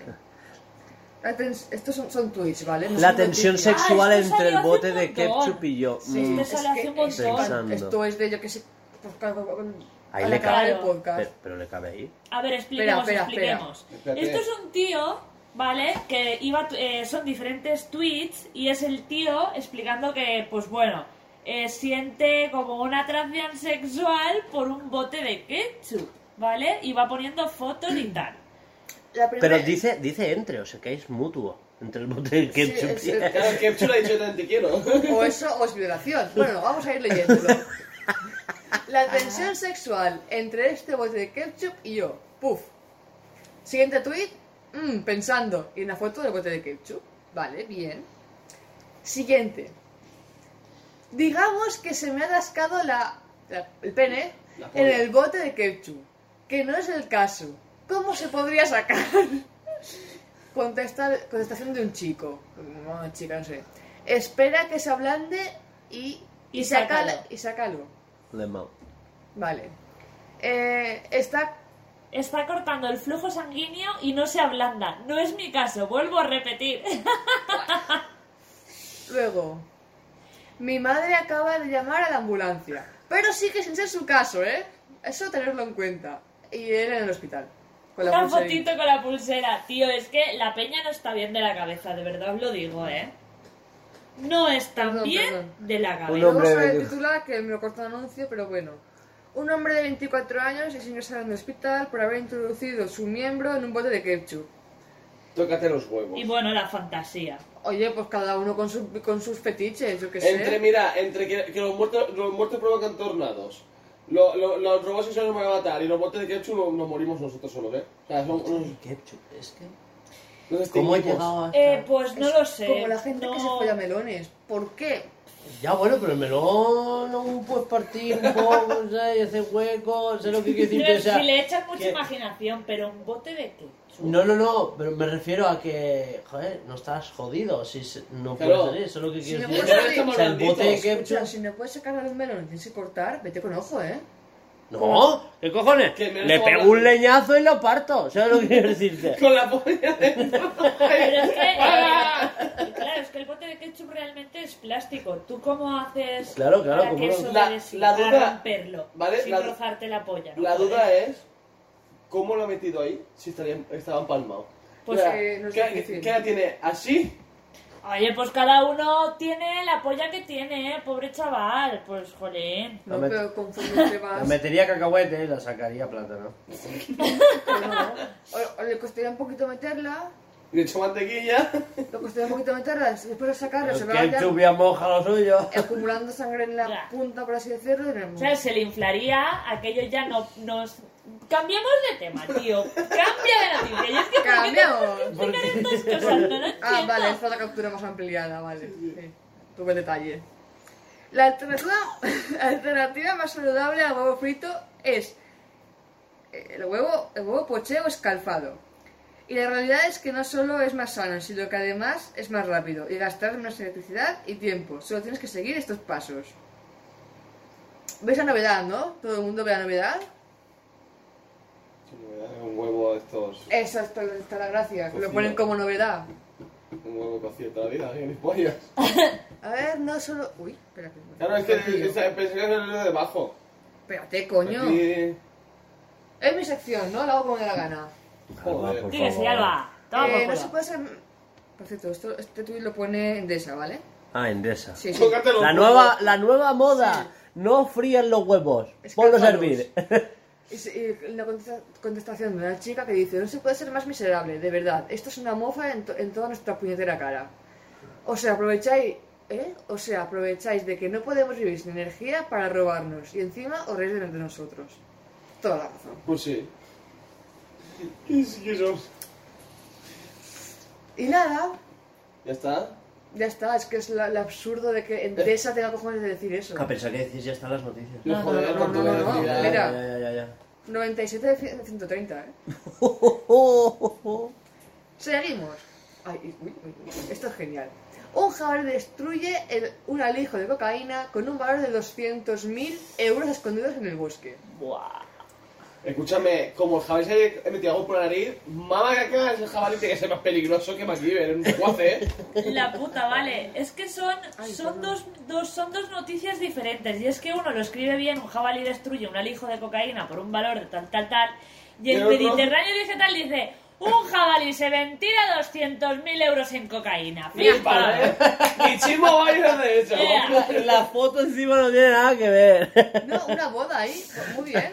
[SPEAKER 2] La tens- Estos son, son tweets, ¿vale? No
[SPEAKER 1] La
[SPEAKER 2] son
[SPEAKER 1] tensión
[SPEAKER 2] noticias.
[SPEAKER 1] sexual
[SPEAKER 3] Ah, esto
[SPEAKER 1] entre el
[SPEAKER 3] salió
[SPEAKER 1] bote
[SPEAKER 3] hace
[SPEAKER 1] de
[SPEAKER 3] un montón.
[SPEAKER 1] ketchup y yo.
[SPEAKER 2] Sí,
[SPEAKER 1] Mm,
[SPEAKER 3] esto
[SPEAKER 2] es
[SPEAKER 3] sale hace
[SPEAKER 2] que
[SPEAKER 3] un montón.
[SPEAKER 2] esto-
[SPEAKER 1] Pensando.
[SPEAKER 2] Esto es de yo que sé. Pues, claro, con-
[SPEAKER 1] Ahí
[SPEAKER 2] a
[SPEAKER 1] le
[SPEAKER 2] la cara
[SPEAKER 3] cae.
[SPEAKER 2] del podcast.
[SPEAKER 1] Pero, pero le cabe ahí.
[SPEAKER 3] A ver, expliquemos,
[SPEAKER 2] Espera, espera,
[SPEAKER 3] expliquemos.
[SPEAKER 6] espera.
[SPEAKER 3] Esto es un tío, ¿vale? Que iba, tu- eh, son diferentes tweets y es el tío explicando que, pues bueno, eh, siente como una atracción sexual por un bote de ketchup, ¿vale? Y va poniendo fotos y tal. [CLEARS THROAT]
[SPEAKER 2] La primera-
[SPEAKER 1] Pero dice, dice entre, o sea que es mutuo. Entre el bote de
[SPEAKER 2] Sí,
[SPEAKER 1] ketchup
[SPEAKER 2] es-
[SPEAKER 1] y
[SPEAKER 2] es-
[SPEAKER 6] Claro, es que Chula ha dicho yo también te quiero. [LAUGHS]
[SPEAKER 2] O eso o es violación. Bueno, vamos a ir leyéndolo. La tensión sexual entre este bote de ketchup y yo. Puf. Siguiente tweet. mm, pensando. Y una foto del bote de ketchup. Vale, bien. Siguiente. Digamos que se me ha atascado la, la- el pene
[SPEAKER 6] La polla.
[SPEAKER 2] en el bote de ketchup. Que no es el caso. ¿Cómo se podría sacar? Contesta, contestación de un chico. Una chica, no sé. Espera que se ablande y,
[SPEAKER 3] Y
[SPEAKER 2] saca-
[SPEAKER 3] sácalo.
[SPEAKER 2] y sácalo.
[SPEAKER 1] de mao.
[SPEAKER 2] Vale. Eh, está.
[SPEAKER 3] Está cortando el flujo sanguíneo y no se ablanda. No es mi caso, vuelvo a repetir.
[SPEAKER 2] Luego. Mi madre acaba de llamar a la ambulancia. Pero sigue sin ser su caso, ¿eh? Eso tenerlo en cuenta. Y él en el hospital. Con la
[SPEAKER 3] [LAUGHS] Una
[SPEAKER 2] pulserita.
[SPEAKER 3] fotito con la pulsera. Tío, es que la peña no está bien de la cabeza, de verdad os lo digo, ¿eh? No está
[SPEAKER 2] Perdón,
[SPEAKER 3] bien
[SPEAKER 2] perdón.
[SPEAKER 3] de la cabeza.
[SPEAKER 1] Un
[SPEAKER 2] Luego
[SPEAKER 1] hombre
[SPEAKER 2] sale
[SPEAKER 1] de-
[SPEAKER 2] el titular que me lo cortó un anuncio, pero bueno. Un hombre de 24 años es ingresado en el hospital por haber introducido su miembro en un bote de ketchup.
[SPEAKER 6] Tócate los huevos.
[SPEAKER 3] Y bueno, la fantasía.
[SPEAKER 2] Oye, pues cada uno con, su- con sus fetiches, yo qué sé.
[SPEAKER 6] Entre, mira, entre que, que los, muertos, los muertos provocan tornados, lo- lo- los robots se nos van a matar y los botes de ketchup no- nos morimos nosotros solos, ¿eh? O sea, son, nos,
[SPEAKER 1] Ketchup, es que.
[SPEAKER 6] nos
[SPEAKER 1] ¿Cómo he
[SPEAKER 6] extinguimos.
[SPEAKER 1] llegado hasta.?
[SPEAKER 3] Eh, pues no
[SPEAKER 2] Es
[SPEAKER 3] lo sé.
[SPEAKER 2] Como la gente
[SPEAKER 3] no...
[SPEAKER 2] que se folla melones. ¿Por qué?
[SPEAKER 1] Ya bueno, pero el melón aún puedes partir un poco, ¿sabes? Ese hueco, sé lo que quiero decirte,
[SPEAKER 3] Pero
[SPEAKER 1] o sea,
[SPEAKER 3] si le echas mucha
[SPEAKER 1] que-
[SPEAKER 3] imaginación, pero un bote de ketchup.
[SPEAKER 1] No, no, no, pero me refiero a que, joder, no estás jodido, si se- no
[SPEAKER 6] Claro.
[SPEAKER 1] puedes salir, eso es lo que
[SPEAKER 2] Si
[SPEAKER 1] quiero
[SPEAKER 2] no
[SPEAKER 1] decir.
[SPEAKER 2] puedes
[SPEAKER 1] O sea, el
[SPEAKER 6] salir,
[SPEAKER 1] bote de
[SPEAKER 6] escucha,
[SPEAKER 2] Escucha,
[SPEAKER 1] ketchup...
[SPEAKER 2] si no puedes sacar un melón y tienes que cortar, vete con ojo, ¿eh?
[SPEAKER 1] No, ¿qué cojones?
[SPEAKER 6] Que me
[SPEAKER 1] Le
[SPEAKER 6] lo
[SPEAKER 1] pego
[SPEAKER 6] hago.
[SPEAKER 1] un leñazo y lo parto, ¿sabes lo que quiero
[SPEAKER 2] [LAUGHS]
[SPEAKER 1] decirte?
[SPEAKER 6] Con la polla
[SPEAKER 1] [LAUGHS]
[SPEAKER 6] dentro.
[SPEAKER 3] Pero es que, eh, claro, es que el bote de ketchup realmente es plástico. ¿Tú cómo haces
[SPEAKER 1] Claro, claro,
[SPEAKER 3] para
[SPEAKER 1] ¿cómo
[SPEAKER 3] que
[SPEAKER 1] lo-
[SPEAKER 3] eso
[SPEAKER 6] La-
[SPEAKER 3] te des-
[SPEAKER 6] la
[SPEAKER 3] para
[SPEAKER 6] duda-
[SPEAKER 3] romperlo
[SPEAKER 6] ¿vale?
[SPEAKER 3] sin
[SPEAKER 6] La-
[SPEAKER 3] rozarte la
[SPEAKER 1] eh,
[SPEAKER 3] polla?
[SPEAKER 6] La duda es, ¿cómo lo ha metido ahí si estarían, estaban palmados?
[SPEAKER 2] Pues,
[SPEAKER 6] O sea,
[SPEAKER 2] eh, no es
[SPEAKER 6] ¿qué,
[SPEAKER 2] difícil.
[SPEAKER 6] qué la tiene? ¿Así?
[SPEAKER 3] Oye, pues cada uno tiene la polla que tiene, ¿eh? pobre chaval. Pues, jolín.
[SPEAKER 2] No,
[SPEAKER 1] La met-
[SPEAKER 2] pero conforme te vas.
[SPEAKER 1] metería cacahuete y la sacaría plátano.
[SPEAKER 2] pues no. O- o le costaría un poquito meterla.
[SPEAKER 6] Le echo mantequilla.
[SPEAKER 2] Le costaría un poquito meterla. Después de sacarla, se
[SPEAKER 1] El
[SPEAKER 2] me va a
[SPEAKER 1] ketchup ya
[SPEAKER 2] quedar
[SPEAKER 1] moja lo suyo.
[SPEAKER 2] acumulando sangre en la
[SPEAKER 3] Ya.
[SPEAKER 2] punta, por así decirlo. y en el-
[SPEAKER 3] O sea, se le inflaría, aquello ya no nos... Cambiemos de tema, tío. Cambia de noticia. Y es que ¿por qué tenemos
[SPEAKER 1] [LAUGHS]
[SPEAKER 3] que
[SPEAKER 2] Cambiamos.
[SPEAKER 3] explicar esto estas cosas, no las
[SPEAKER 2] Ah,
[SPEAKER 3] entiendo.
[SPEAKER 2] vale, es para la captura más ampliada, vale. Sí. Tuve detalle. La alternativa, [LAUGHS] la alternativa más saludable al huevo frito es eh, el huevo, el huevo poché o escalfado. Y la realidad es que no solo es más sano, sino que además es más rápido y gastar menos electricidad y tiempo. Solo tienes que seguir estos pasos. ¿Ves la novedad, no? ¿Todo el mundo ve la novedad?
[SPEAKER 6] Un huevo de estos.
[SPEAKER 2] Esa es toda está la gracia, que lo
[SPEAKER 6] Cocido.
[SPEAKER 2] ponen como novedad.
[SPEAKER 6] Un huevo cocido toda la vida, ¿eh? Mis pollas.
[SPEAKER 2] A ver, no solo... Uy, espera que...
[SPEAKER 6] Claro, es que
[SPEAKER 2] Cocido.
[SPEAKER 6] o sea, pensé que era lo de abajo.
[SPEAKER 2] Espérate, coño.
[SPEAKER 6] Aquí-
[SPEAKER 2] Es mi sección, ¿no? La hago como me dé la gana.
[SPEAKER 6] Joder.
[SPEAKER 1] por
[SPEAKER 3] Tienes,
[SPEAKER 1] favor.
[SPEAKER 3] Alba. Toma por
[SPEAKER 2] Eh, no
[SPEAKER 3] culo.
[SPEAKER 2] se puede hacer... Por cierto, esto, este tuit lo pone Endesa, ¿vale?
[SPEAKER 1] Ah, Endesa.
[SPEAKER 2] Sí, sí.
[SPEAKER 6] Tócate los
[SPEAKER 1] La
[SPEAKER 6] huevos.
[SPEAKER 1] nueva, la nueva moda. No frían los huevos.
[SPEAKER 2] Es que
[SPEAKER 1] Ponlos a
[SPEAKER 2] palos.
[SPEAKER 1] hervir.
[SPEAKER 2] Y se- y la contesta- contestación de una chica que dice, no se puede ser más miserable, de verdad. Esto es una mofa en, to- en toda nuestra puñetera cara. O sea, aprovecháis... ¿Eh? O sea, aprovecháis de que no podemos vivir sin energía para robarnos. Y encima os reís delante de nosotros. Toda la razón.
[SPEAKER 6] Pues sí. Y sí que sos.
[SPEAKER 2] Y nada,
[SPEAKER 6] Ya está.
[SPEAKER 2] ya está. Es que es la- lo absurdo de que Endesa tenga cojones de decir eso.
[SPEAKER 1] A pensar Ah, que decís ya están las noticias.
[SPEAKER 6] Yo,
[SPEAKER 3] No,
[SPEAKER 6] joder,
[SPEAKER 3] no, no,
[SPEAKER 6] con tu
[SPEAKER 2] no, no,
[SPEAKER 6] velocidad.
[SPEAKER 2] mira.
[SPEAKER 1] Ya, ya, ya, [LAUGHS] ya.
[SPEAKER 2] 97 de ci- de 130, ¿eh? Seguimos. Ay, uy, uy, uy, esto es genial. Un jabalí destruye el- un alijo de cocaína con un valor de 200.000 euros escondidos en el bosque.
[SPEAKER 3] Buah.
[SPEAKER 6] Escúchame, como el jabalí se ha metido algo por la nariz, mamá que acá es el jabalí tiene que ser más peligroso que MacGyver, un cuace, ¿eh?
[SPEAKER 3] La puta, vale. Es que son,
[SPEAKER 2] Ay,
[SPEAKER 3] son,
[SPEAKER 2] perdón.
[SPEAKER 3] dos, dos, son dos noticias diferentes. Y es que uno lo escribe bien, un jabalí destruye un alijo de cocaína por un valor de tal, tal, tal. Y
[SPEAKER 6] Y
[SPEAKER 3] el
[SPEAKER 6] otro-
[SPEAKER 3] Mediterráneo dice tal, dice, un jabalí se ventila 200.000 euros en cocaína.
[SPEAKER 6] Flipa, ¿eh?
[SPEAKER 3] [LAUGHS] Flipa.
[SPEAKER 6] Y Chimo Bayo de hecho.
[SPEAKER 3] Yeah.
[SPEAKER 1] La foto encima no tiene nada que ver.
[SPEAKER 2] No, una boda ahí. Muy bien.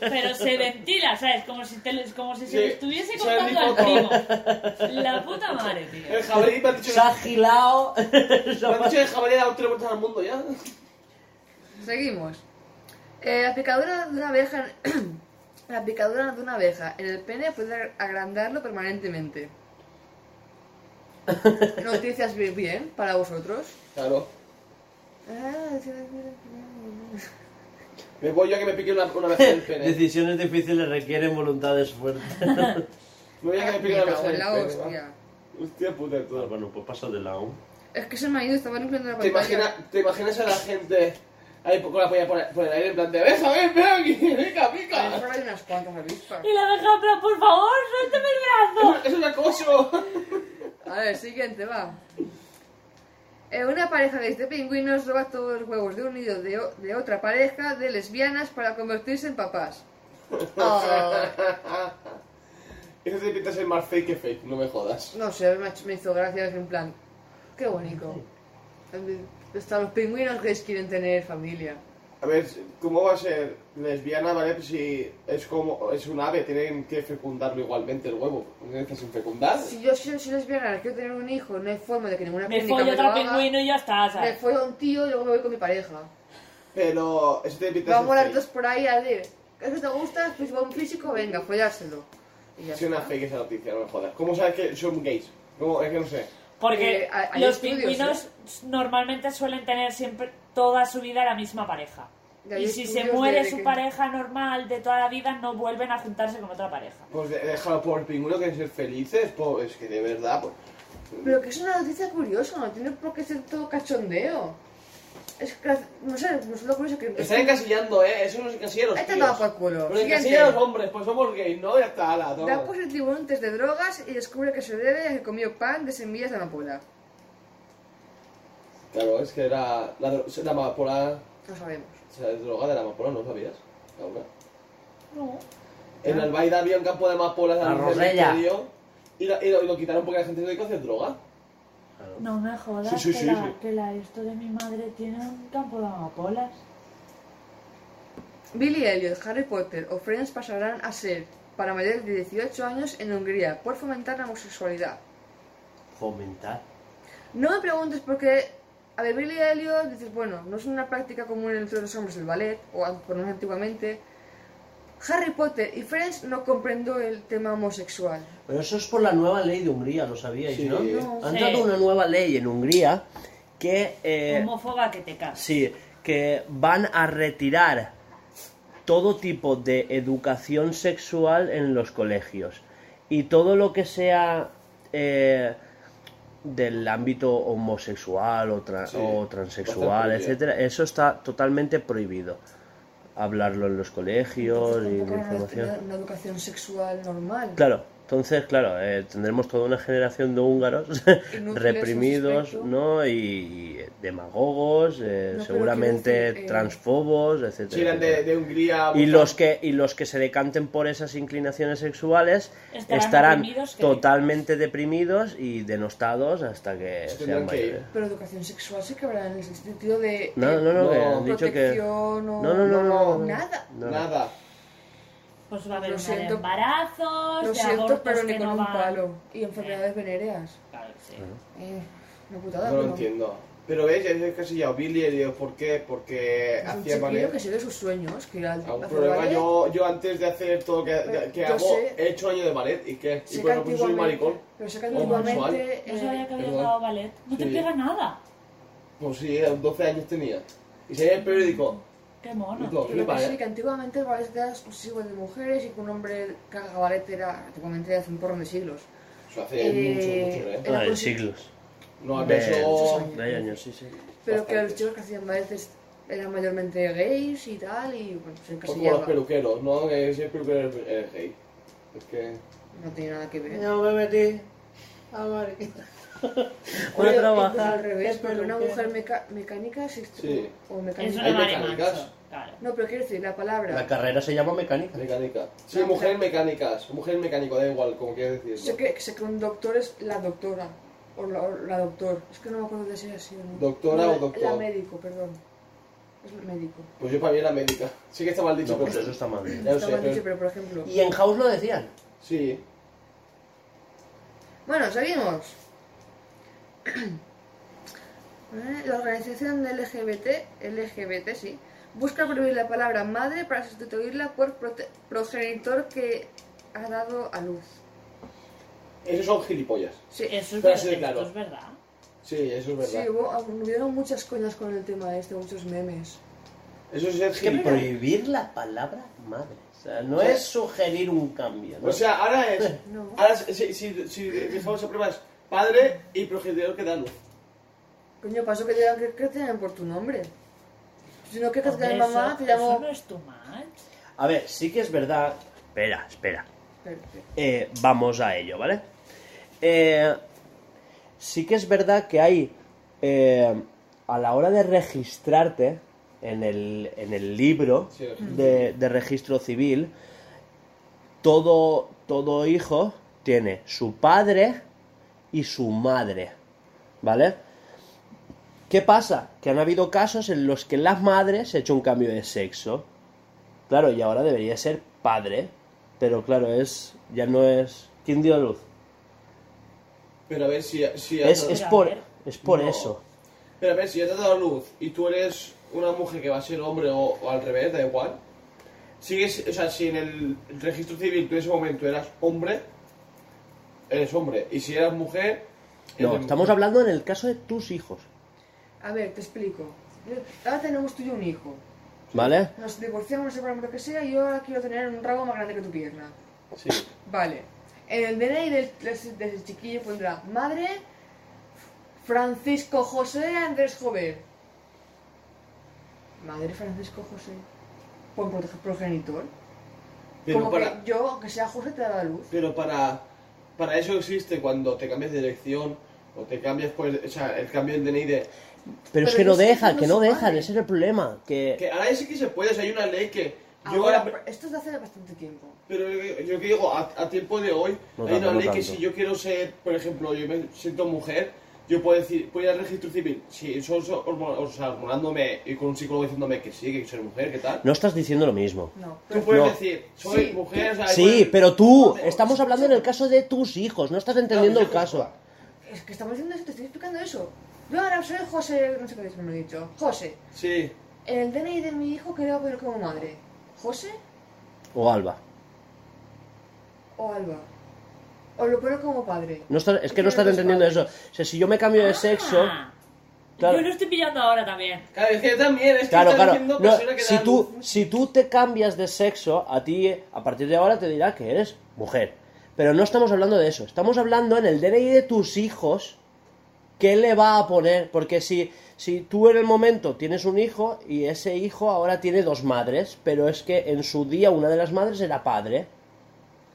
[SPEAKER 3] Pero se ventila, ¿sabes? Como si, te, les- como si se
[SPEAKER 6] Sí.
[SPEAKER 3] lo estuviese
[SPEAKER 6] Se
[SPEAKER 3] contando
[SPEAKER 6] han
[SPEAKER 3] al primo. La puta madre, tío.
[SPEAKER 6] El jabalí me ha dicho,
[SPEAKER 1] Se ha gilado.
[SPEAKER 6] me ha dicho que el jabalí ha dado tres vueltas al mundo ya.
[SPEAKER 2] Seguimos. Eh, la picadura de una abeja... [CLEARS THROAT] en- la picadura de una abeja en el pene puede agrandarlo permanentemente. Noticias bien, bien para vosotros.
[SPEAKER 6] Claro.
[SPEAKER 2] Ah, sí, sí, sí.
[SPEAKER 6] Me voy yo a que me pique una, una vez en el pene.
[SPEAKER 1] Decisiones difíciles requieren voluntades [LAUGHS] fuertes.
[SPEAKER 6] Me voy a que me pique
[SPEAKER 2] Me
[SPEAKER 6] una vez
[SPEAKER 2] cago en
[SPEAKER 6] en el
[SPEAKER 2] la
[SPEAKER 6] pene.
[SPEAKER 2] hostia.
[SPEAKER 6] va. Hostia puta de todo.
[SPEAKER 1] bueno, pues pasa de lado.
[SPEAKER 2] Es que se me ha ido, estaba limpiando la
[SPEAKER 6] ¿Te,
[SPEAKER 2] pantalla.
[SPEAKER 6] imagina, ¿Te imaginas a la gente ahí con la polla por, por el aire en plan de ¡Beja, ven, ven aquí! ¡Pica,
[SPEAKER 2] A lo
[SPEAKER 6] pica!
[SPEAKER 2] mejor hay unas cuantas avispas.
[SPEAKER 3] Y la abeja, pero por favor, suéltame el brazo.
[SPEAKER 6] [LAUGHS] ¡Es un acoso!
[SPEAKER 2] A ver, siguiente, va. Eh, una pareja de este pingüinos roba todos los huevos de un nido de, o- de otra pareja de lesbianas para convertirse en papás. Ah,
[SPEAKER 6] Eso te pinta ser más fake que fake, no me jodas.
[SPEAKER 2] no sé, me, ha hecho- me hizo gracia en plan. Qué bonito. Hasta los pingüinos gays quieren tener familia.
[SPEAKER 6] A ver, ¿cómo va a ser lesbiana, vale? Pues si es como... es un ave, tienen que fecundarlo igualmente el huevo. ¿No necesitas un fecundar?
[SPEAKER 2] Si yo soy, soy lesbiana, quiero tener un hijo, no hay forma de que ninguna
[SPEAKER 3] Me
[SPEAKER 2] clínica
[SPEAKER 3] follo
[SPEAKER 2] lo
[SPEAKER 3] otro
[SPEAKER 2] haga.
[SPEAKER 3] pingüino y ya está,
[SPEAKER 2] Me
[SPEAKER 3] ¿sabes?
[SPEAKER 2] follo a un tío y luego me voy con mi pareja.
[SPEAKER 6] Pero eso te pinta
[SPEAKER 2] Vamos
[SPEAKER 6] ser
[SPEAKER 2] las
[SPEAKER 6] fake.
[SPEAKER 2] dos por ahí a ver. ¿Es que te gusta? Pues va un físico, venga, follárselo. Y ya
[SPEAKER 6] Es una
[SPEAKER 2] está.
[SPEAKER 6] fake esa noticia, no me jodas. ¿Cómo sabes que son gays? ¿Cómo? Es que no sé.
[SPEAKER 3] Porque
[SPEAKER 2] Eh, hay- hay
[SPEAKER 3] los
[SPEAKER 2] estudios,
[SPEAKER 3] pingüinos normalmente suelen tener siempre toda su vida la misma pareja.
[SPEAKER 2] Y hay
[SPEAKER 3] Y si se
[SPEAKER 2] estudios
[SPEAKER 3] muere
[SPEAKER 2] de- de
[SPEAKER 3] su
[SPEAKER 2] que-
[SPEAKER 3] pareja normal de toda la vida, no vuelven a juntarse con otra pareja.
[SPEAKER 6] Pues de- déjalo por el pingüino que ser felices, pues es que de verdad, pues.
[SPEAKER 2] Pero que es una noticia curiosa, no tiene por qué ser todo cachondeo. Es que, no sé, no sé lo curioso que...
[SPEAKER 6] Están encasillando, eh, eso no es encasilla los
[SPEAKER 2] Este
[SPEAKER 6] tíos.
[SPEAKER 2] no va por culo.
[SPEAKER 6] Los
[SPEAKER 2] Siguiente.
[SPEAKER 6] encasilla los hombres, pues somos gays, ¿no? Ya está, ala, toma.
[SPEAKER 2] Da positivo en un test de drogas y descubre que se debe a que comió pan de semillas de amapola.
[SPEAKER 6] Claro, es que era la, dro- la amapola,
[SPEAKER 2] No sabemos.
[SPEAKER 6] o sea, la droga de la amapola, ¿no sabías? Laura?
[SPEAKER 3] No.
[SPEAKER 6] En Albaida había un campo de amapolas
[SPEAKER 1] La
[SPEAKER 6] al inicio del
[SPEAKER 1] Rosella.
[SPEAKER 6] imperio, Y, la- y lo, y lo quitaron porque la gente se dedicó a hacer droga.
[SPEAKER 3] No me jodas
[SPEAKER 6] Sí, sí,
[SPEAKER 3] que,
[SPEAKER 6] sí,
[SPEAKER 3] la,
[SPEAKER 6] sí.
[SPEAKER 3] que la esto de mi madre tiene un campo de amapolas.
[SPEAKER 2] Billy Elliot, Harry Potter o Friends pasarán a ser para mayores de 18 años en Hungría por fomentar la homosexualidad.
[SPEAKER 1] Fomentar.
[SPEAKER 2] No me preguntes por qué. A ver, Billy Elliot, dices, bueno, no es una práctica común entre los hombres el ballet, o an- por lo menos antiguamente. Harry Potter y Friends no comprendo el tema homosexual.
[SPEAKER 1] Pero eso es por la nueva ley de Hungría, lo sabíais,
[SPEAKER 6] Sí.
[SPEAKER 1] ¿no?
[SPEAKER 6] No.
[SPEAKER 1] Han
[SPEAKER 3] Sí.
[SPEAKER 1] dado una nueva ley en Hungría que... eh,
[SPEAKER 3] Homófoba que te cagas.
[SPEAKER 1] Sí, que van a retirar todo tipo de educación sexual en los colegios. Y todo lo que sea eh, del ámbito homosexual o, tra-
[SPEAKER 6] Sí,
[SPEAKER 1] o transexual,
[SPEAKER 6] bastante
[SPEAKER 1] etcétera, eso está totalmente prohibido. Hablarlo en los colegios y la
[SPEAKER 2] Tampoco era una-
[SPEAKER 1] información.
[SPEAKER 2] Una, una educación sexual normal.
[SPEAKER 1] Claro, entonces, claro, eh, tendremos toda una generación de húngaros
[SPEAKER 2] en
[SPEAKER 1] reprimidos,
[SPEAKER 2] su aspecto.
[SPEAKER 1] ¿no? Y, y demagogos, eh,
[SPEAKER 2] No, pero
[SPEAKER 1] seguramente
[SPEAKER 2] quiero decir, eh,
[SPEAKER 1] transfobos, etcétera.
[SPEAKER 6] Si eran de,
[SPEAKER 1] etcétera.
[SPEAKER 6] de Hungría.
[SPEAKER 1] y
[SPEAKER 6] pues,
[SPEAKER 1] los que y los que se decanten por esas inclinaciones sexuales
[SPEAKER 3] Estarán
[SPEAKER 1] estarán,
[SPEAKER 3] deprimidos que-
[SPEAKER 1] totalmente deprimidos y denostados hasta que
[SPEAKER 6] Se
[SPEAKER 1] sean
[SPEAKER 6] tendrán que ir.
[SPEAKER 1] mayores.
[SPEAKER 2] Pero educación sexual sí que habrá en el sentido de.
[SPEAKER 1] No,
[SPEAKER 2] eh,
[SPEAKER 1] no, no, que
[SPEAKER 6] No.
[SPEAKER 1] han dicho que
[SPEAKER 2] protección o-
[SPEAKER 1] no, no, no, no, no, no.
[SPEAKER 2] nada.
[SPEAKER 1] No.
[SPEAKER 6] Nada.
[SPEAKER 3] Pues va a haber
[SPEAKER 2] Lo
[SPEAKER 3] una
[SPEAKER 2] siento.
[SPEAKER 3] de embarazos,
[SPEAKER 2] Lo
[SPEAKER 3] de abortos
[SPEAKER 2] siento, pero ni
[SPEAKER 3] que
[SPEAKER 2] con
[SPEAKER 3] no
[SPEAKER 2] un
[SPEAKER 3] van. Eh.
[SPEAKER 2] palo. Y enfermedades venéreas.
[SPEAKER 3] Claro, sí.
[SPEAKER 2] Eh, una putada,
[SPEAKER 6] No lo
[SPEAKER 2] pero-
[SPEAKER 6] entiendo. Pero veis, es encasillado Billy y digo, ¿por qué? Porque
[SPEAKER 2] Es un
[SPEAKER 6] hacía
[SPEAKER 2] chiquillo
[SPEAKER 6] valer.
[SPEAKER 2] que sigue sus sueños, que era
[SPEAKER 6] Algún
[SPEAKER 2] hacer
[SPEAKER 6] problema.
[SPEAKER 2] ballet.
[SPEAKER 6] Yo, yo antes de hacer todo lo que,
[SPEAKER 2] Pero
[SPEAKER 6] que
[SPEAKER 2] yo
[SPEAKER 6] hago,
[SPEAKER 2] sé-
[SPEAKER 6] he hecho año de ballet. ¿Y qué? Y
[SPEAKER 2] Sé
[SPEAKER 6] por
[SPEAKER 2] que
[SPEAKER 6] eso pues, soy un
[SPEAKER 2] antiguamente-
[SPEAKER 6] maricón.
[SPEAKER 2] Pero sé que
[SPEAKER 6] O homosexual.
[SPEAKER 2] antiguamente.
[SPEAKER 3] No sabía
[SPEAKER 2] eh,
[SPEAKER 3] que había
[SPEAKER 6] perdón.
[SPEAKER 3] jugado ballet. No te
[SPEAKER 6] Sí.
[SPEAKER 3] pega nada.
[SPEAKER 6] Pues sí, a los 12 años tenía. Y salía en el periódico.
[SPEAKER 3] Qué mono.
[SPEAKER 6] No. ¿eh?
[SPEAKER 2] Pero que
[SPEAKER 6] Vale.
[SPEAKER 2] sí, que antiguamente el ballet era exclusivo de mujeres y que un hombre que haga ballet era antiguamente hace un porrón de siglos.
[SPEAKER 6] Eso hace
[SPEAKER 2] Eh,
[SPEAKER 6] mucho, mucho, ¿eh?
[SPEAKER 2] Era
[SPEAKER 1] Ah, en
[SPEAKER 2] posi-
[SPEAKER 1] siglos.
[SPEAKER 6] No,
[SPEAKER 1] De-
[SPEAKER 6] acaso.
[SPEAKER 2] Sí,
[SPEAKER 1] de años, sí, sí.
[SPEAKER 2] Pero que
[SPEAKER 6] Bastante.
[SPEAKER 2] los chicos que hacían ballet es- eran mayormente gays y tal, y bueno, se
[SPEAKER 6] Pues como los
[SPEAKER 2] encasillaba.
[SPEAKER 6] peluqueros, no, que si el peluquero es es gay. Es que.
[SPEAKER 2] No tenía nada que ver.
[SPEAKER 1] No me metí.
[SPEAKER 2] Oye, incluso
[SPEAKER 1] trabajar.
[SPEAKER 2] al revés,
[SPEAKER 1] es
[SPEAKER 2] porque una
[SPEAKER 1] peluquero.
[SPEAKER 2] mujer meca- mecánica sí,
[SPEAKER 6] Sí.
[SPEAKER 2] o
[SPEAKER 3] Es
[SPEAKER 2] mecánica.
[SPEAKER 3] una
[SPEAKER 6] Hay
[SPEAKER 3] maremacho.
[SPEAKER 6] mecánicas.
[SPEAKER 3] Claro.
[SPEAKER 2] No, pero quiero decir, la palabra.
[SPEAKER 1] La carrera se llama mecánica.
[SPEAKER 6] Mecánica. Sí,
[SPEAKER 2] La
[SPEAKER 6] mujer
[SPEAKER 2] mujer-
[SPEAKER 6] mecánicas. Mujer mecánico, da igual, como quieres
[SPEAKER 2] Sé
[SPEAKER 6] decirlo.
[SPEAKER 2] que, sé que un doctor es la doctora. O la, o la doctor. Es que no me acuerdo de si era así o no.
[SPEAKER 6] ¿Doctora
[SPEAKER 2] No,
[SPEAKER 6] o doctor?
[SPEAKER 2] La médico, perdón. Es la médico.
[SPEAKER 6] Pues yo para mí era médica. Sí que está mal dicho,
[SPEAKER 1] No, pues
[SPEAKER 6] pero.
[SPEAKER 1] eso está mal.
[SPEAKER 6] Ya lo
[SPEAKER 2] Estaba
[SPEAKER 6] sé,
[SPEAKER 2] mal dicho, pero
[SPEAKER 6] pero.
[SPEAKER 2] por ejemplo.
[SPEAKER 1] Y en House lo decían.
[SPEAKER 6] Sí.
[SPEAKER 2] Bueno, seguimos. [CLEARS THROAT] Eh, La organización LGBT, LGBT sí, busca prohibir la palabra madre para sustituirla por prote- progenitor que ha dado a luz.
[SPEAKER 6] Esos son gilipollas.
[SPEAKER 2] Sí,
[SPEAKER 3] Eso es,
[SPEAKER 6] Pero
[SPEAKER 3] verdad,
[SPEAKER 6] sí, claro.
[SPEAKER 3] esto es verdad.
[SPEAKER 6] Sí, eso es
[SPEAKER 2] sí
[SPEAKER 6] verdad.
[SPEAKER 2] hubo, hubieron muchas coñas con el tema este, muchos memes.
[SPEAKER 6] Eso es ser
[SPEAKER 1] Es que
[SPEAKER 6] gilipollas.
[SPEAKER 1] prohibir la palabra madre. O sea, no
[SPEAKER 6] Sí.
[SPEAKER 1] es sugerir un cambio. ¿no?
[SPEAKER 6] O sea, ahora es.
[SPEAKER 1] Eh.
[SPEAKER 2] No.
[SPEAKER 6] Ahora, si, si, si, si dejamos el problema es padre y progenitor que dan luz.
[SPEAKER 2] Coño, pasó que te digan que, que te llamen por tu nombre. Si no Pues que te
[SPEAKER 3] Hombre,
[SPEAKER 2] llamen mamá,
[SPEAKER 3] eso-
[SPEAKER 2] te
[SPEAKER 3] Eso
[SPEAKER 2] llamo...
[SPEAKER 3] no es tu match.
[SPEAKER 1] A ver, sí que es verdad. Espera, espera.
[SPEAKER 2] Espera, espera.
[SPEAKER 1] Eh, vamos a ello, ¿vale? Eh, sí que es verdad que hay, eh, a la hora de registrarte en el, en el libro
[SPEAKER 6] Sí, el registro
[SPEAKER 1] de, de registro civil, todo, todo hijo tiene su padre y su madre, ¿vale? ¿Qué pasa? Que han habido casos en los que las madres se hecho un cambio de sexo. Claro, y ahora debería ser padre, pero claro, es ya no es... ¿Quién dio a luz?
[SPEAKER 6] Pero a ver si. si
[SPEAKER 1] Es,
[SPEAKER 6] has-
[SPEAKER 1] es
[SPEAKER 3] Pero a
[SPEAKER 1] por,
[SPEAKER 3] ver.
[SPEAKER 1] es por
[SPEAKER 6] No.
[SPEAKER 1] eso.
[SPEAKER 6] Pero a ver, si ya te has dado luz y tú eres una mujer que va a ser hombre o, o al revés, da igual. Sigues, o sea, si en el registro civil tú en ese momento eras hombre, eres hombre. Y si eras mujer.
[SPEAKER 1] No,
[SPEAKER 6] eres
[SPEAKER 1] estamos
[SPEAKER 6] mujer.
[SPEAKER 1] hablando en el caso de tus hijos,
[SPEAKER 2] A ver, te explico. Ahora tenemos tú y yo un hijo.
[SPEAKER 1] ¿vale?
[SPEAKER 2] Nos divorciamos, nos separamos, lo que sea, y yo ahora quiero tener un rabo más grande que tu pierna.
[SPEAKER 6] Sí.
[SPEAKER 2] Vale. En el DNI del, del- del chiquillo pondrá madre Francisco José Andrés Jover. Madre Francisco José. Pon prote- progenitor.
[SPEAKER 6] Pero
[SPEAKER 2] Como
[SPEAKER 6] para,
[SPEAKER 2] que yo, aunque sea José, te da la luz.
[SPEAKER 6] pero para. Para eso existe cuando te cambias de dirección o te cambias, pues. O sea, el cambio del DNI de.
[SPEAKER 1] Pero es
[SPEAKER 2] Pero
[SPEAKER 1] que no
[SPEAKER 2] es que
[SPEAKER 1] deja,
[SPEAKER 2] no
[SPEAKER 1] que no
[SPEAKER 2] se
[SPEAKER 1] dejan,
[SPEAKER 2] vale.
[SPEAKER 1] ese es el problema. Que...
[SPEAKER 6] Que ahora sí que se puede, o sea, hay una ley que. Yo
[SPEAKER 2] Ahora,
[SPEAKER 6] ahora-
[SPEAKER 2] esto es de hace bastante tiempo.
[SPEAKER 6] Pero yo- yo que digo, a, a tiempo de hoy,
[SPEAKER 1] No
[SPEAKER 6] hay
[SPEAKER 1] tanto,
[SPEAKER 6] una
[SPEAKER 1] no
[SPEAKER 6] ley que
[SPEAKER 1] tanto.
[SPEAKER 6] si yo quiero ser, por ejemplo, yo me siento mujer, yo puedo decir, voy al registro civil, si solo so- hormo- o sea, hormonándome y con un psicólogo diciéndome que sí, que soy mujer, que tal.
[SPEAKER 1] No estás diciendo lo mismo.
[SPEAKER 2] No.
[SPEAKER 6] Tú puedes
[SPEAKER 1] No.
[SPEAKER 6] decir, soy
[SPEAKER 2] Sí.
[SPEAKER 6] mujer, o sea,
[SPEAKER 1] Sí,
[SPEAKER 6] puedes-
[SPEAKER 1] pero tú,
[SPEAKER 6] Joder,
[SPEAKER 1] estamos hablando en el caso de tus hijos, no estás entendiendo
[SPEAKER 6] No,
[SPEAKER 1] el caso.
[SPEAKER 2] Es que estamos diciendo esto, te estoy explicando eso. Yo ahora soy José, no sé qué me lo he dicho. José.
[SPEAKER 6] Sí,
[SPEAKER 2] En el DNI de mi hijo quería poner como madre. José
[SPEAKER 1] o Alba.
[SPEAKER 2] o Alba. O lo pone como padre.
[SPEAKER 1] No estás- es que no estás
[SPEAKER 2] Tienen dos
[SPEAKER 1] entendiendo eso.
[SPEAKER 2] padres.
[SPEAKER 1] O sea, si yo me cambio de sexo.
[SPEAKER 3] Ah,
[SPEAKER 1] Claro.
[SPEAKER 3] Yo lo estoy pillando ahora también.
[SPEAKER 6] Claro, es que también, es
[SPEAKER 1] [LAUGHS]
[SPEAKER 6] que
[SPEAKER 1] Claro,
[SPEAKER 6] estás
[SPEAKER 1] claro.
[SPEAKER 6] diciendo
[SPEAKER 1] No,
[SPEAKER 6] persona que
[SPEAKER 1] si,
[SPEAKER 6] da
[SPEAKER 1] tú,
[SPEAKER 6] luz.
[SPEAKER 1] si tú te cambias de sexo, a ti a partir de ahora te dirá que eres mujer. Pero no estamos hablando de eso. Estamos hablando en el DNI de tus hijos. ¿Qué le va a poner? Porque si, si tú en el momento tienes un hijo y ese hijo ahora tiene dos madres, pero es que en su día una de las madres era padre.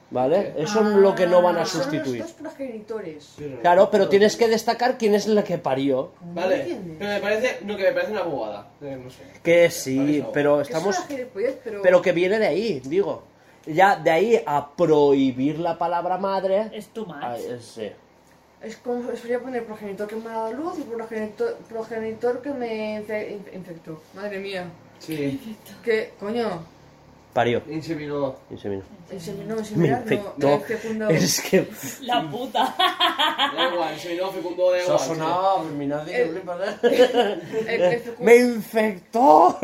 [SPEAKER 1] ¿Vale?
[SPEAKER 6] Ok.
[SPEAKER 1] Eso es lo que no van a
[SPEAKER 3] Ah.
[SPEAKER 2] Son
[SPEAKER 1] sustituir.
[SPEAKER 2] los dos progenitores.
[SPEAKER 6] Pero-
[SPEAKER 1] Claro, pero tienes que destacar quién es la que parió.
[SPEAKER 2] ¿No
[SPEAKER 6] Vale,
[SPEAKER 2] entiendes?
[SPEAKER 6] pero me parece, no, que me parece una bobada. Eh, No sé.
[SPEAKER 1] Que
[SPEAKER 6] Vale,
[SPEAKER 1] sí,
[SPEAKER 6] no.
[SPEAKER 1] pero
[SPEAKER 2] Que es
[SPEAKER 1] estamos...
[SPEAKER 2] una gilipollez, pero...
[SPEAKER 1] Pero que viene de ahí, digo. Ya de ahí a prohibir la palabra madre.
[SPEAKER 3] Es too much.
[SPEAKER 1] Ay, eh, sí.
[SPEAKER 2] Es como sería poner progenitor que me ha dado luz y progenitor, progenitor que me infe- inf- infectó. Madre mía. [LAUGHS]
[SPEAKER 6] Sí,
[SPEAKER 2] Que, coño,
[SPEAKER 1] Parió.
[SPEAKER 6] inseminó.
[SPEAKER 1] Inseminó.
[SPEAKER 2] inseminó,
[SPEAKER 1] Me
[SPEAKER 2] inseminar, no,
[SPEAKER 1] infectó.
[SPEAKER 2] me
[SPEAKER 1] [LAUGHS]
[SPEAKER 2] fecundó.
[SPEAKER 1] Es que.
[SPEAKER 3] La puta.
[SPEAKER 6] Da igual, inseminó, fecundó, da igual.
[SPEAKER 2] [LAUGHS] El- el fecu-
[SPEAKER 1] ¡Me infectó!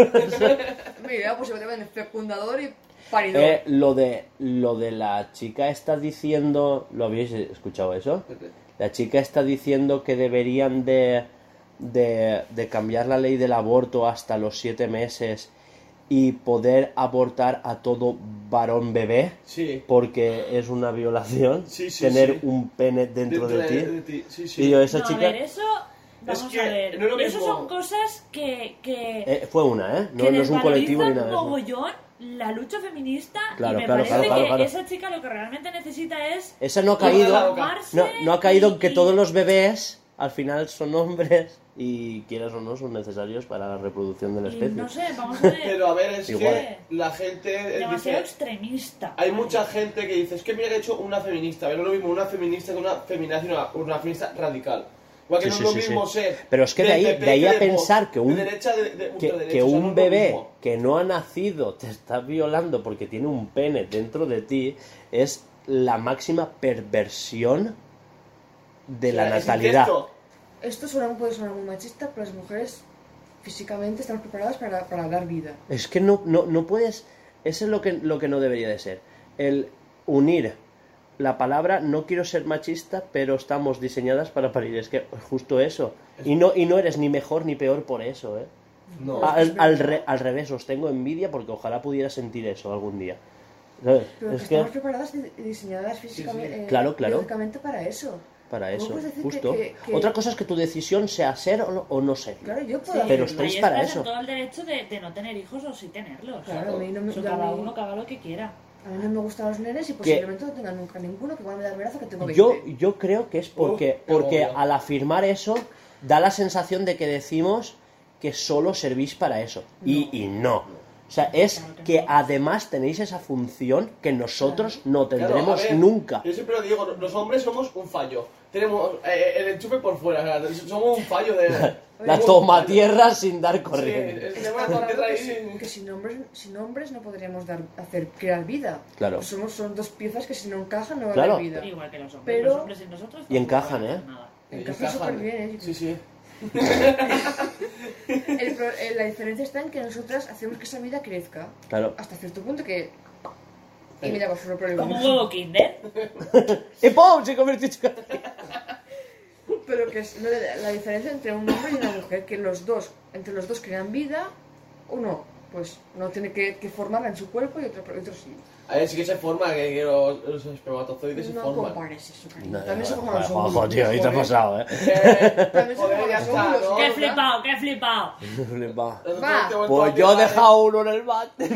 [SPEAKER 2] Mira, pues se mete en el fecundador y paridor.
[SPEAKER 1] Eh, lo, de, lo de la chica está diciendo. ¿Lo habéis escuchado eso?
[SPEAKER 6] sí.
[SPEAKER 1] La chica está diciendo que deberían de, de, de cambiar la ley del aborto hasta los siete meses y poder abortar a todo varón bebé.
[SPEAKER 6] Sí.
[SPEAKER 1] porque es una violación
[SPEAKER 6] Sí, sí,
[SPEAKER 1] tener
[SPEAKER 6] sí.
[SPEAKER 1] un pene dentro, de, ti.
[SPEAKER 6] Sí, sí.
[SPEAKER 1] Y yo, esa
[SPEAKER 3] no,
[SPEAKER 1] chica.
[SPEAKER 3] a ver, eso. Vamos
[SPEAKER 6] que
[SPEAKER 3] a ver.
[SPEAKER 6] no es lo
[SPEAKER 3] eso
[SPEAKER 6] mismo.
[SPEAKER 3] son cosas que. que
[SPEAKER 1] Eh, fue una, ¿eh? No,
[SPEAKER 3] que
[SPEAKER 1] no es un colectivo ni
[SPEAKER 3] desvalorizan
[SPEAKER 1] nada de eso.
[SPEAKER 3] mogollón la lucha feminista
[SPEAKER 1] Claro,
[SPEAKER 3] y me
[SPEAKER 1] claro,
[SPEAKER 3] parece
[SPEAKER 1] claro, claro,
[SPEAKER 3] que
[SPEAKER 1] claro.
[SPEAKER 3] esa chica lo que realmente necesita es
[SPEAKER 1] Esa no ha
[SPEAKER 6] la
[SPEAKER 1] caído.
[SPEAKER 6] boca.
[SPEAKER 3] formarse
[SPEAKER 1] No, no ha caído en
[SPEAKER 3] y-
[SPEAKER 1] que
[SPEAKER 3] y-
[SPEAKER 1] todos los bebés al final son hombres y quieras o no son necesarios para la reproducción de la
[SPEAKER 3] y
[SPEAKER 1] especie.
[SPEAKER 3] no sé vamos a ver
[SPEAKER 6] [LAUGHS] Pero a ver, es
[SPEAKER 1] Igual.
[SPEAKER 6] que la gente. eh,
[SPEAKER 3] demasiado
[SPEAKER 6] dice,
[SPEAKER 3] extremista
[SPEAKER 6] hay mucha gente que dice, es que mira que he hecho una feminista. A ver, no es lo mismo una feminista que una feminazi, una, una feminista radical. Igual
[SPEAKER 1] Sí,
[SPEAKER 6] que no es
[SPEAKER 1] sí,
[SPEAKER 6] lo
[SPEAKER 1] sí,
[SPEAKER 6] mismo
[SPEAKER 1] sí.
[SPEAKER 6] ser.
[SPEAKER 1] Pero es que de ahí-
[SPEAKER 6] PP,
[SPEAKER 1] de ahí a
[SPEAKER 6] de Vox,
[SPEAKER 1] pensar que un-
[SPEAKER 6] de derecha, de- de
[SPEAKER 1] Que,
[SPEAKER 6] ultraderecha,
[SPEAKER 1] que
[SPEAKER 6] o sea, no
[SPEAKER 1] un
[SPEAKER 6] es lo
[SPEAKER 1] bebé
[SPEAKER 6] mismo.
[SPEAKER 1] que no ha nacido te está violando porque tiene un pene dentro de ti es la máxima perversión de la
[SPEAKER 6] O sea, es
[SPEAKER 1] natalidad.
[SPEAKER 6] incesto.
[SPEAKER 2] Esto suena, puede sonar muy machista, pero las mujeres físicamente están preparadas para, para dar vida.
[SPEAKER 1] Es que no, no, no puedes. Eso es lo que, lo que no debería de ser. El unir la palabra, no quiero ser machista, pero estamos diseñadas para parir. Es que justo eso. Y no, y no eres ni mejor ni peor por eso, ¿eh?
[SPEAKER 6] No.
[SPEAKER 1] Al, al re- al revés, os tengo envidia porque ojalá pudiera sentir eso algún día. ¿Sabes?
[SPEAKER 2] Pero que
[SPEAKER 1] Es que
[SPEAKER 2] estamos preparadas y diseñadas físicamente, eh,
[SPEAKER 1] Claro, claro.
[SPEAKER 2] biológicamente para eso.
[SPEAKER 1] para
[SPEAKER 2] ¿Cómo
[SPEAKER 1] eso,
[SPEAKER 2] puedes decir
[SPEAKER 1] justo.
[SPEAKER 2] que- que- que-
[SPEAKER 1] Otra cosa es que tu decisión sea ser o no, o no ser.
[SPEAKER 2] Claro, yo
[SPEAKER 3] Sí,
[SPEAKER 2] puedo
[SPEAKER 1] Pero
[SPEAKER 2] hacerlo.
[SPEAKER 1] estáis
[SPEAKER 3] y
[SPEAKER 1] para
[SPEAKER 3] estás en
[SPEAKER 1] eso.
[SPEAKER 3] todo el derecho de, de no tener hijos o sí tenerlos
[SPEAKER 2] Claro, a mí no me,
[SPEAKER 3] Eso
[SPEAKER 2] yo a
[SPEAKER 3] cada
[SPEAKER 2] mí-
[SPEAKER 3] uno que haga lo que quiera
[SPEAKER 2] a mí no me gustan los nenes y posiblemente no tenga nunca ninguno, que igual me da verazo que tengo 20.
[SPEAKER 1] Yo, yo creo que es porque,
[SPEAKER 6] Uh, qué
[SPEAKER 1] porque
[SPEAKER 6] agobio.
[SPEAKER 1] al afirmar eso, da la sensación de que decimos que solo servís para eso. Y, y no. O sea, es
[SPEAKER 3] Claro que
[SPEAKER 1] que
[SPEAKER 3] no.
[SPEAKER 1] además tenéis esa función que nosotros no
[SPEAKER 6] Claro,
[SPEAKER 1] tendremos
[SPEAKER 6] a ver,
[SPEAKER 1] nunca.
[SPEAKER 6] Yo siempre lo digo, los hombres somos un fallo. Tenemos eh, el enchufe por fuera, o sea, somos un fallo de...
[SPEAKER 1] [LAUGHS] La
[SPEAKER 6] somos un
[SPEAKER 1] toma
[SPEAKER 6] fallo.
[SPEAKER 1] tierra sin dar
[SPEAKER 6] Sí,
[SPEAKER 1] corriente.
[SPEAKER 6] es-
[SPEAKER 2] Está
[SPEAKER 6] tenemos la
[SPEAKER 2] claro
[SPEAKER 6] tierra
[SPEAKER 2] que,
[SPEAKER 6] ahí
[SPEAKER 2] sin-
[SPEAKER 6] sin-
[SPEAKER 2] que sin hombres, sin hombres no podríamos dar, hacer crear vida.
[SPEAKER 1] Claro.
[SPEAKER 2] Pues somos, son dos piezas que si no encajan no va
[SPEAKER 1] Claro.
[SPEAKER 2] a haber vida.
[SPEAKER 3] igual que los hombres
[SPEAKER 2] Pero-
[SPEAKER 3] los hombres y nosotros
[SPEAKER 1] Y encajan,
[SPEAKER 3] tampoco
[SPEAKER 1] ¿eh?
[SPEAKER 3] nada.
[SPEAKER 2] Encaja súper bien, ¿eh?
[SPEAKER 6] Sí, sí.
[SPEAKER 2] El pro- eh, la diferencia está en que nosotras hacemos que esa vida crezca
[SPEAKER 1] Claro.
[SPEAKER 2] hasta cierto punto que... Y mira, pues no problema.
[SPEAKER 3] como un huevo kinder
[SPEAKER 1] ¡Y pum! Se convirtió en chica.
[SPEAKER 2] Pero que es lo de- la diferencia entre un hombre y una mujer, que los dos, entre los dos crean vida, uno pues no tiene que, que formarla en su cuerpo y otro, y otro sí.
[SPEAKER 6] A ver, sí que se forma, que, que los, los espermatozoides se
[SPEAKER 2] no
[SPEAKER 6] [LAUGHS] forman.
[SPEAKER 2] compares eso, cariño.
[SPEAKER 1] No,
[SPEAKER 2] También se
[SPEAKER 1] no,
[SPEAKER 2] forman los
[SPEAKER 1] Juanjo,
[SPEAKER 2] hombres.
[SPEAKER 1] tío, ahí te has pasado, ¿eh? [LAUGHS]
[SPEAKER 2] También
[SPEAKER 6] También
[SPEAKER 2] se forman
[SPEAKER 6] ya
[SPEAKER 2] los
[SPEAKER 6] está,
[SPEAKER 2] óvulos.
[SPEAKER 6] ¿no?
[SPEAKER 3] qué flipado qué flipado
[SPEAKER 1] Flipa.
[SPEAKER 6] Nosotros
[SPEAKER 2] Va.
[SPEAKER 1] Pues
[SPEAKER 6] tenemos toda
[SPEAKER 1] yo he
[SPEAKER 6] tierra,
[SPEAKER 1] dejado uno en el váter.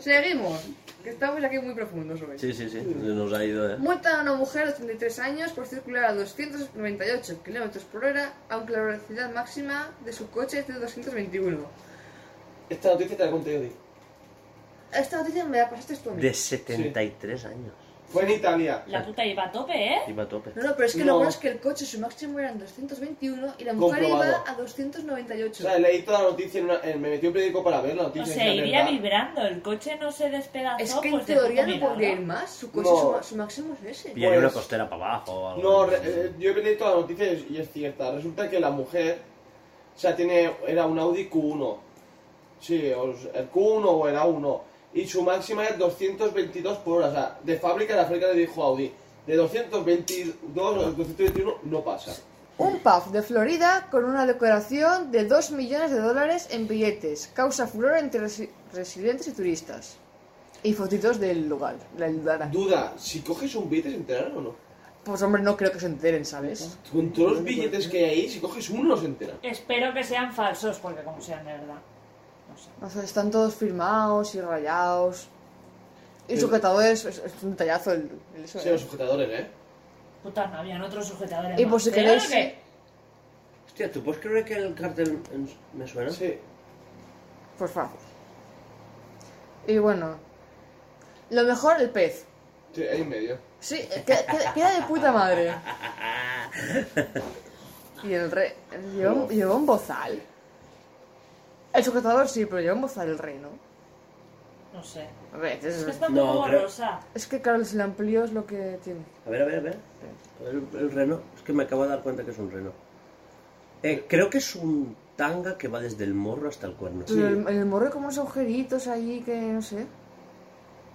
[SPEAKER 2] Seguimos, que estamos aquí muy profundos hoy.
[SPEAKER 1] Sí, sí, sí. Se nos ha ido, ¿eh?
[SPEAKER 2] Multa a una mujer de 33 años por circular a 298 km por hora, aunque la velocidad máxima de su coche es de 221.
[SPEAKER 6] ¿eh? Esta noticia te la conté yo. Di.
[SPEAKER 2] Esta noticia me la pasaste tú a mí.
[SPEAKER 1] De 73 años.
[SPEAKER 6] Fue en Italia.
[SPEAKER 3] la puta iba a tope eh
[SPEAKER 1] Iba a tope.
[SPEAKER 2] No, no, pero es que
[SPEAKER 6] No.
[SPEAKER 2] lo bueno es que el coche su máximo era en 221 y la mujer
[SPEAKER 6] Comprobado.
[SPEAKER 2] iba a
[SPEAKER 6] O
[SPEAKER 2] 298.
[SPEAKER 6] sea, leí toda la noticia, en una, en- me metí un periódico para ver
[SPEAKER 3] o
[SPEAKER 6] la noticia.
[SPEAKER 3] sea,
[SPEAKER 6] y era
[SPEAKER 3] iría
[SPEAKER 6] verdad.
[SPEAKER 3] vibrando, el coche no se despedazó.
[SPEAKER 2] es que en
[SPEAKER 3] pues de
[SPEAKER 2] teoría
[SPEAKER 3] puto
[SPEAKER 2] no podría ir
[SPEAKER 3] milagro.
[SPEAKER 2] más, su coche
[SPEAKER 6] No.
[SPEAKER 2] su, ma- su máximo es ese.
[SPEAKER 1] Y en
[SPEAKER 6] Pues-
[SPEAKER 1] una costera para abajo o algo.
[SPEAKER 6] No, re- eh, yo he leído toda la noticia y es, y es cierta. Resulta que la mujer, o sea, tiene, era un Audi Q1. Sí, o s- el Q1 o el A1. y su máxima es 222 por hora. O sea, de fábrica, la fábrica le dijo a Audi, de 222 a 221 no pasa.
[SPEAKER 2] Un pub de Florida con una decoración de 2 millones de dólares en billetes causa furor entre resi- residentes y turistas. Y fotitos del lugar, la lugar.
[SPEAKER 6] Duda, si coges un billete se enterarán o no.
[SPEAKER 2] Pues hombre, no creo que se enteren, ¿sabes?
[SPEAKER 6] Con todos los billetes que hay ahí, si coges uno se enteran.
[SPEAKER 3] Espero que sean falsos, porque como sean de verdad. No sé.
[SPEAKER 2] O sea, están todos firmados y rayados. Y
[SPEAKER 6] Sí.
[SPEAKER 2] sujetador es, es- es un tallazo el, el eso,
[SPEAKER 6] Sí,
[SPEAKER 2] ¿eh?
[SPEAKER 6] los sujetadores, ¿eh?
[SPEAKER 3] Puta, no habían otros sujetadores.
[SPEAKER 2] Y
[SPEAKER 3] más.
[SPEAKER 2] por si
[SPEAKER 3] ¿Pero
[SPEAKER 2] queréis-
[SPEAKER 3] qué?
[SPEAKER 1] Hostia, ¿tú puedes creer que el cartel en- me suena?
[SPEAKER 6] Sí.
[SPEAKER 2] Pues fácil. Y bueno. Lo mejor, el pez.
[SPEAKER 6] Sí, ahí en medio.
[SPEAKER 2] Sí, eh, que- que- queda de puta madre. Y el rey. Lleva, lleva un bozal. El sujetador sí, pero lleva un bozal el rey, ¿no?
[SPEAKER 3] No sé.
[SPEAKER 2] A ver, es,
[SPEAKER 3] Es que está un
[SPEAKER 1] No,
[SPEAKER 3] poco
[SPEAKER 1] creo-
[SPEAKER 3] borrosa.
[SPEAKER 2] es que claro, el amplio es lo que tiene.
[SPEAKER 1] A ver, a ver, a ver. El, el reno, es que me acabo de dar cuenta que es un reno. Eh, creo que es un tanga que va desde el morro hasta el cuerno.
[SPEAKER 2] Pero el, el morro hay como unos agujeritos allí que no sé.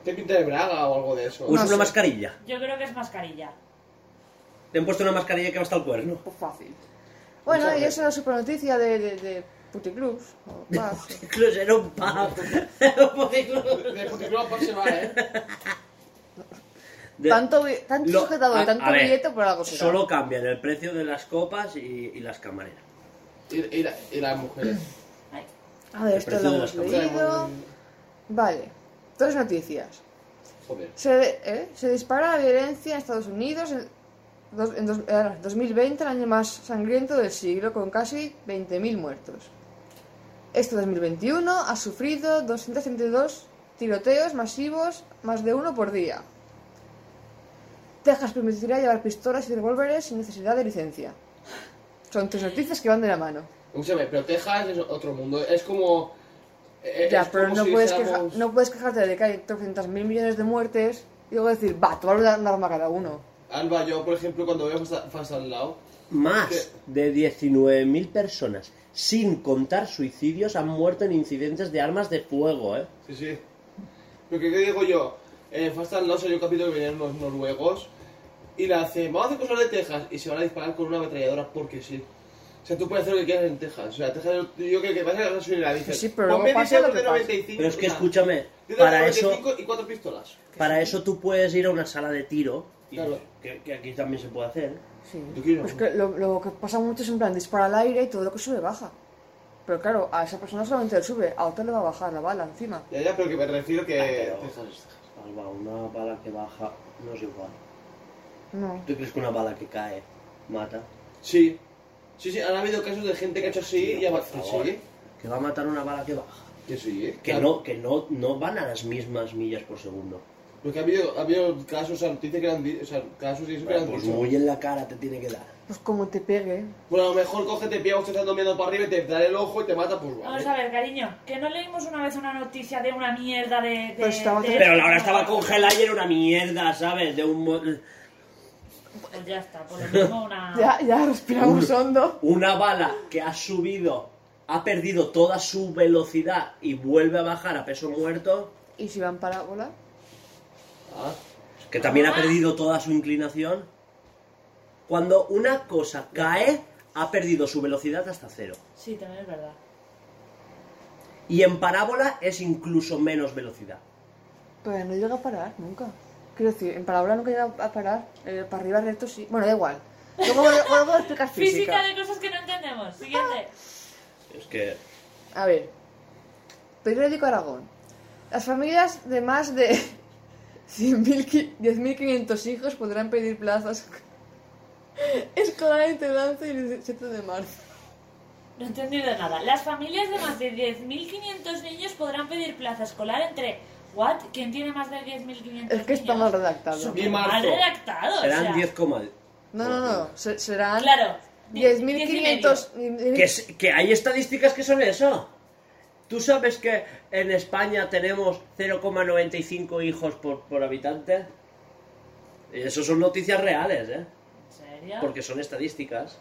[SPEAKER 6] Tiene pinta de braga o algo de eso.
[SPEAKER 1] Usa
[SPEAKER 2] No
[SPEAKER 1] una
[SPEAKER 2] sé.
[SPEAKER 1] mascarilla.
[SPEAKER 3] Yo creo que es mascarilla.
[SPEAKER 1] Te han puesto una mascarilla que va hasta el cuerno.
[SPEAKER 2] Pues fácil. Bueno,
[SPEAKER 6] Muchas
[SPEAKER 2] y eso es la super noticia de, de, de puticlubs. o
[SPEAKER 1] [LAUGHS]
[SPEAKER 2] bars.
[SPEAKER 1] Incluso era un pub. Era un puticlub.
[SPEAKER 6] De puticlub pa' se va, ¿eh?
[SPEAKER 1] [LAUGHS] De-
[SPEAKER 2] tanto bi- tanto
[SPEAKER 1] Lo-
[SPEAKER 2] sujetador,
[SPEAKER 1] a-
[SPEAKER 2] tanto
[SPEAKER 1] a ver,
[SPEAKER 2] billete por algo será.
[SPEAKER 1] Solo cambian el precio de las copas y, y las camareras.
[SPEAKER 6] Y, y la- y las
[SPEAKER 2] Mm.
[SPEAKER 6] mujeres.
[SPEAKER 3] Ay,
[SPEAKER 2] A ver,
[SPEAKER 1] el
[SPEAKER 2] esto
[SPEAKER 1] precio
[SPEAKER 2] lo
[SPEAKER 1] de
[SPEAKER 2] hemos
[SPEAKER 1] las
[SPEAKER 2] leído. Vale, dos noticias.
[SPEAKER 6] Joder.
[SPEAKER 2] Se, ¿eh? se dispara la violencia en Estados Unidos en, dos- en dos- eh, 2020, el año más sangriento del siglo, con casi 20.000 muertos. Este 2021 ha sufrido 232 tiroteos masivos, más de uno por día. Texas permitirá llevar pistolas y revólveres sin necesidad de licencia. Son tres noticias que van de la mano.
[SPEAKER 6] Escúchame, pero Texas es otro mundo. Es como. eh,
[SPEAKER 2] Ya,
[SPEAKER 6] es
[SPEAKER 2] pero
[SPEAKER 6] como
[SPEAKER 2] no
[SPEAKER 6] si
[SPEAKER 2] puedes, queja-
[SPEAKER 6] dijéramos-
[SPEAKER 2] no puedes quejarte de que hay 300.000 millones de muertes y luego decir, va, tomar una, una arma cada uno.
[SPEAKER 6] Alba, yo, por ejemplo, cuando veo Fast- Fast al lado,
[SPEAKER 1] Más de 19.000 personas, sin contar suicidios, han muerto en incidentes de armas de fuego, ¿eh?
[SPEAKER 6] Sí, sí. Pero que, ¿qué digo yo? En Fast and Loud salió un capítulo que venían unos noruegos y la hacen, vamos a hacer cosas de Texas y se van a disparar con una ametralladora porque sí. O sea, tú puedes hacer lo que quieras en Texas. O sea, Texas, yo creo que pasa que la gasolina dice.
[SPEAKER 2] Sí, pero luego
[SPEAKER 6] ponme
[SPEAKER 2] pasa
[SPEAKER 6] diésel
[SPEAKER 2] lo que
[SPEAKER 6] de
[SPEAKER 2] pasa.
[SPEAKER 6] 95,
[SPEAKER 1] Pero es que
[SPEAKER 6] o sea,
[SPEAKER 1] escúchame,
[SPEAKER 6] diésel de
[SPEAKER 1] para eso,
[SPEAKER 6] 95 y cuatro pistolas.
[SPEAKER 1] para eso tú puedes ir a una sala de tiro, y-
[SPEAKER 6] Claro.
[SPEAKER 1] que, que aquí también se puede hacer.
[SPEAKER 2] Sí.
[SPEAKER 6] Yo quiero.
[SPEAKER 2] Pues que lo, lo que pasa mucho es en plan dispara al aire y todo lo que sube baja. Pero claro, a esa persona solamente le sube, a otra le va a bajar la bala encima.
[SPEAKER 6] Ya, ya, pero que me refiero que
[SPEAKER 1] Pero-
[SPEAKER 6] Texas es Texas.
[SPEAKER 1] Alba, una bala que baja no es igual.
[SPEAKER 2] No.
[SPEAKER 1] ¿Tú crees que una bala que cae mata?
[SPEAKER 6] Sí. Sí, sí, han habido casos de gente que ha hecho así y ha
[SPEAKER 1] Por
[SPEAKER 6] matado.
[SPEAKER 1] favor, ¿eh?
[SPEAKER 6] Sí,
[SPEAKER 1] Que va a matar una bala que baja.
[SPEAKER 6] que sí. eh.
[SPEAKER 1] Que
[SPEAKER 6] claro.
[SPEAKER 1] no, que no, no van a las mismas millas por segundo.
[SPEAKER 6] Porque ha habido, ha habido casos, o sea, noticias que han di- o sea, casos y eso que han
[SPEAKER 1] Pues
[SPEAKER 6] dicho.
[SPEAKER 1] muy en la cara te tiene que dar.
[SPEAKER 2] Pues como te pegue.
[SPEAKER 6] Bueno, a lo mejor coge, te pilla usted estando mirando para arriba y te da el ojo y te mata, pues vale.
[SPEAKER 3] Vamos a ver, cariño, que no leímos una vez una noticia de una mierda de... de-
[SPEAKER 2] Pero estaba-
[SPEAKER 3] de-
[SPEAKER 1] Pero Laura estaba congelada y era una mierda, ¿sabes? De un, mo-
[SPEAKER 3] Pues ya está, por lo mismo una...
[SPEAKER 2] Ya, ya respiramos hondo.
[SPEAKER 1] una bala que ha subido, ha perdido toda su velocidad y vuelve a bajar a peso muerto,
[SPEAKER 2] Y si van parábola,
[SPEAKER 6] Ah,
[SPEAKER 1] que también ha perdido toda su inclinación. Cuando una cosa cae, ha perdido su velocidad hasta cero.
[SPEAKER 3] Sí, también es verdad.
[SPEAKER 1] Y en parábola es incluso menos velocidad.
[SPEAKER 2] pero no llega a parar nunca. Quiero decir, en parábola nunca llega a parar. eh, para arriba recto sí. Bueno, da igual. Luego, luego explicas
[SPEAKER 3] Física de cosas que no entendemos. Siguiente.
[SPEAKER 1] Es que...
[SPEAKER 2] A ver. Periódico Aragón. Las familias de más de [LAUGHS] 100.000 qui- 10.500 hijos podrán pedir plazas [LAUGHS] escolar integrante el 17 de marzo.
[SPEAKER 3] No he entendido nada. Las familias de más de 10.500 niños podrán pedir plaza escolar entre... ¿What? ¿Quién tiene más de 10.500 niños?
[SPEAKER 2] Es que está mal redactado.
[SPEAKER 3] Súper
[SPEAKER 6] Bien
[SPEAKER 3] mal
[SPEAKER 6] marzo.
[SPEAKER 3] redactado, o sea.
[SPEAKER 1] Serán 10, coma-
[SPEAKER 2] No, no, no. se- serán
[SPEAKER 3] Claro. diez- diez y medio.
[SPEAKER 2] 10.500... ni- ni-
[SPEAKER 1] Que, es- que hay estadísticas que son eso. ¿Tú sabes que en España tenemos 0,95 hijos por, por habitante? Y Eso son noticias reales, ¿eh?
[SPEAKER 3] ¿En serio?
[SPEAKER 1] Porque son estadísticas.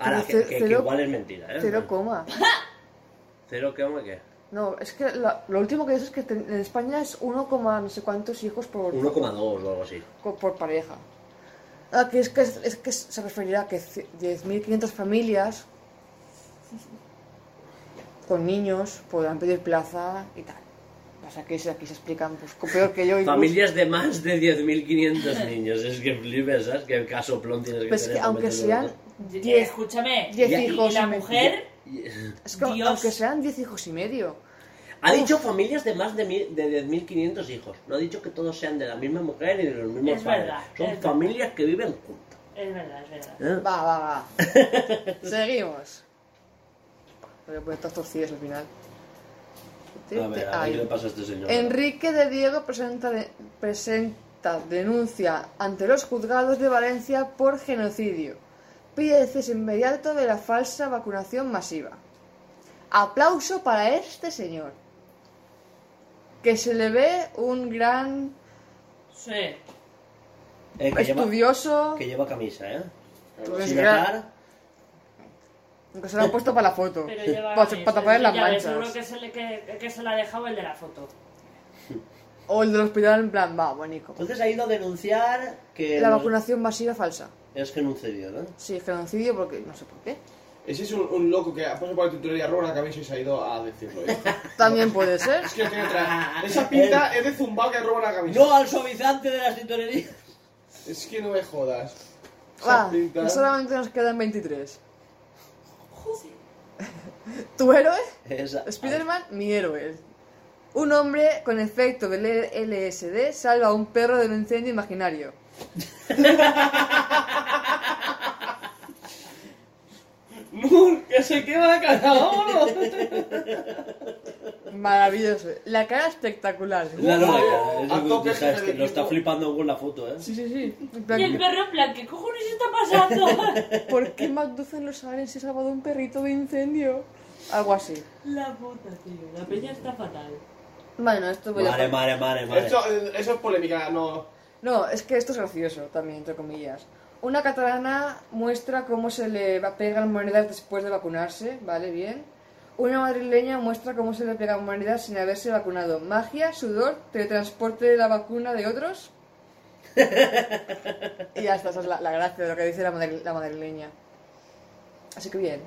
[SPEAKER 1] Ahora, que,
[SPEAKER 2] Pero ce-
[SPEAKER 1] que- que
[SPEAKER 2] cero-
[SPEAKER 1] igual es mentira, ¿eh?
[SPEAKER 2] Cero coma.
[SPEAKER 1] ¿Cero coma qué?
[SPEAKER 2] No, es que la- lo último que dices es que ten- en España es 1, coma no sé cuántos hijos por,
[SPEAKER 1] 1,2 o algo así.
[SPEAKER 2] co- por pareja. Ah, que es que, es, es que se referirá a que c- 10.500 familias con niños podrán pedir plaza y tal. Pasa que si aquí se explican pues, co- peor que yo. incluso.
[SPEAKER 1] Familias de más de 10.500 niños. Es que flipes, ¿sabes? Que caso plon tienes que
[SPEAKER 2] Pues es
[SPEAKER 1] tener.
[SPEAKER 2] que
[SPEAKER 1] para
[SPEAKER 2] aunque
[SPEAKER 1] meterlo
[SPEAKER 2] sean
[SPEAKER 1] en todo.
[SPEAKER 2] Diez.
[SPEAKER 3] Escúchame.
[SPEAKER 2] Diez
[SPEAKER 3] y-
[SPEAKER 2] hijos
[SPEAKER 3] Y la
[SPEAKER 2] y me-
[SPEAKER 3] mujer.
[SPEAKER 2] es que
[SPEAKER 3] Dios.
[SPEAKER 2] aunque sean 10 hijos y medio.
[SPEAKER 1] Ha dicho familias de más de, mi- de 10.500 hijos. No ha dicho que todos sean de la misma mujer y de los mismos
[SPEAKER 3] Es
[SPEAKER 1] padres.
[SPEAKER 3] verdad,
[SPEAKER 1] Son
[SPEAKER 3] es
[SPEAKER 1] familias que viven juntas.
[SPEAKER 3] Es verdad, es verdad.
[SPEAKER 1] ¿eh?
[SPEAKER 2] Va, va,
[SPEAKER 1] [LAUGHS]
[SPEAKER 2] va. Seguimos. Voy a poner todos torcidos al final.
[SPEAKER 1] A ver, a ver
[SPEAKER 2] Ay.
[SPEAKER 1] qué le pasa a este señor.
[SPEAKER 2] Enrique de Diego presenta, de- presenta denuncia ante los juzgados de Valencia por genocidio. Pide el cese inmediato de la falsa vacunación masiva. Aplauso para este señor. Que se le ve un gran
[SPEAKER 3] Sí.
[SPEAKER 1] Eh, que, lleva,
[SPEAKER 2] estudioso.
[SPEAKER 1] que lleva camisa, ¿eh?
[SPEAKER 2] Pues
[SPEAKER 1] Sin
[SPEAKER 2] gran-
[SPEAKER 1] atar.
[SPEAKER 2] Que se lo han puesto para la foto.
[SPEAKER 3] Pero lleva camisa,
[SPEAKER 2] Para, Pues, para tapar las
[SPEAKER 3] ya ves, Seguro
[SPEAKER 2] manchas.
[SPEAKER 3] que se, le, que, que se la ha dejado el de la foto.
[SPEAKER 2] O el del hospital en plan, va, bonito.
[SPEAKER 1] Entonces ha ido a denunciar que
[SPEAKER 2] La
[SPEAKER 1] los-
[SPEAKER 2] vacunación masiva falsa.
[SPEAKER 1] es genocidio, ¿no?
[SPEAKER 2] Sí, genocidio porque no sé por qué.
[SPEAKER 6] Ese es un, un loco que ha pasado por la tutoría roba una cabeza y se ha ido a decirlo.
[SPEAKER 1] [LAUGHS]
[SPEAKER 6] ¿eh? [LAUGHS]
[SPEAKER 2] También puede ser.
[SPEAKER 6] es que tiene otra. Esa pinta es de zumbao que roba una camisa.
[SPEAKER 1] Eh. No al suavizante de las tintorerías.
[SPEAKER 6] Es que no me jodas. Esa
[SPEAKER 2] Ah,
[SPEAKER 6] pinta-
[SPEAKER 2] solamente nos quedan 23. [LAUGHS] ¿Tu héroe?
[SPEAKER 1] Esa-
[SPEAKER 2] Spider-Man, mi héroe. Un hombre con efecto del LSD salva a un perro de un incendio imaginario.
[SPEAKER 6] ¡Nur! ¡Que se quema la cara! ¡Vámonos!
[SPEAKER 1] [LAUGHS]
[SPEAKER 2] Maravilloso. La cara espectacular.
[SPEAKER 1] La no, la cara,
[SPEAKER 6] A
[SPEAKER 1] eso que
[SPEAKER 6] tope,
[SPEAKER 1] tú sabes
[SPEAKER 6] jefe
[SPEAKER 1] que
[SPEAKER 6] de
[SPEAKER 1] este, lo está
[SPEAKER 6] equipo.
[SPEAKER 1] flipando con la foto, ¿eh?
[SPEAKER 2] Sí, sí, sí. En
[SPEAKER 3] Y el
[SPEAKER 2] plan,
[SPEAKER 3] perro en plan, ¿qué cojones está pasando?
[SPEAKER 2] [LAUGHS] ¿Por qué McDuffin lo saben si ha salvado a un perrito de incendio? Algo así.
[SPEAKER 3] la puta, tío. La peña está fatal.
[SPEAKER 2] Bueno, esto voy a-
[SPEAKER 1] Vale, vale, vale, vale.
[SPEAKER 6] Eso, eh, eso es polémica, no.
[SPEAKER 2] No, es que esto es gracioso también, entre comillas. Una catalana muestra cómo se le va- pegan monedas después de vacunarse, ¿vale? Bien. Una madrileña muestra cómo se le pegan monedas sin haberse vacunado. Magia, sudor, teletransporte de la vacuna de otros. y ya está, esa es la, la gracia de lo que dice la, madri- la madrileña. Así que bien.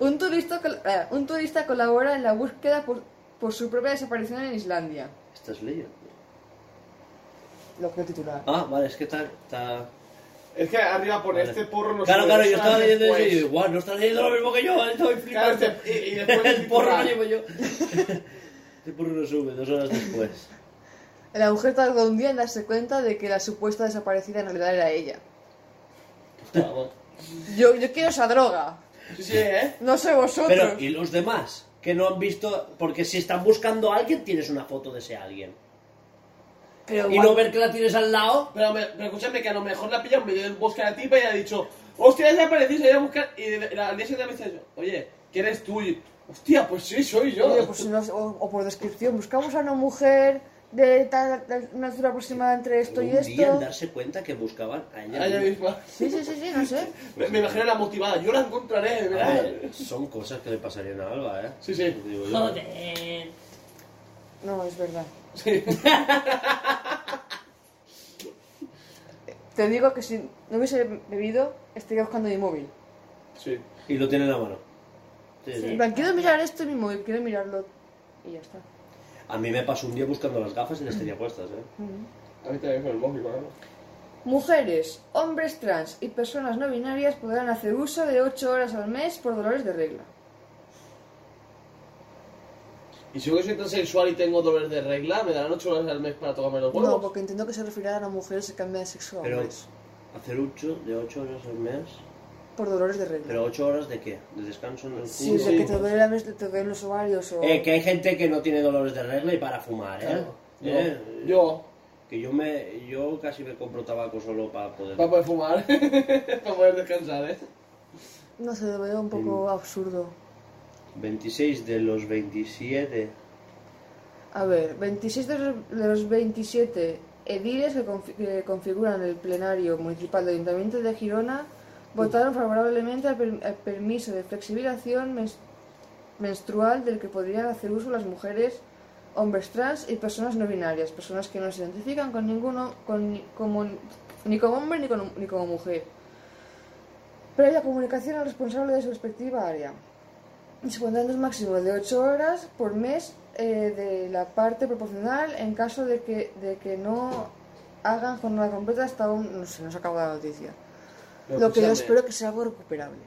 [SPEAKER 2] Un turista, col- eh, un turista colabora en la búsqueda por- por su propia desaparición en Islandia.
[SPEAKER 1] Esto Este es ley.
[SPEAKER 2] Lo que titular.
[SPEAKER 1] Ah, vale, es que está... está...
[SPEAKER 6] Es que arriba pone este porro no
[SPEAKER 1] claro,
[SPEAKER 6] sube,
[SPEAKER 1] claro, yo
[SPEAKER 6] está
[SPEAKER 1] estaba leyendo eso y
[SPEAKER 6] después.
[SPEAKER 1] digo, igual, no estás leyendo lo mismo que yo, estoy
[SPEAKER 6] pues. Claro,
[SPEAKER 1] flipando.
[SPEAKER 6] este, y, y
[SPEAKER 1] [LAUGHS]
[SPEAKER 6] después
[SPEAKER 1] el porro
[SPEAKER 6] titular.
[SPEAKER 1] lo llevo yo. El porro no sube, dos horas después.
[SPEAKER 2] La mujer tardó un día en darse cuenta de que la supuesta desaparecida en realidad era ella. Yo, yo quiero esa droga.
[SPEAKER 6] Sí, sí, ¿eh?
[SPEAKER 2] No sé vosotros.
[SPEAKER 1] Pero, ¿y los demás? Que no han visto... Porque si están buscando a alguien, tienes una foto de ese alguien.
[SPEAKER 2] Pero
[SPEAKER 1] Y no ver que la tienes al lado...
[SPEAKER 6] Pero, me, pero escúchame que a lo mejor la pilla en medio del bosque a la tipa y ha dicho, hostia, ya aparecí, se voy a buscar. Y de- de- al día siguiente me ha dicho, oye, ¿quién eres tú? Y, hostia, pues sí, soy yo.
[SPEAKER 2] Oye,
[SPEAKER 6] [LAUGHS]
[SPEAKER 2] pues no sé, o, o por descripción, buscamos a una mujer de, tal, de una altura aproximada entre esto y
[SPEAKER 1] Un día en
[SPEAKER 2] esto.
[SPEAKER 1] darse cuenta que buscaban a ella
[SPEAKER 6] A ella
[SPEAKER 1] misma.
[SPEAKER 6] misma.
[SPEAKER 2] Sí, sí, sí, sí, no sé.
[SPEAKER 6] [LAUGHS] Me, me imagino la motivada, yo la encontraré,
[SPEAKER 1] A
[SPEAKER 6] ¿verdad?
[SPEAKER 1] ver, son cosas que le pasarían a Alba, ¿eh?
[SPEAKER 6] Sí, sí.
[SPEAKER 1] Digo yo.
[SPEAKER 3] Joder.
[SPEAKER 2] No, es verdad.
[SPEAKER 6] Sí.
[SPEAKER 2] Te digo que si no hubiese bebido, estaría buscando mi móvil.
[SPEAKER 6] sí.
[SPEAKER 1] Y lo tiene en la mano. Sí, sí.
[SPEAKER 2] En plan, quiero mirar esto en mi móvil, quiero mirarlo. Y ya está.
[SPEAKER 1] A mí me pasó un día buscando las gafas y las tenía puestas, ¿eh?
[SPEAKER 6] A mí también con el móvil, ¿no?
[SPEAKER 2] Mujeres, hombres trans y personas no binarias podrán hacer uso de 8 horas al mes por dolores de regla.
[SPEAKER 6] Y si yo que soy transexual y tengo dolores de regla, me darán 8 horas al mes para tocarme los
[SPEAKER 2] No,
[SPEAKER 6] huevos.
[SPEAKER 2] porque entiendo que se refiere a las mujeres que cambian de sexo a
[SPEAKER 1] Pero
[SPEAKER 2] hombres.
[SPEAKER 1] hacer 8 de 8 horas al mes.
[SPEAKER 2] Por dolores de regla.
[SPEAKER 1] ¿Pero 8 horas de qué? ¿De descanso en el
[SPEAKER 2] sí,
[SPEAKER 1] culo?
[SPEAKER 2] de que te duele la mes- te duelen los ovarios o...
[SPEAKER 1] Eh, que hay gente que no tiene dolores de regla y para fumar, ¿eh?
[SPEAKER 6] Yo,
[SPEAKER 1] Eh,
[SPEAKER 6] yo,
[SPEAKER 1] Que yo me yo casi me compro tabaco solo para poder.
[SPEAKER 6] para poder fumar, [LAUGHS] para poder descansar, ¿eh?
[SPEAKER 2] No sé, lo veo un
[SPEAKER 1] Mm.
[SPEAKER 2] poco absurdo.
[SPEAKER 1] 26 de los 27.
[SPEAKER 2] A ver, 26 de los, de los 27 ediles que, confi- que configuran el plenario municipal del Ayuntamiento de Girona votaron favorablemente al, per- al permiso de flexibilización mes- menstrual del que podrían hacer uso las mujeres, hombres trans y personas no binarias, personas que no se identifican con ninguno, con, ni- como, ni como hombre ni, con- ni como mujer. Previa comunicación al responsable de su respectiva área. Dispondrán de un máximo de 8 horas por mes eh, de la parte proporcional en caso de que, de que no hagan jornada completa hasta un... No sé, nos acaba la noticia. Lo que yo
[SPEAKER 6] escúchame,
[SPEAKER 2] espero que sea algo recuperable.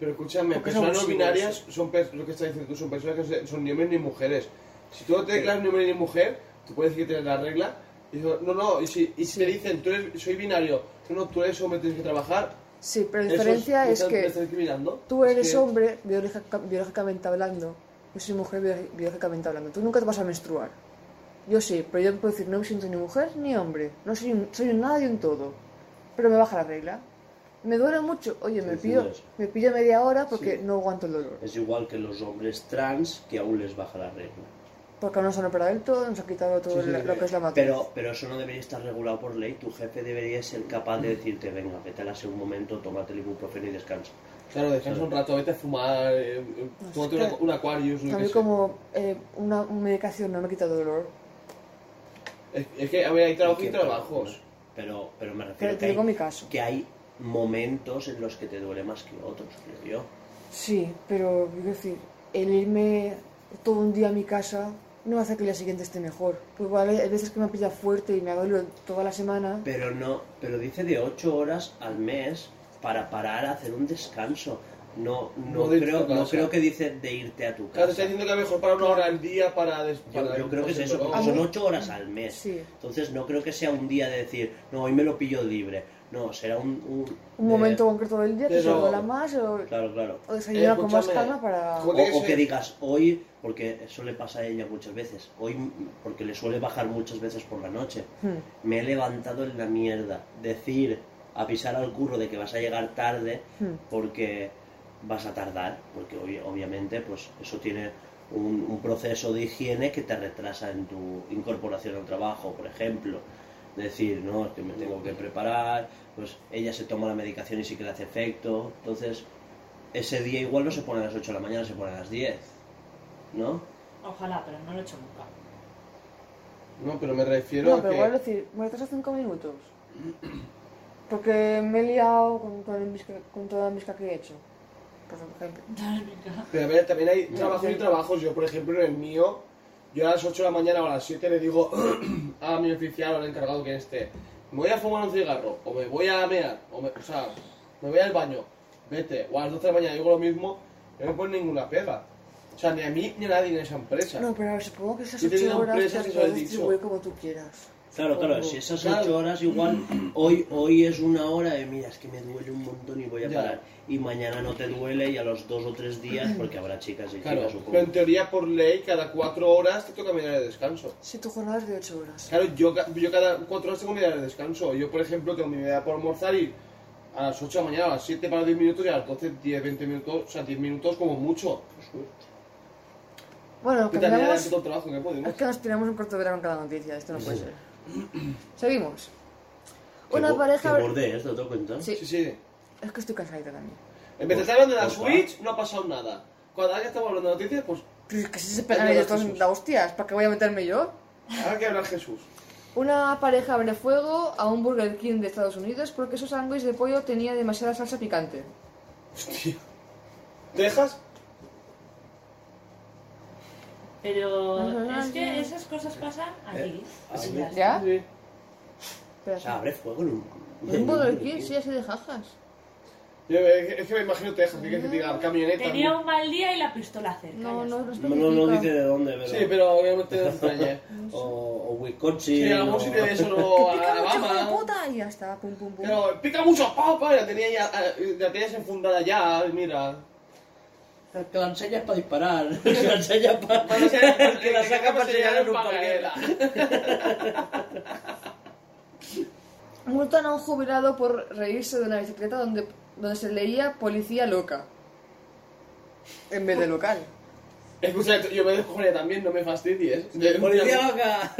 [SPEAKER 6] Pero escúchame,
[SPEAKER 2] Porque
[SPEAKER 6] personas
[SPEAKER 2] son
[SPEAKER 6] no
[SPEAKER 2] posibles.
[SPEAKER 6] binarias son per- lo que estás diciendo tú, son personas que se- son ni hombres ni mujeres. Si tú no te declaras ni hombre ni mujer, tú puedes decir que tienes la regla. Y dices, no, no, y si, y si te dicen, tú eres, soy binario, no, no, tú eres hombre, tienes que trabajar.
[SPEAKER 2] Sí, pero la
[SPEAKER 6] eso
[SPEAKER 2] diferencia
[SPEAKER 6] me
[SPEAKER 2] es,
[SPEAKER 6] estás- me estás
[SPEAKER 2] que
[SPEAKER 6] discriminando.
[SPEAKER 2] tú
[SPEAKER 6] Es
[SPEAKER 2] eres
[SPEAKER 6] que-
[SPEAKER 2] hombre biológica- biológicamente hablando, yo soy mujer biológi- biológicamente hablando. Tú nunca te vas a menstruar. Yo sí, pero yo puedo decir, no me siento ni mujer ni hombre. No soy un, soy un nada y un todo. Pero me baja la regla. Me duele mucho. Oye, me,
[SPEAKER 1] Sí, sí,
[SPEAKER 2] pillo,
[SPEAKER 1] eso.
[SPEAKER 2] me pillo media hora porque
[SPEAKER 1] Sí.
[SPEAKER 2] no aguanto el dolor.
[SPEAKER 1] Es igual que los hombres trans que aún les baja la regla.
[SPEAKER 2] Porque no se han operado del todo, nos han quitado todo
[SPEAKER 6] Sí, sí,
[SPEAKER 2] la-
[SPEAKER 6] sí.
[SPEAKER 2] lo que es la matriz.
[SPEAKER 1] Pero, pero eso no debería estar regulado por ley. Tu jefe debería ser capaz de decirte, venga, vete a la un momento, tómate el ibuprofeno y descansa.
[SPEAKER 6] Claro, descansa un rato, vete a fumar, eh, eh,
[SPEAKER 2] No,
[SPEAKER 6] tómate
[SPEAKER 2] es
[SPEAKER 6] una-
[SPEAKER 2] que-
[SPEAKER 6] un Aquarius, lo
[SPEAKER 2] a
[SPEAKER 6] que
[SPEAKER 2] mí
[SPEAKER 6] sea.
[SPEAKER 2] como eh, una, una medicación no me quita dolor.
[SPEAKER 6] Es, es que, a ver, hay trabajo y
[SPEAKER 1] Que-
[SPEAKER 6] trabajos.
[SPEAKER 1] Pero, pero me
[SPEAKER 2] Pero
[SPEAKER 1] refiero
[SPEAKER 2] te
[SPEAKER 1] que
[SPEAKER 2] digo mi
[SPEAKER 1] hay,
[SPEAKER 2] caso.
[SPEAKER 1] que hay momentos en los que te duele más que otros, creo yo.
[SPEAKER 2] Sí, pero quiero decir, el irme todo un día a mi casa no hace que el día siguiente esté mejor. Pues igual hay veces que me pilla fuerte y me ha dolido toda la semana.
[SPEAKER 1] Pero no, pero dice de 8 horas al mes para parar a hacer un descanso. No, no,
[SPEAKER 6] No de
[SPEAKER 1] creo,
[SPEAKER 6] tu
[SPEAKER 1] no
[SPEAKER 6] casa.
[SPEAKER 1] creo que dice de irte a tu
[SPEAKER 6] Claro, te
[SPEAKER 1] casa.
[SPEAKER 6] está diciendo que a lo mejor para una hora al día para después.
[SPEAKER 1] Yo, yo creo que es eso, porque
[SPEAKER 2] A
[SPEAKER 1] son
[SPEAKER 2] mí-
[SPEAKER 1] 8 horas al mes.
[SPEAKER 2] Sí.
[SPEAKER 1] Entonces no creo que sea un día de decir, no, hoy me lo pillo libre. No, será un... Un,
[SPEAKER 2] Un
[SPEAKER 1] de-
[SPEAKER 2] momento concreto del día que se
[SPEAKER 6] pero-
[SPEAKER 2] duela más o,
[SPEAKER 1] Claro, claro.
[SPEAKER 2] o desayunar con más
[SPEAKER 6] escúchame.
[SPEAKER 2] calma para...
[SPEAKER 1] O,
[SPEAKER 6] Joder. Tiene que
[SPEAKER 1] o que
[SPEAKER 6] ser-
[SPEAKER 1] digas hoy, porque eso le pasa a ella muchas veces, hoy, porque le suele bajar muchas veces por la noche.
[SPEAKER 2] Hmm.
[SPEAKER 1] Me he levantado en la mierda. Decir, avisar al curro de que vas a llegar tarde
[SPEAKER 2] Hmm.
[SPEAKER 1] porque vas a tardar, porque obvi- obviamente pues eso tiene un, un proceso de higiene que te retrasa en tu incorporación al trabajo, por ejemplo. Decir, no, es que me tengo que preparar, pues ella se toma la medicación y sí que le hace efecto, entonces ese día igual no se pone a las 8 de la mañana, se pone a las 10, ¿no?
[SPEAKER 3] Ojalá, pero no lo he hecho nunca.
[SPEAKER 6] No, pero me refiero
[SPEAKER 2] No,
[SPEAKER 6] a
[SPEAKER 2] pero
[SPEAKER 6] que...
[SPEAKER 2] igual decir, me retraso cinco minutos. Porque me he liado con toda la misca, con toda la misca que he hecho. Por ejemplo.
[SPEAKER 6] Pero a ver, también hay trabajos y
[SPEAKER 2] sí.
[SPEAKER 6] trabajos. Yo, por ejemplo, en el mío, yo a las 8 de la mañana o a las 7 le digo [CLEARS THROAT] a mi oficial o al encargado que esté, me voy a fumar un cigarro, o me voy a mear, o, me- o sea, me voy al baño, vete, o a las 12 de la mañana digo lo mismo, no me ponen ninguna pega. O sea, ni a mí ni a nadie en esa empresa.
[SPEAKER 2] No, pero a ver, supongo que esas
[SPEAKER 6] Yo tenía
[SPEAKER 2] ocho horas
[SPEAKER 6] empresas
[SPEAKER 2] te
[SPEAKER 6] que
[SPEAKER 2] las
[SPEAKER 6] se lo he
[SPEAKER 2] puedes
[SPEAKER 6] dicho.
[SPEAKER 2] distribuir como tú quieras.
[SPEAKER 1] Claro, claro,
[SPEAKER 2] Supongo.
[SPEAKER 1] si esas
[SPEAKER 6] Claro.
[SPEAKER 1] ocho horas
[SPEAKER 6] [CLEARS THROAT]
[SPEAKER 1] igual, hoy, hoy es una hora de mira, es que me duele un montón y voy a
[SPEAKER 6] Ya.
[SPEAKER 1] parar. Y mañana no te duele y a los dos o tres días,
[SPEAKER 6] [CLEARS THROAT]
[SPEAKER 1] porque habrá chicas y
[SPEAKER 6] Claro,
[SPEAKER 1] chicas,
[SPEAKER 6] pero en
[SPEAKER 1] supongo.
[SPEAKER 6] teoría por ley cada 4 horas te toca media hora de descanso.
[SPEAKER 2] Si tu jornada es de 8 horas.
[SPEAKER 6] Claro, yo, ca- yo cada cuatro horas tengo media hora de descanso. Yo, por ejemplo, tengo mi media por almorzar y a las 8 de la mañana, a las 7 para 10 minutos y a las 12, 10, 20 minutos, o sea, 10 minutos como mucho.
[SPEAKER 2] Bueno,
[SPEAKER 6] Que también era
[SPEAKER 2] cambiamos.
[SPEAKER 6] todo el trabajo que podemos.
[SPEAKER 2] Es que nos tiramos un corto verano en cada noticia, esto no puede ser. Seguimos.
[SPEAKER 1] Qué
[SPEAKER 2] Una
[SPEAKER 1] bo-
[SPEAKER 2] pareja.
[SPEAKER 1] Qué borde es, ¿te lo cuenta?
[SPEAKER 2] Sí,
[SPEAKER 6] Sí, sí.
[SPEAKER 2] es que estoy cansadita también.
[SPEAKER 6] Empezaste hablando de la
[SPEAKER 1] Pues va.
[SPEAKER 6] Switch, no ha pasado nada. Cuando ahora que estamos hablando de noticias, pues
[SPEAKER 2] Pero es que si se
[SPEAKER 6] Pero
[SPEAKER 2] pegan ellos
[SPEAKER 6] los
[SPEAKER 2] todos
[SPEAKER 6] Jesús.
[SPEAKER 2] la hostias, ¿para qué voy a meterme yo?
[SPEAKER 6] ahora que hablar Jesús.
[SPEAKER 2] Una pareja abre fuego a un Burger King de Estados Unidos porque su sándwich de pollo tenía demasiada salsa picante.
[SPEAKER 6] Hostia. ¿Texas?
[SPEAKER 3] Pero es que esas cosas pasan
[SPEAKER 1] Eh,
[SPEAKER 3] aquí.
[SPEAKER 1] a
[SPEAKER 3] Sí,
[SPEAKER 1] mí-
[SPEAKER 3] las-
[SPEAKER 2] ¿Ya?
[SPEAKER 6] Sí.
[SPEAKER 2] Pero
[SPEAKER 1] O sea, abre fuego en un...
[SPEAKER 2] Un Burger King sí así de jajas.
[SPEAKER 6] Yo, es, que, es que me imagino Texas, que, que te
[SPEAKER 2] Mm.
[SPEAKER 6] diga camioneta.
[SPEAKER 3] Tenía un mal día y la pistola cerca.
[SPEAKER 2] No,
[SPEAKER 3] ya
[SPEAKER 2] no,
[SPEAKER 3] está.
[SPEAKER 2] no
[SPEAKER 1] No, no, no dice
[SPEAKER 2] especifica.
[SPEAKER 1] de dónde, pero...
[SPEAKER 6] Sí, pero obviamente no te
[SPEAKER 2] [LAUGHS]
[SPEAKER 6] extraña.
[SPEAKER 1] O, o Wisconsin,
[SPEAKER 6] Sí, a
[SPEAKER 1] o-
[SPEAKER 6] algún sitio de eso no.
[SPEAKER 2] ¡Pica mucho, hijo de
[SPEAKER 6] Alabama.
[SPEAKER 2] puta! Y ya está, pum, pum, pum.
[SPEAKER 6] Pero pica mucho papa, la tenía ya, eh, la tenías enfundada ya, mira.
[SPEAKER 1] [LAUGHS] Que la enseñas para disparar, [LAUGHS] que la enseñas
[SPEAKER 6] [LAUGHS]
[SPEAKER 1] para... [LAUGHS] que la saca para enseñar en un parguela.
[SPEAKER 2] Multan a un jubilado por reírse de una bicicleta donde, donde se leía policía loca. En vez de local.
[SPEAKER 6] Escucha, yo me descojoné también, no me fastidies.
[SPEAKER 1] ¡Policía loca!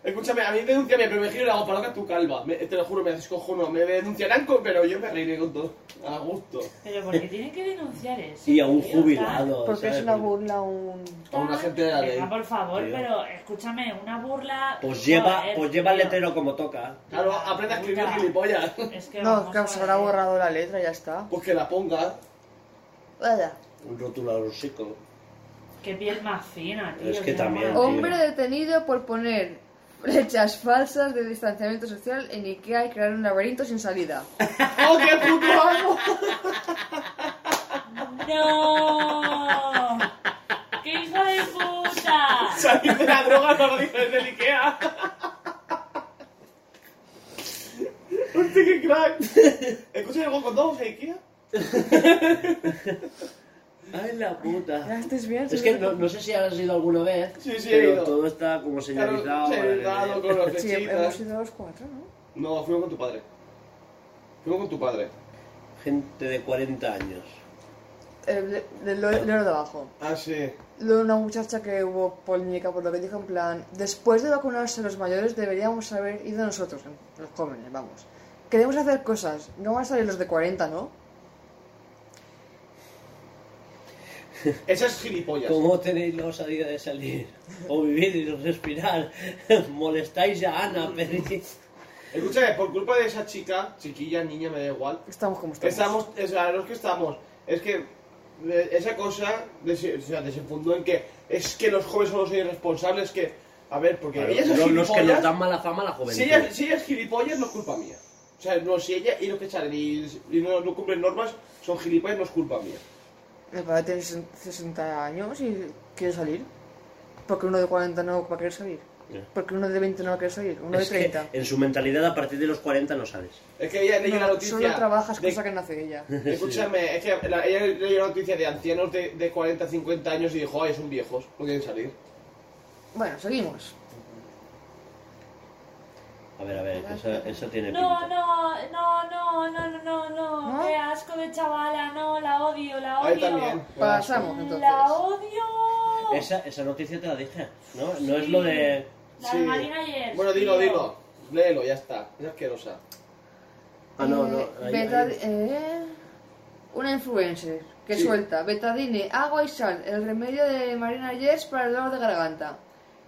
[SPEAKER 6] Escúchame, a mí denunciame, pero me giro y le hago para loca tu calva. Me- te lo juro, me descojono. Me denunciarán, con- pero yo me reiré con todo. A gusto.
[SPEAKER 3] Pero porque
[SPEAKER 1] [LAUGHS]
[SPEAKER 3] tienen que denunciar eso.
[SPEAKER 1] Y a un
[SPEAKER 3] tío, tal.
[SPEAKER 1] jubilado.
[SPEAKER 2] Porque
[SPEAKER 1] ¿sabes?
[SPEAKER 2] es una burla, un.
[SPEAKER 6] A un agente de la ley.
[SPEAKER 3] Venga, por favor,
[SPEAKER 1] Tío.
[SPEAKER 3] pero escúchame, una burla.
[SPEAKER 1] Pues lleva,
[SPEAKER 3] joder,
[SPEAKER 1] pues lleva el
[SPEAKER 3] tío.
[SPEAKER 1] letrero como toca.
[SPEAKER 6] Claro, aprende a escribir
[SPEAKER 3] Puta.
[SPEAKER 6] gilipollas.
[SPEAKER 3] Es que
[SPEAKER 2] No,
[SPEAKER 3] vamos
[SPEAKER 2] que
[SPEAKER 3] a
[SPEAKER 2] se habrá
[SPEAKER 3] ver.
[SPEAKER 2] borrado la letra, ya está.
[SPEAKER 6] Pues que la ponga.
[SPEAKER 2] Vaya.
[SPEAKER 1] Un rotulador chico.
[SPEAKER 3] Qué piel más fina, tío.
[SPEAKER 1] Es que
[SPEAKER 3] qué
[SPEAKER 1] también,
[SPEAKER 3] horror.
[SPEAKER 1] tío.
[SPEAKER 2] Hombre detenido por poner flechas falsas de distanciamiento social en Ikea y crear un laberinto sin salida.
[SPEAKER 6] ¡Oh, qué puto amo!
[SPEAKER 3] ¡No! ¡Qué hijo de puta!
[SPEAKER 6] Salí de la droga no lo dices del Ikea. Hostia, qué crack. Escucha algo con dos, ¿eh, Ikea.
[SPEAKER 1] Ay, la
[SPEAKER 2] Ya
[SPEAKER 1] puta.
[SPEAKER 2] estáis bien.
[SPEAKER 1] Es
[SPEAKER 2] ¿sí?
[SPEAKER 1] que no, no sé si has ido alguna vez,
[SPEAKER 6] Sí, sí, he
[SPEAKER 1] pero
[SPEAKER 6] ido.
[SPEAKER 1] todo está como señalizado.
[SPEAKER 6] Claro,
[SPEAKER 1] para que-
[SPEAKER 6] sentado con las
[SPEAKER 2] Sí, hemos
[SPEAKER 6] flechitas.
[SPEAKER 2] sido los cuatro, ¿no?
[SPEAKER 6] No, fuimos con tu padre. Fuimos con tu padre.
[SPEAKER 1] Gente de 40 años.
[SPEAKER 2] El, Eh, de- de- lo, lo de abajo.
[SPEAKER 6] Ah, sí.
[SPEAKER 2] Luego una muchacha que hubo polémica por lo que dijo en plan, después de vacunarse los mayores deberíamos haber ido nosotros, los jóvenes, vamos. Queremos hacer cosas, no van a salir los de 40, ¿no?
[SPEAKER 6] Esa es gilipollas.
[SPEAKER 1] ¿Cómo tenéis la osadía de salir? O vivir y respirar. [LAUGHS] Molestáis a Ana, Perry.
[SPEAKER 6] Escúchame, por culpa de esa chica, chiquilla, niña, me da igual.
[SPEAKER 2] Estamos como estamos.
[SPEAKER 6] Estamos, o sea, no es que estamos, es que eh, esa cosa dese- o sea, desenfundó en que es que los jóvenes son los irresponsables, que, a ver, porque ella es
[SPEAKER 1] Los, los que nos
[SPEAKER 6] gilipollas,
[SPEAKER 1] dan mala fama a la
[SPEAKER 6] si
[SPEAKER 1] juventud.
[SPEAKER 6] ella, si ella es gilipollas no es culpa mía. O sea, no, si ella y los que salen y, y no, no cumplen normas son gilipollas no es culpa mía.
[SPEAKER 2] Mi padre tiene sesen- 60 años y quiere salir. Porque uno de 40 no va a querer salir.
[SPEAKER 1] Ya.
[SPEAKER 2] Porque uno de 20 no va a querer salir. Uno
[SPEAKER 1] Es
[SPEAKER 2] de 30.
[SPEAKER 1] que en su mentalidad a partir de los 40 no sabes.
[SPEAKER 6] Es que ella leyó
[SPEAKER 2] No,
[SPEAKER 6] la noticia.
[SPEAKER 2] solo trabajas
[SPEAKER 6] de-
[SPEAKER 2] cosa que nace ella.
[SPEAKER 6] [LAUGHS] Escúchame, es que la- ella leyó la noticia de ancianos de, de 40, 50 años y dijo, ay, son viejos, no quieren salir.
[SPEAKER 2] Bueno, seguimos.
[SPEAKER 1] A ver, a ver, esa, esa tiene
[SPEAKER 3] No,
[SPEAKER 1] pinta.
[SPEAKER 3] no, no, no, no, no, no, no,
[SPEAKER 2] ¿No?
[SPEAKER 3] Qué asco de chavala, no, la odio, la
[SPEAKER 6] Ahí
[SPEAKER 3] odio.
[SPEAKER 6] también.
[SPEAKER 2] Pasamos entonces.
[SPEAKER 3] La odio.
[SPEAKER 1] Esa, esa noticia te la dije, ¿no? No es lo de...
[SPEAKER 3] La de Marina ayer.
[SPEAKER 6] Bueno, dilo,
[SPEAKER 3] tío.
[SPEAKER 6] dilo. Léelo, ya está. Es asquerosa.
[SPEAKER 1] Ah, no, no.
[SPEAKER 2] Eh,
[SPEAKER 1] ahí-
[SPEAKER 2] beta-
[SPEAKER 1] ahí-
[SPEAKER 2] eh, una influencer que
[SPEAKER 6] Sí.
[SPEAKER 2] suelta betadine, agua y sal, el remedio de Marina Yes para el dolor de garganta.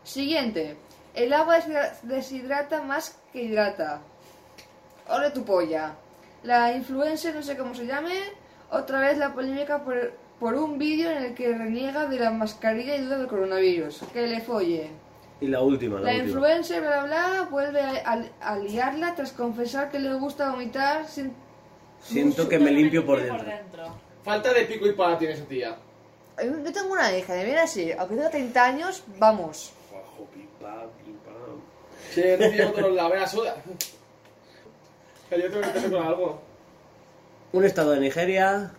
[SPEAKER 2] Siguiente. El agua deshidra- deshidrata más que hidrata. Ole tu polla. La influencer, no sé cómo se llame, otra vez la polémica por, por un vídeo en el que reniega de la mascarilla y duda del coronavirus. Que le folle.
[SPEAKER 1] Y la última, la,
[SPEAKER 2] La
[SPEAKER 1] última.
[SPEAKER 2] influencer, bla, bla, bla, vuelve a, a- a liarla tras confesar que le gusta vomitar sin...
[SPEAKER 1] Siento que me limpio por
[SPEAKER 3] limpio
[SPEAKER 1] dentro.
[SPEAKER 6] Falta de pico y pala tiene esa tía.
[SPEAKER 2] Ay, Eh, Yo tengo una hija, de mira así, aunque tenga 30 años, vamos.
[SPEAKER 1] Bajo, pim, pam, pim, pam.
[SPEAKER 6] Sí, no tiene otro la vena soda. Pero yo tengo que empezar con algo.
[SPEAKER 1] Un estado de Nigeria.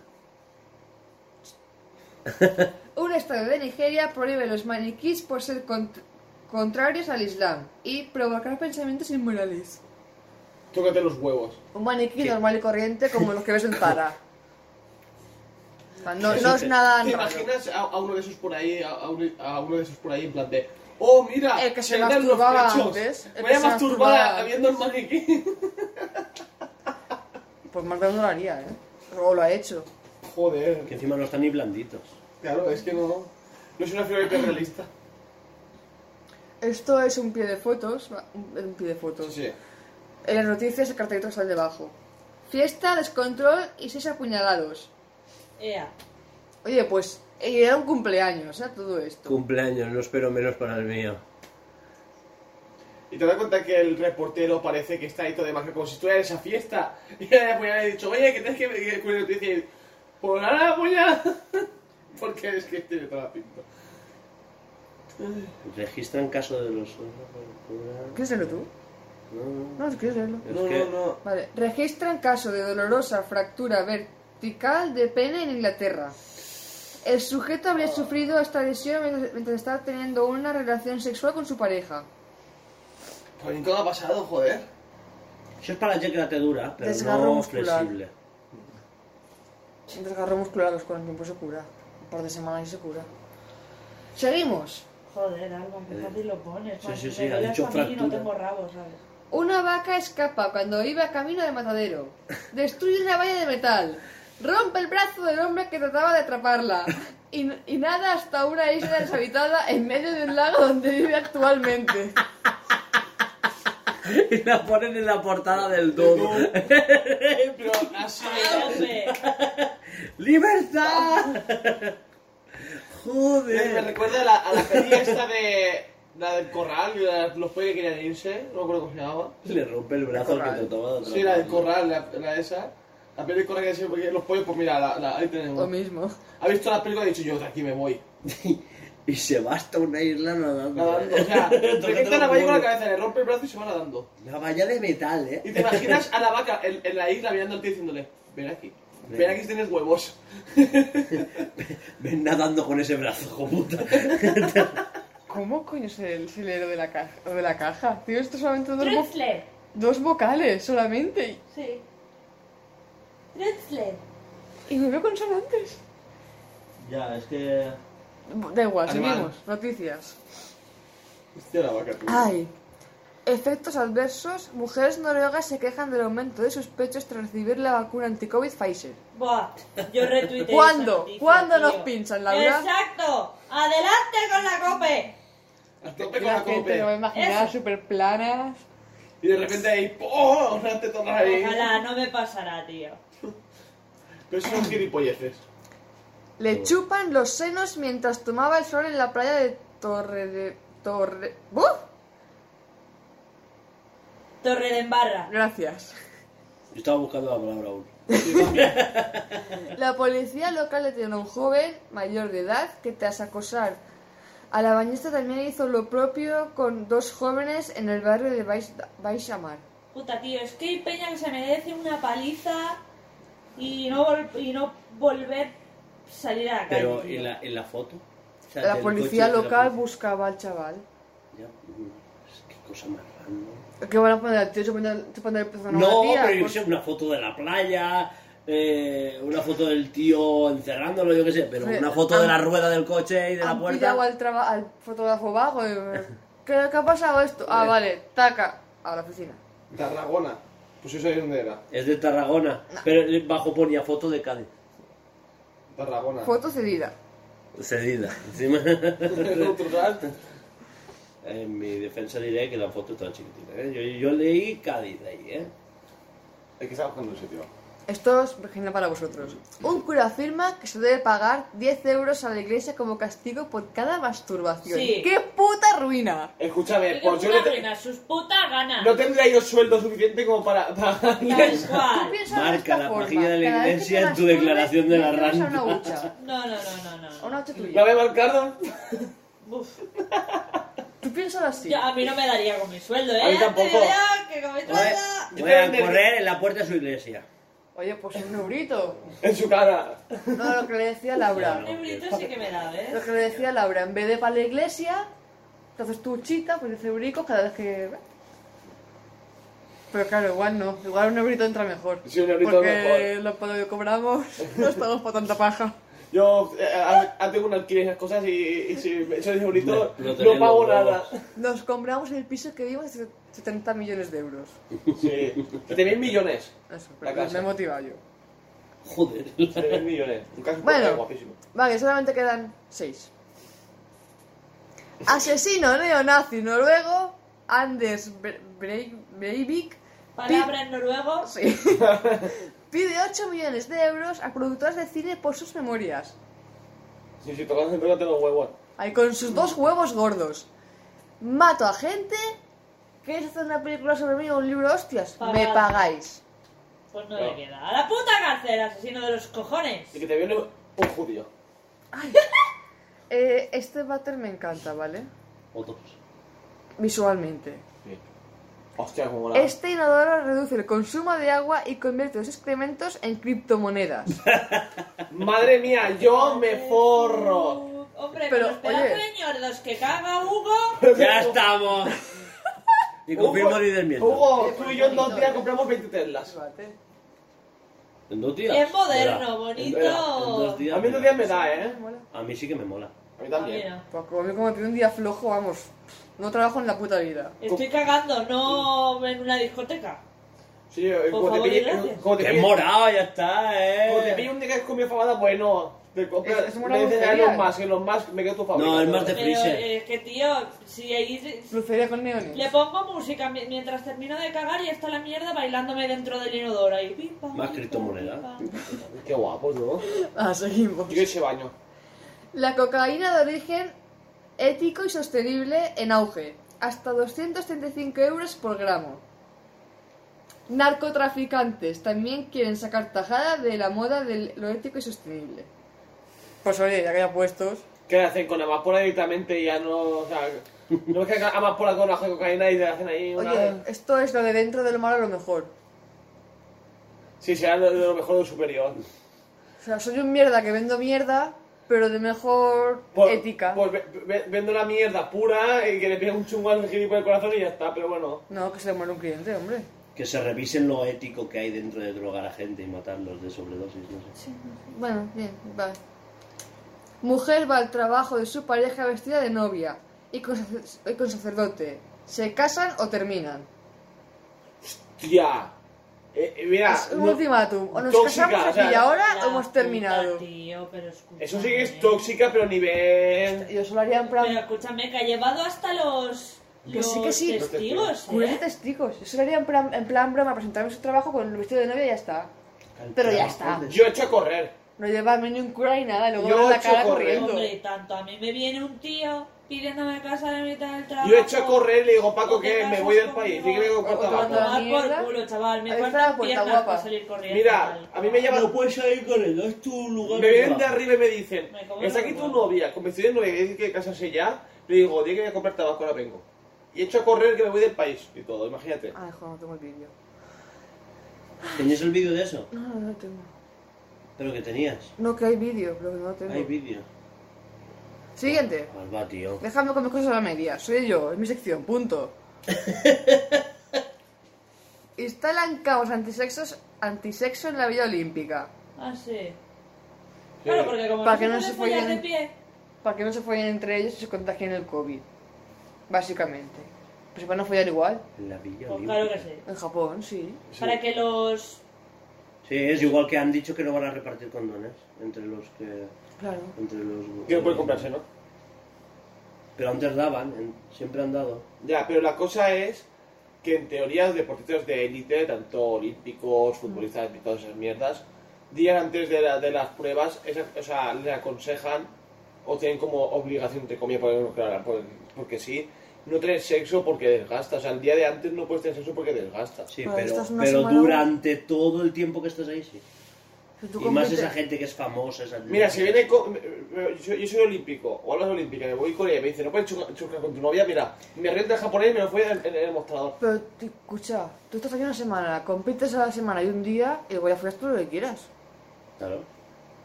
[SPEAKER 2] Un estado de Nigeria prohíbe los maniquís por ser cont- contrarios al Islam y provocar pensamientos inmorales.
[SPEAKER 6] Tócate los huevos.
[SPEAKER 2] Un maniquí
[SPEAKER 1] Sí.
[SPEAKER 2] normal y corriente como los que ves en [LAUGHS] Zara. O sea, No,
[SPEAKER 1] Eso
[SPEAKER 2] no es
[SPEAKER 1] te-
[SPEAKER 2] nada
[SPEAKER 6] ¿Te
[SPEAKER 2] raro.
[SPEAKER 6] imaginas a, a uno de esos por ahí, a, a un- a uno de esos por ahí en plan de... ¡Oh, mira!
[SPEAKER 2] El que se
[SPEAKER 6] le dan los
[SPEAKER 2] masturbaba
[SPEAKER 6] pechos!
[SPEAKER 2] antes, el
[SPEAKER 6] Me
[SPEAKER 2] que
[SPEAKER 6] voy a
[SPEAKER 2] se masturbaba
[SPEAKER 6] masturbar viendo el maniquí. [LAUGHS]
[SPEAKER 2] Pues más de uno lo haría, ¿eh? O lo ha hecho.
[SPEAKER 1] Que
[SPEAKER 6] Joder.
[SPEAKER 1] encima no están ni blanditos.
[SPEAKER 6] Claro, es que no... No es una figura hiperrealista.
[SPEAKER 2] Esto es un pie de fotos. va- Un, un pie de
[SPEAKER 6] Sí,
[SPEAKER 2] fotos.
[SPEAKER 6] sí.
[SPEAKER 2] En las noticias el cartelito sale debajo. Fiesta, descontrol y seis apuñalados.
[SPEAKER 3] Ea.
[SPEAKER 2] Oye, pues eh, era un cumpleaños, ¿eh? Todo esto.
[SPEAKER 1] Cumpleaños, no espero menos para el mío.
[SPEAKER 6] Y te das cuenta que el reportero parece que está ahí todo de magia, como si estuviera en esa fiesta. [LAUGHS] Y la pues, le he dicho, oye, que tienes que que cubrir la noticia. Y, "Pues Por ahora, voy a... [LAUGHS] Porque es que tiene toda la pinta.
[SPEAKER 1] Registran caso de los...
[SPEAKER 2] ¿Quieres leerlo tú?
[SPEAKER 1] No, no.
[SPEAKER 2] No, si quieres leerlo.
[SPEAKER 1] Es
[SPEAKER 6] no,
[SPEAKER 1] que-
[SPEAKER 6] no, no.
[SPEAKER 2] Vale. Registran caso de dolorosa fractura vertical de pene en Inglaterra. El sujeto habría sufrido esta lesión mientras, mientras estaba teniendo una relación sexual con su pareja.
[SPEAKER 6] Pues nunca me ha pasado,
[SPEAKER 1] [LAUGHS]
[SPEAKER 6] joder.
[SPEAKER 1] Eso es para la yegla te dura, pero
[SPEAKER 2] Desgarro
[SPEAKER 1] no
[SPEAKER 2] muscular.
[SPEAKER 1] flexible. [LAUGHS]
[SPEAKER 2] Un desgarro muscular a los cuales tiempo se cura. Un par de semanas y se cura. Seguimos.
[SPEAKER 3] Joder, algo, qué fácil lo pones.
[SPEAKER 1] Sí,
[SPEAKER 3] man.
[SPEAKER 1] sí,
[SPEAKER 3] Me
[SPEAKER 1] sí, ha
[SPEAKER 3] doy
[SPEAKER 1] dicho
[SPEAKER 3] hasta a mí y no
[SPEAKER 1] fractura.
[SPEAKER 3] tengo rabo, ¿sabes?
[SPEAKER 2] Una vaca escapa cuando iba camino de matadero. Destruye una valla de metal. Rompe el brazo del hombre que trataba de atraparla. Y, y nada hasta una isla deshabitada en medio de un lago donde vive actualmente.
[SPEAKER 1] Y la ponen en la portada del dodo.
[SPEAKER 6] Pero así
[SPEAKER 2] Ah,
[SPEAKER 1] [LAUGHS] ¡Libertad! [LAUGHS]
[SPEAKER 6] me, me
[SPEAKER 1] Joder.
[SPEAKER 6] recuerda a la, a la peli esta de. La del corral, y la de los pollos que querían irse, no me acuerdo cómo se llamaba.
[SPEAKER 1] Le rompe el brazo al que te toma de
[SPEAKER 6] Sí, la del corral, la, la esa. La peli del corral que decía, porque los pollos, pues mira, la, la- ahí
[SPEAKER 2] Lo
[SPEAKER 6] tenemos.
[SPEAKER 2] mismo.
[SPEAKER 6] Ha visto la película y ha dicho yo de aquí me voy.
[SPEAKER 1] Y se va hasta una isla nadando.
[SPEAKER 6] Nadando. O [LAUGHS] sea,
[SPEAKER 1] Tócate
[SPEAKER 6] revienta la
[SPEAKER 1] los
[SPEAKER 6] valla con la
[SPEAKER 1] huevos.
[SPEAKER 6] cabeza, le rompe el brazo y se va nadando.
[SPEAKER 1] Una valla de metal, ¿eh?
[SPEAKER 6] Y te imaginas a la vaca en, en la isla mirando al tío diciéndole, ven aquí. Ven aquí si tienes huevos.
[SPEAKER 1] Ven nadando con ese brazo, hijo puta.
[SPEAKER 2] ¿Cómo coño es el silero de la caja? De la caja? Tío, esto solamente dos, vo-
[SPEAKER 3] Trützle.
[SPEAKER 2] dos vocales, solamente.
[SPEAKER 3] Sí. Trützle.
[SPEAKER 2] Y nueve consonantes.
[SPEAKER 7] Ya, es que.
[SPEAKER 2] Da igual,
[SPEAKER 6] Animal.
[SPEAKER 2] seguimos. Noticias.
[SPEAKER 6] Hostia, la vaca, tío.
[SPEAKER 2] Ay. Efectos adversos. Mujeres noruegas se quejan del aumento de sospechos tras recibir la vacuna anti-COVID Pfizer.
[SPEAKER 3] Buah, yo retuiteé esa
[SPEAKER 2] ¿Cuándo?
[SPEAKER 3] noticia,
[SPEAKER 2] ¿Cuándo
[SPEAKER 3] tío.
[SPEAKER 2] nos pinchan, Laura?
[SPEAKER 3] ¡Exacto! ¡Adelante con la cope!
[SPEAKER 6] A tope con la cope.
[SPEAKER 3] imaginar, Eso.
[SPEAKER 2] súper planas.
[SPEAKER 6] Y de repente ahí, ¡oh! Unas tetonas ahí.
[SPEAKER 3] Ojalá, no me pasará, tío.
[SPEAKER 6] Pero son gilipolleces.
[SPEAKER 2] Le chupan los senos mientras tomaba el sol en la playa de Torre de... Torre... ¡Buf!
[SPEAKER 3] Torre de Embarra.
[SPEAKER 2] Gracias.
[SPEAKER 1] Yo estaba buscando la palabra aún.
[SPEAKER 2] La policía local detuvo a un joven mayor de edad que tras acosar a la bañista también hizo lo propio con dos jóvenes en el barrio de Baix- Baixamar.
[SPEAKER 3] Puta, tío, es que hay peña que se merece una paliza y no, vol- y no volver a salir a la calle.
[SPEAKER 1] Pero
[SPEAKER 3] tío.
[SPEAKER 1] en la, en la foto. O sea,
[SPEAKER 2] La
[SPEAKER 1] del
[SPEAKER 2] policía
[SPEAKER 1] coche de la
[SPEAKER 2] local
[SPEAKER 1] policía.
[SPEAKER 2] buscaba al chaval.
[SPEAKER 1] Ya, mm, es que cosa más random.
[SPEAKER 2] ¿Qué van a poner al tío chupando, chupando el pezón a una
[SPEAKER 1] No,
[SPEAKER 2] tía?
[SPEAKER 1] pero yo
[SPEAKER 2] Pues-
[SPEAKER 1] qué sé, una foto de la playa, eh, una foto del tío encerrándolo, yo qué sé, pero
[SPEAKER 2] Joder,
[SPEAKER 1] una foto de
[SPEAKER 2] han-
[SPEAKER 1] la rueda del coche y de la
[SPEAKER 2] han
[SPEAKER 1] puerta.
[SPEAKER 2] pillado al, traba- al fotógrafo vago.
[SPEAKER 1] [LAUGHS]
[SPEAKER 2] y, ¿Qué, qué ha pasado esto? Ah, vale, taca. A la oficina.
[SPEAKER 6] Tarragona. Pues yo sabía dónde era.
[SPEAKER 1] Es de Tarragona, pero el bajo ponía foto de Cádiz.
[SPEAKER 6] Tarragona. [LAUGHS]
[SPEAKER 2] Foto cedida.
[SPEAKER 1] Cedida, encima. [LAUGHS]
[SPEAKER 6] Cultural.
[SPEAKER 1] en mi defensa diré que la foto está chiquitita. ¿eh? Yo, yo leí Cádiz ahí, ¿eh?
[SPEAKER 6] Es que estaba buscando un sitio.
[SPEAKER 2] Esto es virginia para vosotros. Un cura afirma que se debe pagar 10 euros a la iglesia como castigo por cada masturbación.
[SPEAKER 3] Sí.
[SPEAKER 2] ¡Qué puta ruina!
[SPEAKER 6] Escúchame,
[SPEAKER 3] Porque
[SPEAKER 6] por
[SPEAKER 3] es
[SPEAKER 6] yo
[SPEAKER 3] una
[SPEAKER 6] no, te-
[SPEAKER 3] ruina, sus putas ganas.
[SPEAKER 6] no tendría yo sueldo suficiente como para. [LAUGHS] para-
[SPEAKER 3] Tal
[SPEAKER 2] Tú
[SPEAKER 3] cual.
[SPEAKER 2] piénsalo de
[SPEAKER 1] Marca
[SPEAKER 2] esta
[SPEAKER 1] la
[SPEAKER 2] forma.
[SPEAKER 1] página de la
[SPEAKER 2] Cada vez que
[SPEAKER 1] iglesia en
[SPEAKER 2] te
[SPEAKER 1] tu
[SPEAKER 2] masturbes,
[SPEAKER 1] declaración de la
[SPEAKER 2] 10 euros a
[SPEAKER 1] ranta.
[SPEAKER 2] una hucha.
[SPEAKER 3] No, no, no, no,
[SPEAKER 2] A
[SPEAKER 3] no.
[SPEAKER 2] una hucha tuya.
[SPEAKER 1] [LAUGHS]
[SPEAKER 6] ¿La voy a marcar?
[SPEAKER 3] Uf.
[SPEAKER 2] Tú piénsalo así.
[SPEAKER 3] Yo- a mí no me daría con mi sueldo, ¿eh?
[SPEAKER 6] A mí tampoco.
[SPEAKER 3] Te veo que con mi
[SPEAKER 1] Voy,
[SPEAKER 3] sueldo...
[SPEAKER 1] voy a correr en la puerta de su iglesia.
[SPEAKER 2] Oye, pues un eurito.
[SPEAKER 6] En su cara.
[SPEAKER 2] No, lo que le decía Laura.
[SPEAKER 1] Claro.
[SPEAKER 3] Un eurito sí que me da, ¿eh?
[SPEAKER 2] Lo
[SPEAKER 3] ¿ves?
[SPEAKER 2] que le decía Laura, en vez de para la iglesia, te haces tu chita, pues 10 euricos cada vez que. ¿eh? Pero claro, igual no. Igual un eurito entra mejor.
[SPEAKER 6] Sí, un eurito
[SPEAKER 2] porque lo cuando lo
[SPEAKER 6] [LAUGHS]
[SPEAKER 2] cobramos no estamos para tanta paja.
[SPEAKER 6] Yo eh, a- a- tengo un alquiler y esas cosas y, y si me echan ese bonito,
[SPEAKER 1] No- no
[SPEAKER 6] no,
[SPEAKER 1] tenía
[SPEAKER 6] pago
[SPEAKER 1] los huevos.
[SPEAKER 6] nada.
[SPEAKER 2] Nos compramos el piso que vimos de 70 millones de euros.
[SPEAKER 6] Sí. De mil millones.
[SPEAKER 2] Eso,
[SPEAKER 6] La
[SPEAKER 2] pero
[SPEAKER 6] casa.
[SPEAKER 2] me he motivado yo.
[SPEAKER 1] Joder. [LAUGHS]
[SPEAKER 6] De mil millones. Un caso
[SPEAKER 2] Bueno.
[SPEAKER 6] bueno. guapísimo.
[SPEAKER 2] Vale, solamente quedan 6. Asesino neonazi noruego, Anders Bre- Breivik.
[SPEAKER 3] Palabra en noruego.
[SPEAKER 2] Sí. Pide 8 millones de euros a productoras de cine por sus memorias.
[SPEAKER 6] Sí, si tocas el pelo tengo huevos.
[SPEAKER 2] Ahí con sus dos huevos gordos. Mato a gente. ¿Queréis hacer una película sobre mí o un libro de hostias?
[SPEAKER 3] Pagad.
[SPEAKER 2] Me pagáis.
[SPEAKER 3] Pues no,
[SPEAKER 6] No.
[SPEAKER 3] le queda. ¡A la puta cárcel, asesino de los cojones!
[SPEAKER 6] Y que te viene un judío.
[SPEAKER 2] [LAUGHS] Eh, este váter me encanta, ¿vale?
[SPEAKER 1] Fotos.
[SPEAKER 2] Visualmente.
[SPEAKER 6] Sí. Hostia, como la.
[SPEAKER 2] Este inodoro reduce el consumo de agua y convierte los excrementos en criptomonedas.
[SPEAKER 6] Madre mía, yo me forro.
[SPEAKER 3] Uh, Hombre,
[SPEAKER 2] Pero,
[SPEAKER 3] pero, los pedazos
[SPEAKER 2] oye.
[SPEAKER 3] de ñordos que caga Hugo...
[SPEAKER 1] [LAUGHS] ¡Ya estamos! Y confirmo ni desmiento.
[SPEAKER 6] Hugo, tú y yo en dos días compramos 20 Teslas.
[SPEAKER 2] Me
[SPEAKER 1] En dos días.
[SPEAKER 3] Es moderno,
[SPEAKER 1] Verá.
[SPEAKER 3] bonito.
[SPEAKER 1] En dos días.
[SPEAKER 6] A mí en dos días me da, ¿eh?
[SPEAKER 2] mola.
[SPEAKER 1] A mí sí que me mola.
[SPEAKER 6] A A mí también.
[SPEAKER 3] Mira,
[SPEAKER 2] Pues como, como tiene un día flojo, vamos. No trabajo en la puta vida.
[SPEAKER 3] Estoy cagando, no en una discoteca.
[SPEAKER 6] Sí, eh,
[SPEAKER 3] Por
[SPEAKER 6] como te
[SPEAKER 3] favor,
[SPEAKER 6] pille-
[SPEAKER 3] gracias.
[SPEAKER 6] como te
[SPEAKER 1] ¡Qué
[SPEAKER 6] pille-
[SPEAKER 1] morado, ya está,
[SPEAKER 6] Como te
[SPEAKER 1] eh!
[SPEAKER 6] pillo un día que has comido fabada, pues no. Te compras.
[SPEAKER 2] Es- es una
[SPEAKER 6] me dicen, "Ah,
[SPEAKER 2] brujería".
[SPEAKER 6] los más, que los más me quedo tu favorito.
[SPEAKER 1] No, el más de
[SPEAKER 3] Pero
[SPEAKER 1] Freezer.
[SPEAKER 3] es que, tío, si ahí
[SPEAKER 2] Lucería con neones.
[SPEAKER 3] le pongo música mi- mientras termino de cagar y está la mierda bailándome dentro del inodoro ahí. Pim, pam,
[SPEAKER 1] Más
[SPEAKER 3] pim,
[SPEAKER 1] criptomoneda.
[SPEAKER 3] pam, pim, pam.
[SPEAKER 6] Qué guapos, ¿no? Yo
[SPEAKER 2] Ah, seguimos.
[SPEAKER 6] que ese baño.
[SPEAKER 2] La cocaína de origen ético y sostenible en auge. Hasta 235 euros por gramo. Narcotraficantes también quieren sacar tajada de la moda de lo ético y sostenible. Pues oye, ya que haya puestos.
[SPEAKER 6] ¿Qué le hacen con la amapola directamente y ya no. O sea, no es que hagan amapola con ajo de cocaína y le hacen ahí una.
[SPEAKER 2] Oye, esto es lo de dentro de lo malo a lo mejor.
[SPEAKER 6] Sí, será de de lo mejor del superior.
[SPEAKER 2] O sea, soy un mierda que vendo mierda, pero de mejor
[SPEAKER 6] Por-
[SPEAKER 2] ética.
[SPEAKER 6] Pues ve- ve- vendo la mierda pura y que le pide un chungo al gilipollas por el corazón y ya está, pero bueno.
[SPEAKER 2] No, que se le muere un cliente, hombre.
[SPEAKER 1] Que se revisen lo ético que hay dentro de drogar a gente y matarlos de sobredosis, no sé.
[SPEAKER 2] Bueno, bien, vale. Mujer va al trabajo de su pareja vestida de novia y con, sac- y con sacerdote. ¿Se casan o terminan?
[SPEAKER 6] Tía. Eh, eh, mira.
[SPEAKER 2] es un
[SPEAKER 6] no-
[SPEAKER 2] ultimátum. O nos
[SPEAKER 6] tóxica,
[SPEAKER 2] casamos
[SPEAKER 6] o sea,
[SPEAKER 2] aquí y ahora
[SPEAKER 3] Ah, La
[SPEAKER 2] o hemos
[SPEAKER 3] puta,
[SPEAKER 2] terminado.
[SPEAKER 3] tío, pero escúchame.
[SPEAKER 6] Eso sí que es tóxica, pero nivel.
[SPEAKER 2] Yo solo haría en
[SPEAKER 3] Pero
[SPEAKER 2] plan...
[SPEAKER 3] escúchame, que ha llevado hasta los,
[SPEAKER 2] Que
[SPEAKER 3] los
[SPEAKER 2] sí, que sí.
[SPEAKER 3] testigos,
[SPEAKER 2] Culos de
[SPEAKER 3] ¿eh?
[SPEAKER 2] testigos. Yo solo haría en plan, en plan broma, presentarme su trabajo con el vestido de novia y ya está. Pero ya está.
[SPEAKER 6] Yo he hecho a correr.
[SPEAKER 2] No llevarme ni un cura ni nada, y luego
[SPEAKER 6] Yo
[SPEAKER 2] dar la
[SPEAKER 6] ocho
[SPEAKER 2] cara
[SPEAKER 6] correos.
[SPEAKER 2] corriendo.
[SPEAKER 3] Hombre, y tanto. A mí me viene un tío pidiéndome casa en mitad del trabajo.
[SPEAKER 6] Yo he hecho a correr y le digo, Paco,
[SPEAKER 3] ¿O te
[SPEAKER 6] que me
[SPEAKER 3] casas
[SPEAKER 6] voy del
[SPEAKER 3] conmigo?
[SPEAKER 6] país. Dí que me
[SPEAKER 3] O
[SPEAKER 6] con cuarta
[SPEAKER 2] te
[SPEAKER 6] abajo.
[SPEAKER 2] mando-
[SPEAKER 3] Tomar
[SPEAKER 2] mierda.
[SPEAKER 3] por culo, chaval.
[SPEAKER 2] Ahí
[SPEAKER 3] Me
[SPEAKER 2] está la
[SPEAKER 3] faltan
[SPEAKER 2] puerta
[SPEAKER 3] piernas
[SPEAKER 2] guapa.
[SPEAKER 3] para salir corriendo.
[SPEAKER 6] Mira,
[SPEAKER 3] chaval.
[SPEAKER 6] a mí me llaman.
[SPEAKER 1] No puedes salir con él, es tu lugar.
[SPEAKER 6] Me
[SPEAKER 1] de
[SPEAKER 6] vienen de
[SPEAKER 1] trabajo.
[SPEAKER 6] arriba y me dicen,
[SPEAKER 3] Me como
[SPEAKER 6] ¿es
[SPEAKER 3] la
[SPEAKER 6] aquí tu
[SPEAKER 3] mano".
[SPEAKER 6] novia? Con vestido de novia que dice que casarse ya. Le digo, dí que voy a comprar tabaco, ahora vengo. Y he hecho a correr que me voy del país. Y todo, imagínate.
[SPEAKER 2] Ay, joder, no tengo el vídeo.
[SPEAKER 1] ¿Tenías el vídeo de eso?
[SPEAKER 2] No, no, no tengo.
[SPEAKER 1] Pero que tenías.
[SPEAKER 2] No, que hay vídeo, pero que no lo tengo.
[SPEAKER 1] Hay vídeo.
[SPEAKER 2] Siguiente.
[SPEAKER 1] Pues va, tío.
[SPEAKER 2] Déjame con mis cosas a media. Soy yo, es mi sección, punto. Instalan caos antisexos, antisexo en la vida olímpica.
[SPEAKER 3] Ah, sí. Claro, porque como
[SPEAKER 2] Para que
[SPEAKER 3] no
[SPEAKER 2] no
[SPEAKER 3] se
[SPEAKER 2] se
[SPEAKER 3] puede follar de
[SPEAKER 2] follen.
[SPEAKER 3] pie.
[SPEAKER 2] Para que no se follen entre ellos y se contagien el COVID. Básicamente. Pues se van a follar igual.
[SPEAKER 1] En la villa.
[SPEAKER 3] Pues
[SPEAKER 1] Olímpica.
[SPEAKER 3] claro que sí.
[SPEAKER 2] En Japón, sí.
[SPEAKER 3] Para que los...
[SPEAKER 1] Sí, es igual que han dicho que no van a repartir condones entre los que.
[SPEAKER 2] Claro.
[SPEAKER 1] Entre los.
[SPEAKER 6] Que no puede comprarse, ¿no?
[SPEAKER 1] Pero antes daban, en- siempre han dado.
[SPEAKER 6] Ya, pero la cosa es que en teoría los deportistas de élite, tanto olímpicos, futbolistas y todas esas mierdas, días antes de, la- de las pruebas, esa- o sea, les aconsejan o tienen como obligación, entre comillas, porque, claro, por- porque sí, no tener sexo porque desgasta. O sea, el día de antes no puedes tener sexo porque desgasta.
[SPEAKER 1] Sí,
[SPEAKER 2] Pero
[SPEAKER 1] pero,
[SPEAKER 2] estás una
[SPEAKER 1] pero
[SPEAKER 2] semana-
[SPEAKER 1] durante todo el tiempo que estás ahí, sí.
[SPEAKER 2] Pero tú
[SPEAKER 1] Y más
[SPEAKER 2] compite-
[SPEAKER 1] esa gente que es famosa. Esa
[SPEAKER 6] Mira, si viene con- yo, yo soy olímpico, o a las olímpicas, me voy con ella y me dice, no puedes chuscar chuscar con tu novia, mira, me renta el japonés y me lo fue en, en el mostrador.
[SPEAKER 2] Pero t- escucha, tú estás aquí una semana, compites a la semana y un día y luego ya follas tú lo que quieras.
[SPEAKER 1] Claro.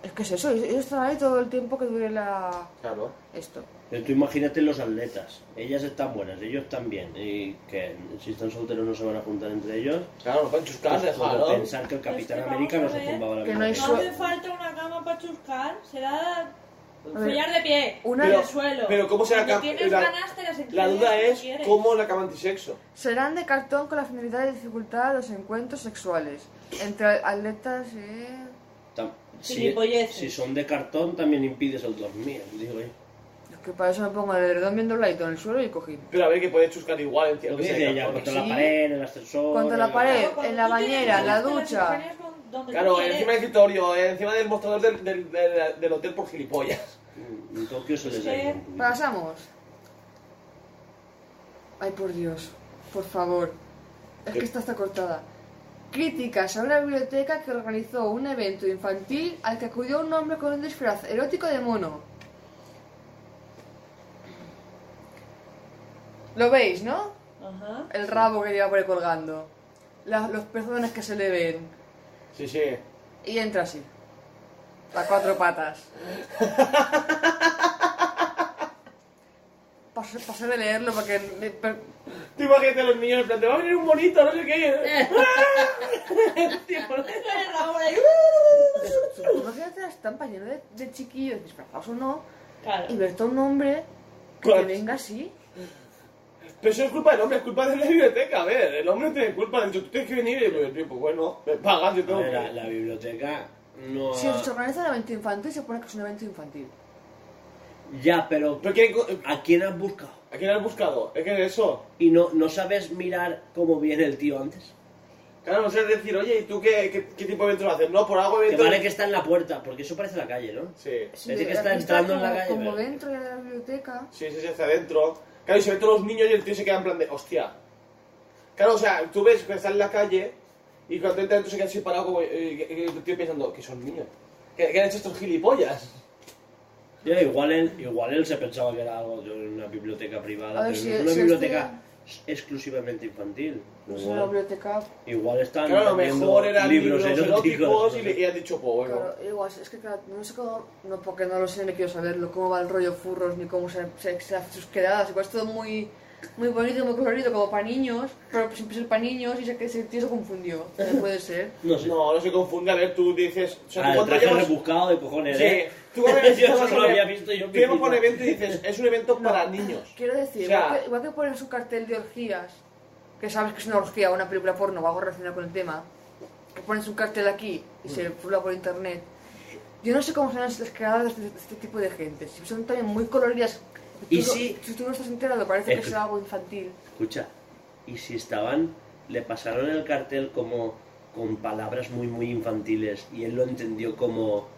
[SPEAKER 2] Es que es eso, ellos están ahí todo el tiempo que dure la...
[SPEAKER 6] Claro.
[SPEAKER 2] esto.
[SPEAKER 1] Pero tú imagínate los atletas. Ellas están buenas, ellos también. Y que si están solteros no se van a juntar entre ellos.
[SPEAKER 6] Claro, no pueden chuscar,
[SPEAKER 1] Pues,
[SPEAKER 6] déjalo.
[SPEAKER 1] como pensar que el Capitán
[SPEAKER 3] Es que
[SPEAKER 1] América no
[SPEAKER 3] vamos a
[SPEAKER 1] se
[SPEAKER 3] ver
[SPEAKER 1] tumbaba la
[SPEAKER 2] que
[SPEAKER 1] misma
[SPEAKER 2] no hay
[SPEAKER 1] vez.
[SPEAKER 3] No
[SPEAKER 2] Eso-
[SPEAKER 3] hace falta una cama para chuscar. Será...
[SPEAKER 2] A ver.
[SPEAKER 3] Follar de pie.
[SPEAKER 2] Una
[SPEAKER 3] en
[SPEAKER 6] Pero-
[SPEAKER 3] el suelo.
[SPEAKER 6] pero ¿cómo será
[SPEAKER 3] Cuando
[SPEAKER 6] cam-
[SPEAKER 3] tienes
[SPEAKER 6] la-
[SPEAKER 3] ganas, te las
[SPEAKER 6] La
[SPEAKER 3] incluyes
[SPEAKER 6] duda
[SPEAKER 3] si
[SPEAKER 6] es
[SPEAKER 3] quieres.
[SPEAKER 2] Eh,
[SPEAKER 6] cómo la cama antisexo.
[SPEAKER 2] Serán de cartón con la finalidad de dificultar los encuentros sexuales entre atletas eh...
[SPEAKER 1] Tam- Si,
[SPEAKER 3] Gilipolleces.
[SPEAKER 1] si son de cartón también impides el dormir, digo yo.
[SPEAKER 2] Es que para eso me pongo el edredón bien dobladito en el suelo y cogí.
[SPEAKER 6] Pero a ver que puedes chuscar igual en
[SPEAKER 1] Lo
[SPEAKER 6] cierto
[SPEAKER 1] que dice ella, contra la
[SPEAKER 2] Sí.
[SPEAKER 1] pared, en el ascensor...
[SPEAKER 2] Contra la
[SPEAKER 1] en-
[SPEAKER 2] pared.
[SPEAKER 3] Claro, cuando
[SPEAKER 2] en la
[SPEAKER 3] tú tienes
[SPEAKER 2] bañera, en la
[SPEAKER 3] ganas, te las
[SPEAKER 2] ducha.
[SPEAKER 3] incluyes con- donde tú
[SPEAKER 6] Claro,
[SPEAKER 3] quieres.
[SPEAKER 6] encima del escritorio, eh, encima del mostrador del, del, del, del hotel por gilipollas.
[SPEAKER 1] Mm, En en Tokio se
[SPEAKER 3] Es
[SPEAKER 1] les
[SPEAKER 3] que-
[SPEAKER 1] ha ido un poquito.
[SPEAKER 2] Pasamos. Ay, por Dios. Por favor. Es que
[SPEAKER 6] ¿Qué?
[SPEAKER 2] esta está cortada. Críticas a una biblioteca que organizó un evento infantil al que acudió un hombre con un disfraz erótico de mono. Lo veis, ¿no?
[SPEAKER 3] Ajá.
[SPEAKER 2] El rabo que lleva por ahí colgando. La- los pezones que se le ven.
[SPEAKER 6] Sí, sí.
[SPEAKER 2] Y entra así. A cuatro patas. [LAUGHS] Pasé, pasé de leerlo porque... me- per-
[SPEAKER 6] Tú imagínate a los niños en plan, te va a venir un bonito, no sé qué. ¿eh?
[SPEAKER 2] Imagínate las estampas llenas de, de chiquillos disfrazados o no,
[SPEAKER 8] Claro.
[SPEAKER 2] Y verte a un hombre que te
[SPEAKER 6] Claro.
[SPEAKER 2] venga así.
[SPEAKER 6] Pues, Pero eso es culpa del hombre, es culpa de la biblioteca. A ver, el hombre tiene culpa. Yo, tú tienes que venir y yo, tío, pues bueno, me pagas, yo
[SPEAKER 1] A
[SPEAKER 6] tengo
[SPEAKER 1] ver, la,
[SPEAKER 6] que...
[SPEAKER 1] la biblioteca no.
[SPEAKER 2] Si
[SPEAKER 1] ha-
[SPEAKER 2] se organiza un evento infantil, se pone que es un evento infantil.
[SPEAKER 1] Ya, pero
[SPEAKER 6] Pero ¿quién, co-
[SPEAKER 1] ¿a quién has buscado?
[SPEAKER 6] ¿A quién has buscado? Es que eso.
[SPEAKER 1] ¿Y no, no sabes mirar cómo viene el tío antes?
[SPEAKER 6] Claro, no sé decir, oye, ¿y tú qué, qué, qué tipo de eventos haces? No, por algo
[SPEAKER 1] Que
[SPEAKER 6] evento...
[SPEAKER 1] vale que está en la puerta, porque eso parece la calle, ¿no?
[SPEAKER 6] Sí.
[SPEAKER 2] Sí,
[SPEAKER 1] Parece que
[SPEAKER 2] la
[SPEAKER 1] está
[SPEAKER 2] pista
[SPEAKER 1] entrando en
[SPEAKER 2] como-
[SPEAKER 1] la calle,
[SPEAKER 2] Como
[SPEAKER 1] ¿verdad?
[SPEAKER 2] dentro ya de la biblioteca.
[SPEAKER 6] Sí, sí, sí, hacia adentro. Claro, y se ven todos los niños y el tío se queda en plan de, hostia. Claro, o sea, tú ves que está en la calle y cuando entra tú se queda así parado como... eh, eh, el tío pensando, que son niños. ¿Qué, qué han hecho estos gilipollas?
[SPEAKER 1] Ya, igual, él, igual él se pensaba que era algo de una biblioteca privada,
[SPEAKER 2] A ver,
[SPEAKER 1] pero
[SPEAKER 2] si-
[SPEAKER 1] no es una
[SPEAKER 6] este-
[SPEAKER 2] si
[SPEAKER 1] biblioteca exclusivamente infantil.
[SPEAKER 2] Es
[SPEAKER 1] Igual-
[SPEAKER 2] una biblioteca.
[SPEAKER 1] igual están
[SPEAKER 6] Claro, a lo
[SPEAKER 1] vendiendo
[SPEAKER 6] mejor eran
[SPEAKER 1] libros
[SPEAKER 6] libros,
[SPEAKER 1] eróticos.
[SPEAKER 6] eróticos y,
[SPEAKER 1] no sé.
[SPEAKER 6] le- y han dicho, pues bueno.
[SPEAKER 2] Claro, igual, es que claro, no sé cómo. No, porque no lo sé, ni quiero saberlo. Cómo va el rollo furros, ni cómo se, se, se hacen sus quedadas. Igual es todo muy. Muy bonito, muy colorido, como para niños, pero siempre ser para niños y sé que ese tío se confundió. No puede ser.
[SPEAKER 1] No sé.
[SPEAKER 6] No, no se confunde. A ver, tú dices... O sea,
[SPEAKER 1] Ah,
[SPEAKER 6] ¿tú
[SPEAKER 1] el
[SPEAKER 6] cuánto
[SPEAKER 1] traje
[SPEAKER 6] llevas?
[SPEAKER 1] rebuscado de cojones,
[SPEAKER 6] Sí.
[SPEAKER 1] ¿eh?
[SPEAKER 6] Tú cuando llevas-
[SPEAKER 1] [LAUGHS] Yo eso no lo había visto y yo
[SPEAKER 6] Tú
[SPEAKER 1] me
[SPEAKER 6] llevas
[SPEAKER 1] flipo.
[SPEAKER 6] por un evento y dices, es un evento para niños.
[SPEAKER 2] Quiero decir,
[SPEAKER 6] O sea-
[SPEAKER 2] igual, que, igual que ponen su cartel de orgías, que sabes que es una orgía o una película porno o algo relacionado con el tema, que ponen su cartel aquí y se publica por internet. Yo no sé cómo son las quedadas de este, este tipo de gente. Si son también muy coloridas,
[SPEAKER 1] Y
[SPEAKER 2] tú no-
[SPEAKER 1] si-
[SPEAKER 2] tú no estás enterado, parece que
[SPEAKER 1] Escu-
[SPEAKER 2] es algo infantil.
[SPEAKER 1] Escucha, y si estaban, le pasaron el cartel como con palabras muy muy infantiles y él lo entendió como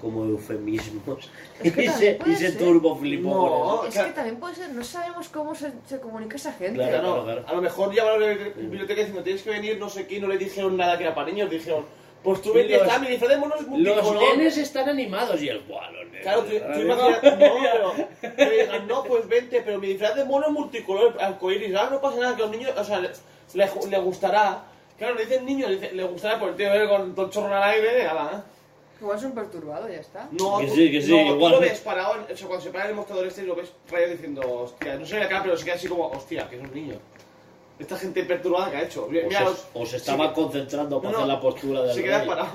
[SPEAKER 1] como eufemismos
[SPEAKER 2] Es que
[SPEAKER 1] [LAUGHS] y
[SPEAKER 2] también
[SPEAKER 1] se, y
[SPEAKER 2] puede
[SPEAKER 1] se
[SPEAKER 2] ser.
[SPEAKER 1] turbo flipó
[SPEAKER 6] No.
[SPEAKER 1] con eso.
[SPEAKER 6] Oh,
[SPEAKER 2] es
[SPEAKER 6] claro.
[SPEAKER 2] que también puede ser, no sabemos cómo se, se comunica esa gente.
[SPEAKER 1] Claro.
[SPEAKER 6] Claro,
[SPEAKER 1] claro.
[SPEAKER 6] a lo mejor ya a la bibli- biblioteca diciendo tienes que venir, no sé qué, y no le dijeron nada que era para niños, dijeron, pues tú ven y
[SPEAKER 1] Los-
[SPEAKER 6] está, mi disfraz de mono es
[SPEAKER 1] Los
[SPEAKER 6] multicolor.
[SPEAKER 1] nenes están animados y el guau, los nenes.
[SPEAKER 6] Claro, tú, tú
[SPEAKER 1] están
[SPEAKER 6] imaginas,
[SPEAKER 1] animados.
[SPEAKER 6] [LAUGHS] no, pero, pero dijeron, no, pues vente, pero mi disfraz de mono es multicolor, arcoíris, ah, no pasa nada, que los niños, o sea, le, le- le gustará. Claro, le dicen niño, le, dice- le gustará, por el tío eh, con todo el chorro al aire, ¿eh? ala.
[SPEAKER 2] Igual son perturbados, ya está.
[SPEAKER 6] No,
[SPEAKER 1] Que
[SPEAKER 6] tú-
[SPEAKER 1] sí, que sí,
[SPEAKER 6] no,
[SPEAKER 1] igual.
[SPEAKER 6] tú lo ves parado, en- o sea, cuando se para en el mostrador este y lo ves rayado diciendo, hostia, no se ve la cara, pero se queda así como, hostia, que es un niño. Esta gente perturbada que ha hecho. Mira,
[SPEAKER 1] O
[SPEAKER 6] mira
[SPEAKER 1] se-
[SPEAKER 6] los-
[SPEAKER 1] o se estaba concentrando para
[SPEAKER 6] No,
[SPEAKER 1] hacer
[SPEAKER 6] no,
[SPEAKER 1] la postura del
[SPEAKER 6] se queda
[SPEAKER 1] rey. [LAUGHS]
[SPEAKER 6] parado.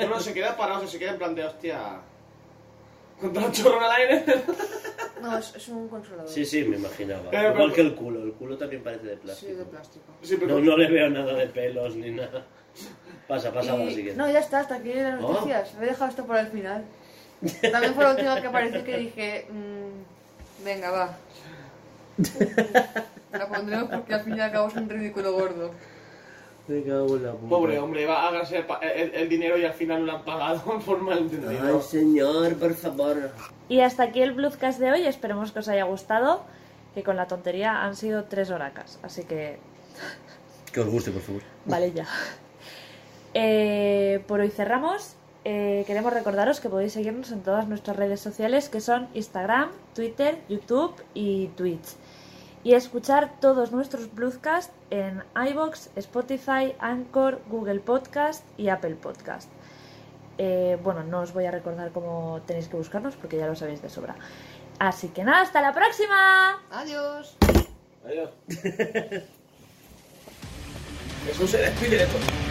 [SPEAKER 6] No, no, se queda parado, o sea, se queda en plan de, hostia... Con todo el chorro al aire. [LAUGHS]
[SPEAKER 2] No, es, es un consolador.
[SPEAKER 1] Sí, sí, me imaginaba.
[SPEAKER 6] Pero-
[SPEAKER 1] Igual
[SPEAKER 6] pero-
[SPEAKER 1] que el culo, el culo también parece de
[SPEAKER 2] Sí,
[SPEAKER 1] plástico.
[SPEAKER 2] de plástico.
[SPEAKER 6] Sí, pero...
[SPEAKER 1] No, no le veo nada de pelos ni nada. Pasa, pasa a la
[SPEAKER 2] Y-
[SPEAKER 1] siguiente.
[SPEAKER 2] No, ya está, hasta aquí las
[SPEAKER 1] ¿No?
[SPEAKER 2] noticias. Me he dejado esto para el final. También fue la última que apareció que dije, mm,
[SPEAKER 1] [LAUGHS]
[SPEAKER 2] venga, va. La pondremos porque al fin y al cabo es un ridículo gordo.
[SPEAKER 1] Me cago en la puta.
[SPEAKER 6] Pobre hombre, va a ganarse el, pa- el- el dinero y al final no lo han pagado [LAUGHS] por
[SPEAKER 1] Ay,
[SPEAKER 6] malentendido.
[SPEAKER 1] señor, por favor.
[SPEAKER 9] Y hasta aquí el Bluescast de hoy. Esperemos que os haya gustado. Que con la tontería han sido tres horacas. Así que
[SPEAKER 1] Que os guste, por favor.
[SPEAKER 9] Vale, ya. Eh, por hoy cerramos. Eh, queremos recordaros que podéis seguirnos en todas nuestras redes sociales, que son Instagram, Twitter, YouTube y Twitch. Y escuchar todos nuestros Bluescast en iBox, Spotify, Anchor, Google Podcast y Apple Podcast. Eh, bueno, no os voy a recordar cómo tenéis que buscarnos porque ya lo sabéis de sobra. Así que nada, hasta la próxima.
[SPEAKER 2] Adiós.
[SPEAKER 6] Adiós. Jesús se despide de todo.